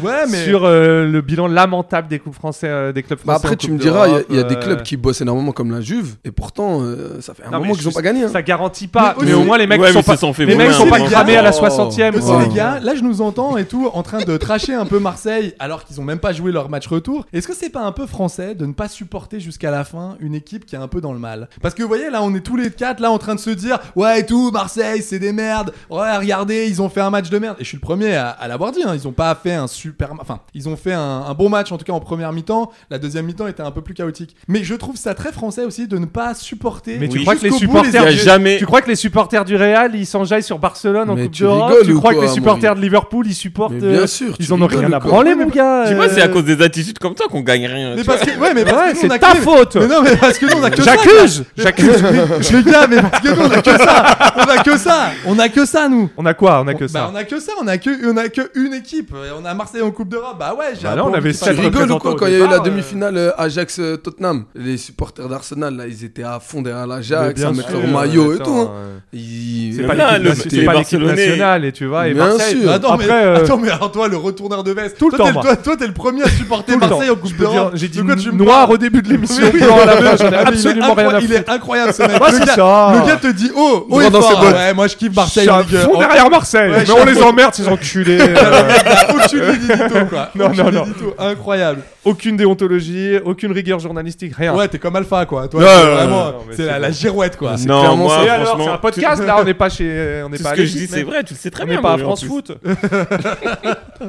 [SPEAKER 8] Ouais, mais
[SPEAKER 2] sur euh, le bilan lamentable des coupes français, euh, des clubs
[SPEAKER 6] Bah,
[SPEAKER 2] français. en
[SPEAKER 6] après, tu
[SPEAKER 2] Coupe
[SPEAKER 6] me diras, il y a-
[SPEAKER 2] d'Europe,
[SPEAKER 6] il y, a des
[SPEAKER 2] euh,
[SPEAKER 6] clubs qui bossent énormément comme la Juve, et pourtant, euh, ça fait un
[SPEAKER 2] Non, mais
[SPEAKER 6] moment qu'ils n'ont
[SPEAKER 2] je-
[SPEAKER 6] pas gagné. hein.
[SPEAKER 2] Ça garantit pas.
[SPEAKER 8] Mais
[SPEAKER 2] Mais,
[SPEAKER 8] aussi-
[SPEAKER 2] au moins les mecs
[SPEAKER 5] Ouais,
[SPEAKER 2] sont
[SPEAKER 5] mais
[SPEAKER 2] pas,
[SPEAKER 5] ils se sont fait
[SPEAKER 2] les mecs
[SPEAKER 5] vomir
[SPEAKER 2] sont
[SPEAKER 8] un
[SPEAKER 2] pas
[SPEAKER 8] peu.
[SPEAKER 2] cramés à la
[SPEAKER 8] Oh.
[SPEAKER 2] 60e.
[SPEAKER 8] Aussi
[SPEAKER 2] quoi.
[SPEAKER 8] les gars, là je nous entends et tout en train de tracher un peu Marseille alors qu'ils ont même pas joué leur match retour. Est-ce que c'est pas un peu français de ne pas supporter jusqu'à la fin une équipe qui est un peu dans le mal Parce que vous voyez là on est tous les quatre là en train de se dire ouais et tout Marseille c'est des merdes. Ouais regardez ils ont fait un match de merde et je suis le premier à, à l'avoir dit. hein. Ils ont pas fait un super, ma- enfin ils ont fait un, un bon match en tout cas en première mi-temps. La deuxième mi-temps était un peu plus chaotique. Mais je trouve ça très français aussi de ne pas supporter.
[SPEAKER 2] Mais tu
[SPEAKER 5] Oui.
[SPEAKER 2] crois que les
[SPEAKER 8] Jusqu'au bout, les
[SPEAKER 2] supporters,
[SPEAKER 5] gars.
[SPEAKER 2] du-
[SPEAKER 5] Il y a jamais-
[SPEAKER 2] tu crois que les supporters du Real, ils s'enjaillent sur Barcelone en
[SPEAKER 6] Mais
[SPEAKER 2] Coupe
[SPEAKER 6] tu
[SPEAKER 2] d'Europe
[SPEAKER 6] rigoles
[SPEAKER 2] Tu
[SPEAKER 6] ou
[SPEAKER 2] crois que
[SPEAKER 6] quoi,
[SPEAKER 2] les supporters
[SPEAKER 6] Maurice
[SPEAKER 2] de Liverpool, ils supportent
[SPEAKER 6] Mais bien
[SPEAKER 2] euh,
[SPEAKER 6] sûr, tu
[SPEAKER 2] Ils en ont
[SPEAKER 6] rigoles
[SPEAKER 2] rien
[SPEAKER 6] ou
[SPEAKER 2] à
[SPEAKER 6] quoi
[SPEAKER 2] branler, mon gars.
[SPEAKER 5] Tu vois, c'est à
[SPEAKER 2] euh,
[SPEAKER 5] cause des attitudes comme ça qu'on gagne rien.
[SPEAKER 8] Mais
[SPEAKER 5] tu vois.
[SPEAKER 8] parce que, ouais, mais parce
[SPEAKER 2] Ouais,
[SPEAKER 8] que nous, on
[SPEAKER 2] c'est
[SPEAKER 8] a
[SPEAKER 2] ta
[SPEAKER 8] que-
[SPEAKER 2] faute.
[SPEAKER 8] Mais non, mais parce que nous, on a que ça.
[SPEAKER 2] J'accuse,
[SPEAKER 8] Mais-
[SPEAKER 2] j'accuse.
[SPEAKER 8] Je les gars, mais parce que nous, on a que ça. On a que ça. On a que ça, nous.
[SPEAKER 2] On a quoi On a que
[SPEAKER 8] Bah,
[SPEAKER 2] ça.
[SPEAKER 8] on a que ça, on a que, on a que une équipe. Et On a Marseille en Coupe d'Europe. Bah ouais, j'ai
[SPEAKER 2] Bah
[SPEAKER 8] un peu
[SPEAKER 2] là, on
[SPEAKER 8] envie
[SPEAKER 2] avait
[SPEAKER 8] de
[SPEAKER 2] sept
[SPEAKER 8] parler.
[SPEAKER 6] Tu
[SPEAKER 2] Pas de
[SPEAKER 6] rigoles ou
[SPEAKER 2] représentant
[SPEAKER 6] quoi
[SPEAKER 2] au
[SPEAKER 6] quand il y a eu
[SPEAKER 2] départ,
[SPEAKER 6] la
[SPEAKER 2] euh.
[SPEAKER 6] demi-finale euh, Ajax-Tottenham Les supporters d'Arsenal, là, ils étaient à fond derrière
[SPEAKER 2] Mais
[SPEAKER 6] l'Ajax,
[SPEAKER 2] bien
[SPEAKER 6] à mettre
[SPEAKER 2] sûr,
[SPEAKER 6] leur maillot et
[SPEAKER 2] attends,
[SPEAKER 6] tout. hein.
[SPEAKER 2] euh,
[SPEAKER 6] Ils-
[SPEAKER 2] C'est
[SPEAKER 5] Mais
[SPEAKER 2] pas
[SPEAKER 5] là,
[SPEAKER 2] l'équipe nationale-
[SPEAKER 5] le- les
[SPEAKER 2] c'est pas l'équipe
[SPEAKER 5] Barcelonais-
[SPEAKER 2] nationale, et tu vois. Et
[SPEAKER 6] Bien
[SPEAKER 2] Marseille.
[SPEAKER 6] sûr.
[SPEAKER 8] Attends, mais,
[SPEAKER 2] Après, euh,
[SPEAKER 8] attends, mais alors toi, le retourneur de veste.
[SPEAKER 2] Tout le
[SPEAKER 8] toi, t'es
[SPEAKER 2] temps,
[SPEAKER 8] toi, toi, t'es le premier à supporter
[SPEAKER 2] Tout le
[SPEAKER 8] Marseille
[SPEAKER 2] temps.
[SPEAKER 8] en Coupe
[SPEAKER 2] Je peux
[SPEAKER 8] d'Europe.
[SPEAKER 2] dire, j'ai dit
[SPEAKER 8] De quoi tu me
[SPEAKER 2] noir
[SPEAKER 8] parles
[SPEAKER 2] au début de l'émission,
[SPEAKER 8] Mais oui,
[SPEAKER 2] blanc à la fin, j'en
[SPEAKER 8] mais
[SPEAKER 2] ai
[SPEAKER 8] il est
[SPEAKER 2] absolument rien à
[SPEAKER 8] incroyable, Il est incroyable ce mec.
[SPEAKER 2] Ouais,
[SPEAKER 8] le,
[SPEAKER 2] c'est
[SPEAKER 8] gars,
[SPEAKER 2] ça.
[SPEAKER 8] le gars te dit oh, oh
[SPEAKER 6] Droit
[SPEAKER 8] il est
[SPEAKER 6] dans ses
[SPEAKER 8] fort.
[SPEAKER 6] bottes.
[SPEAKER 8] Ouais, moi je kiffe Marseille.
[SPEAKER 2] Ils
[SPEAKER 8] en Ligue 1.
[SPEAKER 2] font derrière Marseille.
[SPEAKER 8] Ouais,
[SPEAKER 2] mais
[SPEAKER 8] je
[SPEAKER 2] on
[SPEAKER 8] suis
[SPEAKER 2] les
[SPEAKER 8] un-
[SPEAKER 2] emmerde, ces enculés. euh.
[SPEAKER 8] Au-dessus de l'édito, quoi.
[SPEAKER 2] Non,
[SPEAKER 8] Au-dessus
[SPEAKER 2] non,
[SPEAKER 8] de
[SPEAKER 2] non.
[SPEAKER 8] l'édito. Incroyable.
[SPEAKER 2] Aucune déontologie, aucune rigueur journalistique, rien.
[SPEAKER 8] Ouais, t'es comme Alpha, quoi. Toi,
[SPEAKER 5] Ouais,
[SPEAKER 8] t'es
[SPEAKER 5] ouais,
[SPEAKER 8] vraiment,
[SPEAKER 2] ouais, non, mais
[SPEAKER 8] c'est
[SPEAKER 2] c'est
[SPEAKER 8] la,
[SPEAKER 2] bon.
[SPEAKER 8] la girouette, quoi.
[SPEAKER 5] Non,
[SPEAKER 6] clairement
[SPEAKER 5] moi,
[SPEAKER 2] Et alors, c'est
[SPEAKER 5] Ah, franchement,
[SPEAKER 2] un podcast, là, on n'est pas chez. On n'est
[SPEAKER 5] tout
[SPEAKER 2] pas
[SPEAKER 5] ce que
[SPEAKER 2] à
[SPEAKER 5] je
[SPEAKER 2] l'équipe,
[SPEAKER 5] dis, c'est
[SPEAKER 2] mec.
[SPEAKER 5] vrai, tu le sais très
[SPEAKER 2] On
[SPEAKER 5] bien.
[SPEAKER 2] n'est pas à
[SPEAKER 5] Maurice, en
[SPEAKER 2] France
[SPEAKER 5] plus.
[SPEAKER 2] Foot.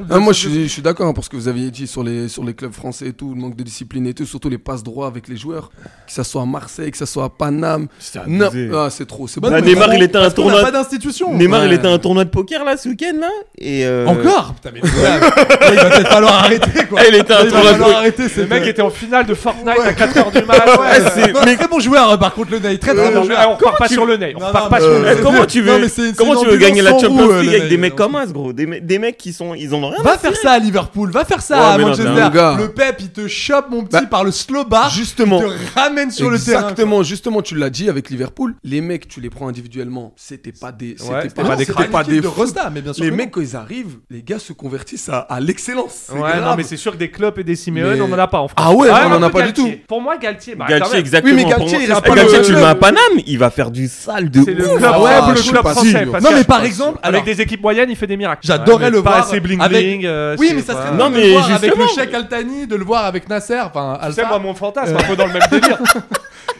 [SPEAKER 6] Ah, moi, je suis, je suis d'accord hein, pour ce que vous aviez dit sur les, sur les clubs français et tout, le manque de discipline et tout, surtout les passes droits avec les joueurs, que ça soit à Marseille, que ça soit à Paname.
[SPEAKER 5] C'est
[SPEAKER 6] Non,
[SPEAKER 5] abusé.
[SPEAKER 6] ah, c'est trop. C'est
[SPEAKER 8] Bah
[SPEAKER 6] bon.
[SPEAKER 8] non,
[SPEAKER 5] Bah,
[SPEAKER 8] mais
[SPEAKER 5] Neymar,
[SPEAKER 8] on-
[SPEAKER 5] il était à un
[SPEAKER 8] parce qu'on a
[SPEAKER 5] tournoi.
[SPEAKER 8] pas d'institution.
[SPEAKER 5] Neymar, il
[SPEAKER 6] Ouais.
[SPEAKER 5] était à un tournoi de poker là ce week-end. week-end là et euh,
[SPEAKER 8] Encore Putain, mais
[SPEAKER 5] ouais.
[SPEAKER 8] il va peut-être falloir arrêter quoi.
[SPEAKER 5] Ah, il était
[SPEAKER 8] Il va
[SPEAKER 5] introuvable.
[SPEAKER 8] falloir arrêter.
[SPEAKER 2] Le mec Eh, était en finale de Fortnite
[SPEAKER 8] Ouais.
[SPEAKER 2] à 4h du mat.
[SPEAKER 8] Ouais,
[SPEAKER 2] ouais.
[SPEAKER 8] c'est- mais très bon joueur hein, par contre le Ney, très très
[SPEAKER 2] Euh,
[SPEAKER 8] bon joueur.
[SPEAKER 2] ah, on repart pas sur le Ney, on repart pas sur le Ney.
[SPEAKER 5] Comment tu veux,
[SPEAKER 8] Non, mais c'est- c'est
[SPEAKER 5] comment
[SPEAKER 8] une
[SPEAKER 5] tu veux gagner la
[SPEAKER 8] ambulance en
[SPEAKER 5] Champions
[SPEAKER 8] roue, euh,
[SPEAKER 5] League
[SPEAKER 8] le
[SPEAKER 5] avec des
[SPEAKER 8] Ney.
[SPEAKER 5] mecs comme As, gros Des, me- des mecs qui sont. Ils en ont rien à
[SPEAKER 8] Va faire ça à Liverpool, va faire ça
[SPEAKER 5] Ouais,
[SPEAKER 8] à
[SPEAKER 5] mais non, mais
[SPEAKER 8] Manchester.
[SPEAKER 5] mon gars.
[SPEAKER 8] le Pep, il te chope mon petit par le slow bar.
[SPEAKER 6] Justement.
[SPEAKER 8] Il te ramène sur le terrain.
[SPEAKER 6] Exactement, justement, tu l'as dit avec Liverpool, les mecs, tu les prends individuellement, c'était pas des c'était
[SPEAKER 8] Ouais, c'était pas des cracks. Une équipe de
[SPEAKER 6] fous.
[SPEAKER 8] Rosda, mais bien sûr
[SPEAKER 6] Les
[SPEAKER 8] que
[SPEAKER 6] mecs quand ils arrivent, les gars se convertissent à, à l'excellence.
[SPEAKER 2] Ouais, non, mais c'est sûr que des clubs et des Simeone,
[SPEAKER 6] Mais-
[SPEAKER 2] on en a pas en France.
[SPEAKER 6] Ah ouais, on
[SPEAKER 2] mais
[SPEAKER 6] en a
[SPEAKER 2] peu
[SPEAKER 6] pas du
[SPEAKER 2] Galtier. Pour moi, Galtier, bah, quand
[SPEAKER 5] Galtier,
[SPEAKER 2] même.
[SPEAKER 5] exactement. pour moi.
[SPEAKER 6] reste
[SPEAKER 5] Eh,
[SPEAKER 6] pas
[SPEAKER 5] Galtier,
[SPEAKER 6] le-
[SPEAKER 5] tu le mets à Paname, il va faire du sale de ouf.
[SPEAKER 2] C'est le club,
[SPEAKER 5] Ah ouais,
[SPEAKER 2] ouais,
[SPEAKER 5] je
[SPEAKER 2] le
[SPEAKER 5] suis
[SPEAKER 2] club
[SPEAKER 5] pas
[SPEAKER 2] français.
[SPEAKER 5] sûr.
[SPEAKER 2] parce
[SPEAKER 5] Non,
[SPEAKER 2] que-
[SPEAKER 5] mais par exemple, alors-
[SPEAKER 2] avec des équipes moyennes, il fait des miracles.
[SPEAKER 8] J'adorerais
[SPEAKER 2] Ouais,
[SPEAKER 8] le
[SPEAKER 2] mais
[SPEAKER 8] voir
[SPEAKER 2] Pas assez bling
[SPEAKER 8] avec-
[SPEAKER 2] bling. euh,
[SPEAKER 8] oui,
[SPEAKER 2] c'est
[SPEAKER 8] mais ça
[SPEAKER 2] pas-
[SPEAKER 8] serait bien de le voir avec le chèque Altani, de le voir avec Nasser, enfin Alpha.
[SPEAKER 2] moi, mon fantasme, un peu dans le même délire.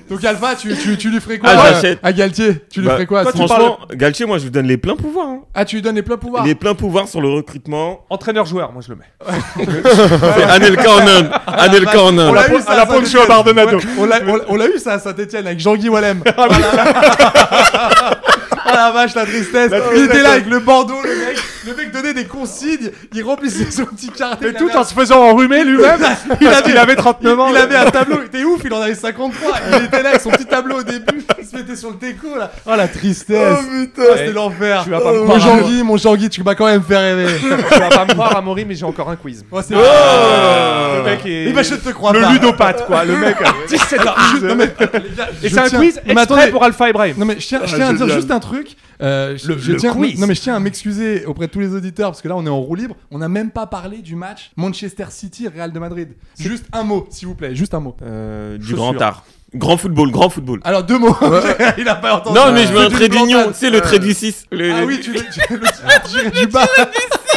[SPEAKER 8] Donc Alpha, tu, tu, tu lui ferais quoi
[SPEAKER 5] Ah,
[SPEAKER 8] euh,
[SPEAKER 5] j'achète.
[SPEAKER 8] à Galtier Tu lui
[SPEAKER 5] Bah,
[SPEAKER 8] ferais quoi à ce
[SPEAKER 5] Franchement, Galtier, moi je lui donne les pleins pouvoirs. hein.
[SPEAKER 8] Ah, tu lui donnes les pleins pouvoirs.
[SPEAKER 5] Les pleins pouvoirs sur le recrutement.
[SPEAKER 2] Entraîneur-joueur, moi je le mets.
[SPEAKER 5] C'est Anelka en un. Anelka en un.
[SPEAKER 8] On l'a eu, ça,
[SPEAKER 2] à la
[SPEAKER 8] à
[SPEAKER 2] Poncho
[SPEAKER 8] Saint-Étienne.
[SPEAKER 2] à
[SPEAKER 5] Euh,
[SPEAKER 2] Bardonado.
[SPEAKER 8] Ouais, On l'a- on l'a- on l'a eu ça à Saint-Etienne avec Jean-Guy Wallem. Ah la vache, la tristesse. il était là avec le bandeau, le mec. Le mec donnait des consignes, il remplissait son petit carnet.
[SPEAKER 2] Et
[SPEAKER 8] la
[SPEAKER 2] tout
[SPEAKER 8] merde.
[SPEAKER 2] en se faisant enrhumer lui-même.
[SPEAKER 8] Il
[SPEAKER 2] parce
[SPEAKER 8] avait-
[SPEAKER 2] qu'il avait 39 ans.
[SPEAKER 8] Il avait un tableau, t'es ouf, il en avait 53. Il était là avec son petit tableau au début, il se mettait sur le déco là. Oh la tristesse.
[SPEAKER 2] Oh, putain.
[SPEAKER 8] Ah, C'était l'enfer.
[SPEAKER 2] Tu vas pas me
[SPEAKER 8] Mon
[SPEAKER 2] croire, Amaury.
[SPEAKER 8] Jean-Guy, mon Jean-Guy, tu m'as quand même fait rêver.
[SPEAKER 2] Tu vas pas me croire, Amaury, mais j'ai encore un quiz.
[SPEAKER 8] Oh, c'est
[SPEAKER 2] Euh,
[SPEAKER 8] vrai.
[SPEAKER 2] Le mec est.
[SPEAKER 8] Eh ben, je te crois
[SPEAKER 2] Le
[SPEAKER 8] pas.
[SPEAKER 2] ludopathe, quoi. Le mec a 17 ans.
[SPEAKER 8] Non, mais- je
[SPEAKER 2] Et c'est un
[SPEAKER 8] tiens-
[SPEAKER 2] quiz
[SPEAKER 8] mais
[SPEAKER 2] exprès
[SPEAKER 8] attendez.
[SPEAKER 2] pour Alpha et Brave.
[SPEAKER 8] Non mais je tiens, je
[SPEAKER 2] Ah,
[SPEAKER 8] tiens à
[SPEAKER 2] je
[SPEAKER 8] dire
[SPEAKER 2] l'aime.
[SPEAKER 8] juste un truc. Euh, je,
[SPEAKER 2] Le-
[SPEAKER 8] je
[SPEAKER 2] le
[SPEAKER 8] tiens,
[SPEAKER 2] quiz.
[SPEAKER 8] Non mais je tiens à m'excuser auprès de tous les auditeurs parce que là on est en roue libre. On n'a même pas parlé du match Manchester City Real de Madrid. Juste un mot, s'il vous plaît, juste un mot.
[SPEAKER 5] Euh, du grand art. Grand football, grand football.
[SPEAKER 8] Alors deux mots. Il a pas entendu.
[SPEAKER 5] Non, mais je veux
[SPEAKER 8] C'est
[SPEAKER 5] un
[SPEAKER 8] du
[SPEAKER 5] trait d'union,
[SPEAKER 8] mental.
[SPEAKER 5] tu sais, le trait du 6.
[SPEAKER 8] Ah oui, tu le tu le- tu le- du bas.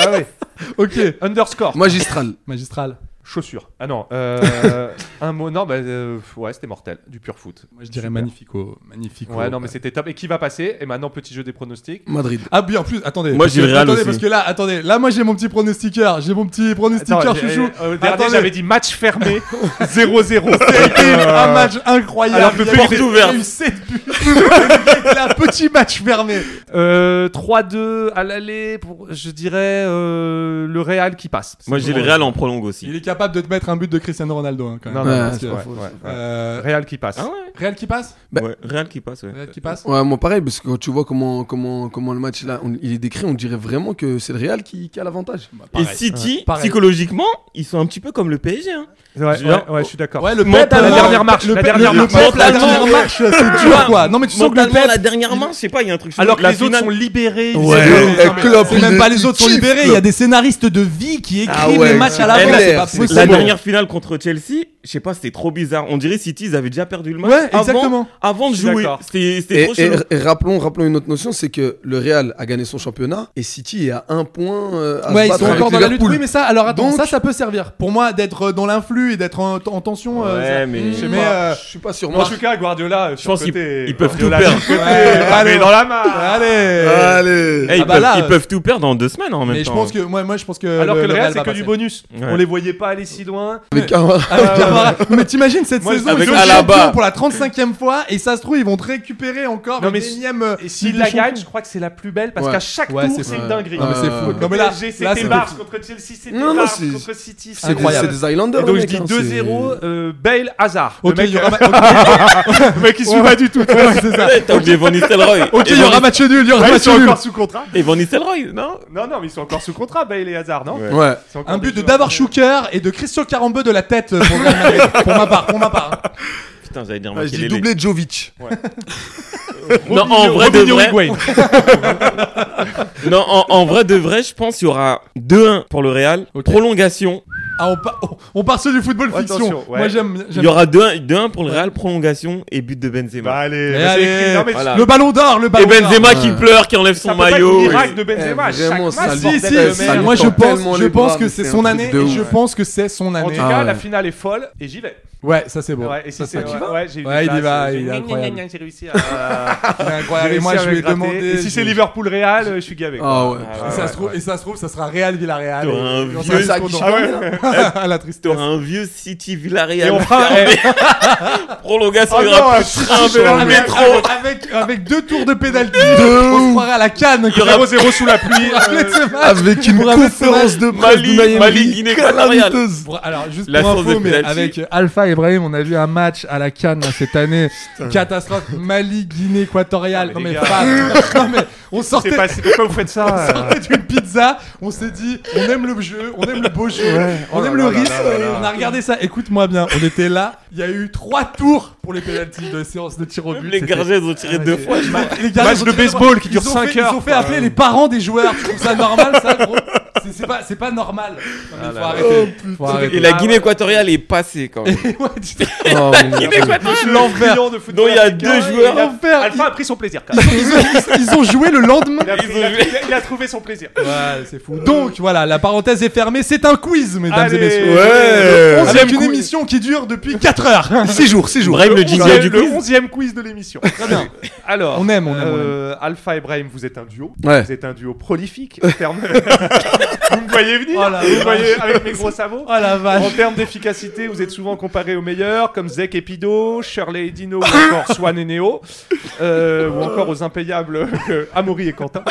[SPEAKER 2] Ah ouais.
[SPEAKER 8] Ok.
[SPEAKER 2] Underscore.
[SPEAKER 6] Magistral.
[SPEAKER 8] Magistral.
[SPEAKER 2] Chaussures. Ah non. euh, un mot. Non, bah euh, ouais, c'était mortel. Du pur foot.
[SPEAKER 8] Moi je dirais magnifico, magnifico.
[SPEAKER 2] Ouais, non, mais c'était top. Et qui va passer Et maintenant, petit jeu des pronostics.
[SPEAKER 6] Madrid.
[SPEAKER 8] Ah oui, en plus, attendez.
[SPEAKER 5] Moi,
[SPEAKER 8] parce
[SPEAKER 5] j'ai
[SPEAKER 8] que-
[SPEAKER 5] le Real
[SPEAKER 8] attendez,
[SPEAKER 5] aussi.
[SPEAKER 8] Parce que là, attendez, là, moi, j'ai mon petit pronostiqueur. J'ai mon petit pronostiqueur
[SPEAKER 2] Attends, j'ai-
[SPEAKER 8] chouchou.
[SPEAKER 2] euh, au dernier,
[SPEAKER 8] Attendez.
[SPEAKER 2] j'avais dit match fermé 0-0.
[SPEAKER 8] C'était un match incroyable.
[SPEAKER 2] Euh. Alors que
[SPEAKER 8] Il y a
[SPEAKER 2] porte
[SPEAKER 8] eu-
[SPEAKER 2] ouverte.
[SPEAKER 8] Il y a eu 7 buts. Le mec, là, petit match fermé.
[SPEAKER 2] Euh, 3-2 à l'aller, pour, je dirais euh, le Real qui passe.
[SPEAKER 5] Moi j'ai le Real en prolongue aussi.
[SPEAKER 8] Il est capable de te mettre un but de Cristiano Ronaldo hein, quand même.
[SPEAKER 2] Non, non,
[SPEAKER 6] Ouais,
[SPEAKER 2] non,
[SPEAKER 6] c'est
[SPEAKER 2] ouais,
[SPEAKER 6] pas faux,
[SPEAKER 2] ouais, ouais.
[SPEAKER 8] Euh,
[SPEAKER 2] Real qui passe.
[SPEAKER 5] Hein
[SPEAKER 8] Real qui passe
[SPEAKER 5] Ah Ouais, Real qui passe, ouais.
[SPEAKER 8] Real qui passe
[SPEAKER 6] Ouais, moi pareil, parce que quand tu vois comment, comment, comment le match là, on- il est décrit, on dirait vraiment que c'est le Real qui, qui a l'avantage.
[SPEAKER 5] Et
[SPEAKER 8] Pareil.
[SPEAKER 5] City,
[SPEAKER 8] Ouais, pareil.
[SPEAKER 5] psychologiquement, ils sont un petit peu comme le PSG. hein.
[SPEAKER 2] Ouais, ouais,
[SPEAKER 5] Genre-
[SPEAKER 2] ouais, je suis d'accord.
[SPEAKER 8] Ouais, le
[SPEAKER 5] Mentalement,
[SPEAKER 8] pep,
[SPEAKER 2] la
[SPEAKER 8] alors,
[SPEAKER 2] dernière marche,
[SPEAKER 8] le
[SPEAKER 2] la
[SPEAKER 8] pep-
[SPEAKER 2] dernière
[SPEAKER 8] le
[SPEAKER 2] marche.
[SPEAKER 8] pep, la
[SPEAKER 5] Mentalement,
[SPEAKER 8] dernière marche, c'est dur quoi. Non mais tu sens que le
[SPEAKER 5] Mentalement,
[SPEAKER 8] pep,
[SPEAKER 5] la dernière marche, je sais pas, il y a un truc. chelou.
[SPEAKER 2] Alors que
[SPEAKER 5] La
[SPEAKER 2] les autres
[SPEAKER 5] finale-
[SPEAKER 2] sont libérés. ils
[SPEAKER 6] Ouais.
[SPEAKER 2] faisaient-
[SPEAKER 6] Et Klopp,
[SPEAKER 8] c'est
[SPEAKER 6] il
[SPEAKER 8] même
[SPEAKER 6] est-
[SPEAKER 8] pas les autres sont
[SPEAKER 6] il kiffe,
[SPEAKER 8] libérés. Il y a des scénaristes de vie qui écrivent
[SPEAKER 6] Ah ouais,
[SPEAKER 8] les matchs à
[SPEAKER 6] c'est
[SPEAKER 8] l'avance.
[SPEAKER 6] clair,
[SPEAKER 8] C'est pas
[SPEAKER 6] c'est
[SPEAKER 8] possible.
[SPEAKER 5] La dernière finale contre Chelsea, je sais pas, c'était trop bizarre. On dirait City, ils avaient déjà perdu le match
[SPEAKER 8] Ouais,
[SPEAKER 5] avant,
[SPEAKER 8] exactement.
[SPEAKER 2] Ah
[SPEAKER 5] avant de
[SPEAKER 2] Je suis
[SPEAKER 5] jouer.
[SPEAKER 2] d'accord.
[SPEAKER 5] C'était c'était
[SPEAKER 6] Et,
[SPEAKER 5] trop
[SPEAKER 6] et-
[SPEAKER 5] chelou.
[SPEAKER 6] et rappelons, rappelons une autre notion, c'est que le Real a gagné son championnat et City est à un point. euh, à se
[SPEAKER 8] Ouais, ils
[SPEAKER 6] battre
[SPEAKER 8] sont
[SPEAKER 6] avec
[SPEAKER 8] encore dans la lutte.
[SPEAKER 6] Liverpool.
[SPEAKER 8] Oui, mais ça, alors attends,
[SPEAKER 6] Donc-
[SPEAKER 8] ça, ça peut servir. Pour moi, d'être euh, dans l'influx et d'être en, en tension. euh,
[SPEAKER 5] Ouais,
[SPEAKER 8] ça-
[SPEAKER 5] mais-
[SPEAKER 8] Mm,
[SPEAKER 5] Je sais
[SPEAKER 8] mais,
[SPEAKER 6] Moi,
[SPEAKER 8] euh,
[SPEAKER 6] Je suis pas sûr.
[SPEAKER 2] En
[SPEAKER 6] Moi,
[SPEAKER 2] tout cas, Guardiola, je
[SPEAKER 5] pense qu'ils- ils peuvent tout perdre.
[SPEAKER 2] Allez,
[SPEAKER 8] allez.
[SPEAKER 2] dans la main.
[SPEAKER 8] Allez.
[SPEAKER 6] Allez.
[SPEAKER 5] Eh, ils,
[SPEAKER 8] bah
[SPEAKER 5] peuvent,
[SPEAKER 8] là,
[SPEAKER 5] ils
[SPEAKER 8] euh,
[SPEAKER 5] peuvent tout perdre en deux semaines en même
[SPEAKER 8] Mais je
[SPEAKER 5] temps.
[SPEAKER 8] pense que moi, moi, je pense que.
[SPEAKER 2] Alors que le Real, c'est
[SPEAKER 8] va
[SPEAKER 2] que du
[SPEAKER 8] passer.
[SPEAKER 2] bonus.
[SPEAKER 5] Ouais.
[SPEAKER 2] On les voyait pas aller si loin.
[SPEAKER 6] Les Cavas-
[SPEAKER 8] Avec Camara. mais t'imagines cette
[SPEAKER 2] Moi,
[SPEAKER 8] saison
[SPEAKER 5] avec
[SPEAKER 8] ils sont
[SPEAKER 5] Alaba.
[SPEAKER 8] champions pour la 35e fois et ça se trouve ils vont te récupérer encore
[SPEAKER 2] Non,
[SPEAKER 8] non,
[SPEAKER 2] mais
[SPEAKER 8] mais
[SPEAKER 2] si-
[SPEAKER 8] énième euh,
[SPEAKER 2] Et s'il
[SPEAKER 8] Ligue
[SPEAKER 2] la
[SPEAKER 8] des Champions.
[SPEAKER 2] gagne, je crois que c'est la plus belle parce
[SPEAKER 6] Ouais.
[SPEAKER 2] qu'à chaque
[SPEAKER 8] Ouais,
[SPEAKER 2] tour,
[SPEAKER 8] c'est
[SPEAKER 2] c'est
[SPEAKER 8] fou.
[SPEAKER 2] une dinguerie.
[SPEAKER 8] non mais c'est fou
[SPEAKER 6] Euh,
[SPEAKER 8] non mais là
[SPEAKER 2] là, c'était
[SPEAKER 8] là, c'est
[SPEAKER 2] Barnes contre Chelsea, c'était
[SPEAKER 6] Non, non,
[SPEAKER 2] Barnes
[SPEAKER 6] c'est-
[SPEAKER 2] contre City.
[SPEAKER 6] C'est des-
[SPEAKER 8] incroyable.
[SPEAKER 6] C'est des Islanders.
[SPEAKER 2] Et donc
[SPEAKER 6] les
[SPEAKER 2] je
[SPEAKER 6] mecs,
[SPEAKER 2] dis
[SPEAKER 6] hein,
[SPEAKER 2] 2-0, euh, Bale, Hazard.
[SPEAKER 8] ok
[SPEAKER 2] le mec,
[SPEAKER 8] il y aura ma-
[SPEAKER 2] le mec, il suit pas du tout.
[SPEAKER 8] ouais, c'est ça.
[SPEAKER 5] Eh, T'as oublié Van Nistelrooy.
[SPEAKER 8] ok
[SPEAKER 5] Et
[SPEAKER 8] il y
[SPEAKER 5] Van-
[SPEAKER 8] aura match nul il y aura
[SPEAKER 2] Ah, ils
[SPEAKER 8] match
[SPEAKER 2] sont
[SPEAKER 8] nul
[SPEAKER 2] encore sous contrat.
[SPEAKER 5] Et Van Nistelrooy, non
[SPEAKER 2] Non, non, mais ils sont encore sous contrat, Bale et Hazard, non
[SPEAKER 6] c'est- Ouais.
[SPEAKER 2] C'est encore
[SPEAKER 8] un but
[SPEAKER 2] des
[SPEAKER 8] de
[SPEAKER 2] joueurs-
[SPEAKER 8] Davor Schuker et de Christian Carambeu de la tête euh, pour, le Real Madrid. Pour ma part pour ma part hein.
[SPEAKER 5] Putain, j'allais dire
[SPEAKER 6] Ah, je dis
[SPEAKER 5] Makelele.
[SPEAKER 6] doublé Jovic.
[SPEAKER 5] Non, en vrai de
[SPEAKER 2] Robinho
[SPEAKER 5] vrai.
[SPEAKER 2] Higuain.
[SPEAKER 5] Non, en, en vrai de vrai, je pense qu'il y aura 2-1 pour le Real.
[SPEAKER 8] Ok.
[SPEAKER 5] Prolongation.
[SPEAKER 8] Ah, on, pa- on- on part sur du football
[SPEAKER 2] Ouais,
[SPEAKER 8] fiction
[SPEAKER 2] attention, ouais.
[SPEAKER 8] moi j'aime
[SPEAKER 5] Il
[SPEAKER 8] j'aime-
[SPEAKER 5] y aura 2-1 2-1 pour le Real. Prolongation et but de Benzema.
[SPEAKER 2] Bah, allez,
[SPEAKER 8] Mais
[SPEAKER 2] mais c'est
[SPEAKER 8] allez,
[SPEAKER 2] écrit. Non, mais
[SPEAKER 5] voilà.
[SPEAKER 8] le ballon d'or le
[SPEAKER 5] Et
[SPEAKER 8] ballon d'or
[SPEAKER 5] Benzema qui
[SPEAKER 6] Ouais.
[SPEAKER 5] pleure, qui enlève
[SPEAKER 2] ça
[SPEAKER 5] son
[SPEAKER 2] peut pas être
[SPEAKER 5] maillot.
[SPEAKER 2] le miracle de Benzema.
[SPEAKER 6] Eh,
[SPEAKER 2] chaque
[SPEAKER 6] vraiment,
[SPEAKER 2] match,
[SPEAKER 6] ça
[SPEAKER 2] c'est
[SPEAKER 6] le
[SPEAKER 8] si,
[SPEAKER 2] bordel
[SPEAKER 8] si,
[SPEAKER 2] de
[SPEAKER 8] si,
[SPEAKER 2] merde.
[SPEAKER 6] lui
[SPEAKER 8] moi je
[SPEAKER 6] tend
[SPEAKER 8] pense,
[SPEAKER 6] tellement
[SPEAKER 8] je
[SPEAKER 6] les
[SPEAKER 8] pense
[SPEAKER 6] bras,
[SPEAKER 8] que
[SPEAKER 6] mais
[SPEAKER 8] c'est
[SPEAKER 6] c'est un
[SPEAKER 8] son
[SPEAKER 6] truc
[SPEAKER 8] année
[SPEAKER 6] de
[SPEAKER 8] et
[SPEAKER 6] ouf.
[SPEAKER 8] je pense que c'est son
[SPEAKER 2] En
[SPEAKER 8] année.
[SPEAKER 2] tout cas,
[SPEAKER 6] ouais.
[SPEAKER 2] la finale est folle et j'y vais.
[SPEAKER 8] Ouais, ça c'est bon.
[SPEAKER 2] Ouais, et si
[SPEAKER 8] Ça,
[SPEAKER 2] c'est
[SPEAKER 8] c'est-
[SPEAKER 2] ouais,
[SPEAKER 8] ouais.
[SPEAKER 2] ouais, j'ai eu
[SPEAKER 8] Ouais,
[SPEAKER 2] des
[SPEAKER 8] il y
[SPEAKER 2] places,
[SPEAKER 8] va,
[SPEAKER 2] j'ai-
[SPEAKER 8] il est incroyable.
[SPEAKER 2] Gna, gna, gna, J'ai réussi à.
[SPEAKER 8] Il est
[SPEAKER 2] j'ai
[SPEAKER 8] incroyable. Et
[SPEAKER 2] réussi
[SPEAKER 8] moi
[SPEAKER 2] à
[SPEAKER 8] je
[SPEAKER 2] me
[SPEAKER 8] lui ai
[SPEAKER 2] gratter.
[SPEAKER 8] demandé.
[SPEAKER 2] Et si c'est
[SPEAKER 8] je-
[SPEAKER 2] Liverpool Real, je suis gavé.
[SPEAKER 6] Ah ouais.
[SPEAKER 8] Et ça se trouve, et ça se trouve, ça sera Real Villarreal.
[SPEAKER 5] T'auras
[SPEAKER 8] et-
[SPEAKER 5] un
[SPEAKER 8] et on sera
[SPEAKER 5] vieux
[SPEAKER 6] sac
[SPEAKER 8] content.
[SPEAKER 6] qui- Ah
[SPEAKER 2] ouais.
[SPEAKER 5] la tristesse. un vieux City Villarreal.
[SPEAKER 2] Et on fera- Ah
[SPEAKER 5] fermé. Prolongation,
[SPEAKER 8] Oh
[SPEAKER 5] il y aura
[SPEAKER 8] non,
[SPEAKER 5] plus
[SPEAKER 8] si,
[SPEAKER 5] de train,
[SPEAKER 8] si, si,
[SPEAKER 5] vélo,
[SPEAKER 8] avec-
[SPEAKER 5] métro.
[SPEAKER 8] Avec, avec, deux tours de pénalty, on se croirait à la canne.
[SPEAKER 5] Il y aura-
[SPEAKER 2] 0-0 sous la pluie.
[SPEAKER 6] ah,
[SPEAKER 8] avec une conférence de presse
[SPEAKER 5] Mali-
[SPEAKER 8] de
[SPEAKER 5] Mali, Guinée équatoriale.
[SPEAKER 8] Bon, Alors, juste
[SPEAKER 5] La
[SPEAKER 8] pour
[SPEAKER 5] source
[SPEAKER 8] info,
[SPEAKER 5] des
[SPEAKER 8] mais
[SPEAKER 5] pénaltys.
[SPEAKER 8] avec euh, Alpha Ibrahim, on a vu un match à la Cannes là, cette année.
[SPEAKER 2] Putain.
[SPEAKER 8] Catastrophe. Mali, Guinée équatoriale. Non,
[SPEAKER 2] les
[SPEAKER 8] mais
[SPEAKER 2] gars.
[SPEAKER 8] pas. Non, mais on sortait.
[SPEAKER 2] pas- c'est- pourquoi vous faites ça,
[SPEAKER 8] On sortait
[SPEAKER 2] euh
[SPEAKER 8] d'une pizza. On s'est dit, on aime le jeu, on aime le beau jeu,
[SPEAKER 2] Ouais.
[SPEAKER 8] on
[SPEAKER 2] Oh là
[SPEAKER 8] aime
[SPEAKER 2] là
[SPEAKER 8] le
[SPEAKER 2] là
[SPEAKER 8] risque.
[SPEAKER 2] là là là.
[SPEAKER 8] On a regardé ça. Écoute-moi bien. On était là. Il y a eu trois tours pour les pénaltys de séance de tir au but.
[SPEAKER 5] Les
[SPEAKER 8] C'était-
[SPEAKER 5] gardiens ont tiré
[SPEAKER 8] Ah,
[SPEAKER 5] deux
[SPEAKER 8] c'est-
[SPEAKER 5] fois.
[SPEAKER 2] euh,
[SPEAKER 8] Ma- les gars,
[SPEAKER 2] Match
[SPEAKER 8] ils ont
[SPEAKER 2] de
[SPEAKER 8] tiré-
[SPEAKER 2] baseball qui
[SPEAKER 8] ils
[SPEAKER 2] dure
[SPEAKER 8] ont
[SPEAKER 2] cinq
[SPEAKER 8] fait-
[SPEAKER 2] heures,
[SPEAKER 8] Ils ont fait
[SPEAKER 2] quoi.
[SPEAKER 8] appeler les parents des joueurs. Tu trouves ça normal, ça, gros C'est- C'est pas, c'est pas normal. Non, mais
[SPEAKER 5] Ah
[SPEAKER 8] faut arrêter. Faut arrêter.
[SPEAKER 5] Et la Guinée équatoriale est passée quand même.
[SPEAKER 8] Oh,
[SPEAKER 5] la
[SPEAKER 8] mais-
[SPEAKER 5] Guinée équatoriale,
[SPEAKER 8] L'enfer.
[SPEAKER 2] Millions de footballeurs
[SPEAKER 5] Non, il y a
[SPEAKER 2] africains,
[SPEAKER 5] deux
[SPEAKER 2] et
[SPEAKER 5] joueurs.
[SPEAKER 2] il a-
[SPEAKER 8] L'enfer.
[SPEAKER 2] Alpha a pris son plaisir. quand même.
[SPEAKER 8] Ils ont- ils ont joué le lendemain.
[SPEAKER 2] Il a- il a- il a- il a trouvé son plaisir.
[SPEAKER 8] Ouais, c'est fou. Donc voilà, la parenthèse est fermée. C'est un quiz, mesdames
[SPEAKER 2] Allez.
[SPEAKER 8] et messieurs.
[SPEAKER 5] Ouais.
[SPEAKER 8] Avec
[SPEAKER 5] Onzième
[SPEAKER 8] une
[SPEAKER 5] quiz.
[SPEAKER 8] émission qui dure depuis 4 heures.
[SPEAKER 5] 6 jours, 6 jours. Brahim, le
[SPEAKER 2] Le
[SPEAKER 5] jingle
[SPEAKER 2] onzième-
[SPEAKER 5] du
[SPEAKER 2] le
[SPEAKER 5] quiz.
[SPEAKER 2] 11e quiz de l'émission. Très
[SPEAKER 8] bien.
[SPEAKER 2] Alors,
[SPEAKER 8] On aime, on aime, on
[SPEAKER 2] euh, Alpha et Brahim, vous êtes un duo.
[SPEAKER 6] Ouais.
[SPEAKER 2] Vous êtes un duo prolifique. en termes- vous me voyez venir.
[SPEAKER 8] Oh la
[SPEAKER 2] vous me voyez
[SPEAKER 8] vache.
[SPEAKER 2] avec mes gros sabots.
[SPEAKER 8] Oh la
[SPEAKER 2] En
[SPEAKER 8] vache.
[SPEAKER 2] termes d'efficacité, vous êtes souvent comparés aux meilleurs, comme Zek et Pido, Shirley et Dino, ou encore Swan et Neo, euh, ou encore aux impéyables euh, Amaury et Quentin.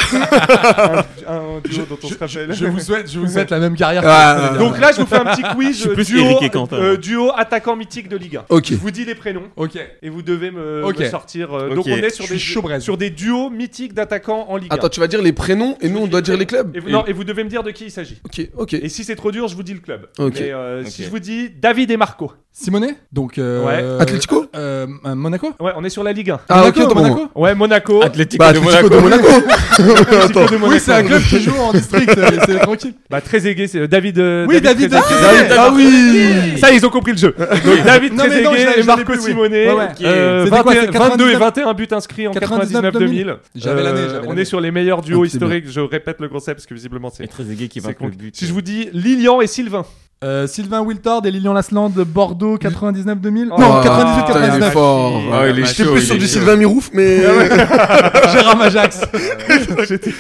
[SPEAKER 2] un, un duo dont on se rappelle.
[SPEAKER 8] Je vous souhaite, je vous souhaite la même carrière.
[SPEAKER 6] Ah,
[SPEAKER 8] que vous,
[SPEAKER 2] Donc là, je vous fais un petit quiz
[SPEAKER 5] Je suis
[SPEAKER 2] euh,
[SPEAKER 5] plus
[SPEAKER 2] duo,
[SPEAKER 5] Eric et Quentin,
[SPEAKER 2] euh,
[SPEAKER 5] moi.
[SPEAKER 2] duo attaquant mythique de Ligue 1.
[SPEAKER 6] Ok.
[SPEAKER 2] Je vous dis les prénoms
[SPEAKER 8] Ok.
[SPEAKER 2] et vous devez me,
[SPEAKER 8] Ok.
[SPEAKER 2] me sortir. euh, Donc
[SPEAKER 5] Ok.
[SPEAKER 2] on est sur
[SPEAKER 8] Je
[SPEAKER 2] des,
[SPEAKER 8] suis chaud, braise.
[SPEAKER 2] sur des duos mythiques d'attaquants en Ligue 1.
[SPEAKER 6] Attends, tu vas dire les prénoms et nous on doit dire les clubs
[SPEAKER 2] Et vous, non, Euh, et vous devez me dire de qui il s'agit.
[SPEAKER 6] Ok, ok.
[SPEAKER 2] Et si c'est trop dur, je vous dis le club.
[SPEAKER 6] Ok.
[SPEAKER 2] Mais euh, si
[SPEAKER 5] Ok.
[SPEAKER 2] je vous dis David et Marco.
[SPEAKER 8] Simonet Donc. Euh,
[SPEAKER 2] Ouais.
[SPEAKER 6] Atlético
[SPEAKER 8] euh, euh, Monaco
[SPEAKER 2] Ouais, on est sur la Ligue 1.
[SPEAKER 6] Ah ok,
[SPEAKER 8] Monaco,
[SPEAKER 6] bon.
[SPEAKER 8] Monaco
[SPEAKER 2] Ouais, Monaco.
[SPEAKER 5] Athlético
[SPEAKER 6] Bah
[SPEAKER 5] de
[SPEAKER 6] Atlético
[SPEAKER 5] Monaco.
[SPEAKER 6] de Monaco
[SPEAKER 2] Atlético de Monaco.
[SPEAKER 8] Oui, c'est un club qui joue en district. euh, c'est tranquille.
[SPEAKER 2] Bah, Trezeguet, c'est euh, David. euh,
[SPEAKER 8] Oui, David.
[SPEAKER 2] Trezeguet.
[SPEAKER 8] Trezeguet. Ah oui.
[SPEAKER 2] Ça, ils ont compris le jeu. Donc, David
[SPEAKER 8] Non, mais non, je l'avais-
[SPEAKER 2] Trezeguet et
[SPEAKER 8] je l'avais
[SPEAKER 2] Marco
[SPEAKER 8] plus, oui.
[SPEAKER 2] Simonet.
[SPEAKER 8] Ouais, ouais.
[SPEAKER 2] euh,
[SPEAKER 8] C'était quoi,
[SPEAKER 2] 21
[SPEAKER 8] c'est
[SPEAKER 2] 22 et
[SPEAKER 8] 99?
[SPEAKER 2] 21 buts inscrits en 99-2000.
[SPEAKER 8] 99-2000. J'avais l'année, j'avais
[SPEAKER 2] Euh, On
[SPEAKER 8] l'année.
[SPEAKER 2] est sur les meilleurs duos
[SPEAKER 8] Ok, c'est
[SPEAKER 2] historiques. Je répète le concept parce que visiblement, c'est.
[SPEAKER 5] Et Trezeguet qui
[SPEAKER 2] c'est
[SPEAKER 5] va
[SPEAKER 2] con.
[SPEAKER 5] le but.
[SPEAKER 2] Si je vous dis Lilian et Sylvain.
[SPEAKER 8] Euh, Sylvain Wiltord et Lilian Lasland, Bordeaux 99-2000.
[SPEAKER 2] Oh,
[SPEAKER 8] non,
[SPEAKER 2] ah,
[SPEAKER 6] putain, il est
[SPEAKER 8] 98-99.
[SPEAKER 6] fort.
[SPEAKER 5] Ah, il est
[SPEAKER 6] J'étais
[SPEAKER 5] chaud,
[SPEAKER 6] plus
[SPEAKER 5] il
[SPEAKER 6] sur
[SPEAKER 5] est
[SPEAKER 6] du
[SPEAKER 5] chaud.
[SPEAKER 6] Sylvain Mirouf, mais.
[SPEAKER 5] Ah.
[SPEAKER 8] Gérard Majax.
[SPEAKER 2] J'étais-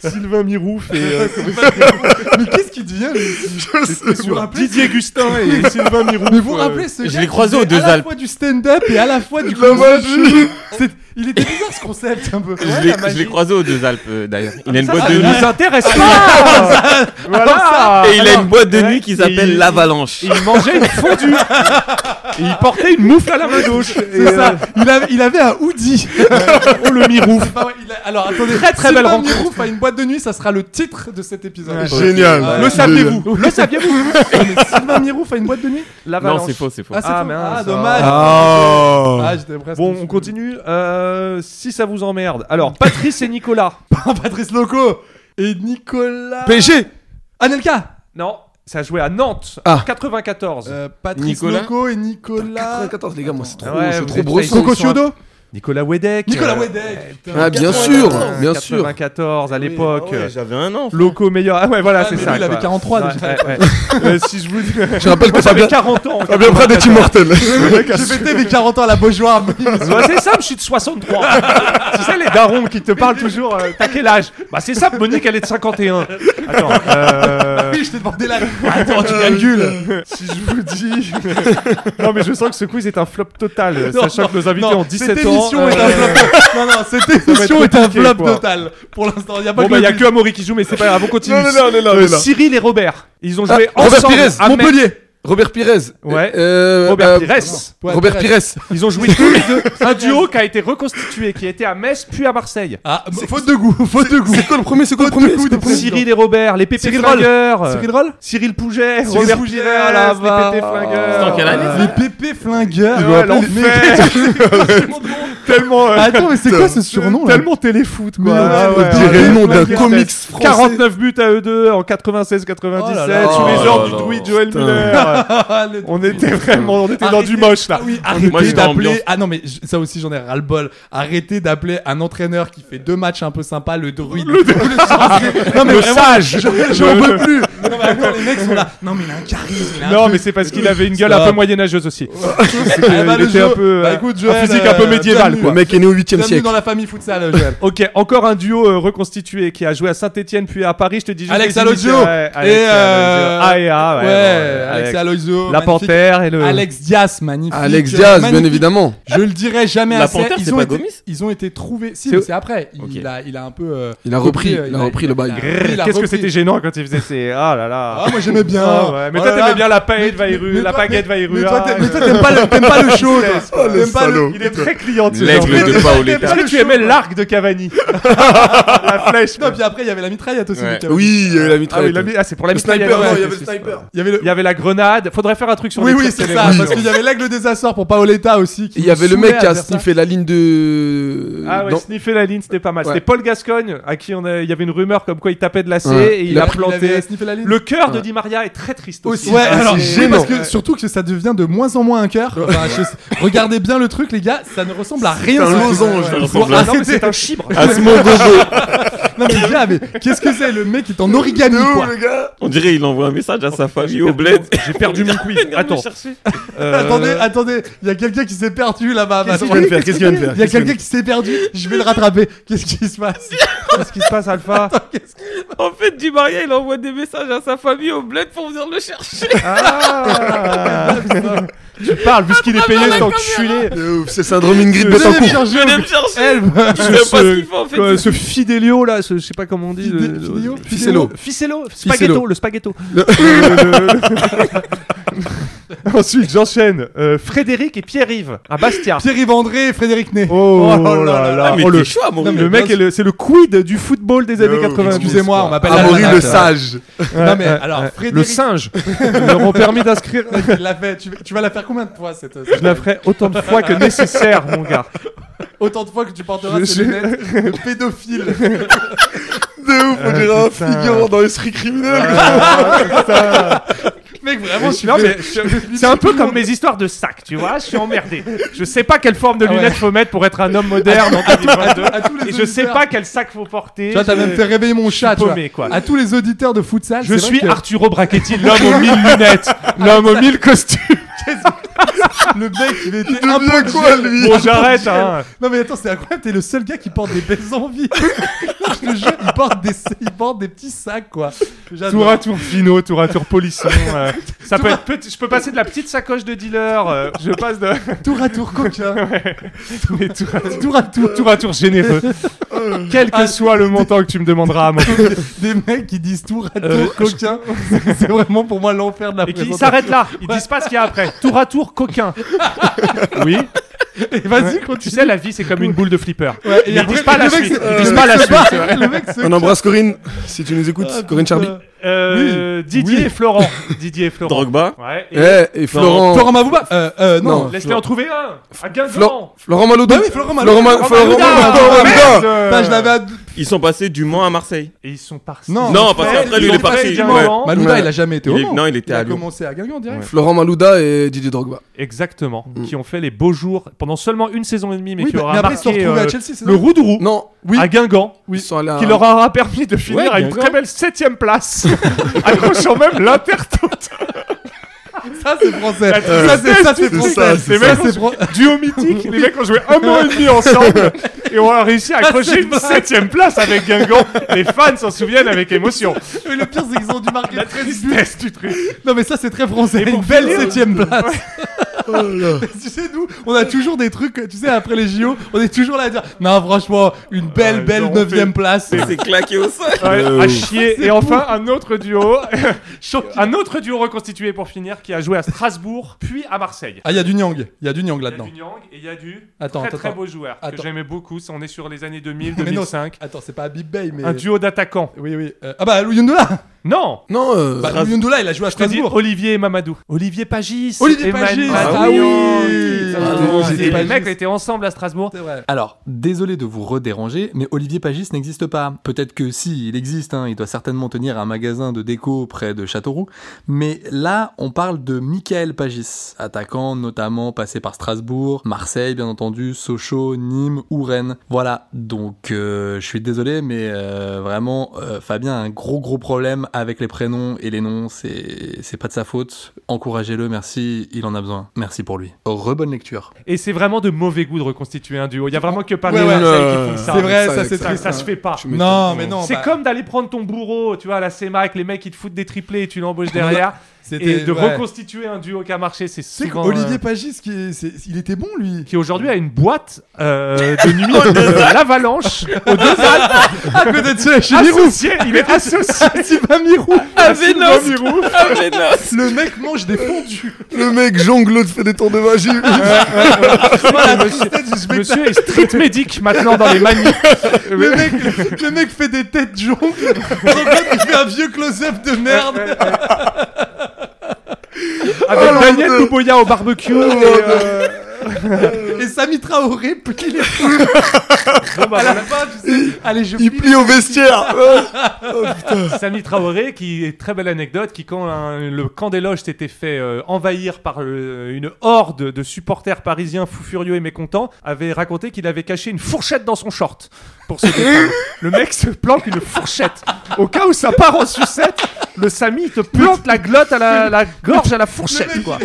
[SPEAKER 2] Sylvain Mirouf et. euh,
[SPEAKER 8] Mais qu'est-ce qui devient lui
[SPEAKER 2] J'étais
[SPEAKER 8] Vous vous
[SPEAKER 2] sur
[SPEAKER 8] rappelez
[SPEAKER 2] Didier Gustin et Sylvain Mirouf.
[SPEAKER 8] Mais vous vous
[SPEAKER 2] euh,
[SPEAKER 8] rappelez ce
[SPEAKER 5] je
[SPEAKER 8] gars
[SPEAKER 5] l'ai
[SPEAKER 8] qui
[SPEAKER 5] croisé aux
[SPEAKER 8] faisait
[SPEAKER 5] deux
[SPEAKER 8] à la
[SPEAKER 5] Alpes.
[SPEAKER 8] fois du stand-up et à la fois du
[SPEAKER 6] De la
[SPEAKER 8] comedy
[SPEAKER 6] magie.
[SPEAKER 8] C'est- Il était bizarre ce concept un peu.
[SPEAKER 5] Je l'ai- je l'ai croisé aux deux Alpes euh, d'ailleurs. Il a une
[SPEAKER 2] ça,
[SPEAKER 5] boîte
[SPEAKER 2] ça
[SPEAKER 5] de
[SPEAKER 2] ne nous
[SPEAKER 5] nuit.
[SPEAKER 2] intéresse
[SPEAKER 8] Ah,
[SPEAKER 2] pas Voilà
[SPEAKER 5] Et il a une boîte de nuit qui
[SPEAKER 2] Et
[SPEAKER 5] s'appelle
[SPEAKER 2] il-
[SPEAKER 5] l'Avalanche.
[SPEAKER 2] Et il mangeait une fondue.
[SPEAKER 8] Ah,
[SPEAKER 2] Et il portait une moufle à la main gauche.
[SPEAKER 8] C'est ça. Il avait, il avait un hoodie.
[SPEAKER 2] Oh le mirouf.
[SPEAKER 8] C'est pas vrai, il a- alors attendez,
[SPEAKER 2] Très, très belle
[SPEAKER 8] Sylvain
[SPEAKER 2] rencontre.
[SPEAKER 8] Mirouf à une boîte de nuit, ça sera le titre de cet épisode.
[SPEAKER 6] Génial.
[SPEAKER 8] Ouais.
[SPEAKER 2] Le
[SPEAKER 6] saviez-vous
[SPEAKER 2] saviez-vous Le saviez-vous
[SPEAKER 8] Mais Sylvain Mirouf à une boîte de nuit
[SPEAKER 5] Non, c'est faux, c'est faux.
[SPEAKER 8] Ah, c'est
[SPEAKER 2] Ah,
[SPEAKER 8] faux.
[SPEAKER 2] mince.
[SPEAKER 8] Ah, dommage.
[SPEAKER 6] Oh.
[SPEAKER 8] Ah, j'étais presque
[SPEAKER 2] Bon,
[SPEAKER 8] sûr.
[SPEAKER 2] on continue. Euh, si ça vous emmerde. Alors, Patrice et Nicolas.
[SPEAKER 8] Patrice Loco et Nicolas.
[SPEAKER 6] PSG
[SPEAKER 8] Anelka.
[SPEAKER 2] Non, ça jouait à Nantes.
[SPEAKER 6] Ah.
[SPEAKER 2] 94.
[SPEAKER 8] Euh, Patrice
[SPEAKER 5] Nicolas.
[SPEAKER 8] Loco et Nicolas.
[SPEAKER 6] 94, les gars, moi c'est trop,
[SPEAKER 2] Ouais,
[SPEAKER 6] c'est
[SPEAKER 2] vous
[SPEAKER 6] trop
[SPEAKER 2] êtes
[SPEAKER 6] brosson.
[SPEAKER 2] Coco
[SPEAKER 8] Ciodo.
[SPEAKER 2] Nicolas Wedek.
[SPEAKER 8] Nicolas
[SPEAKER 2] euh,
[SPEAKER 8] Wedek. putain.
[SPEAKER 6] Ah, bien sûr, bien sûr.
[SPEAKER 2] 94 à l'époque. euh,
[SPEAKER 5] Ah ouais, J'avais un an.
[SPEAKER 2] Loco meilleur. Ah ouais, voilà,
[SPEAKER 8] Ah,
[SPEAKER 2] c'est
[SPEAKER 8] mais lui, Ah,
[SPEAKER 2] ça.
[SPEAKER 8] il avait
[SPEAKER 2] quoi.
[SPEAKER 8] 43 déjà.
[SPEAKER 2] Ouais, ouais. Euh, si je vous dis.
[SPEAKER 6] Je rappelle que
[SPEAKER 2] J'avais
[SPEAKER 6] Fabien,
[SPEAKER 2] 40
[SPEAKER 8] Ah,
[SPEAKER 2] ans. en
[SPEAKER 6] Fabien Prade est immortel.
[SPEAKER 8] J'ai fêté mes 40 ans à la Beaujoire.
[SPEAKER 2] Bah, c'est simple, je suis de 63. tu sais, les darons qui te parlent toujours, euh, t'as quel âge Bah, c'est simple, Monique, elle est de 51. Attends, euh,
[SPEAKER 8] Oui, je t'ai demandé la. Attends, tu calcules.
[SPEAKER 2] si je vous dis. non, mais je sens que ce quiz est un flop total, euh,
[SPEAKER 8] Non,
[SPEAKER 2] sachant que nos invités
[SPEAKER 8] non,
[SPEAKER 2] ont 17
[SPEAKER 8] cette
[SPEAKER 2] ans.
[SPEAKER 8] émission
[SPEAKER 2] euh,
[SPEAKER 8] est un flop. Non, non, cette émission est un
[SPEAKER 2] compliqué,
[SPEAKER 8] flop
[SPEAKER 2] quoi.
[SPEAKER 8] total. Pour l'instant, il n'y a pas
[SPEAKER 2] Bon, bah, il y a
[SPEAKER 8] le-
[SPEAKER 2] que Amaury qui joue, mais c'est pas grave, on continue.
[SPEAKER 6] Non, non, non, non, non,
[SPEAKER 2] Euh,
[SPEAKER 6] non.
[SPEAKER 2] Cyril et Robert, ils ont
[SPEAKER 6] Ah,
[SPEAKER 2] joué
[SPEAKER 6] Robert
[SPEAKER 2] ensemble.
[SPEAKER 6] Pires,
[SPEAKER 2] à Metz.
[SPEAKER 6] Montpellier. Robert Pires.
[SPEAKER 2] Ouais.
[SPEAKER 6] Euh,
[SPEAKER 2] Robert
[SPEAKER 6] euh,
[SPEAKER 2] Pires.
[SPEAKER 8] Ouais,
[SPEAKER 6] Robert
[SPEAKER 8] Pires.
[SPEAKER 6] Pires.
[SPEAKER 2] Ils ont joué tous les deux. Un duo qui a été reconstitué, qui était à Metz puis à Marseille.
[SPEAKER 8] Ah, faute de goût, faute de goût.
[SPEAKER 6] C'est quoi le premier C'est quoi le premier C'est quoi le premier
[SPEAKER 2] Cyril et Robert, les pépés
[SPEAKER 8] Cyril
[SPEAKER 2] flingueurs. euh,
[SPEAKER 8] Cyril Roll
[SPEAKER 2] Cyril Pouget,
[SPEAKER 8] Cyril
[SPEAKER 2] Robert
[SPEAKER 8] Pouget,
[SPEAKER 2] Pouget, la
[SPEAKER 8] Slipette
[SPEAKER 2] les
[SPEAKER 8] et
[SPEAKER 2] pépés flingueurs.
[SPEAKER 5] C'était en quelle année,
[SPEAKER 8] Les pépés flingueurs.
[SPEAKER 2] Ouais, l'enfer. Tellement. euh,
[SPEAKER 8] Ah, Attends, mais c'est quoi ce surnom là
[SPEAKER 2] Tellement téléfoot quoi.
[SPEAKER 8] Mais ouais,
[SPEAKER 2] Ah
[SPEAKER 8] on
[SPEAKER 2] ouais,
[SPEAKER 8] dirait
[SPEAKER 2] ouais,
[SPEAKER 8] le nom
[SPEAKER 2] ouais,
[SPEAKER 8] d'un
[SPEAKER 2] ouais.
[SPEAKER 8] comics
[SPEAKER 2] 49 buts à eux deux en 96-97
[SPEAKER 8] Oh là là.
[SPEAKER 2] sous
[SPEAKER 5] Oh
[SPEAKER 2] les
[SPEAKER 5] là
[SPEAKER 2] ordres
[SPEAKER 5] là.
[SPEAKER 2] du Dwight Joel
[SPEAKER 5] Putain.
[SPEAKER 2] Muller.
[SPEAKER 8] Le-
[SPEAKER 2] On était vraiment, on était dans
[SPEAKER 8] Arrêtez-
[SPEAKER 2] du moche là.
[SPEAKER 8] Ah oui,
[SPEAKER 5] Moi,
[SPEAKER 8] arrêtez
[SPEAKER 5] j'étais ambiance.
[SPEAKER 8] d'appeler. Ah non, mais j- ça aussi, j'en ai ras le bol. Arrêtez d'appeler un entraîneur qui fait deux matchs un peu sympas le druide. Le, non, mais
[SPEAKER 2] Ah, Le
[SPEAKER 8] sage. J'en j'en peux plus.
[SPEAKER 2] Non, mais attends,
[SPEAKER 8] les mecs sont là. Non, mais il a un charisme. il a un
[SPEAKER 2] Non,
[SPEAKER 8] truc.
[SPEAKER 2] mais c'est parce qu'il avait une gueule un peu moyenâgeuse aussi. C'était-
[SPEAKER 8] Ah bah,
[SPEAKER 2] il
[SPEAKER 8] le
[SPEAKER 2] était
[SPEAKER 8] jeu-
[SPEAKER 2] un peu.
[SPEAKER 8] bah,
[SPEAKER 2] euh,
[SPEAKER 8] écoute,
[SPEAKER 2] un
[SPEAKER 8] Joël,
[SPEAKER 2] physique un peu
[SPEAKER 8] euh,
[SPEAKER 2] médiéval.
[SPEAKER 8] bienvenue.
[SPEAKER 2] quoi.
[SPEAKER 8] Bienvenue dans la famille futsal, euh, Joël.
[SPEAKER 2] Ok, encore un duo euh, reconstitué qui a joué à Saint-Etienne puis à Paris. Je te dis juste.
[SPEAKER 8] Alex
[SPEAKER 2] les
[SPEAKER 8] Alodio
[SPEAKER 2] initiales. Ouais, Alex
[SPEAKER 8] et euh,
[SPEAKER 2] Alodio. Ah et ah, ouais.
[SPEAKER 8] ouais,
[SPEAKER 2] bon,
[SPEAKER 8] Alex Alodio,
[SPEAKER 2] La
[SPEAKER 8] magnifique.
[SPEAKER 2] Panthère et le.
[SPEAKER 8] Alex Diaz, magnifique.
[SPEAKER 6] euh. Alex Diaz, bien
[SPEAKER 8] magnifique.
[SPEAKER 6] évidemment.
[SPEAKER 8] Je le dirais jamais
[SPEAKER 6] La
[SPEAKER 8] assez.
[SPEAKER 6] Panthère, c'est
[SPEAKER 8] ils, ont
[SPEAKER 6] pas
[SPEAKER 8] été,
[SPEAKER 6] Gomis
[SPEAKER 8] ils ont été trouvés. Si,
[SPEAKER 6] C'est-
[SPEAKER 8] mais c'est après. Il,
[SPEAKER 6] Ok.
[SPEAKER 8] a, il a un peu. euh,
[SPEAKER 6] Il a repris,
[SPEAKER 8] euh,
[SPEAKER 6] il a repris le
[SPEAKER 8] il
[SPEAKER 6] bail.
[SPEAKER 8] a repris, il a
[SPEAKER 2] Qu'est-ce que
[SPEAKER 8] repris.
[SPEAKER 2] c'était gênant quand il faisait ces. Ah là là.
[SPEAKER 8] Ah, moi j'aimais bien.
[SPEAKER 2] Ah ouais, Mais
[SPEAKER 8] Oh
[SPEAKER 2] toi
[SPEAKER 8] là là.
[SPEAKER 2] t'aimais bien la paillette
[SPEAKER 8] Mais- mais-
[SPEAKER 2] vairue,
[SPEAKER 8] mais
[SPEAKER 2] la
[SPEAKER 8] toi,
[SPEAKER 2] baguette
[SPEAKER 8] mais-
[SPEAKER 2] vairue.
[SPEAKER 8] mais toi,
[SPEAKER 2] ah,
[SPEAKER 8] t'aimes- mais toi, t'aimes pas le- t'aimes pas le chaud, toi.
[SPEAKER 6] Ah,
[SPEAKER 2] Laisse, quoi.
[SPEAKER 8] Oh, le
[SPEAKER 2] T'aimes pas le-
[SPEAKER 8] salaud.
[SPEAKER 2] Il est très client. ce
[SPEAKER 8] L'aigle
[SPEAKER 2] genre.
[SPEAKER 8] de
[SPEAKER 2] T'aimes-
[SPEAKER 8] Paoletta.
[SPEAKER 2] Est-ce que tu aimais l'arc de Cavani La flèche.
[SPEAKER 8] Non, puis après il y avait la mitraillette aussi.
[SPEAKER 2] Ouais.
[SPEAKER 8] Lucas.
[SPEAKER 2] Oui, il y a eu la mitraillette.
[SPEAKER 8] Ah oui, la mi-
[SPEAKER 2] c'est pour la
[SPEAKER 8] Le
[SPEAKER 2] mitraillette,
[SPEAKER 8] sniper,
[SPEAKER 2] ouais,
[SPEAKER 8] non, il y
[SPEAKER 2] c'est-
[SPEAKER 8] avait le
[SPEAKER 2] c'est-
[SPEAKER 8] sniper.
[SPEAKER 2] Il y avait, la grenade. Faudrait faire un truc sur
[SPEAKER 8] Oui,
[SPEAKER 2] les
[SPEAKER 8] oui,
[SPEAKER 2] trucs
[SPEAKER 8] c'est
[SPEAKER 2] télé-
[SPEAKER 8] ça. Parce qu'il y avait l'aigle des Açores pour Paoletta aussi. qui
[SPEAKER 6] Il y avait le mec qui
[SPEAKER 8] saoulait
[SPEAKER 6] a
[SPEAKER 8] à faire ça.
[SPEAKER 6] sniffé la ligne de.
[SPEAKER 2] Ah ouais,
[SPEAKER 6] Non.
[SPEAKER 2] sniffer la ligne, c'était pas mal.
[SPEAKER 6] Ouais.
[SPEAKER 2] C'était Paul Gascogne, à qui on a- il y avait une rumeur comme quoi il tapait de la C
[SPEAKER 6] Ouais.
[SPEAKER 2] et il,
[SPEAKER 6] Il
[SPEAKER 2] a
[SPEAKER 6] a-
[SPEAKER 2] planté.
[SPEAKER 6] il avait
[SPEAKER 8] sniffé la ligne.
[SPEAKER 2] Le cœur de
[SPEAKER 8] Ouais.
[SPEAKER 2] Di Maria est très triste
[SPEAKER 8] aussi.
[SPEAKER 2] aussi. Ah,
[SPEAKER 8] Ah, Ouais, alors
[SPEAKER 2] c'est
[SPEAKER 8] j'ai
[SPEAKER 2] gênant.
[SPEAKER 8] parce que surtout que ça devient de moins en moins un cœur. Enfin, je- regardez bien le truc, les gars, ça ne ressemble à
[SPEAKER 2] C'est
[SPEAKER 8] rien.
[SPEAKER 2] un
[SPEAKER 8] ce truc.
[SPEAKER 2] losange,
[SPEAKER 8] Faut
[SPEAKER 2] ça ressemble à-
[SPEAKER 8] arrêter.
[SPEAKER 2] Non, mais c'est un chibre.
[SPEAKER 8] non mais les gars, mais qu'est-ce que c'est le mec qui est en origami quoi.
[SPEAKER 5] On dirait il envoie un message à sa famille au bled.
[SPEAKER 2] J'ai perdu mon quiz. Attends.
[SPEAKER 5] Euh,
[SPEAKER 8] Attendez, attendez, il y a quelqu'un qui s'est perdu là-bas.
[SPEAKER 2] Qu'est-ce
[SPEAKER 8] Attends,
[SPEAKER 2] qu'il vient de faire Qu'est-ce qu'il vient de faire
[SPEAKER 8] Il y a
[SPEAKER 2] Qu'est-ce
[SPEAKER 8] quelqu'un qui s'est perdu, je vais le rattraper. Qu'est-ce qui se passe
[SPEAKER 2] Qu'est-ce qui se passe, Alpha
[SPEAKER 5] En fait, Di Maria, il envoie des messages à sa famille au bled pour venir le chercher.
[SPEAKER 2] Ah Tu parles, puisqu'il est payé, cet enculé.
[SPEAKER 6] C'est syndrome Ingrid
[SPEAKER 2] Venez me
[SPEAKER 6] Betancourt.
[SPEAKER 2] chercher,
[SPEAKER 6] Venez
[SPEAKER 2] vous-
[SPEAKER 6] me chercher.
[SPEAKER 2] Elle-
[SPEAKER 6] Je sais
[SPEAKER 2] ce-
[SPEAKER 6] pas ce qu'il faut, en fait.
[SPEAKER 2] quoi, Euh, ce Fidelio là, ce- je sais pas comment on dit. le- le-
[SPEAKER 6] Ficello. Ficello.
[SPEAKER 2] Ficello. Spaghetto, le spaghetto.
[SPEAKER 6] Le-
[SPEAKER 2] Le- le- Ensuite, j'enchaîne. Euh, Frédéric et Pierre-Yves à Bastia.
[SPEAKER 8] Pierre-Yves André et Frédéric Ney.
[SPEAKER 2] Oh,
[SPEAKER 8] Oh là
[SPEAKER 2] là
[SPEAKER 8] là.
[SPEAKER 2] là.
[SPEAKER 8] Ah, mais
[SPEAKER 2] Oh,
[SPEAKER 8] t'es
[SPEAKER 2] le,
[SPEAKER 8] chaud, Amaury.
[SPEAKER 2] Non, mais
[SPEAKER 8] Mais
[SPEAKER 2] le mec,
[SPEAKER 8] bien
[SPEAKER 2] est le- c'est le quid du football des années 80.
[SPEAKER 8] Excusez-moi, on m'appelle
[SPEAKER 2] Amaury
[SPEAKER 8] Alpha.
[SPEAKER 2] Ouais,
[SPEAKER 8] Non mais
[SPEAKER 2] ouais,
[SPEAKER 8] alors,
[SPEAKER 2] ouais.
[SPEAKER 8] Frédéric-
[SPEAKER 2] Le singe. Ils leur ont permis d'inscrire.
[SPEAKER 8] Tu l'as fait, tu, tu vas la faire combien de fois cette
[SPEAKER 2] Je la ferai autant de fois que nécessaire, mon gars.
[SPEAKER 8] Autant de fois que tu porteras
[SPEAKER 2] Je-
[SPEAKER 8] ces
[SPEAKER 2] je-
[SPEAKER 8] lunettes de pédophile.
[SPEAKER 6] De ouf, on dirait un figurant dans l'esprit criminel.
[SPEAKER 8] Mec, vraiment, je suis
[SPEAKER 2] Non,
[SPEAKER 8] fait-
[SPEAKER 2] mais
[SPEAKER 8] je
[SPEAKER 2] je-
[SPEAKER 8] suis fait
[SPEAKER 2] c'est un peu comme mes histoires de sac, tu vois. Je suis emmerdé. Je sais pas quelle forme de
[SPEAKER 8] Ah ouais.
[SPEAKER 2] lunettes faut mettre pour être un homme moderne en 2022. Et je sais
[SPEAKER 8] auditeurs.
[SPEAKER 2] pas quel sac faut porter.
[SPEAKER 8] Tu vois, t'as même fait réveiller mon chat, tu
[SPEAKER 2] paumé,
[SPEAKER 8] vois.
[SPEAKER 2] quoi.
[SPEAKER 8] À tous les auditeurs de futsal.
[SPEAKER 2] Je
[SPEAKER 8] c'est vrai
[SPEAKER 2] suis
[SPEAKER 8] que-
[SPEAKER 2] Arturo Brachetti, l'homme aux mille lunettes, l'homme aux mille costumes.
[SPEAKER 8] Le mec, il était
[SPEAKER 2] devient
[SPEAKER 8] un peu
[SPEAKER 2] quoi,
[SPEAKER 8] gel.
[SPEAKER 2] lui
[SPEAKER 8] Un
[SPEAKER 2] Bon,
[SPEAKER 8] peu
[SPEAKER 2] j'arrête,
[SPEAKER 8] gel.
[SPEAKER 2] hein.
[SPEAKER 8] Non, mais attends, c'est incroyable. T'es le seul gars qui porte des belles envies. je te jure, il porte des, il porte des petits sacs, quoi. J'adore.
[SPEAKER 2] Tour à tour finot, tour à tour polisson. euh, ça peut être petit- je peux passer de la petite sacoche de dealer, euh, je passe de
[SPEAKER 8] Tour à tour coquin.
[SPEAKER 2] mais tour à tour,
[SPEAKER 8] Tour à tour.
[SPEAKER 2] tour à tour généreux. Quel que soit le montant que tu me demanderas, mon
[SPEAKER 8] Ah, Des mecs qui disent tour à tour
[SPEAKER 2] Euh,
[SPEAKER 8] coquin. C'est- C'est vraiment pour moi l'enfer de la
[SPEAKER 2] et qui
[SPEAKER 8] présentation.
[SPEAKER 2] s'arrête là, ils disent pas ce qu'il y a après. Tour à tour coquin. Oui.
[SPEAKER 8] Et vas-y,
[SPEAKER 2] Ouais. Tu sais, la vie c'est comme une boule de flipper.
[SPEAKER 8] Ouais, et
[SPEAKER 2] Mais ils
[SPEAKER 8] après,
[SPEAKER 2] disent pas
[SPEAKER 8] le
[SPEAKER 2] la
[SPEAKER 8] mec
[SPEAKER 2] suite.
[SPEAKER 8] se-
[SPEAKER 2] Ils disent
[SPEAKER 8] le
[SPEAKER 2] pas la
[SPEAKER 8] mec se
[SPEAKER 2] suite.
[SPEAKER 8] barre.
[SPEAKER 2] ouais.
[SPEAKER 8] Le mec Ah, se
[SPEAKER 6] On embrasse Corinne, si tu nous écoutes. Corinne Charby.
[SPEAKER 2] Euh, Didier et Florent. Didier et Florent.
[SPEAKER 5] Drogba.
[SPEAKER 2] Ouais.
[SPEAKER 6] Eh, et Florent.
[SPEAKER 8] Florent Mabouba euh, euh, non.
[SPEAKER 2] Laisse-les en trouver un. À Guingamp.
[SPEAKER 6] Flo- Florent Malodon.
[SPEAKER 8] Bah oui, Florent Ah, Malodou.
[SPEAKER 6] Florent Ma- Florent
[SPEAKER 2] Malodou.
[SPEAKER 6] Malodou.
[SPEAKER 2] Merde.
[SPEAKER 8] Putain, Bah, je l'avais à-
[SPEAKER 5] Ils sont passés du Mans à Marseille.
[SPEAKER 2] Et ils sont partis.
[SPEAKER 5] Euh, Non,
[SPEAKER 6] Non,
[SPEAKER 5] parce
[SPEAKER 6] ils
[SPEAKER 5] qu'après lui
[SPEAKER 6] ont
[SPEAKER 5] il est
[SPEAKER 6] fait
[SPEAKER 5] parti.
[SPEAKER 6] du
[SPEAKER 5] ouais.
[SPEAKER 6] Mans.
[SPEAKER 8] Malouda, il a jamais été au
[SPEAKER 5] Il est-
[SPEAKER 8] Mans.
[SPEAKER 5] Non, il était
[SPEAKER 8] Il
[SPEAKER 5] à
[SPEAKER 8] a
[SPEAKER 5] Lyon.
[SPEAKER 8] commencé à Guingamp direct.
[SPEAKER 6] Florent Malouda et Didier Drogba.
[SPEAKER 2] Exactement. Qui ont fait les beaux jours pendant seulement une saison et demie, mais
[SPEAKER 8] Mm. Oui,
[SPEAKER 2] qui
[SPEAKER 8] mais-
[SPEAKER 2] aura
[SPEAKER 8] mais après, ils se sont
[SPEAKER 2] marqué
[SPEAKER 8] retrouvés à
[SPEAKER 2] euh,
[SPEAKER 8] Chelsea, c'est
[SPEAKER 2] le
[SPEAKER 8] ça
[SPEAKER 2] Roudourou
[SPEAKER 6] Non,
[SPEAKER 8] Ah,
[SPEAKER 2] à Guingamp.
[SPEAKER 6] ils sont allés à-
[SPEAKER 2] Qui
[SPEAKER 8] Euh,
[SPEAKER 2] leur aura permis de finir
[SPEAKER 6] Ouais,
[SPEAKER 2] à une
[SPEAKER 6] Guingamp.
[SPEAKER 2] très belle septième place, accrochant même l'intertote.
[SPEAKER 8] Ça, c'est français.
[SPEAKER 2] La
[SPEAKER 8] Ça, Euh, c'est ça, c'est
[SPEAKER 2] tristesse,
[SPEAKER 8] français.
[SPEAKER 2] les
[SPEAKER 8] Ça,
[SPEAKER 2] mecs
[SPEAKER 8] c'est fran-
[SPEAKER 2] ont- duo mythique, les mecs ont joué un an et demi ensemble et on a réussi à accrocher
[SPEAKER 8] Ah, c'est
[SPEAKER 2] une
[SPEAKER 8] vrai.
[SPEAKER 2] septième place avec Guingamp. Les fans s'en souviennent avec émotion.
[SPEAKER 8] Mais le pire, c'est qu'ils ont dû marquer
[SPEAKER 2] La
[SPEAKER 8] 13 buts.
[SPEAKER 2] tristesse du truc.
[SPEAKER 8] Non, mais ça, c'est très français.
[SPEAKER 2] Et pour
[SPEAKER 8] Une belle
[SPEAKER 2] finir-
[SPEAKER 8] 7ème place.
[SPEAKER 2] Oh
[SPEAKER 8] tu sais, nous, on a toujours des trucs, tu sais, après les JO, on est toujours là à dire Non, franchement, une belle,
[SPEAKER 2] Ah, ils
[SPEAKER 8] belle
[SPEAKER 2] auront
[SPEAKER 8] 9
[SPEAKER 2] fait-
[SPEAKER 8] e place.
[SPEAKER 5] C'est claqué au sol.
[SPEAKER 2] Ouais,
[SPEAKER 8] Euh,
[SPEAKER 2] à chier.
[SPEAKER 8] C'est
[SPEAKER 2] Et enfin,
[SPEAKER 8] pour-
[SPEAKER 2] un autre duo. un autre duo reconstitué pour finir qui a joué à Strasbourg, puis à Marseille.
[SPEAKER 8] Ah, il y a du Nyang. Il y a du Nyang
[SPEAKER 2] Il y a
[SPEAKER 8] là-dedans.
[SPEAKER 2] du Nyang et il y a du
[SPEAKER 8] Attends,
[SPEAKER 2] très
[SPEAKER 8] attends,
[SPEAKER 2] très
[SPEAKER 8] attends.
[SPEAKER 2] beau joueur que
[SPEAKER 8] Attends.
[SPEAKER 2] j'aimais beaucoup. Ça, On est sur les années 2000,
[SPEAKER 8] Mais non,
[SPEAKER 2] 2005.
[SPEAKER 8] Attends, c'est pas Habib Bey, mais.
[SPEAKER 2] Un duo d'attaquants.
[SPEAKER 8] Oui, oui. euh, Ah, bah, Luyendula
[SPEAKER 2] Non
[SPEAKER 6] Non, euh,
[SPEAKER 8] Bah, Luyendula, il a joué à
[SPEAKER 2] Je te dis
[SPEAKER 8] Strasbourg.
[SPEAKER 2] Olivier et Mamadou. Olivier Pagis.
[SPEAKER 8] Olivier
[SPEAKER 2] Eman
[SPEAKER 8] Pagis,
[SPEAKER 2] Mamadou.
[SPEAKER 8] ah oui.
[SPEAKER 2] oui, oui, oui, les mecs étaient ensemble à Strasbourg.
[SPEAKER 11] Alors, désolé de vous redéranger, mais Olivier Pagis n'existe pas. Peut-être que si, il existe, hein, il doit certainement tenir un magasin de déco près de Châteauroux. Mais là, on parle de Michael Pagis, attaquant notamment passé par Strasbourg, Marseille, bien entendu, Sochaux, Nîmes ou Rennes. Voilà, donc euh, je suis désolé, mais euh, vraiment, euh, Fabien a un gros gros problème avec les prénoms et les noms, c'est c'est pas de sa faute. Encouragez-le, merci, il en a besoin. Merci pour lui. Rebonne lecture.
[SPEAKER 2] Et c'est vraiment de mauvais goût de reconstituer un duo. Il y a vraiment que Paris
[SPEAKER 8] Ouais,
[SPEAKER 2] et
[SPEAKER 8] ouais,
[SPEAKER 2] Marseille
[SPEAKER 8] euh,
[SPEAKER 2] qui font ça.
[SPEAKER 8] c'est vrai, ça, c'est triste,
[SPEAKER 2] Ça
[SPEAKER 8] hein.
[SPEAKER 2] se fait pas.
[SPEAKER 8] Je m'étonne. Non, mais non,
[SPEAKER 2] C'est
[SPEAKER 8] bah-
[SPEAKER 2] comme d'aller prendre ton bourreau, tu vois, à la CEMAC, les mecs ils te foutent des triplés et tu l'embauches derrière.
[SPEAKER 8] C'était-
[SPEAKER 2] Et de
[SPEAKER 8] ouais.
[SPEAKER 2] reconstituer un duo qui a marché, c'est
[SPEAKER 8] C'est
[SPEAKER 2] souvent.
[SPEAKER 8] Olivier
[SPEAKER 2] euh,
[SPEAKER 8] Pagis, qui est- c'est- il était bon lui.
[SPEAKER 2] Qui aujourd'hui a une boîte euh, de nuit de l'avalanche aux deux Alpes.
[SPEAKER 8] À côté de celui chez Mirou.
[SPEAKER 2] associé, il est associé.
[SPEAKER 8] Sylvain Mirou.
[SPEAKER 2] À
[SPEAKER 8] Sylvain
[SPEAKER 2] Vénos.
[SPEAKER 8] Mirou.
[SPEAKER 5] Ah,
[SPEAKER 2] À Vénos.
[SPEAKER 8] Le mec mange des fondus.
[SPEAKER 12] Le mec jongle, fait des tours de magie.
[SPEAKER 2] Monsieur, monsieur est street médic maintenant dans les manies.
[SPEAKER 8] Le mec, le mec fait des têtes jongles. Il fait un vieux close-up de merde.
[SPEAKER 2] Avec
[SPEAKER 8] Oh,
[SPEAKER 2] Daniel
[SPEAKER 8] l'enfer.
[SPEAKER 2] Louboya au barbecue.
[SPEAKER 8] Oh,
[SPEAKER 2] et, euh,
[SPEAKER 8] Et Sami Traoré plie les
[SPEAKER 2] bah,
[SPEAKER 8] À la fin, tu sais, allez, je
[SPEAKER 12] Il plie au vestiaire.
[SPEAKER 2] Samy Traoré, qui est très belle anecdote, qui quand un- le camp des loges s'était fait euh, envahir par euh, une horde de supporters parisiens fous furieux et mécontents, avait raconté qu'il avait caché une fourchette dans son short pour se défendre. le mec se planque une fourchette. Au cas où ça part en sucette, le Samy il te plante la glotte à la, la gorge à la fourchette. quoi.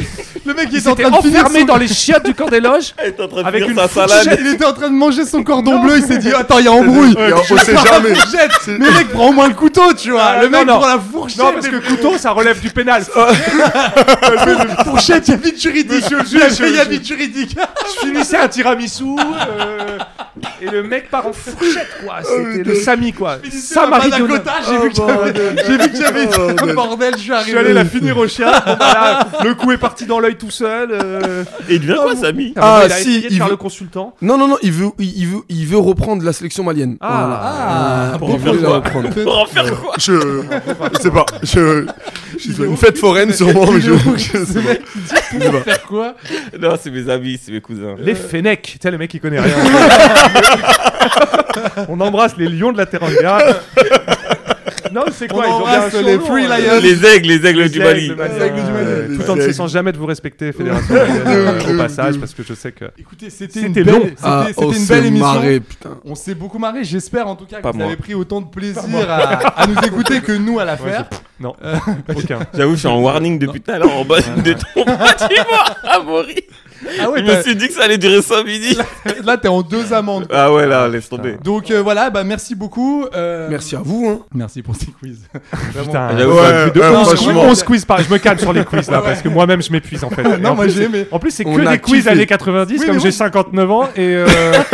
[SPEAKER 8] Le mec il
[SPEAKER 2] Il
[SPEAKER 8] était en
[SPEAKER 2] s'était
[SPEAKER 8] train de finir
[SPEAKER 2] enfermé
[SPEAKER 8] son-
[SPEAKER 2] dans les chiottes du camp des loges avec une fourchette.
[SPEAKER 8] Il était en train de manger son cordon bleu, il s'est dit attends, il y a embrouille.
[SPEAKER 12] Ouais,
[SPEAKER 8] Je
[SPEAKER 12] on sait
[SPEAKER 8] prends la
[SPEAKER 12] jamais.
[SPEAKER 8] fourchette. Mais mec prend au moins le couteau, tu vois.
[SPEAKER 2] Ah,
[SPEAKER 8] le mec
[SPEAKER 2] non, non.
[SPEAKER 8] prend la fourchette.
[SPEAKER 2] Non, parce que couteau, ça relève du pénal.
[SPEAKER 8] Oh, fourchette, il y a vite juridique.
[SPEAKER 2] Monsieur le
[SPEAKER 8] Il y a-
[SPEAKER 2] juge,
[SPEAKER 8] il y a
[SPEAKER 2] je-
[SPEAKER 8] vite juridique.
[SPEAKER 2] Je finissais un tiramisu euh, et le mec part en fourchette quoi.
[SPEAKER 8] Oh,
[SPEAKER 2] C'était le Samy quoi.
[SPEAKER 8] Ça m'a
[SPEAKER 2] Samari
[SPEAKER 8] d'un
[SPEAKER 2] Donna.
[SPEAKER 8] quota, j'ai vu que j'avais- j'ai vu que j'avais un bordel, je suis
[SPEAKER 2] Oh, Je
[SPEAKER 8] arrivé.
[SPEAKER 2] suis allé la finir au chien. Bon, bah, là, le coup est parti dans l'œil tout seul. euh.
[SPEAKER 5] Et il devient quoi,
[SPEAKER 2] mon-
[SPEAKER 5] Samy
[SPEAKER 2] Ah,
[SPEAKER 6] Ah,
[SPEAKER 2] il a
[SPEAKER 6] si,
[SPEAKER 2] essayé de
[SPEAKER 6] il
[SPEAKER 2] faire
[SPEAKER 6] veut-
[SPEAKER 2] le consultant.
[SPEAKER 8] Oh.
[SPEAKER 6] Non, non, non, il veut, il, il veut, il veut reprendre la sélection malienne.
[SPEAKER 2] Ah.
[SPEAKER 6] Voilà.
[SPEAKER 2] Ah, pour en
[SPEAKER 6] Il
[SPEAKER 2] faire
[SPEAKER 6] veut la
[SPEAKER 2] quoi
[SPEAKER 6] reprendre.
[SPEAKER 12] Pour en faire quoi Je je sais pas. Je je dois une fête foraine sûrement, mais je je sais pas.
[SPEAKER 5] Pour
[SPEAKER 8] faire quoi
[SPEAKER 5] Non, c'est mes amis, c'est mes
[SPEAKER 8] Euh.
[SPEAKER 5] cousins.
[SPEAKER 2] ah, Les Fennecs, tu sais, le mec qui connaît rien. On embrasse les lions de la Teranga. Non, mais c'est quoi
[SPEAKER 8] On
[SPEAKER 2] ils ont bien
[SPEAKER 8] embrasse
[SPEAKER 2] un
[SPEAKER 8] les
[SPEAKER 2] surnom,
[SPEAKER 8] Free
[SPEAKER 2] hein.
[SPEAKER 8] Lions.
[SPEAKER 5] Les aigles, les aigles du Mali.
[SPEAKER 2] Mali.
[SPEAKER 5] Les aigles du Mali.
[SPEAKER 2] Euh,
[SPEAKER 5] Les
[SPEAKER 2] Tout en ne
[SPEAKER 5] aigles.
[SPEAKER 2] cessant jamais de vous respecter, Fédération Malienne, au passage, parce que je sais que.
[SPEAKER 8] Écoutez, c'était une
[SPEAKER 2] C'était
[SPEAKER 8] belle,
[SPEAKER 2] long.
[SPEAKER 8] c'était-
[SPEAKER 2] Ah,
[SPEAKER 8] c'était
[SPEAKER 2] on
[SPEAKER 8] une
[SPEAKER 2] s'est
[SPEAKER 8] belle émission.
[SPEAKER 6] marré, putain.
[SPEAKER 8] On s'est beaucoup marré. J'espère en tout cas
[SPEAKER 2] Pas
[SPEAKER 8] que vous
[SPEAKER 2] moi.
[SPEAKER 8] avez pris autant de
[SPEAKER 2] moi.
[SPEAKER 8] plaisir à, à nous écouter que nous à la
[SPEAKER 2] Ouais,
[SPEAKER 8] faire.
[SPEAKER 2] je- Non,
[SPEAKER 8] Euh,
[SPEAKER 2] aucun.
[SPEAKER 5] J'avoue, je suis en warning depuis tout à l'heure en bas de ton bâtiment, Amaury.
[SPEAKER 8] Ah ouais,
[SPEAKER 5] je
[SPEAKER 8] t'as-
[SPEAKER 5] me suis dit que ça allait durer 5 minutes.
[SPEAKER 8] Là, t'es en deux amendes.
[SPEAKER 5] Ah ouais, là, laisse tomber.
[SPEAKER 8] Donc euh, voilà, bah merci beaucoup. euh,
[SPEAKER 6] Merci à vous. Hein.
[SPEAKER 8] Merci pour ces quiz.
[SPEAKER 2] Putain,
[SPEAKER 8] Vraiment.
[SPEAKER 2] j'avoue,
[SPEAKER 8] Ouais,
[SPEAKER 2] pas plus de
[SPEAKER 8] ouais,
[SPEAKER 2] 11
[SPEAKER 8] franchement.
[SPEAKER 2] quiz, 11 quiz par. Je me calme sur les quiz là parce que moi-même je m'épuise en fait. Et
[SPEAKER 8] Non,
[SPEAKER 2] en
[SPEAKER 8] moi,
[SPEAKER 2] plus,
[SPEAKER 8] j'ai
[SPEAKER 2] c'est-
[SPEAKER 8] aimé.
[SPEAKER 2] En plus, c'est que
[SPEAKER 8] On a
[SPEAKER 2] des quiz
[SPEAKER 8] kiffé.
[SPEAKER 2] années 90
[SPEAKER 8] Oui, mais
[SPEAKER 2] comme
[SPEAKER 8] moi-
[SPEAKER 2] j'ai 59 ans et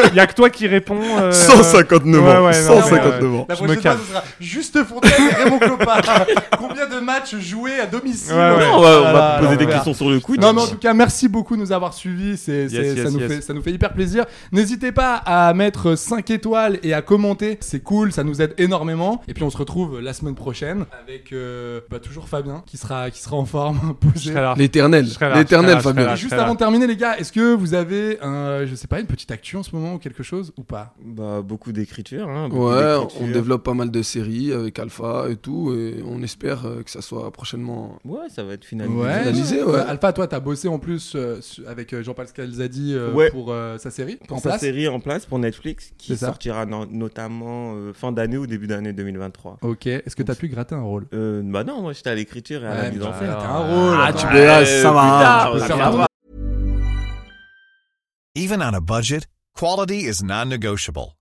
[SPEAKER 2] il y a que toi qui réponds. euh,
[SPEAKER 12] 159 ans,
[SPEAKER 2] ouais, ouais, non, mais, euh,
[SPEAKER 12] 159 ans.
[SPEAKER 8] La
[SPEAKER 2] Je me
[SPEAKER 8] prochaine fois,
[SPEAKER 2] calme.
[SPEAKER 8] ce sera juste Fontaine et Raymond Coppa. Combien de matchs joués à domicile
[SPEAKER 2] Ouais, ouais.
[SPEAKER 8] aujourd'hui
[SPEAKER 2] Non,
[SPEAKER 5] on va-
[SPEAKER 13] Ah
[SPEAKER 5] on va
[SPEAKER 8] Voilà,
[SPEAKER 5] poser
[SPEAKER 8] alors,
[SPEAKER 5] des
[SPEAKER 8] voilà.
[SPEAKER 5] questions sur le coup.
[SPEAKER 8] Non, mais en tout cas, merci beaucoup de nous avoir suivis. C'est,
[SPEAKER 5] Yes,
[SPEAKER 8] c'est- ça,
[SPEAKER 5] yes,
[SPEAKER 8] nous
[SPEAKER 5] yes.
[SPEAKER 8] Fait, ça nous fait hyper plaisir. N'hésitez pas à mettre 5 étoiles et à commenter. C'est cool, ça nous aide énormément. Et puis, on se retrouve la semaine prochaine avec euh, bah, toujours Fabien qui sera, qui sera en forme, posé.
[SPEAKER 2] serai là.
[SPEAKER 6] L'éternel.
[SPEAKER 2] Je serai là,
[SPEAKER 6] L'éternel,
[SPEAKER 2] je serai
[SPEAKER 6] Fabien.
[SPEAKER 2] là, je serai là,
[SPEAKER 8] Et
[SPEAKER 2] je
[SPEAKER 8] juste
[SPEAKER 2] serai là.
[SPEAKER 8] avant de terminer, les gars, est-ce que vous avez, un, je sais pas, une petite actu en ce moment ou quelque chose ou pas
[SPEAKER 5] Bah, beaucoup d'écriture. Hein, beaucoup
[SPEAKER 6] Ouais,
[SPEAKER 5] d'écriture.
[SPEAKER 6] on développe pas mal de séries avec Alpha et tout, et on espère euh, que ça soit prochainement.
[SPEAKER 5] Ouais, ça va être finalisé.
[SPEAKER 8] Ouais,
[SPEAKER 6] Finalisé, ouais.
[SPEAKER 8] Euh, Alpha, toi, t'as bossé en plus euh, su- avec euh, Jean-Pascal Zadi euh,
[SPEAKER 5] Ouais.
[SPEAKER 8] pour euh, sa série
[SPEAKER 5] Pour
[SPEAKER 8] en
[SPEAKER 5] sa
[SPEAKER 8] place.
[SPEAKER 5] série en place pour Netflix qui
[SPEAKER 8] C'est ça.
[SPEAKER 5] sortira no- notamment euh, fin d'année ou début d'année 2023.
[SPEAKER 8] Ok, est-ce que t'as pu gratter un rôle
[SPEAKER 5] Euh, bah non, moi j'étais à l'écriture et à la
[SPEAKER 8] Ouais,
[SPEAKER 5] mise
[SPEAKER 8] mais
[SPEAKER 5] en
[SPEAKER 8] tu
[SPEAKER 5] scène.
[SPEAKER 8] fais un rôle, Ah, attends. tu
[SPEAKER 5] Ouais,
[SPEAKER 8] peux- ça va,
[SPEAKER 5] plus
[SPEAKER 8] hein,
[SPEAKER 5] tard,
[SPEAKER 8] tu peux
[SPEAKER 5] bah, ça
[SPEAKER 8] faire
[SPEAKER 5] va.
[SPEAKER 8] un rôle.
[SPEAKER 14] Even on a budget, quality is non-negotiable.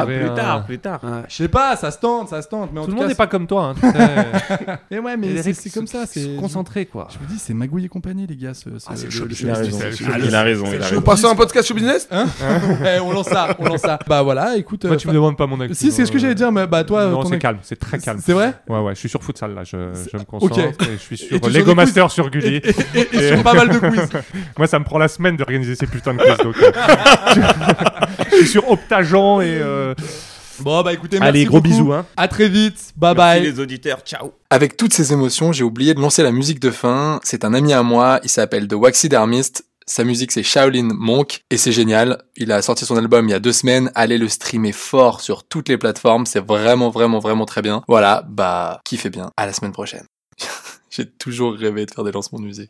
[SPEAKER 5] Ah,
[SPEAKER 2] ferais
[SPEAKER 5] plus
[SPEAKER 2] un-
[SPEAKER 5] tard, plus tard.
[SPEAKER 13] Je sais pas, ça se tente, ça se tente. Mais en
[SPEAKER 2] Tout
[SPEAKER 13] tout
[SPEAKER 2] le monde
[SPEAKER 13] cas,
[SPEAKER 2] n'est pas
[SPEAKER 13] c'est-
[SPEAKER 2] comme toi. hein.
[SPEAKER 13] Mais ouais,
[SPEAKER 2] Il y a
[SPEAKER 13] mais
[SPEAKER 2] des
[SPEAKER 13] c'est
[SPEAKER 2] règles
[SPEAKER 13] c'est
[SPEAKER 2] qui
[SPEAKER 13] comme
[SPEAKER 2] sont-
[SPEAKER 13] ça,
[SPEAKER 2] qui sont
[SPEAKER 13] c'est
[SPEAKER 2] concentrées, quoi.
[SPEAKER 13] Je vous dis, c'est Magouille et compagnie, les gars. Ce, ce-
[SPEAKER 2] Ah,
[SPEAKER 8] Ah,
[SPEAKER 6] c'est euh, le
[SPEAKER 13] le-
[SPEAKER 6] show
[SPEAKER 13] le-
[SPEAKER 6] business.
[SPEAKER 13] le-
[SPEAKER 6] Il a
[SPEAKER 13] le-
[SPEAKER 6] raison,
[SPEAKER 13] le-
[SPEAKER 6] il a
[SPEAKER 13] le-
[SPEAKER 6] raison.
[SPEAKER 13] le-
[SPEAKER 6] Il a
[SPEAKER 13] le-
[SPEAKER 6] raison.
[SPEAKER 13] le-
[SPEAKER 6] Passons un podcast show business
[SPEAKER 13] Hein Eh, On lance ça, on lance ça. Bah voilà, écoute.
[SPEAKER 2] Toi,
[SPEAKER 13] euh,
[SPEAKER 2] tu me demandes pas mon avis.
[SPEAKER 13] Si, c'est ce que j'allais dire, mais bah toi.
[SPEAKER 2] Non,
[SPEAKER 13] ton
[SPEAKER 2] c'est
[SPEAKER 13] ex-
[SPEAKER 2] calme, c'est très calme.
[SPEAKER 13] C'est vrai
[SPEAKER 2] Ouais, ouais, je suis sur futsal là, je, je me
[SPEAKER 13] Ok.
[SPEAKER 2] concentre. et je suis
[SPEAKER 13] Et
[SPEAKER 2] sur
[SPEAKER 13] tu
[SPEAKER 2] Lego
[SPEAKER 13] sors des
[SPEAKER 2] Master
[SPEAKER 13] quiz.
[SPEAKER 2] sur Gulli.
[SPEAKER 13] Et- et- et- et sur pas mal de quiz.
[SPEAKER 2] Moi, ça me prend la semaine d'organiser ces putains de quiz. Donc, euh, je suis sur Optagen et. euh,
[SPEAKER 13] Bon, bah écoutez, merci
[SPEAKER 2] Allez, gros
[SPEAKER 13] beaucoup.
[SPEAKER 2] bisous, hein.
[SPEAKER 13] À très vite, bye
[SPEAKER 5] Merci
[SPEAKER 13] bye.
[SPEAKER 5] les auditeurs, ciao.
[SPEAKER 8] Avec toutes ces émotions, j'ai oublié de lancer la musique de fin. C'est un ami à moi, il s'appelle The Waxidermist. Sa musique c'est Shaolin Monk et c'est génial. Il a sorti son album il y a deux semaines. Allez le streamer fort sur toutes les plateformes. C'est vraiment vraiment vraiment très bien. Voilà, bah kiffez bien. À la semaine prochaine. j'ai toujours rêvé de faire des lancements de musique.